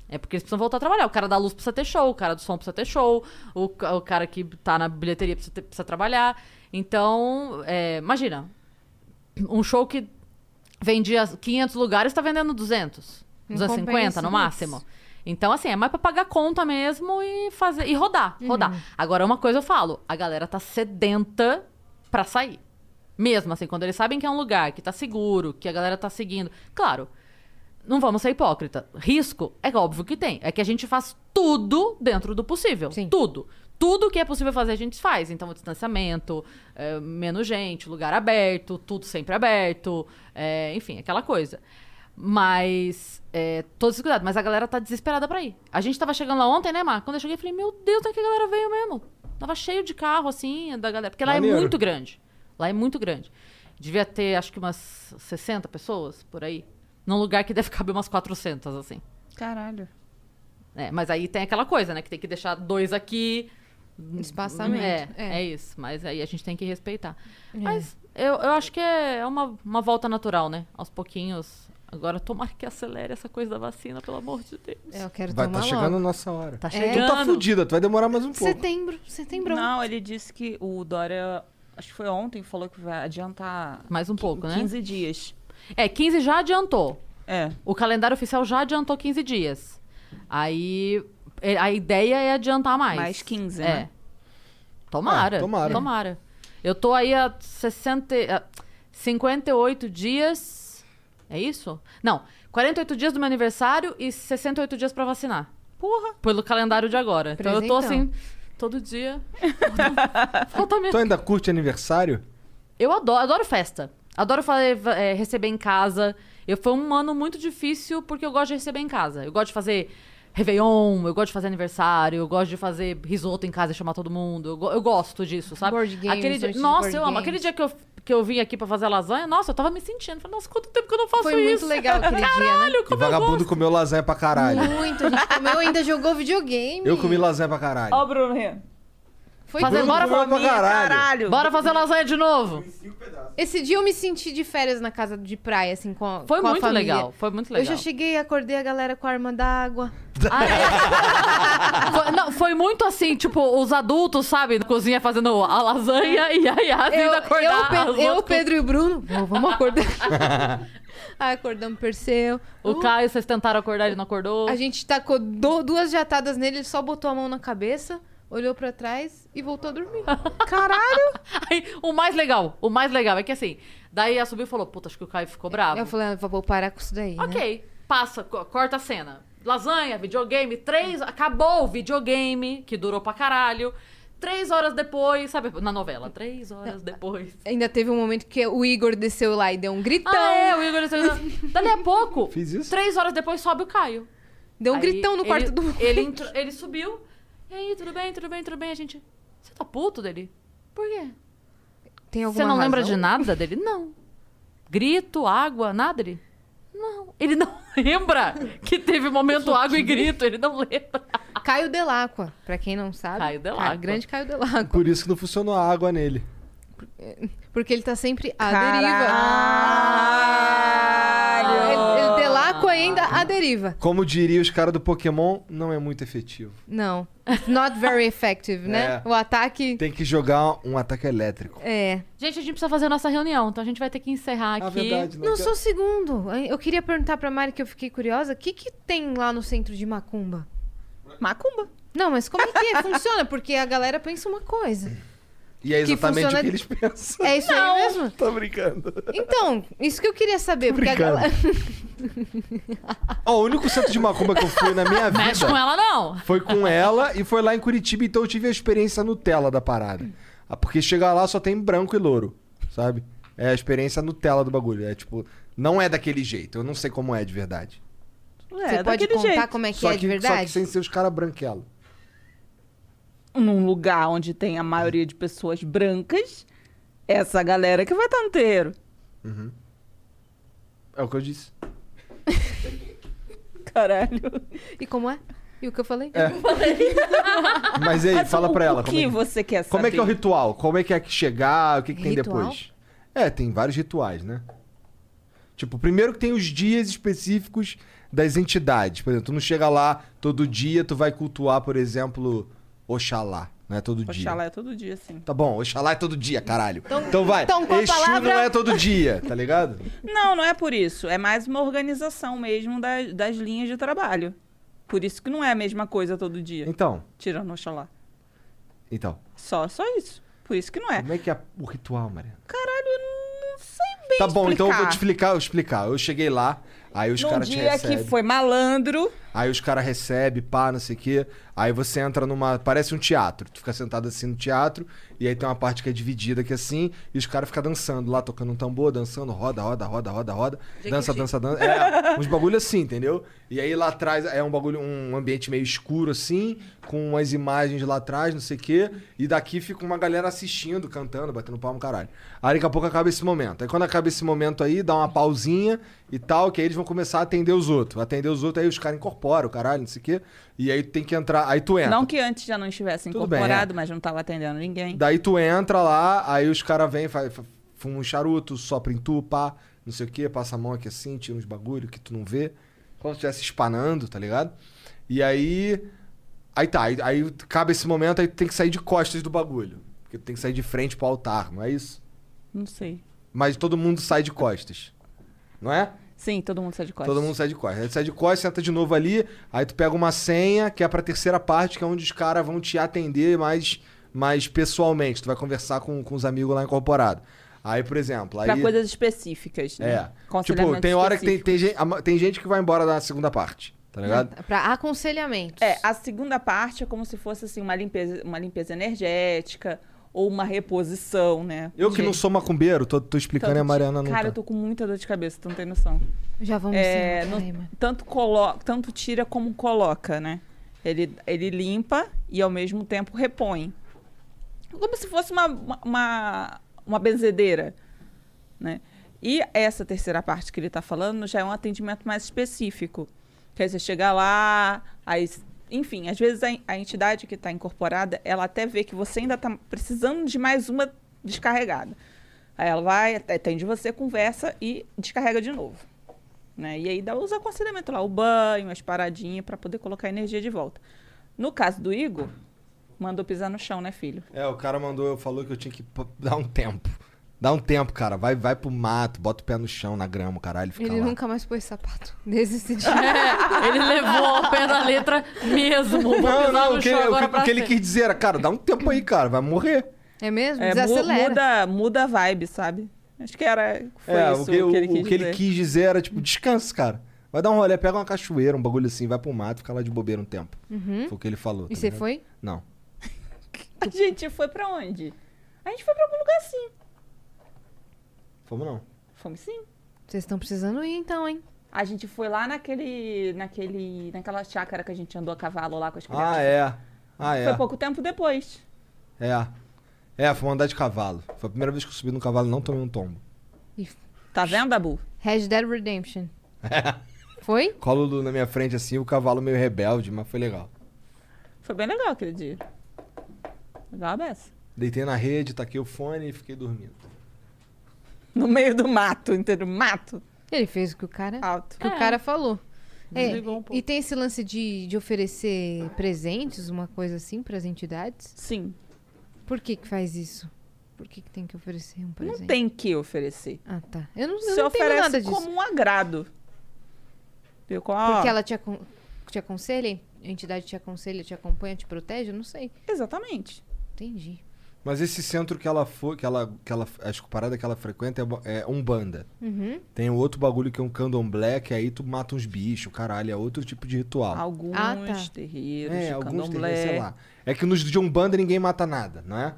A: É porque eles precisam voltar a trabalhar. O cara da luz precisa ter show, o cara do som precisa ter show, o, ca- o cara que tá na bilheteria precisa, ter- precisa trabalhar. Então, é, imagina, um show que vendia 500 lugares tá vendendo 200,
P: Não
A: 250
P: compensa
A: no
P: isso.
A: máximo. Então, assim, é mais pra pagar conta mesmo e fazer e rodar,
P: Uhum.
A: rodar. Agora, uma coisa eu falo, a galera tá sedenta pra sair. Mesmo assim, quando eles sabem que é um lugar que tá seguro, que a galera tá seguindo. Claro, não vamos ser hipócrita. Risco é óbvio que tem. É que a gente faz tudo dentro do possível. Tudo. Tudo que é possível fazer, a gente faz. Então, o distanciamento, é, menos gente, lugar aberto, tudo sempre aberto, é, enfim, aquela coisa. Mas, é, todos os cuidados. Mas a galera tá desesperada pra ir. A gente tava chegando lá ontem, né, Mar? Quando eu cheguei, eu falei, meu Deus, onde é que a galera veio mesmo? Tava cheio de carro, assim, da galera. Porque lá é
P: Maneiro.
A: muito grande. Lá é muito grande. Devia ter, acho que umas 60 pessoas, por aí. Num lugar que deve <laughs> caber umas 400, assim.
J: Caralho.
A: É, mas aí tem aquela coisa, né? Que tem que deixar dois aqui.
B: Espaçamento,
A: É,
B: é.
A: é. isso. Mas aí a gente tem que respeitar. Mas eu, eu acho que é é uma, uma volta natural, né? Aos pouquinhos. Agora, tomara que acelere essa coisa da vacina, pelo amor de Deus.
B: É, Eu quero
C: Vai,
B: tomar
C: tá
B: logo.
C: chegando a nossa hora.
A: Tá
C: Tu tá
J: chegando.
C: fudida, tu vai demorar mais um pouco.
B: É. Setembro, setembro.
J: Não, ele disse que o Dória, acho que foi ontem, falou que vai adiantar
A: Mais um pouco, né?
J: 15 dias.
A: É, 15 já adiantou.
J: É.
A: O calendário oficial já adiantou 15 dias. Aí é, a ideia é adiantar mais.
J: Mais 15,
A: é.
J: né?
A: Tomara.
J: Ah,
A: tomara.
J: tomara.
A: Eu tô aí há 60, e- ah, 58 dias. É isso? Não, 48 dias do meu aniversário e 68 dias pra vacinar. Porra. Pelo calendário de agora. Então eu tô assim
J: Presentão.
A: todo dia.
C: Tu ainda curte aniversário?
A: Eu adoro, adoro festa. Adoro fazer, é, receber em casa. Eu, foi um ano muito difícil porque eu gosto de receber em casa. Eu gosto de fazer Réveillon, eu gosto de fazer aniversário, eu gosto de fazer risoto em casa e chamar todo mundo. Eu, go- eu gosto disso, sabe? Board
B: games,
A: Aquele dia,
B: noite de
A: nossa,
B: board
A: eu amo.
B: games.
A: Aquele dia que eu, que eu vim aqui pra fazer lasanha, nossa, eu tava me sentindo. Falei, nossa, quanto tempo que eu não faço
B: Foi muito
A: isso. <laughs>
B: legal aquele dia, né?
A: Caralho,
C: E
A: como eu gosto.
C: vagabundo comeu lasanha pra caralho.
B: Muito, a gente comeu, ainda jogou videogame.
C: Eu comi lasanha pra caralho.
J: Ó, Bruno Ren.
B: Foi
C: Fazer-
B: tudo.
C: bora pra Minha, caralho.
J: caralho.
A: Bora fazer lasanha de novo.
B: Esse dia eu me senti de férias na casa de praia, assim, com a
A: Foi
B: com a
A: muito
B: família. é
A: legal, foi muito
B: Eu já
A: legal.
B: cheguei, acordei a galera com a arma d'água.
A: Ah, é?
B: <laughs>
A: Foi, não, foi muito assim, tipo, os adultos, sabe, na cozinha fazendo a lasanha e a Yas
B: Eu-
A: ainda acordar.
B: eu, Pe-
A: as
B: eu,
A: outras-
B: Pedro e o Bruno, "Bom, vamos acordar.
C: <laughs>
B: Ah, acordamos Perseu.
A: O Caio, vocês tentaram acordar, ele não acordou.
B: A gente tacou do- duas jatadas nele, ele só botou a mão na cabeça, olhou pra trás e voltou a
A: <laughs>
B: dormir. Caralho!
A: Aí, o mais legal, o mais legal é que assim, daí a subiu e falou: Puta, acho que o Caio ficou bravo.
B: Eu falei, ah, vou parar com isso daí. né?
A: Ok, passa, co- corta a cena. Lasanha, videogame, três. Acabou o videogame, que durou pra caralho. Três horas depois, sabe, na novela, três horas depois.
B: Ainda teve um momento que o Igor desceu lá e deu um gritão.
A: Ah, é, o Igor desceu. Dali a pouco,
C: Fiz isso?
A: três horas depois sobe o Caio.
B: Deu um
A: Aí
B: gritão no quarto
A: ele,
B: do
A: <laughs> ele, entrou- ele subiu. E aí, tudo bem, tudo bem, tudo bem. A gente. Você tá puto dele? Por quê?
B: <laughs> Tem
A: Você
B: alguma
A: não lembra
B: razão?
A: de nada dele? Não. Grito, água, nada dele? Não. Ele não <laughs> lembra que teve momento água e grito. Ele não lembra.
B: Caio Delacqua, pra quem não sabe. Caio
A: Delacqua.
B: grande Caio Delacqua.
C: Por isso que não funcionou a água nele.
B: Porque ele tá sempre à
J: Caralho!
B: deriva. Ele, ele Delacqua ainda à deriva.
C: Como diria os caras do Pokémon, não é muito efetivo.
B: Não. It's Not very effective, né?
C: É.
B: O ataque.
C: Tem que jogar um ataque elétrico.
B: É.
A: Gente, a gente precisa fazer a nossa reunião, então a gente vai ter que encerrar aqui.
C: É verdade,
B: Não, só um segundo. Eu queria perguntar pra Mari que eu fiquei curiosa. O que, que tem lá no centro de Macumba?
J: Macumba.
B: Não, mas como é
C: <laughs>
B: que é? Funciona? Porque a galera pensa uma coisa.
C: E é
B: Que
C: exatamente
B: funciona-
C: o que eles <laughs> pensam.
B: É isso aí Não. mesmo?
C: Tô brincando.
B: Então, isso que eu queria saber. Porque a
C: brincando.
B: galera.
C: Ó, o único centro de macumba que eu fui na minha vida.
A: Mexe com ela, não.
C: Foi com ela e foi lá em Curitiba, então eu tive a experiência Nutella da parada. Ah, Porque chegar lá só tem branco e louro, sabe? É a experiência Nutella do bagulho. É tipo, não é daquele jeito. Eu não sei como é de verdade.
B: Você pode
J: daquele
B: contar
J: jeito.
B: como é que
C: só
B: é
C: que,
B: de
C: Só
B: verdade?
C: que sem ser os caras branquelos.
J: Num lugar onde tem a maioria de pessoas brancas
D: Essa galera que vai estar no terreiro.
C: Uhum. É o que
B: <laughs>
C: eu disse.
D: Caralho.
B: E como é? E o que eu falei?
C: É.
B: Eu falei.
C: Mas aí, fala
D: o-
C: pra ela.
D: o
C: como
D: que
C: é
D: você quer
C: Como é que é o
D: saber?
C: ritual? Como é que é que chegar? O que, que tem
D: Ritual?
C: depois? É, tem vários rituais, né? Tipo, primeiro que tem os dias específicos das entidades. Por exemplo, tu não chega lá todo dia, tu vai cultuar, por exemplo, Oxalá, né? Todo dia.
D: Oxalá é todo dia, assim.
C: Tá bom, Oxalá é todo dia, caralho. Então, vai,
D: então, com a
C: Exu
D: palavra-
C: não é todo dia, tá
D: <laughs>
C: ligado?
D: Não, não é por isso. É mais uma organização mesmo da- das, linhas de trabalho. Por isso que não é a mesma coisa todo dia.
C: Então.
D: Tirando Oxalá.
C: Então,
D: Só, só isso. Por isso que não é.
C: como é que é o ritual, Mariana?
D: Caralho, eu não sei bem
C: Tá bom, então eu vou te explicar, eu
D: explicar.
C: vou explicar. Eu cheguei lá, aí os
D: Num
C: caras te
D: dia
C: recebem.
D: que foi malandro,
C: Aí os caras recebem, pá, não sei o quê. Aí você entra numa. Parece um teatro. Tu fica sentado assim no teatro, e aí tem uma parte que é dividida aqui assim, e os caras ficam dançando lá, tocando um tambor, dançando, roda, roda, roda, roda, roda. Dança, dança, dança. É, uns bagulho assim, entendeu? E aí lá atrás é um bagulho, um ambiente meio escuro assim, com umas imagens lá atrás, não sei o quê. E daqui fica uma galera assistindo, cantando, batendo palmo, caralho. Aí daqui a pouco acaba esse momento. Aí quando acaba esse momento aí, dá uma pausinha e tal, que aí eles vão começar a atender os outros. Atender os outros, aí os caras incorporam, caralho, não sei o quê. E aí tem que entrar. Aí tu entra.
D: não que antes já não estivesse
C: Tudo bem, é.
D: incorporado, mas não tava atendendo ninguém.
C: Daí tu entra lá, aí os caras vêm, fa- fa- fuma um charuto, sopra em tu, pá, não sei o que, passa a mão aqui assim, tira uns bagulho que tu não vê. Como se estivesse espanando, tá ligado? E aí. Aí tá, aí, aí cabe esse momento, aí tu tem que sair de costas do bagulho. Porque tu tem que sair de frente pro altar, não é isso?
D: Não sei.
C: Mas todo mundo sai de costas. Não é?
D: Sim, todo mundo sai de costas.
C: Todo mundo sai de costas. Aí tu sai de costas, senta de novo ali, aí tu pega uma senha, que é pra terceira parte, que é onde os caras vão te atender mais, mais pessoalmente. Tu vai conversar com, com os amigos lá incorporado. Aí, por exemplo.
D: Pra
C: aí...
D: coisas específicas, né?
C: É. Tipo,
D: Aconselhamento
C: tem hora que tem,
D: específico.
C: tem, gente, a ma- tem gente que vai embora da segunda parte, tá ligado?
B: Pra aconselhamento.
D: É, a segunda parte é como se fosse assim uma limpeza, uma limpeza energética ou uma reposição, né?
C: Eu que
D: De-
C: não sou macumbeiro, tô, tô explicando
D: Tanto
C: e a Mariana
D: de-
C: não.
D: Cara,
C: tá.
D: eu tô com muita dor de cabeça, tu não tem noção.
B: Já vamos
D: é,
B: encerrar,
D: não-
B: peraí, mano.
D: tanto, colo... tanto tira como coloca, né? Ele, ele limpa e ao mesmo tempo repõe. Como se fosse uma, uma, uma, uma benzedeira, né? E essa terceira parte que ele tá falando já é um atendimento mais específico. Quer dizer, chegar lá, aí, enfim, às vezes a, en- a entidade que está incorporada, ela até vê que você ainda está precisando de mais uma descarregada. Aí ela vai, at- atende você, conversa e descarrega de novo. Né? E aí dá os aconselhamentos lá, o banho, as paradinhas, para poder colocar a energia de volta. No caso do Igor, mandou pisar no chão, né, filho?
C: É, o cara mandou, eu falou que eu tinha que p- dar um tempo. Dá um tempo, cara. Vai, vai pro mato, bota o pé no chão, na grama, caralho. Fica
B: Ele
C: lá.
B: nunca mais pôs
D: <laughs>
B: sapato. Desde esse
A: É,
B: dia.
A: ele levou ao pé da letra mesmo. Vou
C: Não,
A: pisar
C: não,
A: no
C: o que,
A: chão
C: o que-
A: agora
C: o
A: pra
C: que ele
A: sempre.
C: quis dizer era, cara, dá um tempo aí, cara, vai morrer.
B: É mesmo?
D: É, mu-
B: Desacelera.
D: muda, muda a vibe, sabe? Acho que era foi
C: é,
D: isso
C: o que,
D: que ele
C: o
D: quis
C: que ele
D: dizer.
C: quis dizer era, tipo, descansa, cara. Vai dar um rolê, pega uma cachoeira, um bagulho assim, vai pro mato, fica lá de bobeira um tempo.
D: Uhum.
C: Foi o que ele falou.
D: E
C: tá
D: você
C: ligado?
D: foi?
C: Não.
D: <laughs> A gente foi pra onde? A gente foi pra algum lugar assim.
C: Fomos não.
D: Fomos sim.
B: Vocês estão precisando ir então, hein?
D: A gente foi lá naquele, naquele, naquela chácara que a gente andou a cavalo lá com as crianças.
C: Ah, é. Ah, é.
D: Foi pouco tempo depois.
C: É. É, fomos andar de cavalo. Foi a primeira vez que eu subi no cavalo e não tomei um tombo.
D: Tá vendo, Abu?
B: Red Dead
C: <laughs>
B: Redemption. Foi?
C: Colo o Lulu na minha frente assim, o cavalo meio rebelde, mas foi legal.
D: Foi bem legal aquele dia. Legal a beça.
C: Deitei na rede, taquei o fone e fiquei dormindo.
D: No meio do mato, inteiro mato.
B: Ele fez o que o cara,
D: Alto.
B: que o
D: É.
B: cara falou. É,
D: Desligou um
B: e tem esse lance de, de oferecer presentes, uma coisa assim, pras entidades?
D: Sim.
B: Por que que faz isso? Por que que tem que oferecer um presente?
D: Não tem que oferecer.
B: Ah, tá. Eu não, eu
D: Se
B: não
D: oferece
B: entendo nada disso.
D: como um agrado. Eu, ó,
C: Ah.
B: Porque ela te, acon- te aconselha, a entidade te aconselha, te acompanha, te protege? Eu não sei.
D: Exatamente.
B: Entendi.
C: Mas esse centro que ela foi, que ela, que ela, acho que a parada que ela frequenta é bo- é Umbanda.
B: Uhum.
C: Tem o outro bagulho que é um candomblé, que aí tu mata uns bichos, caralho, é outro tipo de ritual.
D: Alguns
B: Ah, tá.
D: terreiros,
C: é,
D: de
C: alguns
D: candomblé.
C: terreiros, sei lá. É que nos de Umbanda ninguém mata nada, não é?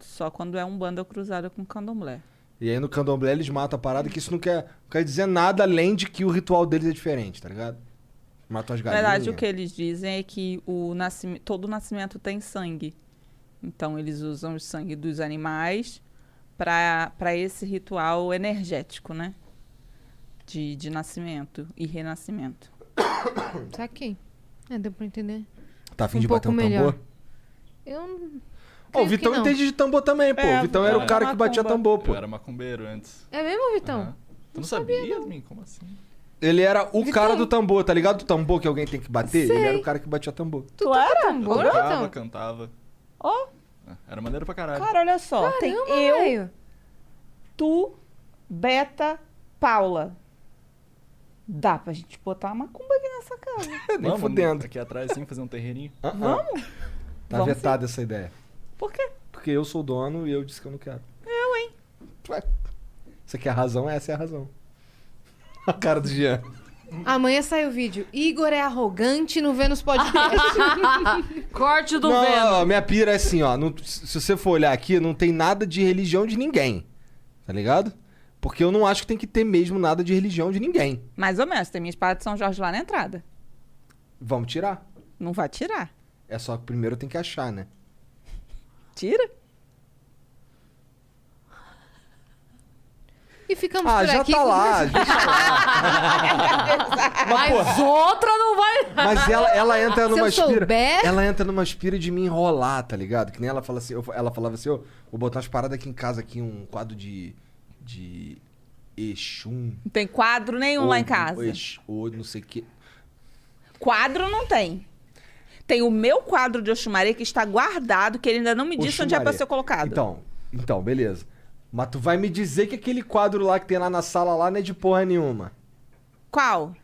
D: Só quando é um bando cruzado com candomblé.
C: E aí no candomblé eles matam a parada, que isso não quer, não quer dizer nada além de que o ritual deles é diferente, tá ligado? Matam as
D: Na
C: galinhas.
D: verdade, o que eles dizem é que o nascimento, todo nascimento tem sangue. Então, eles usam o sangue dos animais para esse ritual energético, né? De, de nascimento e renascimento.
B: Saquei. É, deu pra entender.
C: Tá a fim
B: Um
C: de bater
B: pouco
C: um
B: melhor.
C: tambor?
B: Eu não.
C: Ó, o
B: creio que
C: Vitão
B: não.
C: entende de tambor também, pô.
B: É,
C: o Vitão era o
B: é
C: cara que batia
B: macumba.
C: tambor, pô.
H: Eu era macumbeiro antes.
B: É mesmo, Vitão?
H: Tu não sabia, Yasmin? Como assim?
C: Ele era o cara do tambor, tá ligado? O tambor que alguém tem que bater?
H: Sei.
C: Ele era o cara que batia tambor.
D: Tu,
B: tá
D: era?
H: Cantava, cantava.
D: Ó,
H: Era maneiro pra caralho.
D: cara, olha só. tem
B: Caramba,
D: eu,
B: velho.
D: tu, Beta, Paula. Dá pra gente botar uma macumba aqui nessa casa.
C: Nem fudendo.
H: Aqui atrás, sim, fazer um terreirinho.
C: Ah, ah.
D: Vamos?
C: Tá
H: Vamos
C: vetada essa ideia.
D: Por quê?
C: Porque eu sou o dono e eu disse que eu não quero.
D: Eu, hein?
C: Você quer a razão? Essa é a razão. <laughs> A cara do Jean.
B: Amanhã sai o vídeo. Igor é arrogante no Vênus Podcast. <laughs>
A: Corte do
C: não,
A: Venom.
C: minha pira é assim, ó. não- se se você for olhar aqui, não tem nada de religião de ninguém. Tá ligado? Porque eu não acho que tem que ter mesmo nada de religião de ninguém.
D: Mais ou menos. Tem minha espada de São Jorge lá na entrada.
C: Vamos tirar.
D: Não vai tirar.
C: É só que primeiro tem que achar, né?
D: Tira.
B: E ficamos
C: Ah,
B: por
C: já
B: aqui.
C: tá
B: com-
C: lá, deixa
A: Mas outra não vai.
C: Mas ela, ela entra numa
A: Se eu
C: aspira.
A: souber-
C: Ela entra numa aspira de me enrolar, tá ligado? Que nem ela fala assim, eu- ela falava assim, ó, vou botar umas paradas aqui em casa, aqui, um quadro de. de. Exum.
D: Não tem quadro nenhum lá em
C: ou-
D: casa.
C: Ex- Ou não sei o que.
D: Quadro não tem. Tem o meu quadro de Oxumaré que está guardado, que ele ainda não me disse onde é pra
C: Oxumaré.
D: ser colocado.
C: Então, então, beleza. Mas tu vai me dizer que aquele quadro lá que tem lá na sala lá não é de porra nenhuma.
D: Qual?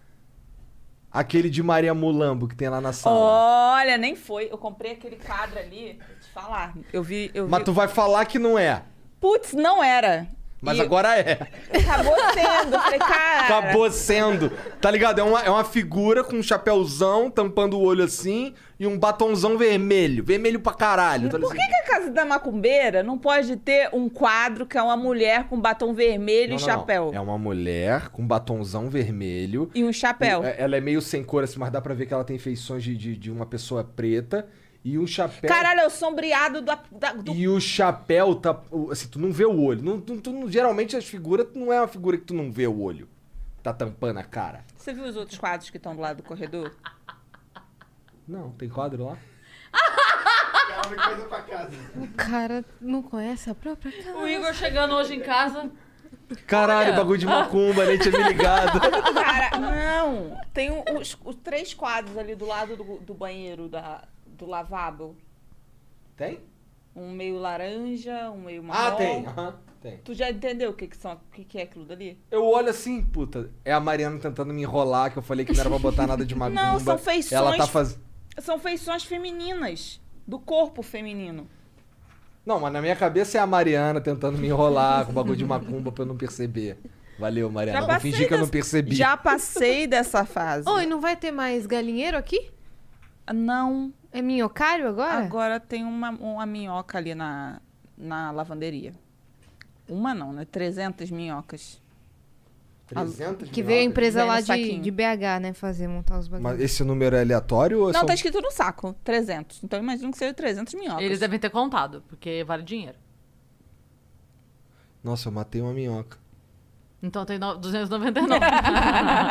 C: Aquele de Maria Mulambo que tem lá na sala.
D: Olha, nem foi. Eu comprei aquele quadro ali. Vou te falar. Eu vi. Eu
C: Mas
D: vi.
C: tu vai falar que não é.
D: Putz, não era.
C: Mas agora é.
D: Acabou sendo.
C: <laughs>
D: Eu Falei, cara.
C: Acabou sendo. Tá ligado? É uma, é uma figura com um chapéuzão tampando o olho assim e um batonzão vermelho. Vermelho pra caralho. Tá
D: Por que, que a casa da macumbeira não pode ter um quadro que é uma mulher com batom vermelho
C: Não,
D: e
C: não, não.
D: chapéu?
C: É uma mulher com um batonzão vermelho.
D: E um chapéu.
C: É- Ela é meio sem cor, assim, mas dá pra ver que ela tem feições de, de, de uma pessoa preta. E um chapéu.
D: Caralho, é o sombreado da, da- do.
C: E o chapéu tá. o- Assim, tu não vê o olho. Não, tu- tu não- geralmente as figuras não é uma figura que tu não vê o olho. Tá tampando a cara.
D: Você viu os outros quadros que estão do lado do corredor?
C: Não, tem quadro lá?
B: O cara não conhece a própria casa.
A: O Igor chegando hoje em casa.
C: Caralho,
D: Olha.
C: bagulho de macumba, nem tinha me ligado.
D: Cara, não. Tem o- os, os três quadros ali do lado do, do banheiro, da, do lavabo.
C: <laughs> Tem?
D: Um meio laranja, um meio marrom.
C: Ah, tem. Aham, tem.
D: Tu já entendeu o que, que, são, o que, que é aquilo dali?
C: Eu olho assim, puta, é a Mariana tentando me enrolar, que eu falei que não era pra botar nada
D: <laughs>
C: de macumba.
D: Não, são feições.
C: Ela tá fazendo.
D: São feições femininas. Do corpo feminino.
C: Não, mas na minha cabeça é a Mariana tentando me enrolar com o bagulho de macumba pra eu não perceber. Valeu, Mariana. Vou fingir que eu não
D: dessa-
C: percebi.
D: Já passei dessa fase.
B: Oh, e não vai ter mais galinheiro aqui?
D: Não.
B: É minhocário agora?
D: Agora tem uma, uma minhoca ali na, na lavanderia. Uma não, né? 300 minhocas.
C: 300
B: Que veio a empresa
D: Vem no
B: lá de,
D: saquinho.
B: de BH, né? Fazer, montar os
C: Mas
B: bagulhos.
C: esse número é aleatório ou é
D: Não,
C: só...
D: tá escrito no saco. 300. Então eu imagino que seja 300 minhocas.
A: Eles devem ter contado, porque vale dinheiro.
C: Nossa, eu matei uma minhoca.
A: Então tem no- 299.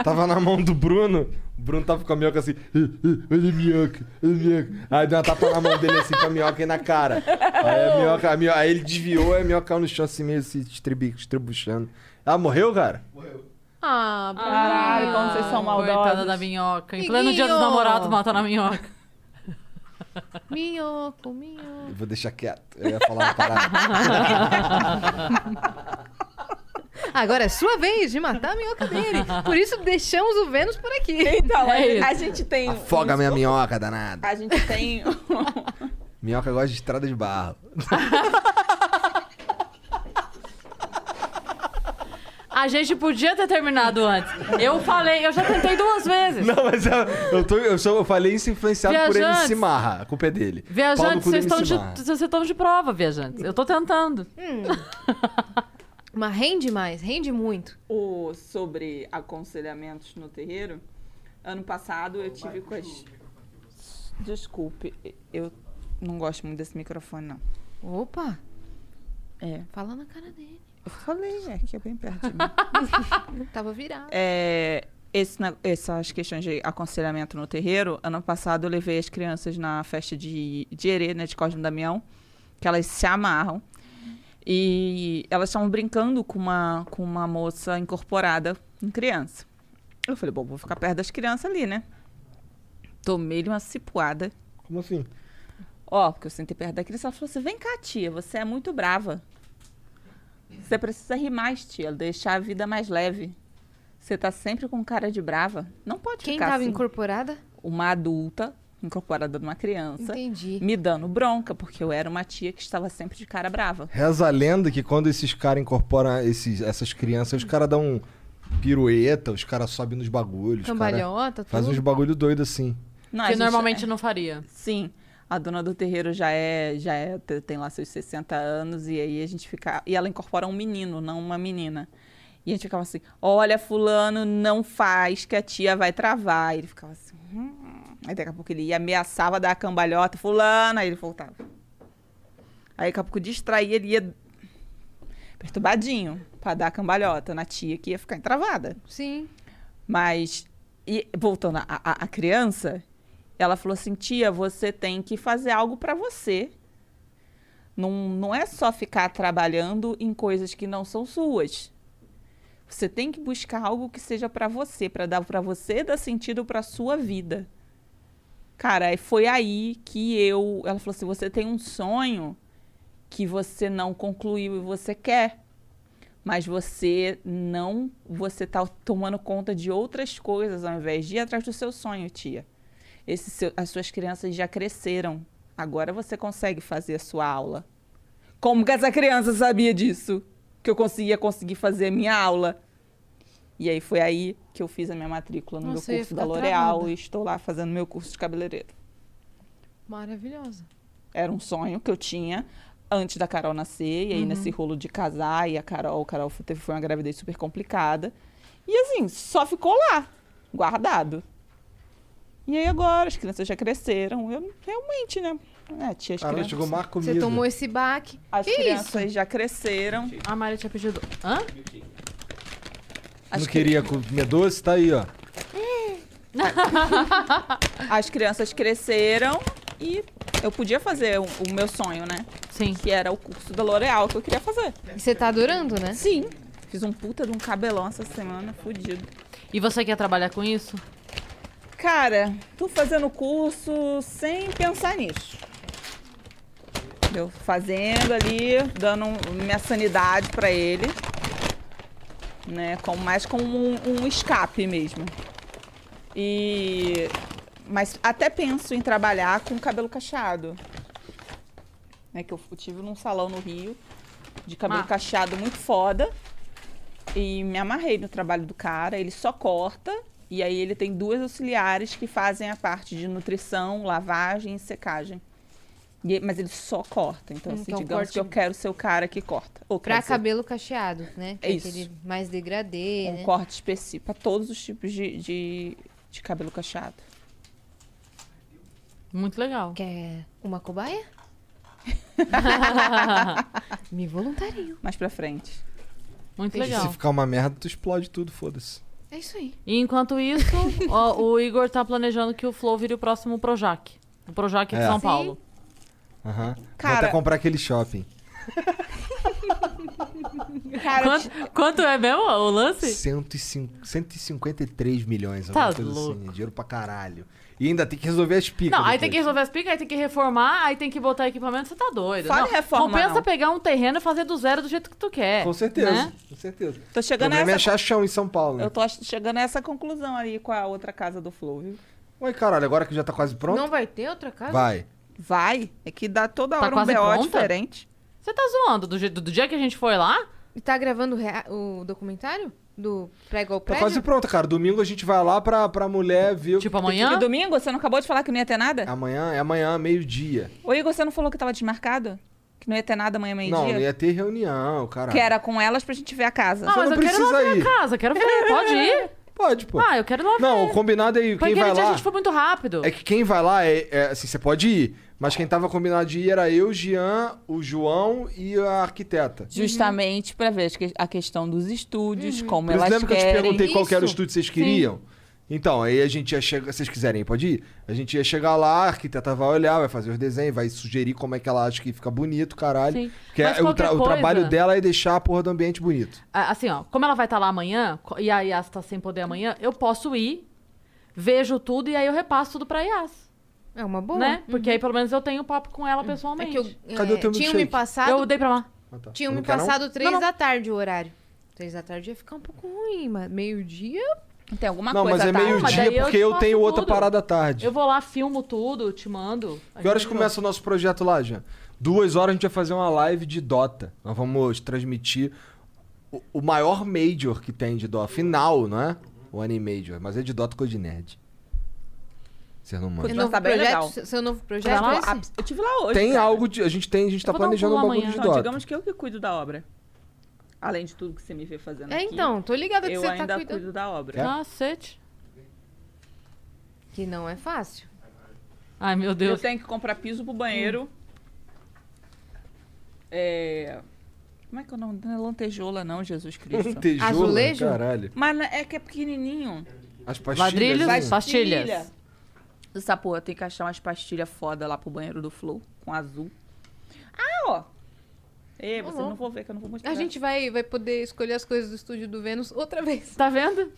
C: Tava na mão do Bruno. O Bruno tava com a minhoca assim. "Ih, ih, Olha a minhoca, olha a minhoca. Aí deu uma tapa na mão dele assim com a minhoca e na cara. Aí, a minhoca, a minho- aí ele desviou e a minhoca caiu no chão assim meio se estribi- estribuchando. Ela morreu, cara?
A: Ah,
D: <laughs> Caralho, como vocês são maldosos.
A: Coitada da minhoca. Em pleno dia dos
B: Miguinho!
A: namorados, mata na minhoca.
B: Minhoco, minhoco.
C: Eu vou deixar quieto. Eu ia falar uma parada.
B: Agora é sua vez de matar a minhoca dele. Por isso deixamos o Vênus por aqui.
D: Então, a- É isso. a gente tem- um,
C: Afoga minha minhoca, danada.
D: A gente tem. um,
C: Minhoca gosta de estrada de barro.
A: A gente podia ter terminado antes. Eu falei, eu já tentei duas vezes.
C: Não, mas eu, eu, tô, eu, sou, eu falei isso influenciado por
A: Viajantes.
C: MC Marra. A culpa é dele. Pau no
A: Viajantes,
C: cu do
A: vocês estão
C: MC
A: de,
C: Marra.
A: vocês estão de prova, viajantes. Eu tô tentando.
B: Mas rende mais, rende muito.
D: O, sobre aconselhamentos no terreiro, ano passado eu tive com as. Desculpe, eu não gosto muito desse microfone, não.
B: Opa!
D: É.
B: Fala na cara dele.
D: Eu falei, é que é bem perto de mim.
B: Tava virado.
D: <laughs> É, esse na- essas questões de aconselhamento no terreiro, ano passado eu levei as crianças na festa de, de Herê, né, de Cosme Damião, que elas se amarram. E elas estavam brincando com uma, com uma moça incorporada em criança. Eu falei, bom, vou ficar perto das crianças ali, né? Tomei-lhe uma cipuada.
C: Como assim?
D: Ó, porque eu sentei perto da criança, ela falou assim, vem cá, tia, você é muito brava. Você precisa rir mais, tia, deixar a vida mais leve. Você tá sempre com cara de brava. Não pode
B: Quem
D: ficar
B: tava
D: assim.
B: incorporada?
D: Uma adulta incorporada numa criança.
B: Entendi.
D: Me dando bronca, porque eu era uma tia que estava sempre de cara brava.
C: Reza a lenda que quando esses caras incorporam esses, essas crianças, os caras dão um pirueta, os caras sobem nos bagulhos. os cara
D: Cambalhota,
C: Faz
D: tudo.
C: uns bagulho doido assim.
D: Não, a
A: que
D: gente- é-
A: normalmente não faria.
D: Sim. A dona do terreiro já é, já é, te- tem lá seus 60 anos, e aí a gente fica. E ela incorpora um menino, não uma menina. E a gente ficava assim, olha, fulano, não faz, que a tia vai travar. E ele ficava assim. "Hum." Aí daqui a pouco ele ia, ameaçava dar a cambalhota, fulano, aí ele voltava. Aí daqui a pouco distraía, ele ia perturbadinho pra dar a cambalhota na tia que ia ficar entravada.
B: Sim.
D: Mas, e voltando à à- à criança, ela falou assim: tia, você tem que fazer algo pra você. Não, não é só ficar trabalhando em coisas que não são suas. Você tem que buscar algo que seja pra você, pra dar pra você dar sentido pra sua vida. Cara, aí foi aí que eu. Ela falou assim: você tem um sonho que você não concluiu e você quer mas você não você tá tomando conta de outras coisas ao invés de ir atrás do seu sonho, tia. Esse seu- as suas crianças já cresceram. Agora você consegue fazer a sua aula. Como que essa criança sabia disso? Que eu conseguia conseguir fazer a minha aula? E aí foi aí que eu fiz a minha matrícula no
B: Nossa, eu
D: meu
B: ia
D: curso da
B: ficar
D: L'Oréal
B: travada.
D: e estou lá fazendo meu curso de cabeleireiro.
B: Maravilhosa.
D: Era um sonho que eu tinha antes da Carol nascer, e aí
B: Uhum.
D: nesse rolo de casar, e a Carol, Carol foi- teve, foi uma gravidez super complicada. E assim, só ficou lá, guardado. E aí agora, as crianças já cresceram, eu realmente, né? É, tia, as
C: Cara,
D: crianças-
C: chegou má comida.
B: Você tomou esse baque.
D: As
B: que
D: crianças
B: isso?
D: já cresceram.
A: A Maria tinha pedido. Hã?
C: Não queria comer doce, tá aí, ó.
D: As crianças cresceram e eu podia fazer o, o meu sonho, né?
A: Sim.
D: Que era o curso da L'Oréal que eu queria fazer.
B: E você tá adorando, né?
D: Sim. Fiz um puta de um cabelão essa semana, fudido.
A: E você quer trabalhar com isso?
D: Cara, tô fazendo curso sem pensar nisso. Eu fazendo ali, dando um- minha sanidade pra ele. Né? Com, mais como um, um escape mesmo. E. Mas até penso em trabalhar com cabelo cacheado. Né, que eu fu- tive num salão no Rio de cabelo
A: Ah.
D: cacheado muito foda. E me amarrei no trabalho do cara. Ele só corta. E aí ele tem duas auxiliares que fazem a parte de nutrição, lavagem e secagem. E- mas ele só corta. Então, assim,
B: Então,
D: digamos
B: corte-
D: que eu quero ser o cara que corta. Ou
B: Pra
D: quero ser
B: cabelo cacheado, né? Que
D: É isso.
B: Aquele mais degradê,
D: um
B: né?
D: corte específico para todos os tipos de, de, de cabelo cacheado.
A: Muito legal.
B: Quer uma <laughs> cobaia? Me voluntario.
D: Mais pra frente.
A: Muito
C: Se
A: legal.
C: ficar uma merda, tu explode tudo, foda-se.
B: É isso aí.
A: E enquanto isso, ó, o Igor tá planejando que o Flow vire o próximo Projac. O Projac de
C: É.
A: São
C: Sim.
A: Paulo.
C: Aham. Vou
A: Cara-
C: até comprar aquele shopping.
D: Cara,
A: quanto, quanto é mesmo o lance?
C: 105, 153 milhões,
A: Tá
C: alguma coisa assim.
A: louco.
C: é Dinheiro pra caralho. E ainda tem que resolver as picas.
A: Não, aí tem que
C: depois.
A: resolver as picas, aí tem que reformar, aí tem que botar equipamento, você tá doido.
D: Fala
A: não.
D: em reforma,
A: Compensa
D: não.
A: pegar um terreno e fazer do zero do jeito que tu quer.
C: Com certeza,
A: né?
C: com certeza.
D: Tô
C: O
D: chegando a
C: problema é
D: essa.
C: achar chão em São Paulo, né?
D: Eu tô ach- chegando a essa conclusão ali com a outra casa do Flow, viu?
C: Ué, caralho, agora que já tá quase pronto,
B: Não vai ter outra casa?
C: vai.
D: Vai. É que dá toda
A: Tá
D: hora um
A: quase
D: BO
A: pronta?
D: diferente.
A: Você tá zoando do, jeito- do dia que a gente foi lá?
B: E tá gravando o rea- o documentário? Do prego ao
C: Tá
B: prédio?
C: quase pronto, cara. Domingo a gente vai lá pra, pra mulher ver... Tipo
D: E domingo, você não acabou de falar que não ia ter nada?
C: Amanhã, é amanhã, meio-dia.
D: Ô, Igor, você não falou que tava desmarcado? Que não ia ter nada amanhã, meio-dia?
C: Não, não ia ter reunião, caralho.
D: Que era com elas pra gente ver a casa.
C: Ah, Você mas não eu quero ir lá precisa ver a ir.
A: casa, quero ver. Pode ir?
C: <laughs> Pode, pô.
A: Ah, eu quero ir lá
C: Não,
A: ver.
C: o combinado é ir,
A: Porque
C: quem vai
A: aquele dia
C: lá...
A: a gente foi muito rápido.
C: É que quem vai lá é, é, assim, você pode ir, Mas quem tava combinado de ir era eu, Jean, o João e a arquiteta.
J: Justamente pra ver as que- a questão dos estúdios, como
C: Por isso,
J: elas
C: lembra que eu
J: querem.
C: te perguntei qual que era o
J: Isso.
C: estúdio que vocês
J: Sim.
C: queriam? Então, aí a gente ia chegar. Vocês quiserem, pode ir? A gente ia chegar lá, a arquiteta vai olhar, vai fazer os desenhos, vai sugerir como é que ela acha que fica bonito, caralho.
A: Sim.
C: Porque
A: Mas
C: é o, tra-
A: qualquer
C: o trabalho
A: coisa-
C: dela é deixar a porra do ambiente bonito.
A: Ah, Assim, ó, como ela vai estar lá amanhã, co- e a Yas tá sem poder amanhã, eu posso ir, vejo tudo e aí eu repasso tudo pra Yas.
B: É uma boa.
A: Né?
C: Uhum.
A: Porque aí pelo menos eu tenho papo com ela pessoalmente.
B: É que eu, Cadê é, o teu tinham me milkshake?
C: Tá
B: passado-
A: Eu dei pra lá.
B: Tinha um
A: Eu
B: me
A: não quero, não?
B: passado três
A: Não, não.
B: da tarde o horário. Três da tarde ia ficar um pouco ruim, mas meio-dia.
J: Tem alguma
C: Não,
D: tá?
C: mas é meio-dia porque eu tenho outra parada à tarde.
A: Eu vou lá, filmo tudo, te mando. A
C: é Que horas
A: gente
C: começa o nosso projeto lá, Jean? Duas horas a gente vai fazer uma live de Dota. Nós vamos transmitir o, o maior Major que tem de Dota. Final, não é? O Anime Major. Mas é de Dota Code Nerd. Vocês não
B: Seu
C: mandam.
B: é novo
J: tá bem
B: projeto,
J: legal.
B: seu- Seu novo
J: Vai
B: projeto
J: lá?
B: é esse?
D: Tá
J: Ah, Eu tive lá hoje.
C: Tem
J: cara.
C: algo de. A gente, tem, a gente tá planejando um bagulho de
J: Não,
C: Dota.
J: digamos que eu que cuido da obra. Além de tudo que você me vê fazendo
B: É,
J: aqui,
B: então, tô ligada que
J: eu
B: você tá
J: ainda
B: cuidando.
J: cuido da obra.
B: É?
A: Cacete.
B: Que não é fácil.
A: Ai, meu
J: Eu
A: Deus.
J: tenho que comprar piso pro banheiro.
B: Hum.
J: É... Como é que é o nome? Não é lantejola não, Jesus Cristo.
C: Lantejola? Azulejo? né? Caralho.
J: Mas na- é que é pequenininho.
C: As pastilhas. né?
J: Pastilha. Essa porra, tem que achar umas pastilhas foda lá pro banheiro do Flow, com azul. Ah, ó. Ei, vocês
B: Uhum.
J: não vão ver que eu não vou
D: É.
J: mostrar.
B: A gente vai, vai poder escolher as coisas do estúdio do Vênus outra vez. <laughs>
A: Tá vendo?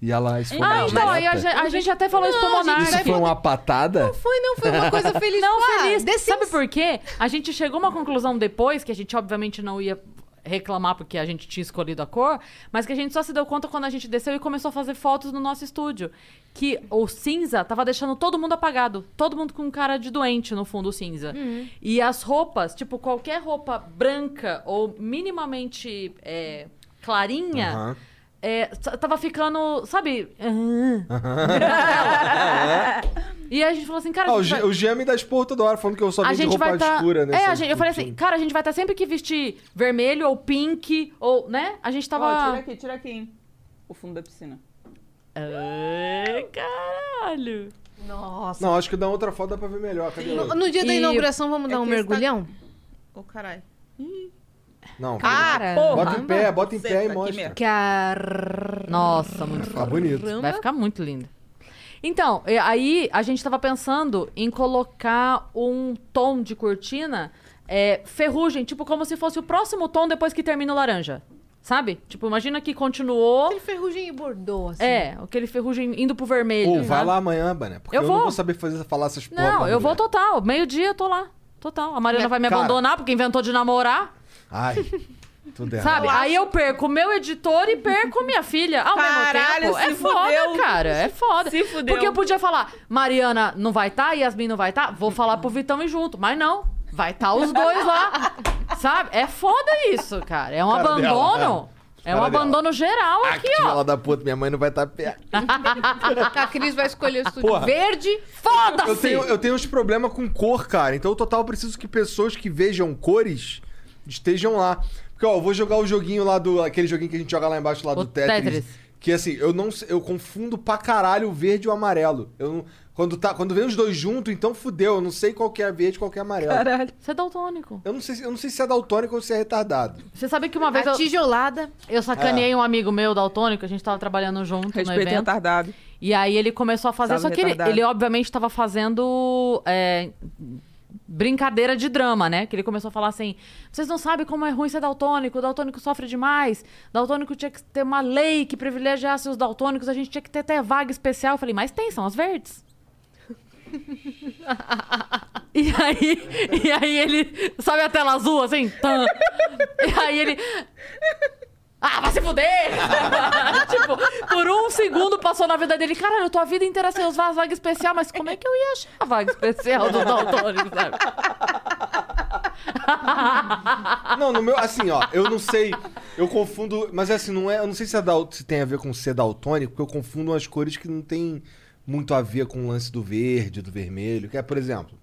C: E ela isso foi
A: Ah,
C: uma
A: então, aí a,
C: direta?
A: gente- a gente até falou isso pro
B: é Não, a gente
A: Monark.
C: Isso foi uma patada? Não
B: foi, não. Foi uma coisa feliz.
A: Não,
B: Ah,
A: feliz. Sabe por quê? A gente chegou a uma conclusão depois, que a gente obviamente não ia reclamar porque a gente tinha escolhido a cor, mas que a gente só se deu conta quando a gente desceu e começou a fazer fotos no nosso estúdio. Que o cinza tava deixando todo mundo apagado. Todo mundo com cara de doente no fundo o cinza.
J: Uhum.
A: E as roupas, tipo, qualquer roupa branca ou minimamente é, clarinha.
C: Aham.
A: é, t- tava ficando, sabe?
C: <laughs>
A: E a gente falou assim, cara.
C: Ah,
A: a
C: É. o,
A: gente
C: G-
A: vai-
C: o Jean me dá esporro toda hora, falando que eu só
A: a
C: vim de
A: gente vai
C: roupa
A: tá...
C: escura, né?
A: É, a
C: Sabe?
A: gente, eu falei assim, cara, a gente vai estar sempre que vestir vermelho ou pink, ou, né? A gente tava.
J: Ó, tira aqui, tira aqui, hein? O fundo da piscina.
A: Ai, caralho.
B: Nossa.
C: Não, acho que dá outra foto dá pra ver melhor. Cadê
B: No,
C: outra?
B: no dia da
J: E-
B: inauguração, vamos
J: é
B: dar um
J: que está-
B: mergulhão?
J: Ô, caralho.
C: Não,
A: Ah,
J: Ah,
B: Cara,
C: Bota em pé, bota em pé e
A: Senta aqui
C: mostra.
A: mesmo.
B: Car...
A: Nossa, muito
C: Fica bonito.
A: Vai ficar muito lindo. Então, e aí a gente tava pensando em colocar um tom de cortina é, ferrugem, tipo como se fosse o próximo tom depois que termina o laranja. Sabe? Tipo, imagina que continuou. Aquele
B: ferrugem e bordô, assim.
A: É, aquele ferrugem indo pro vermelho.
C: Ou vai
A: sabe?
C: lá amanhã, Bané, porque eu,
A: Eu
C: não
A: vou.
C: vou saber fazer, falar essas porra
A: Não,
C: pra
A: eu vou
C: mulher.
A: total. Meio-dia eu tô lá. Total. A Mariana
J: Né,
C: Mas,
A: vai me
C: cara-
A: abandonar porque inventou de namorar.
C: Ai, tudo errado.
A: Sabe? Aí eu perco o meu editor e perco minha filha ao
J: Caralho,
A: mesmo tempo.
J: se
A: é foda,
J: fudeu.
A: cara. É foda.
J: Se fudeu.
A: Porque eu podia falar, Mariana não vai estar, tá, Yasmin não vai estar, tá, vou falar pro Vitão e junto. Mas não, vai estar os dois
J: <laughs>
A: lá. Sabe? É foda isso, cara. É um
C: Cara dela,
A: abandono.
C: né?
A: é um
C: Cara dela. Ah,
A: abandono geral aqui, ó. Tá
C: Ela da puta, minha mãe não vai tá estar perto.
B: a Cris vai escolher o estúdio
C: Porra.
B: verde. Foda-se!
C: Eu
A: assim.
C: tenho, eu tenho uns problemas com cor, cara. Então, total, eu preciso que pessoas que vejam cores estejam lá. Porque, ó, eu vou jogar o joguinho lá do. Aquele joguinho que a gente joga lá embaixo lá do Tetris.
A: Tetris.
C: Que assim, eu não sei- eu confundo pra caralho o verde e o amarelo. Eu não- quando, tá, quando vem os dois juntos, então fudeu. Eu não sei qual que é verde e qual que é amarelo.
A: Você é daltônico.
C: Eu não sei, se- eu não sei se é daltônico ou se é retardado.
A: Você sabe que uma vez.
C: A
A: eu-
B: tijolada.
A: Eu sacaneei
C: É.
A: um amigo meu, daltônico, a gente tava trabalhando junto no
J: Respeito
A: evento.
J: retardado.
A: E aí ele começou a fazer.
J: Salve,
A: só que ele,
J: retardado.
A: ele, obviamente, tava fazendo. é, brincadeira de drama, né? Que ele começou a falar assim: vocês não sabem como é ruim ser daltônico, o daltônico sofre demais, daltônico tinha que ter uma lei que privilegiasse os daltônicos, a gente tinha que ter até vaga especial. Eu falei, mas tem, são as verdes. <laughs> E aí, e aí ele. Sabe a tela azul assim? Tã. E aí ele. Ah, vai se fuder! <laughs> tipo, por um segundo passou na vida dele. Caralho, eu tô a vida inteira sem usar a vaga especial, mas como é que eu ia achar a vaga especial do Daltônico, sabe?
C: Não, no meu, assim, ó, eu não sei. Eu confundo. Mas assim, não é. Eu não sei se, é dal- se tem a ver com ser daltônico, porque eu confundo as cores que não tem muito a ver com o lance do verde, do vermelho. Que é, por exemplo,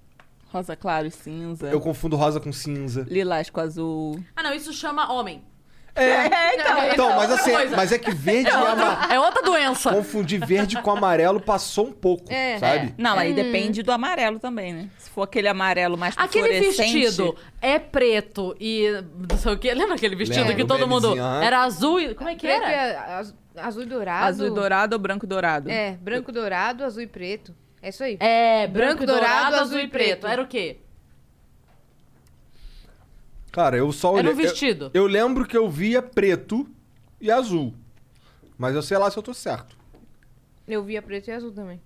J: Rosa claro e cinza.
C: eu confundo rosa com cinza.
J: Lilás com azul.
A: Ah, não, isso chama homem.
J: <laughs>
C: É,
A: então.
C: Então, mas
A: outra
C: assim,
A: coisa.
C: mas é que verde
A: É
C: e
A: outra,
C: amarelo.
A: é outra doença.
C: Confundir verde com amarelo passou um pouco,
A: É.
C: sabe?
J: Não, aí depende do amarelo também, né? Se for aquele amarelo mais
A: Aquele
J: fluorescente-
A: vestido é preto e não sei o quê. Lembra aquele vestido
J: Lembro,
A: que todo mundo
J: belezinha, aham.
A: era azul? e- Como é que
B: Preto
A: era?
B: e a- az- Azul e dourado.
J: Azul e dourado ou branco e dourado?
B: É, branco e dourado, azul e preto. É isso aí.
A: É, branco, e dourado, azul e preto. Era o quê? <laughs>
C: Cara, eu só
A: Era um
C: olhei- eu-
A: vestido.
C: Eu, lembro que eu via preto e azul. Mas eu sei lá se eu tô certo.
B: Eu via preto e azul também.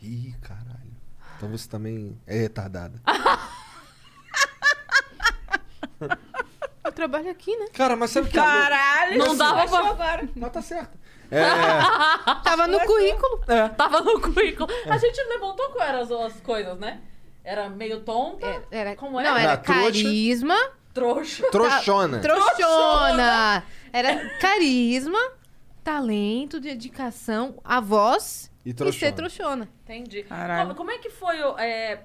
C: Ih, caralho. Então você também é retardada.
B: Eu trabalho aqui, né?
C: Cara, mas sabe o que eu-
J: Caralho,
C: Não dava
J: achou
C: pra-
J: agora.
C: Mas tá certo.
A: <laughs> Tá
C: É.
B: Tava no currículo.
A: Tava no currículo. A gente levantou qual eram as, as coisas, né? Era meio tonta.
B: É, Era,
A: é. como era?
B: Não, era
C: Na trouxa. É.
B: carisma.
A: Trouxa.
C: Trouxona.
B: Trouxona. Era carisma, talento, dedicação, a voz
C: E
B: e,
C: trouxona.
B: ser trouxona.
A: Entendi.
B: Caralho.
A: Como, como é que foi o, é,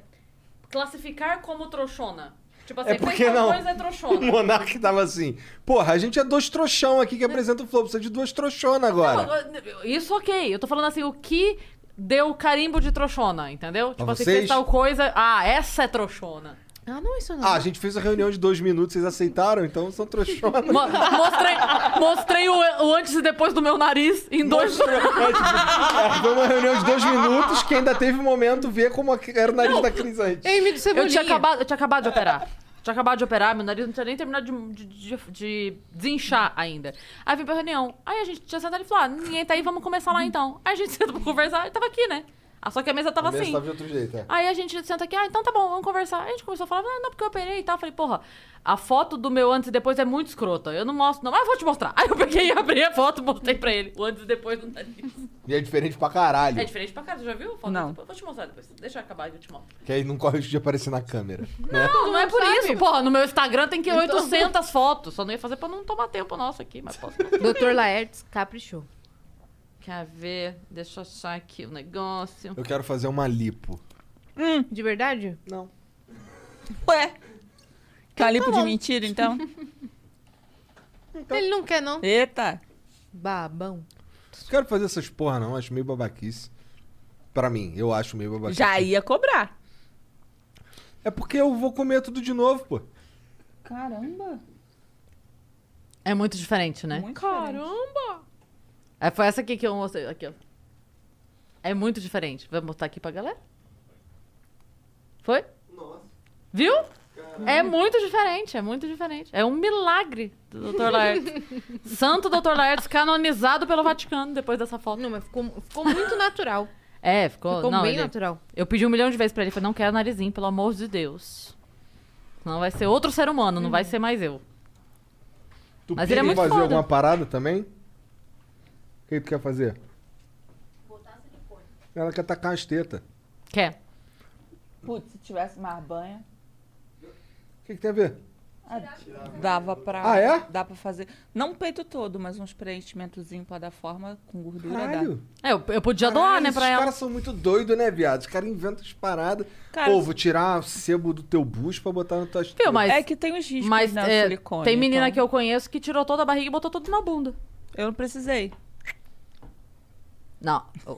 A: classificar como trouxona? Tipo assim,
C: É porque
A: fez tal
C: não.
A: coisa é
C: O <laughs>
A: trouxona.
C: Monark tava assim. Porra, a gente é dois trouxão aqui que apresenta o Flow. Precisa de duas trouxonas
A: Não,
C: agora.
A: agora, isso ok. Eu tô falando assim, o que deu o carimbo de trouxona, entendeu? Tipo assim,
C: vocês?
A: fez tal coisa. Ah, essa é trouxona.
B: Ah, não, isso
C: Ah, a gente fez a reunião de dois minutos, vocês aceitaram? Então são trouxonas. <laughs>
A: Mo- mostrei mostrei o, o antes e depois do meu nariz em dois.
C: Mostrou, é, tipo, é, Foi uma reunião de dois minutos que ainda teve um momento ver como a- era o nariz da Cris
A: Então,
C: antes.
B: Ei, me
A: Eu tinha acabado, eu tinha acabado de operar. Tinha acabado de operar, meu nariz não tinha nem terminado de, de, de- de desinchar ainda. Aí vim pra reunião. Aí a gente tinha sentado e falou: ah, ninguém tá aí, vamos começar lá então. Aí a gente <laughs> senta pra conversar e tava aqui, né? Ah, só que a mesa tava
C: A mesa
A: assim.
C: tava de outro jeito, é.
A: Aí a gente senta aqui, ah, então tá bom, vamos conversar. Aí a gente começou a falar, ah, não, porque eu operei e tal. Eu falei, porra, a foto do meu antes e depois é muito escrota. Eu não mostro, não. Ah, eu vou te mostrar. Aí eu peguei e abri a foto e mostrei pra ele. O antes e depois do nariz.
C: E é diferente pra caralho.
A: É diferente pra cara, tu já viu? a Foto é tipo,
C: Não.
A: Vou te mostrar depois. Deixa eu acabar e eu te mostro.
C: Que aí não corre o risco de aparecer na câmera. né?
A: Não, não é por
B: sabe?
A: isso, porra. No meu Instagram tem que
B: Então-
A: 800 fotos. Só não ia fazer pra não tomar tempo nosso aqui, mas posso.
B: Doutor Laertes caprichou.
A: <laughs> Quer ver? Deixa eu achar aqui o negócio.
C: Eu quero fazer uma lipo.
B: Hum, de verdade?
C: Não.
J: Ué. Calipo
B: Tá
J: de
B: bom.
J: mentira, então?
B: Ele não quer, não.
J: Eita.
B: Babão.
C: Não quero fazer essas porra, não. Acho meio babaquice. Pra mim, eu acho meio babaquice.
J: Já ia cobrar.
C: É porque eu vou comer tudo de novo, pô.
J: Caramba.
A: É muito diferente, né?
J: Caramba.
A: É, foi essa aqui que eu mostrei. Aqui, ó. É muito diferente. Vai botar aqui pra galera? Foi?
H: Nossa.
A: Viu? É muito diferente, é muito diferente. É um milagre do Dr. Laertes. Santo Dr. Laertes canonizado pelo Vaticano depois dessa foto.
B: Não, mas ficou,
A: <laughs>
B: ficou muito natural.
A: É, ficou,
B: Ficou
A: não,
B: bem
A: ele-
B: natural.
A: Eu pedi um milhão de vezes pra ele, falei, não quero narizinho, pelo amor de Deus. Senão vai ser outro ser humano, não vai ser mais eu.
C: Tu
A: Mas ele é
C: quer
A: muito
C: fazer
A: foda.
C: alguma parada também? O que tu quer fazer? Ela quer tacar as tetas.
A: Quer?
J: Putz, se tivesse mais banha,
C: O que, que tem a ver?
J: ah, dava pra.
C: Ah, é?
J: Dá pra fazer. Não o peito todo, mas uns preenchimentozinhos pra dar forma com gordura.
C: Caralho.
J: Dá.
A: É, eu, eu podia doar,
C: Caralho,
A: né, pra
C: Os
A: ela.
C: Ah, caras são muito doidos, né, viado? Os caras inventam as paradas.
A: Cara,
C: Pô,
A: os-
C: vou tirar o sebo do teu bucho pra botar na tua
A: Viu, mas,
J: É que tem os riscos,
A: mas,
J: né, o
A: é,
J: silicone,
A: Tem menina
J: então.
A: que eu conheço que tirou toda a barriga e botou tudo na bunda.
J: Eu não precisei.
A: Não, eu vou,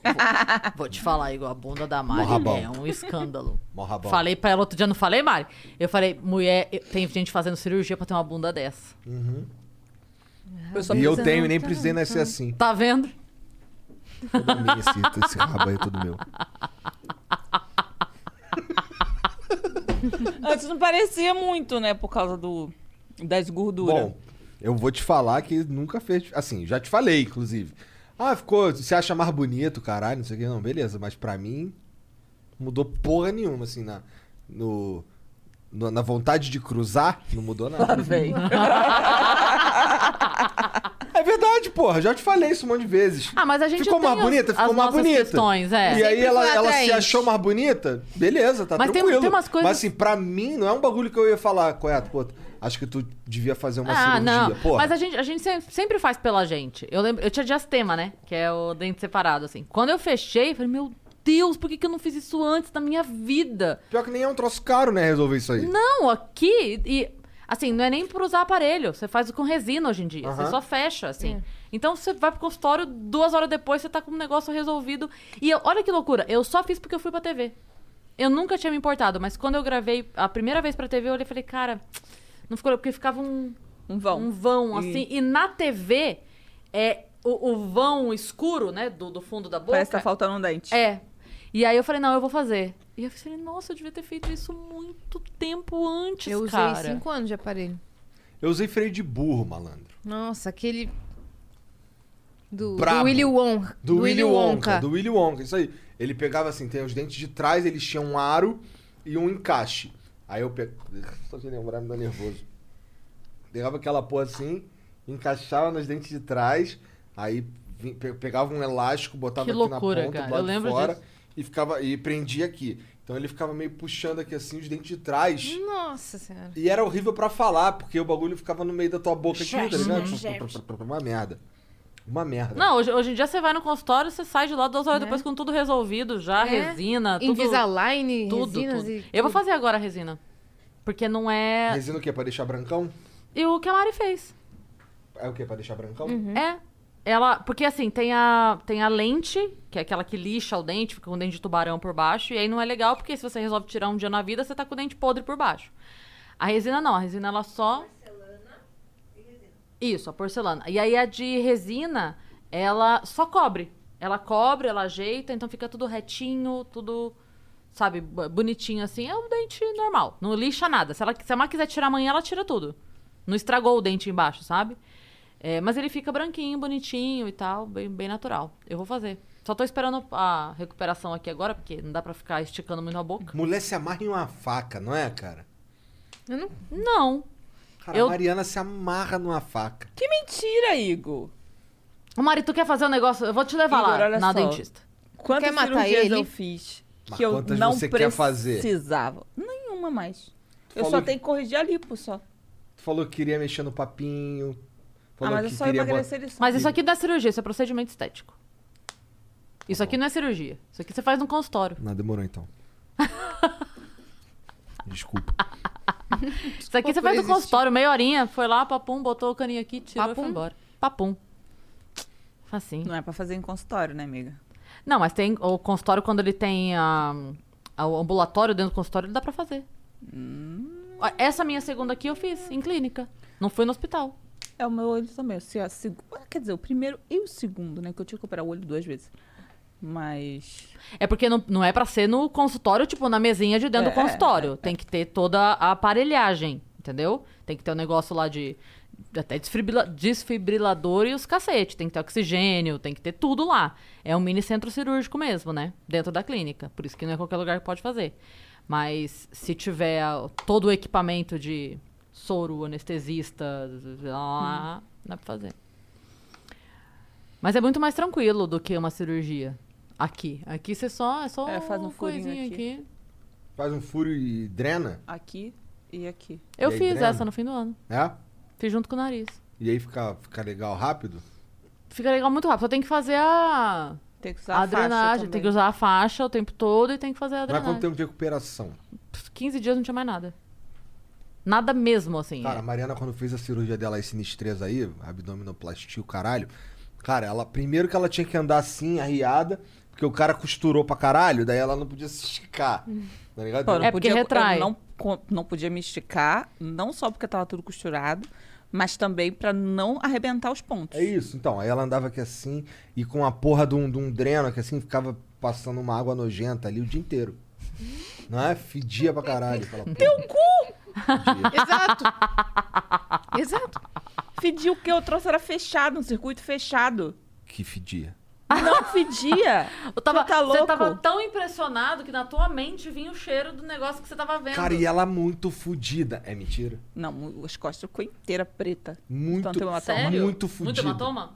A: vou te falar, igual a bunda da Mari
C: Morrabão.
A: é um escândalo.
C: Morrabão.
A: Falei pra ela outro dia, não falei, Mari? Eu falei, mulher, eu- tem gente fazendo cirurgia pra ter uma bunda dessa.
C: Uhum.
A: Eu só
C: E eu
A: precisava-
C: tenho, nem precisei nascer assim.
A: Tá vendo?
C: Todo meu, esse, esse rabo aí é todo meu.
J: Antes não parecia muito, né? Por causa do, das gorduras.
C: Bom, eu vou te falar que nunca fez. Assim, já te falei, inclusive. Ah, ficou. Você acha mais bonito, caralho, não sei o que, não. Beleza, mas pra mim, mudou porra nenhuma, assim, na. No, no- na vontade de cruzar, não mudou nada. é verdade, porra. Já te falei isso um monte de vezes.
A: Ah, mas a gente
C: ficou
A: tem
C: mais
A: as-
C: bonita?
A: as
C: Ficou mais
A: nossas
C: bonita.
A: questões, é.
C: E aí
A: Sempre
C: ela,
A: foi
C: ela se
A: atraente.
C: achou mais bonita? Beleza, tá
A: Mas tem-
C: tranquilo.
A: tem umas coisas-
C: Mas assim, pra mim, não é um bagulho que eu ia falar, correto, pô. Acho que tu devia fazer uma cirurgia, porra.
A: Ah, Mas a gente, a gente sem- sempre faz pela gente. Eu lembro, eu tinha diastema, né? Que é o dente separado, assim. Quando eu fechei, eu falei, meu Deus, por que, que eu não fiz isso antes na minha vida?
C: Pior que nem é um troço caro, né, resolver isso aí.
A: Não, aqui. E Assim, não é nem por usar aparelho. Você faz com resina hoje em dia. Você
J: Aham.
A: só fecha, assim.
J: Sim.
A: Então você vai pro consultório, duas horas depois você tá com o negócio resolvido. E eu- olha que loucura, eu só fiz porque eu fui pra TV. Eu nunca tinha me importado, mas quando eu gravei a primeira vez pra TV, eu olhei e falei, cara, não ficou. Porque ficava um.
J: Um vão.
A: Um vão, assim. E na TV, é o, o vão escuro, né, do, do fundo da boca.
J: Parece que tá faltando um dente.
A: É. E aí eu falei, não, eu vou fazer. E eu falei, nossa, eu devia ter feito isso muito tempo antes,
B: Eu usei
A: cara.
B: cinco anos de aparelho.
C: Eu usei freio de burro, malandro.
B: Nossa, aquele. Do, do
C: Brabo.
B: Willy Wonka.
C: Do, Willy Wonka. Do Willy Wonka, isso aí. Ele pegava assim, tem os dentes de trás, eles tinham um aro e um encaixe. Aí eu pegava. Só de lembrar me dá nervoso. Pegava aquela porra assim, encaixava nos dentes de trás, aí vim- pe- pegava um elástico, botava
A: Que
C: aqui
A: loucura,
C: na ponta,
A: cara.
C: do lado
A: Eu lembro
C: de fora,
A: disso.
C: e ficava e prendia aqui. Então ele ficava meio puxando aqui assim os dentes de trás.
B: Nossa senhora.
C: E era horrível pra falar, porque o bagulho ficava no meio da tua boca aqui, tá ligado? Uma merda. Uma merda.
A: Uhum. Não, hoje, hoje em dia você vai no consultório, você sai de lá duas horas depois com tudo resolvido já,
B: Né? É.
A: resina, tudo.
B: Invisalign,
A: tudo,
B: resinas
A: tudo.
B: e
A: Eu vou
B: tudo.
A: fazer agora a resina. Porque não é.
C: Resina o quê? Pra deixar brancão?
A: E o que a Mari fez.
C: É o quê? Pra deixar brancão?
A: É. Ela. Porque assim, tem a, tem a lente, que é aquela que lixa o dente, fica com o dente de tubarão por baixo. E aí não é legal, porque se você resolve tirar um dia na vida, você tá com o dente podre por baixo. A resina não, a resina ela só. Isso, a porcelana. E aí a de resina, ela só cobre. Ela cobre, ela ajeita, então fica tudo retinho, tudo, sabe, bo- bonitinho assim. É um dente normal. Não lixa nada. Se, ela, se a Má quiser tirar amanhã, ela tira tudo. Não estragou o dente embaixo, sabe? É, mas ele fica branquinho, bonitinho e tal, bem, bem natural. Eu vou fazer. Só tô esperando a recuperação aqui agora, porque não dá pra ficar esticando muito a boca.
C: Mulher se amarra em uma faca, não é, cara?
A: Eu não.
J: Uhum.
A: Não.
C: Cara,
A: Eu-
C: a Mariana se amarra numa faca.
J: Que mentira, Igor.
A: Ô, Mari, tu quer fazer um negócio? Eu vou te levar
J: Igor,
A: lá
J: olha
A: na
J: só.
A: dentista.
J: Quantas
A: Quer matar
J: cirurgias
A: ele?
J: eu fiz
C: Mas
J: que eu
C: quantas
J: não
C: você quer fazer?
J: precisava? Nenhuma mais.
C: Tu
J: Eu só
C: falou-
J: tenho que corrigir a lipo só. Ah,
C: Tu falou que queria mexer no papinho.
A: Ah,
C: Falou
J: é
A: é
C: que queria bot-
A: Mas isso aqui não é cirurgia, isso é procedimento estético. Isso aqui não é cirurgia. Isso aqui você faz no consultório.
C: Não,
A: <laughs>
C: demorou então. Desculpa.
A: Isso aqui você
J: por
A: faz no
J: existir.
A: consultório, meia horinha, foi lá, papum, botou o caninho aqui, tirou e foi embora. Papum. Assim.
J: Não é pra fazer em consultório, né, amiga?
A: Não, mas tem o consultório, quando ele tem ah, ah, o ambulatório dentro do consultório, dá pra fazer. Ó, Essa minha segunda aqui eu fiz em clínica. Não fui no hospital.
J: É o meu olho também. Se a seg... Ah, Quer dizer, o primeiro e o segundo, né? Que eu tive que operar o olho duas vezes. Mas.
A: É porque não, não é pra ser no consultório, tipo, na mesinha de dentro
J: É,
A: do consultório. Tem que ter toda a aparelhagem, entendeu? Tem que ter o negócio lá de. Até desfibrila- desfibrilador e os cacete. Tem que ter oxigênio, tem que ter tudo lá. É um mini centro cirúrgico mesmo, né? Dentro da clínica. Por isso que não é qualquer lugar que pode fazer. Mas se tiver ah, todo o equipamento de soro, anestesista, lá, dá pra fazer. Mas é muito mais tranquilo do que uma cirurgia. Aqui. Aqui você só. É só
J: É, faz um
A: uma
J: furinho
A: coisinha aqui.
J: aqui.
C: Faz um furo e drena.
J: Aqui e aqui.
A: Eu
C: E aí
A: fiz
C: drena?
A: essa no fim do ano.
C: É?
A: Fiz junto com o nariz.
C: E aí fica, fica legal rápido?
A: Fica legal muito rápido. Só tem que fazer a.
J: Tem que
A: a, drenagem. Tem que usar a faixa o tempo todo e tem que fazer a
C: Mas quanto
A: drenagem.
C: tempo de recuperação?
A: 15 dias não tinha mais nada. Nada mesmo, assim.
C: Cara, a Mariana, quando fez a cirurgia dela, esse sinistreza aí, abdominoplastia, o caralho. Cara, ela primeiro que ela tinha que andar assim, arriada, porque o cara costurou pra caralho, daí ela não podia se esticar. Tá ligado?
J: Pô, eu não podia- É eu não, co- não podia me esticar, não só porque tava tudo costurado, mas também pra não arrebentar os pontos.
C: É isso, então. Aí ela andava aqui assim, e com a porra de um, de um dreno aqui assim, ficava passando uma água nojenta ali o dia inteiro. Não é? Fedia pra caralho. Aquela porra.
J: Teu cu!
A: <laughs>
J: Exato. Exato. Fedia o que eu trouxe era fechado, um circuito
A: <laughs>
J: fechado.
C: Que fedia.
J: Não fedia.
A: Eu tava,
J: Você tá
A: Você
J: louco?
A: tava tão impressionado que na tua mente vinha o cheiro do negócio que você tava vendo.
C: Cara, e ela é muito fudida. É mentira.
J: Não, as costas ficou inteira preta.
C: Muito,
J: Tanto hematoma.
A: Sério?
C: é tá muito fudida.
A: hematoma?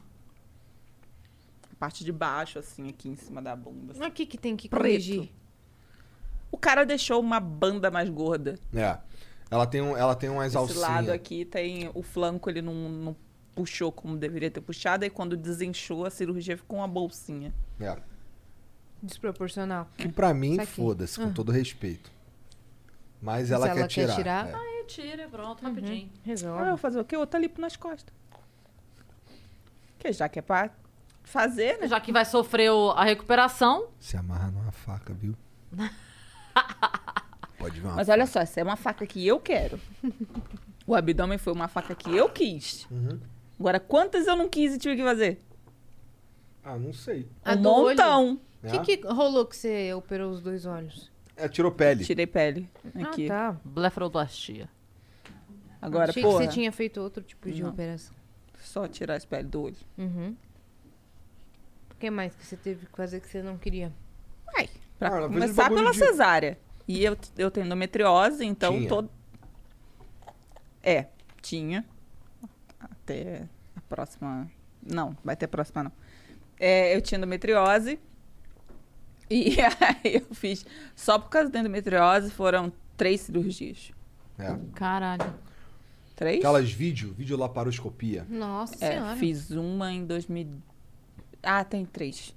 J: A parte de baixo, assim, aqui em cima da bunda.
B: Mas o que, que tem que
J: Preto.
B: corrigir?
J: O cara deixou uma banda mais gorda.
C: É. Ela tem, um, ela tem umas
J: Esse lado
C: alcinhas.
J: aqui tem o flanco, ele não, não puxou como deveria ter puxado, e quando desinchou, a cirurgia ficou uma bolsinha.
C: É.
B: Desproporcional.
C: Que pra mim,
B: Isso aqui.
C: foda-se, com
B: Ah.
C: todo respeito.
B: Mas
C: Mas ela,
B: ela
C: quer
B: quer
C: tirar.
B: tirar?
C: é.
A: Ai, tira, pronto,
J: Uhum.
A: rapidinho.
Q: Resolve. Ah, eu vou fazer o quê? Outra lipo nas costas. Porque já que é pra fazer, né?
A: Já que vai sofrer o- a recuperação.
C: Se amarra numa faca, viu? Pode ver uma
D: Mas olha só, essa é uma faca que eu quero. o abdômen foi uma faca que eu quis.
C: Uhum.
D: Agora, quantas eu não quis e tive que fazer?
C: Ah, não sei.
D: Um montão.
B: O que, que rolou que você operou os dois olhos?
C: É, tirou pele.
D: Tirei pele.
B: Ah,
D: Aqui.
B: tá.
A: Blefaroplastia.
D: Agora,
B: Achei
D: porra.
B: que você tinha feito outro tipo de
D: Não.
B: operação.
D: Só tirar as peles do olho.
B: Uhum. O que mais que você teve que fazer que você não queria?
D: Ai, Pra
B: Ah, ela fez um
D: começar
B: bagulho
D: pela
B: de-
D: cesárea. E eu, eu tenho endometriose, então
B: Tinha.
D: todo. É, tinha. Até a próxima. Não, vai ter a próxima, não. É, eu tinha endometriose. E <laughs> aí eu fiz. Só por causa da endometriose foram três cirurgias.
C: É.
A: Caralho.
D: Três?
C: Aquelas vídeo, videolaparoscopia.
B: Nossa
D: É,
B: senhora.
D: Fiz uma em 2000. Ah, tem três.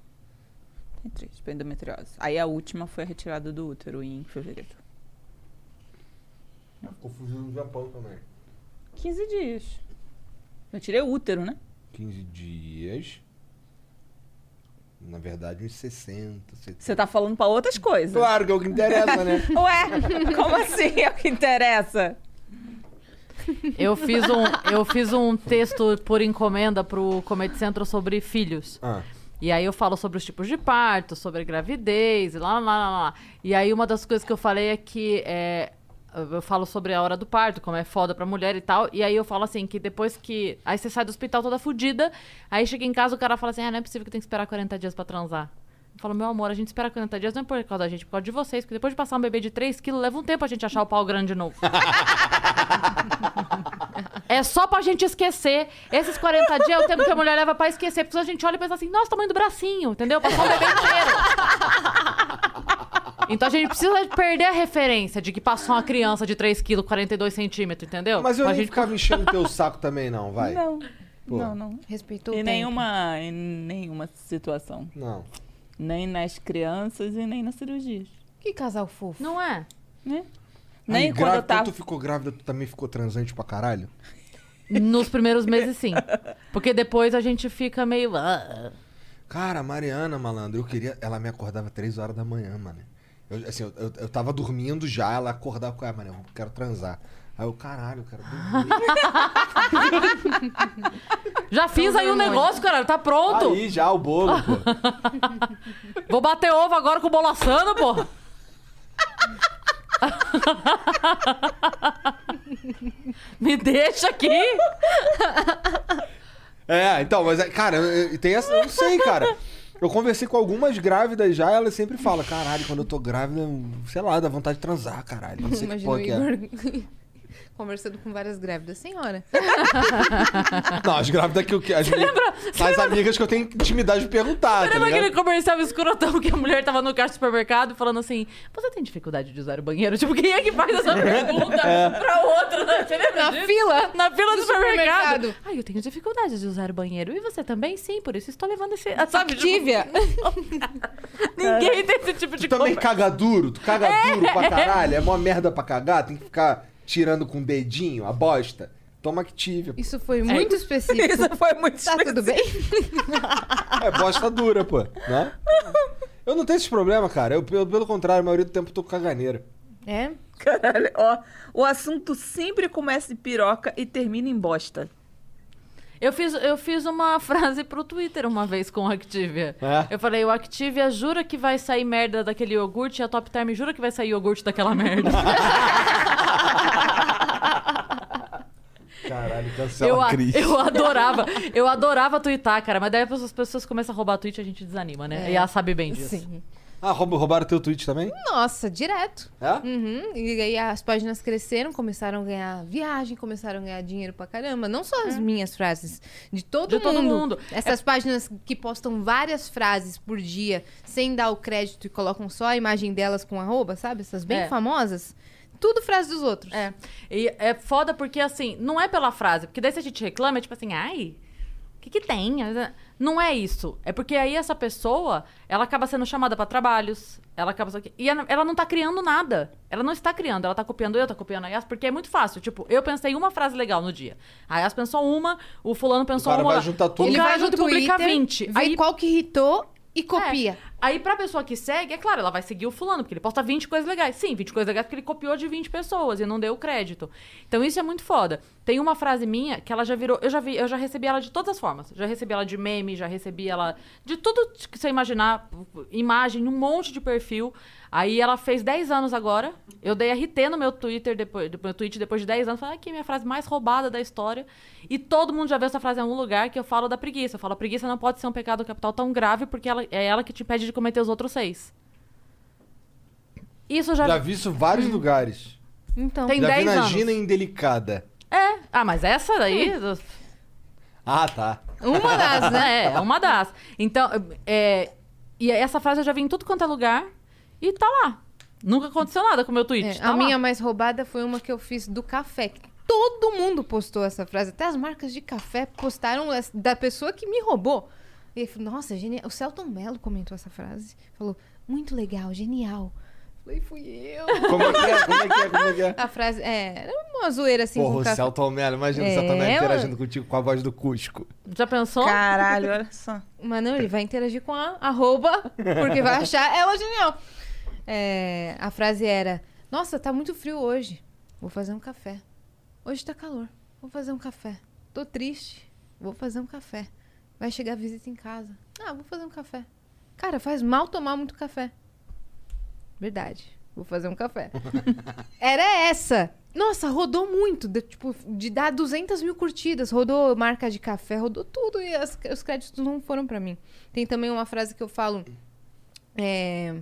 D: Tem três, pra endometriose. Aí a última foi a retirada do útero em fevereiro.
C: Confuso no Japão também.
D: 15 dias. Eu tirei o útero, né?
C: 15 dias. Na verdade, uns 60, 70.
D: Você tá falando pra outras coisas.
C: Claro, que é o que interessa,
D: <laughs>
C: né?
D: Ué, como assim é o que interessa?
A: Eu fiz, um, eu fiz um texto por encomenda pro Comedy Central sobre filhos.
C: Ah.
A: E aí eu falo sobre os tipos de parto, sobre gravidez, e lá, lá, lá, lá, lá. E aí uma das coisas que eu falei é que é, eu falo sobre a hora do parto, como é foda pra mulher e tal. E aí eu falo assim, que depois que... Aí você sai do hospital toda fudida, aí chega em casa o cara fala assim, ah, não é possível que eu tenho que esperar 40 dias pra transar. Eu falo, meu amor, a gente espera 40 dias não é por causa da gente, é por causa de vocês, porque depois de passar um bebê de 3 quilos, leva um tempo a gente achar o pau grande de novo. É só pra gente esquecer. Esses 40 dias é o tempo que a mulher leva pra esquecer. Porque senão a gente olha e pensa assim, nossa, tamanho do bracinho, entendeu? Passou um bebê inteiro. Então a gente precisa perder a referência de que passou uma criança de 3 kg, 42 centímetros, entendeu?
C: Mas eu
A: a
C: nem
A: gente...
C: ficava enchendo teu saco também, não, vai.
D: Não.
C: Pô.
D: Não, não.
B: Respeitou o
D: Em
B: tempo.
D: nenhuma, em nenhuma situação.
C: Não.
D: Nem nas crianças e nem nas cirurgias.
B: Que casal fofo.
A: Não é?
D: Né?
C: Aí,
D: Nem quando
C: grávida,
D: eu tava.
C: tu ficou grávida, tu também ficou transante pra caralho?
A: Nos primeiros meses, sim. Porque depois a gente fica meio... "Ah".
C: Cara, a Mariana, malandro, eu queria. Ela me acordava 3 horas da manhã, mano. Eu, assim, eu, eu, eu tava dormindo já, ela acordava com ah, Mariana, eu quero transar. Aí eu, caralho, eu quero dormir.
A: Já fiz aí um negócio, cara, tá pronto.
C: Aí já, o bolo, pô.
A: Vou bater ovo agora com o bolo assando, pô. Me deixa aqui.
C: Tá É, então, mas, é, cara, eu- eu- tem essa. Eu não sei, cara. Eu conversei com algumas grávidas já, elas sempre falam, caralho, quando eu tô grávida, sei lá, dá vontade de transar, caralho. Não sei que
B: Imagina o
C: porra que é.
B: Igor <laughs> conversando com várias grávidas. Senhora.
C: Não, as grávidas que eu que- as, minhas- as amigas que eu tenho intimidade de perguntar, tá
A: Lembra
C: ligado?
A: aquele comercial escrotão que a mulher tava no caixa do supermercado falando assim: Você tem dificuldade de usar o banheiro? Tipo, quem é que faz essa pergunta
C: <laughs> É.
A: pra outra? Né? Você lembra
B: Na
A: disso?
B: fila.
A: Na fila do,
B: Do
A: supermercado.
B: supermercado.
A: Ai, eu tenho dificuldade de usar o banheiro. E você também? Sim, por isso estou levando esse. Sabe, tipo, Ninguém tem esse tipo de
C: Tu É. também caga duro, tu caga
A: É.
C: duro pra caralho, é mó merda pra cagar, tem que ficar tirando com o dedinho a bosta. Toma Activia. pô.
B: Isso foi muito específico.
D: Isso foi muito
B: Tá tudo bem?
C: É bosta dura, pô, né? Eu não tenho esse problema, cara. Eu, eu, pelo contrário, a maioria do tempo eu tô com caganeira.
B: É?
D: Caralho, ó. O assunto sempre começa em piroca e termina em bosta.
A: Eu fiz, eu fiz uma <laughs> frase pro Twitter uma vez com o Activia.
D: É?
A: Eu falei, o Activia jura que vai sair merda daquele iogurte e a Top Term jura que vai sair iogurte daquela merda.
C: Caralho, cancela
A: eu, a-
C: a Cris.
A: eu adorava, eu adorava twittar, cara. Mas daí as pessoas começam a roubar tweet e a gente desanima, né?
B: É.
A: E ela sabe bem disso.
B: Sim.
C: Ah, roub- roubaram teu tweet também?
B: Nossa, direto.
C: É?
A: Hum,
B: Uhum. E aí as páginas cresceram, começaram a ganhar viagem, começaram a ganhar dinheiro pra caramba. Não só as minhas frases, de todo
A: Uhum. De
B: mundo.
A: todo mundo. É
B: Essas páginas que postam várias frases por dia, sem dar o crédito e colocam só a imagem delas com arroba, sabe? Essas bem
A: É.
B: famosas. Tudo frase dos outros.
A: É. E é foda porque, assim, não é pela frase. Porque daí se a gente reclama, é tipo assim, ai, o que que tem? Não é isso. É porque aí essa pessoa, ela acaba sendo chamada pra trabalhos, ela acaba. E ela ela não tá criando nada. Ela não está criando, ela tá copiando eu, tá copiando a Yas, porque é muito fácil. Tipo, eu pensei uma frase legal no dia. A Yas pensou uma, o fulano pensou
C: cara
A: uma.
C: vai
A: lá.
C: juntar tudo.
A: O
C: Ele
A: cara
C: vai no
A: junta e publica
C: Twitter,
A: 20.
C: vê
A: Aí
B: qual que irritou e
A: copia. É. Aí pra pessoa que segue, é claro, ela vai seguir o fulano, porque ele posta 20 coisas legais. Sim, 20 coisas legais porque ele copiou de 20 pessoas e não deu crédito. Então isso é muito foda. Tem uma frase minha que ela já virou, eu já vi, eu já recebi ela de todas as formas. Já recebi ela de meme, já recebi ela de tudo que você imaginar, imagem, um monte de perfil. Aí ela fez 10 anos agora. Eu dei RT no meu Twitter depois, do meu tweet depois de 10 anos, falei, ah, que minha frase mais roubada da história. E todo mundo já viu essa frase em algum lugar que eu falo da preguiça. Eu falo, a preguiça não pode ser um pecado capital tão grave porque ela, é ela que te impede de cometer os outros seis. Isso eu já, Hum.
C: Já vi isso em vários lugares.
B: Então,
A: Tem <laughs>
C: já
A: 10
C: vi na
A: anos.
C: Gina Indelicada.
A: É. Ah, mas essa daí.
C: Ah, tá.
A: Uma das, né? É, uma das. Então, é, e essa frase eu já vi em tudo quanto é lugar e tá lá. Nunca aconteceu nada com o meu tweet.
B: É,
A: tá
B: a
A: lá.
B: minha mais roubada foi uma que eu fiz do café. que Todo mundo postou essa frase. Até as marcas de café postaram essa- da pessoa que me roubou. E eu falei, nossa, genial. O Celton Mello comentou essa frase. Falei, muito legal, genial. Falei, fui
A: <laughs>
B: eu.
C: Como é que é? Como é que é? Como é que é?
B: A frase, é, era uma zoeira assim
C: Porra,
B: com
C: o
B: café.
C: Celton Mello. Imagina o Celton
B: É,
C: Mello
B: mano.
C: interagindo contigo com a voz do Cusco.
A: Já pensou?
J: Caralho, olha só.
B: Mas não, ele vai interagir com a arroba, porque vai achar ela genial. É, a frase era: Nossa, tá muito frio hoje. Vou fazer um café. Hoje tá calor. Vou fazer um café. Tô triste. Vou fazer um café. Vai chegar visita em casa. Ah, vou fazer um café. Cara, faz mal tomar muito café. Verdade. Vou fazer um café. Era essa. Nossa, rodou muito. De, tipo, de dar 200 mil curtidas. Rodou marca de café, rodou tudo. E as- os créditos não foram pra mim. Tem também uma frase que eu falo é,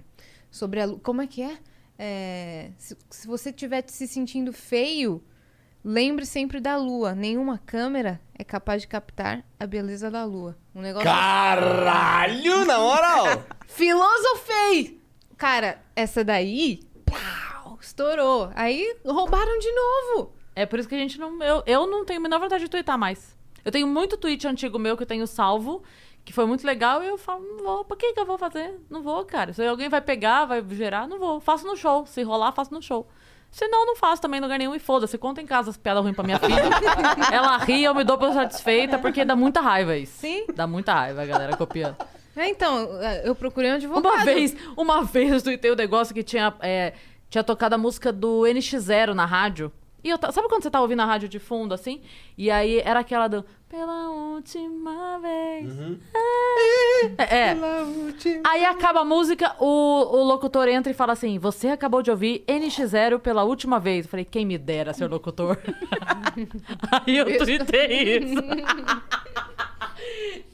B: sobre a... lu- Como é que é? É, se, se você estiver se sentindo feio, lembre sempre da lua. Nenhuma câmera é capaz de captar a beleza da lua. Um negócio...
C: Caralho, na moral!
B: Filosofei! Cara, essa daí... Pau, estourou. Aí roubaram de novo.
A: É por isso que a gente não. Eu, eu não tenho a menor vontade de twittar mais. Eu tenho muito tweet antigo meu que eu tenho salvo, que foi muito legal, e eu falo, não vou, pra que, que eu vou fazer? Não vou, cara. Se alguém vai pegar, vai gerar, não vou. Faço no show. Se rolar, faço no show. Se não, não faço também em lugar nenhum e foda-se. Conta em casa as piadas ruins pra minha filha. Ela ri, eu me dou por satisfeita, porque dá muita raiva isso.
B: Sim.
A: Dá muita raiva, a galera copiando.
B: É, então, eh, eu procurei um advogado.
A: Uma vez, uma vez eu tuitei um negócio que tinha, é, tinha tocado a música do NX0 na rádio. E eu ta- sabe quando você tá ouvindo a rádio de fundo, assim? E aí era aquela do. Pela última vez.
P: Uhum.
A: É. é. Aí acaba a música, o, o locutor entra e fala assim: Você acabou de ouvir NX0 pela última vez. Eu falei, quem me dera, seu locutor. <laughs> aí eu tuitei isso.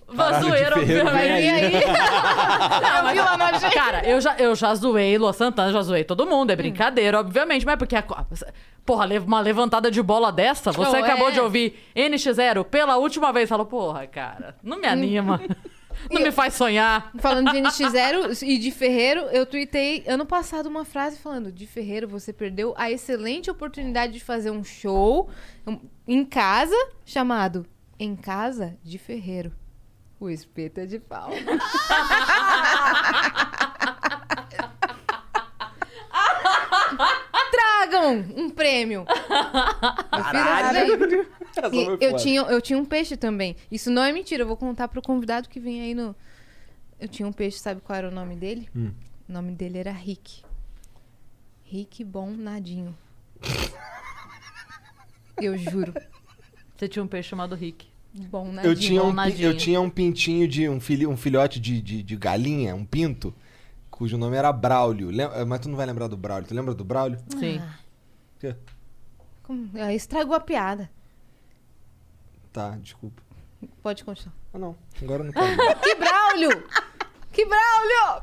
A: Mas
P: Caralho, de
A: zoeira,
P: ferreiro é vem
A: obviamente. <laughs>
P: aí. Vem
A: Não, mas-
P: Viu lá na gente?
A: Cara, eu já, eu já zoei Lua Santana, já zoei todo mundo. É brincadeira, obviamente. Mas é porque a. co- Porra, le- uma levantada de bola dessa, você
P: Não,
A: acabou
P: é.
A: de ouvir NX0 pela última vez. Falou, porra, cara, não me
B: <laughs>
A: anima. não me faz sonhar.
B: Falando de NX0 e de Ferreiro, eu tuitei ano passado uma frase falando: De Ferreiro, você perdeu a excelente oportunidade de fazer um show um- em casa chamado Em Casa de Ferreiro. O espeto é
A: <laughs>
B: de pau. Tragam um prêmio.
H: <laughs>
B: Eu, fiz essa daí.
P: Essa foi
B: E eu,
P: foda.
B: tinha, eu tinha um peixe também. Isso não é mentira, eu vou contar pro convidado que vem aí no. Eu tinha um peixe, sabe qual era o nome dele?
P: Hum.
B: O nome dele era Rick. Rick Bom Nadinho. Eu juro.
A: Você tinha um peixe chamado Rick.
B: Bom
C: Eu tinha, um, pin- eu tinha um pintinho de. um, fili- um filhote de, de- de galinha, um pinto, cujo nome era Braulio. Lem- eh, Mas tu não vai lembrar do Braulio. Tu lembra do Braulio?
A: Sim.
B: Ah.
C: Quê?
B: Como- ah, Estragou a piada.
C: Tá, desculpa.
B: Pode continuar.
C: Ah, não. Agora eu não quero.
A: <laughs>
B: que Braulio! Que Braulio!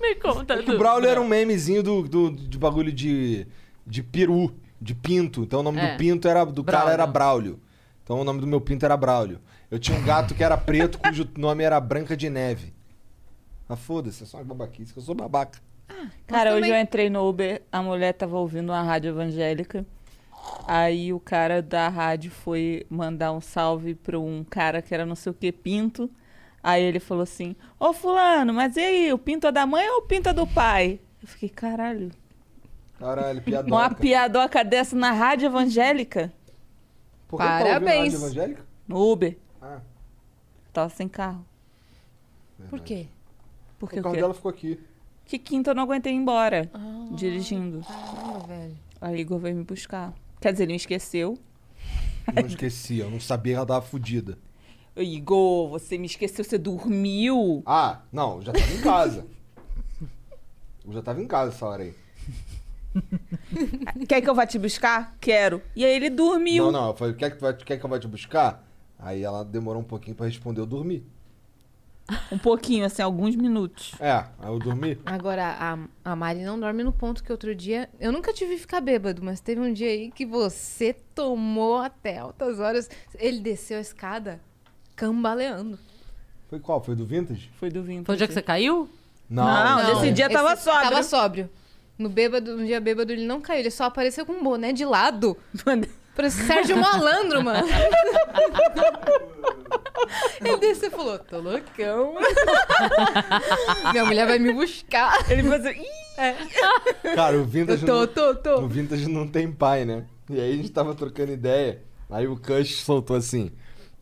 A: Me conta.
C: O Braulio era um memezinho do, do- de bagulho de, de peru, de pinto. Então o nome
A: É.
C: do pinto era do
A: Braulio.
C: cara era Braulio. Então o nome do meu pinto era Braulio. Eu tinha um gato que era preto, <laughs> cujo nome era Branca de Neve. Ah, foda-se, é só uma babaquice, que eu sou babaca.
J: Cara, hoje
C: também-
J: eu entrei no Uber, a mulher tava ouvindo uma rádio evangélica.
D: Aí o cara da rádio foi mandar um salve pra um cara que era não sei o que, Pinto. Aí ele falou assim: Ô Fulano, mas e aí, o Pinto é da mãe ou o Pinto é do pai? Eu fiquei, caralho.
C: Caralho,
D: Uma
C: piadoca.
D: piadoca dessa na rádio evangélica?
C: Por que tu tava ouvindo
D: Parabéns.
C: rádio evangélica?
D: No Uber.
C: Ah.
D: Tava sem carro.
A: Por quê?
D: Porque
C: O carro
D: quê?
C: dela ficou aqui.
D: Que quinta eu não aguentei ir embora. dirigindo.
A: Ah, Caramba, velho.
D: Aí Igor veio me buscar. Quer dizer, ele me esqueceu.
C: Não esqueci, eu não sabia que ela tava fodida.
D: Igor, você me esqueceu, você dormiu.
C: Ah, não, já tava em casa. Eu já tava em casa essa hora aí.
D: Quer que eu vá te buscar? Quero. E aí ele dormiu.
C: Não, não, eu falei, quer que, tu vai- quer que eu vá te buscar? Aí ela demorou um pouquinho pra responder, eu dormi.
D: Um pouquinho, assim, alguns minutos.
C: É, aí eu dormi.
B: Agora, a, a Mari não dorme no ponto que outro dia. Eu nunca tive ficar bêbado, mas teve um dia aí que você tomou até altas horas. Ele desceu a escada cambaleando.
C: Foi qual? Foi do Vintage?
D: Foi é do Vintage.
A: Foi o dia que você caiu?
C: Não,
B: Esse- Tava sóbrio. No bêbado, no dia bêbado, ele não caiu, ele só apareceu com um boné de lado.
D: <laughs>
B: <laughs> Parece Sérgio Malandro, mano. <laughs> ele desceu e falou: tô <laughs> loucão. Minha mulher vai me buscar.
D: Ele falou assim:
C: Cara, o Vintage.
B: Eu tô,
C: não, O Vintage não tem pai, né? E aí a gente tava trocando ideia. Aí o Cush soltou assim: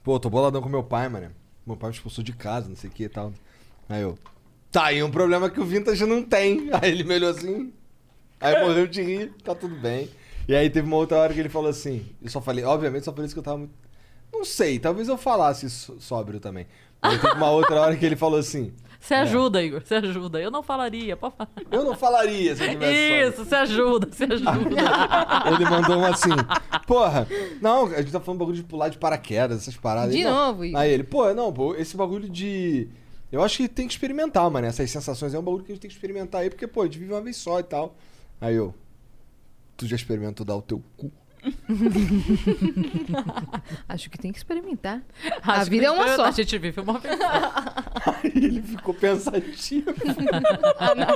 C: Pô, tô boladão com meu pai, mano. Meu pai me expulsou de casa, não sei o que e tal. Aí eu. Tá, aí um problema que o Vintage não tem. <laughs> Aí ele me olhou assim. Aí morreu de rir, tá tudo bem. E aí teve uma outra hora que ele falou assim. Eu só falei, obviamente, só falei isso que eu tava muito. Não sei, talvez eu falasse só- sóbrio também. Aí teve uma outra hora que ele falou assim.
A: Você ajuda, Igor, você ajuda. Eu não falaria, pode falar.
C: Eu não falaria se eu tivesse
A: Isso, você ajuda, você ajuda.
C: Ele mandou um assim, porra, não, a gente tá falando bagulho de pular de paraquedas, essas paradas.
B: De
C: Ele, não.
B: novo, Igor.
C: Aí ele, pô, não, pô, esse bagulho de... Eu acho que tem que experimentar, mano, essas sensações é um bagulho que a gente tem que experimentar aí, porque, pô, a gente vive uma vez só e tal. Aí eu, tu já experimentou dar o teu cu? <laughs>
B: Acho que tem que <laughs> experimentar. a
A: Acho que
B: vida é
A: tem que
B: uma
A: experimentar,
B: só.
A: A gente vive uma vez.
C: Ele ficou pensativo. <laughs> né,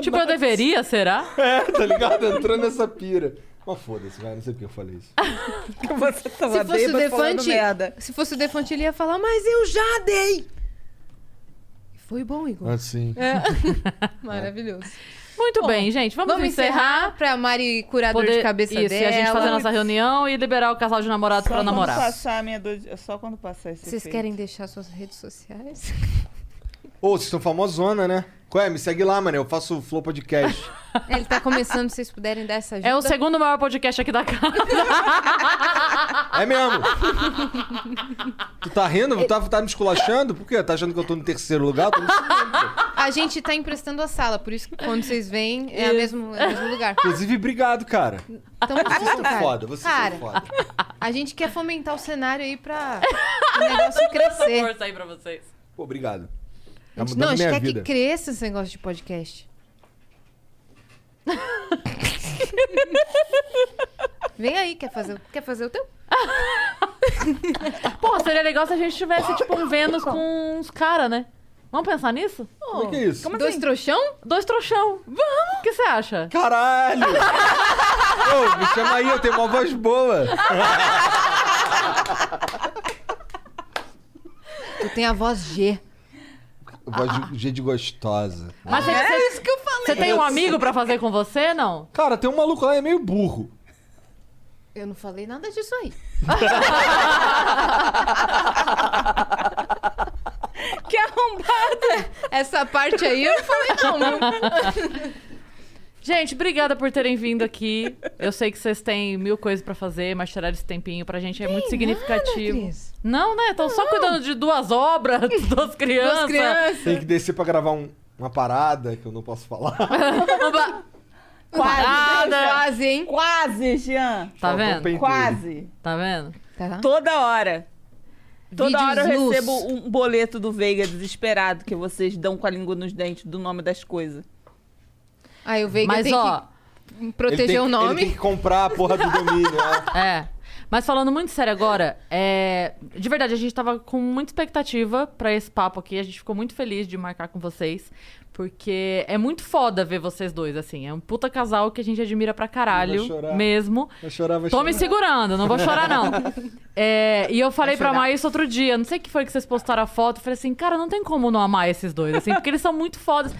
A: tipo, eu deveria, será?
C: É, tá ligado? Entrou nessa pira. Mas foda-se, vai, não sei porque eu falei isso.
D: Você tava
B: Se fosse, o
D: bêbado falando
B: Defante,
D: merda.
B: se fosse o Defante, ele ia falar, mas eu já dei! Foi bom, Igor.
C: Assim.
B: É. Maravilhoso.
A: Muito bem, gente. Vamos, encerrar.
B: pra Mari curar dor de
A: Poder-
B: cabeça
A: Isso,
B: dela.
A: e a gente fazer a nossa reunião e liberar o casal de namorados
D: Só
A: pra
D: quando
A: namorar.
D: passar a minha dor de- Só quando passar esse
B: Vocês
D: efeito.
B: querem deixar suas redes sociais? <laughs>
C: Ô, vocês são famosona, né? Qual é? Me segue lá, mano, eu faço Flow Podcast.
B: Ele tá começando, se vocês puderem dar essa ajuda.
A: É o segundo maior podcast aqui da casa.
C: É mesmo? Tu tá rindo? Tu tá, tá me esculachando? Por quê? Tá achando que eu tô no terceiro lugar? Eu tô no segundo.
B: A gente tá emprestando a sala, por isso que quando vocês vêm, é, a mesmo, é o mesmo lugar.
C: Inclusive, obrigado, cara.
B: Tamo
C: Vocês
B: junto,
C: são
B: cara.
C: foda, vocês
B: Cara,
C: são foda.
B: a gente quer fomentar o cenário aí pra o negócio crescer.
A: Força aí pra vocês.
C: Pô, obrigado. Tá
B: A gente-
C: mudando
B: Não, a gente
C: minha
B: quer
C: vida.
B: que cresça esse negócio de
A: <laughs>
B: podcast. Vem aí, quer fazer, quer fazer o teu?
A: Pô, seria legal se a gente tivesse, tipo, um Vênus com uns caras, né? Vamos pensar nisso?
C: Como é que é isso? Como
B: Dois trouxão?
A: Dois trouxão. Vamos! O que você acha?
C: Caralho! Ô, me chama aí, eu tenho uma voz boa.
B: Tu tem a voz G.
C: Voz de, G de gostosa.
A: Mas você,
B: É
A: você-
B: isso que eu falei.
A: Você tem um amigo pra fazer com você, não?
C: Cara, tem um maluco lá, é meio burro.
B: Eu não falei nada disso aí.
D: Que arrombada!
B: Essa parte aí eu
A: <laughs>
B: não falei não, viu?
A: Gente, obrigada por terem vindo aqui. Eu sei que vocês têm mil coisas pra fazer, mas tirar esse tempinho pra gente é muito significativo. não, né? Estão só cuidando de duas obras, <laughs> duas crianças.
C: Tem que descer pra gravar um- uma parada que eu não posso falar.
B: Tá
C: <laughs>
A: Oba! Quase,
B: quase, hein?
D: Quase, Jean.
A: Tá vendo?
D: Quase.
A: Tá vendo?
D: Toda hora. Toda
A: Vídeos
D: hora eu
A: nus.
D: recebo um boleto do Veiga desesperado que vocês dão com a língua nos dentes do nome das coisas.
B: Aí o Veiga
A: Mas,
B: tem
A: ó,
B: que proteger
C: Ele tem
B: o
C: que-
B: nome.
C: Ele tem que comprar a porra do domínio.
A: É.
C: né?
A: Mas falando muito sério agora, é, de verdade, a gente tava com muita expectativa pra esse papo aqui. A gente ficou muito feliz de marcar com vocês. Porque é muito foda ver vocês dois, assim. É um puta casal que a gente admira pra caralho.
C: chorar.
A: Mesmo.
C: Vai chorar, vai
A: Tô me
C: chorar.
A: segurando, não vou chorar, não. É, e eu falei
C: Vai
A: pra
C: chorar.
A: Mai isso outro dia, não sei o que foi que vocês postaram a foto. Eu falei assim, cara, não tem como não amar esses dois, assim, porque eles são muito fodas.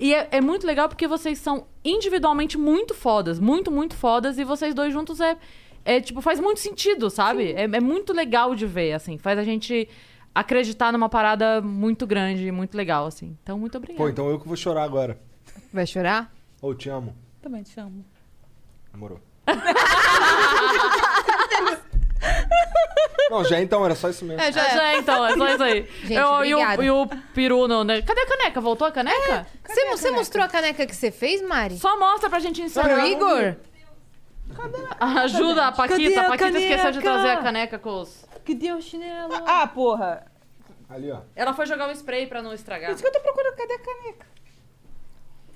A: E é, é muito legal porque vocês são individualmente muito fodas, muito, muito fodas, e vocês dois juntos é, é tipo, faz muito sentido, sabe? É, é muito legal de ver, assim, faz a gente acreditar numa parada muito grande e muito legal, assim. Então, muito obrigada.
C: Pô, então eu que vou chorar agora.
B: Vai chorar?
C: Ou te amo.
D: Também te amo.
C: Demorou. Não, já então, era só isso mesmo.
B: Ah,
A: É, já, já, então, é só isso aí.
B: <laughs> Gente,
A: Eu- e, o,
B: obrigada. É,
A: e o peru no. né? Cadê a caneca? Voltou a caneca?
B: Você, você mostrou a caneca que você fez, Mari?
A: Só mostra pra gente encerrar.
B: Pro Igor?
A: Ajuda a
D: Cadê
A: Paquita.
D: a
A: A Paquita esqueceu de
D: caneca?
A: trazer a caneca com os.
D: Que deu chinelo. Ah, porra.
C: Ali, ó.
A: Ela foi jogar o spray pra não estragar.
D: Por isso que eu tô procurando. Cadê a caneca?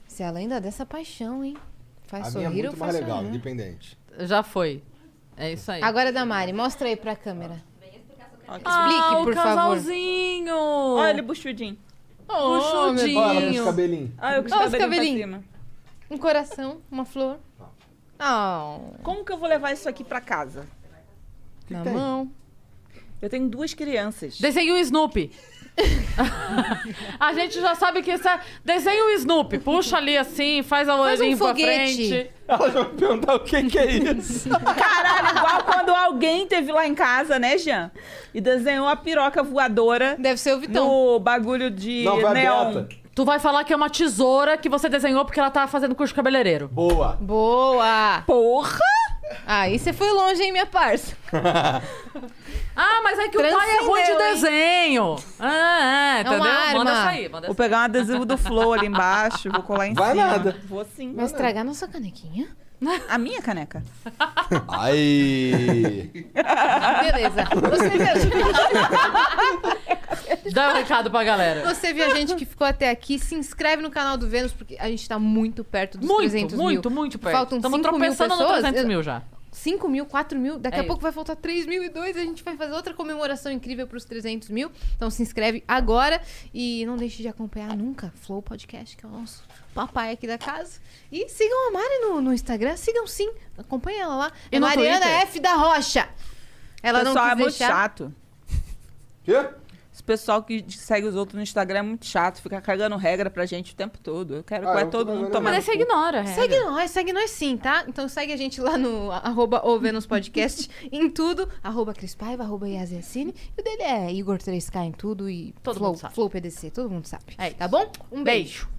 B: Se ela ainda é dessa paixão, hein? Faz
C: A minha é
B: sorrir
C: muito
B: ou
C: mais
B: faz né?
C: legal,
B: chorar.
C: independente.
A: Já foi. É isso aí.
B: Agora da Mari, mostra aí pra câmera.
A: ah,
B: Explique,
A: o
B: por favor.
A: casalzinho. Ah,
D: Olha ele buchudinho.
A: Oh,
B: Puxudinho.
C: Olha ela com os cabelinhos.
D: Ah, eu com os
B: Olha os
D: cabelinhos pra cima.
B: Um coração, uma flor. Oh,
D: Como que eu vou levar isso aqui pra casa?
B: na mão.
D: Eu tenho duas crianças.
A: Desenhe o Snoopy. <laughs> a gente já sabe que isso é. Desenha o Snoopy. Puxa ali assim, faz a
B: Faz um
A: orelhinha pra
B: foguete.
A: frente.
C: Ela já vai perguntar o que, que é isso.
D: Caralho, igual quando alguém teve lá em casa, né, Jean? E desenhou a piroca voadora.
B: Deve ser o Vitão.
D: No bagulho de
C: Não, vai
D: neon.
C: Beata.
A: Tu vai falar que é uma tesoura que você desenhou porque ela tá fazendo curso de cabeleireiro.
C: Boa.
B: Boa!
D: Porra!
B: Aí você foi longe, hein, minha parça?
A: Ah, mas é que o pai é ruim de
B: Transcendeu, hein?
A: desenho. Ah, é,
B: É
A: entendeu?
B: uma
A: Manda
B: arma.
A: essa aí, manda
D: Vou
A: essa
D: pegar um adesivo do Flow ali embaixo, vou colar em
C: Vai
D: cima.
C: nada.
D: Vou sim.
B: Vai estragar nossa canequinha?
D: A minha caneca.
C: Aí.
B: Beleza. Você
A: aí. Dá um recado pra galera.
B: Você viu a gente que ficou até aqui, se inscreve no canal do Vênus, porque a gente tá muito perto dos
A: Muito,
B: 300 mil.
A: muito, muito perto.
B: Faltam
A: Estamos
B: 5 mil
A: tropeçando no
B: pessoas.
A: 300
B: Eu-
A: mil já.
B: 5 mil, 4 mil, daqui
A: É
B: a pouco
A: isso.
B: vai faltar 3 mil e 2, a gente vai fazer outra comemoração incrível pros 300 mil. Então se inscreve agora e não deixe de acompanhar nunca Flow Podcast, que é o nosso papai aqui da casa. E sigam a Mari no, no Instagram, sigam sim, acompanha ela lá.
A: E
B: É
A: no
B: Mariana
A: Twitter?
B: F da Rocha. Ela
D: o
B: não
D: pessoal
B: quis
D: é muito
B: deixar.
D: chato.
C: Quê?
D: Esse pessoal que segue os outros no Instagram é muito chato, fica cagando regra pra gente o tempo todo. Eu quero
C: Ah,
D: que é
C: eu tô
D: todo mundo
C: cagando
D: tomar.
A: Mas aí
D: no
A: você
D: cu.
A: ignora, é.
B: Segue nós, segue nós sim, tá? Então segue a gente lá no arroba o Vênus Podcast <laughs> em tudo, arroba Cris Paiva, arroba Yasiacine. E o dele é Igor 3K em tudo e
A: Todo
B: Flow,
A: mundo sabe.
B: Flow PDC, todo mundo sabe.
A: É
B: tá bom? Um beijo.
A: Beijo.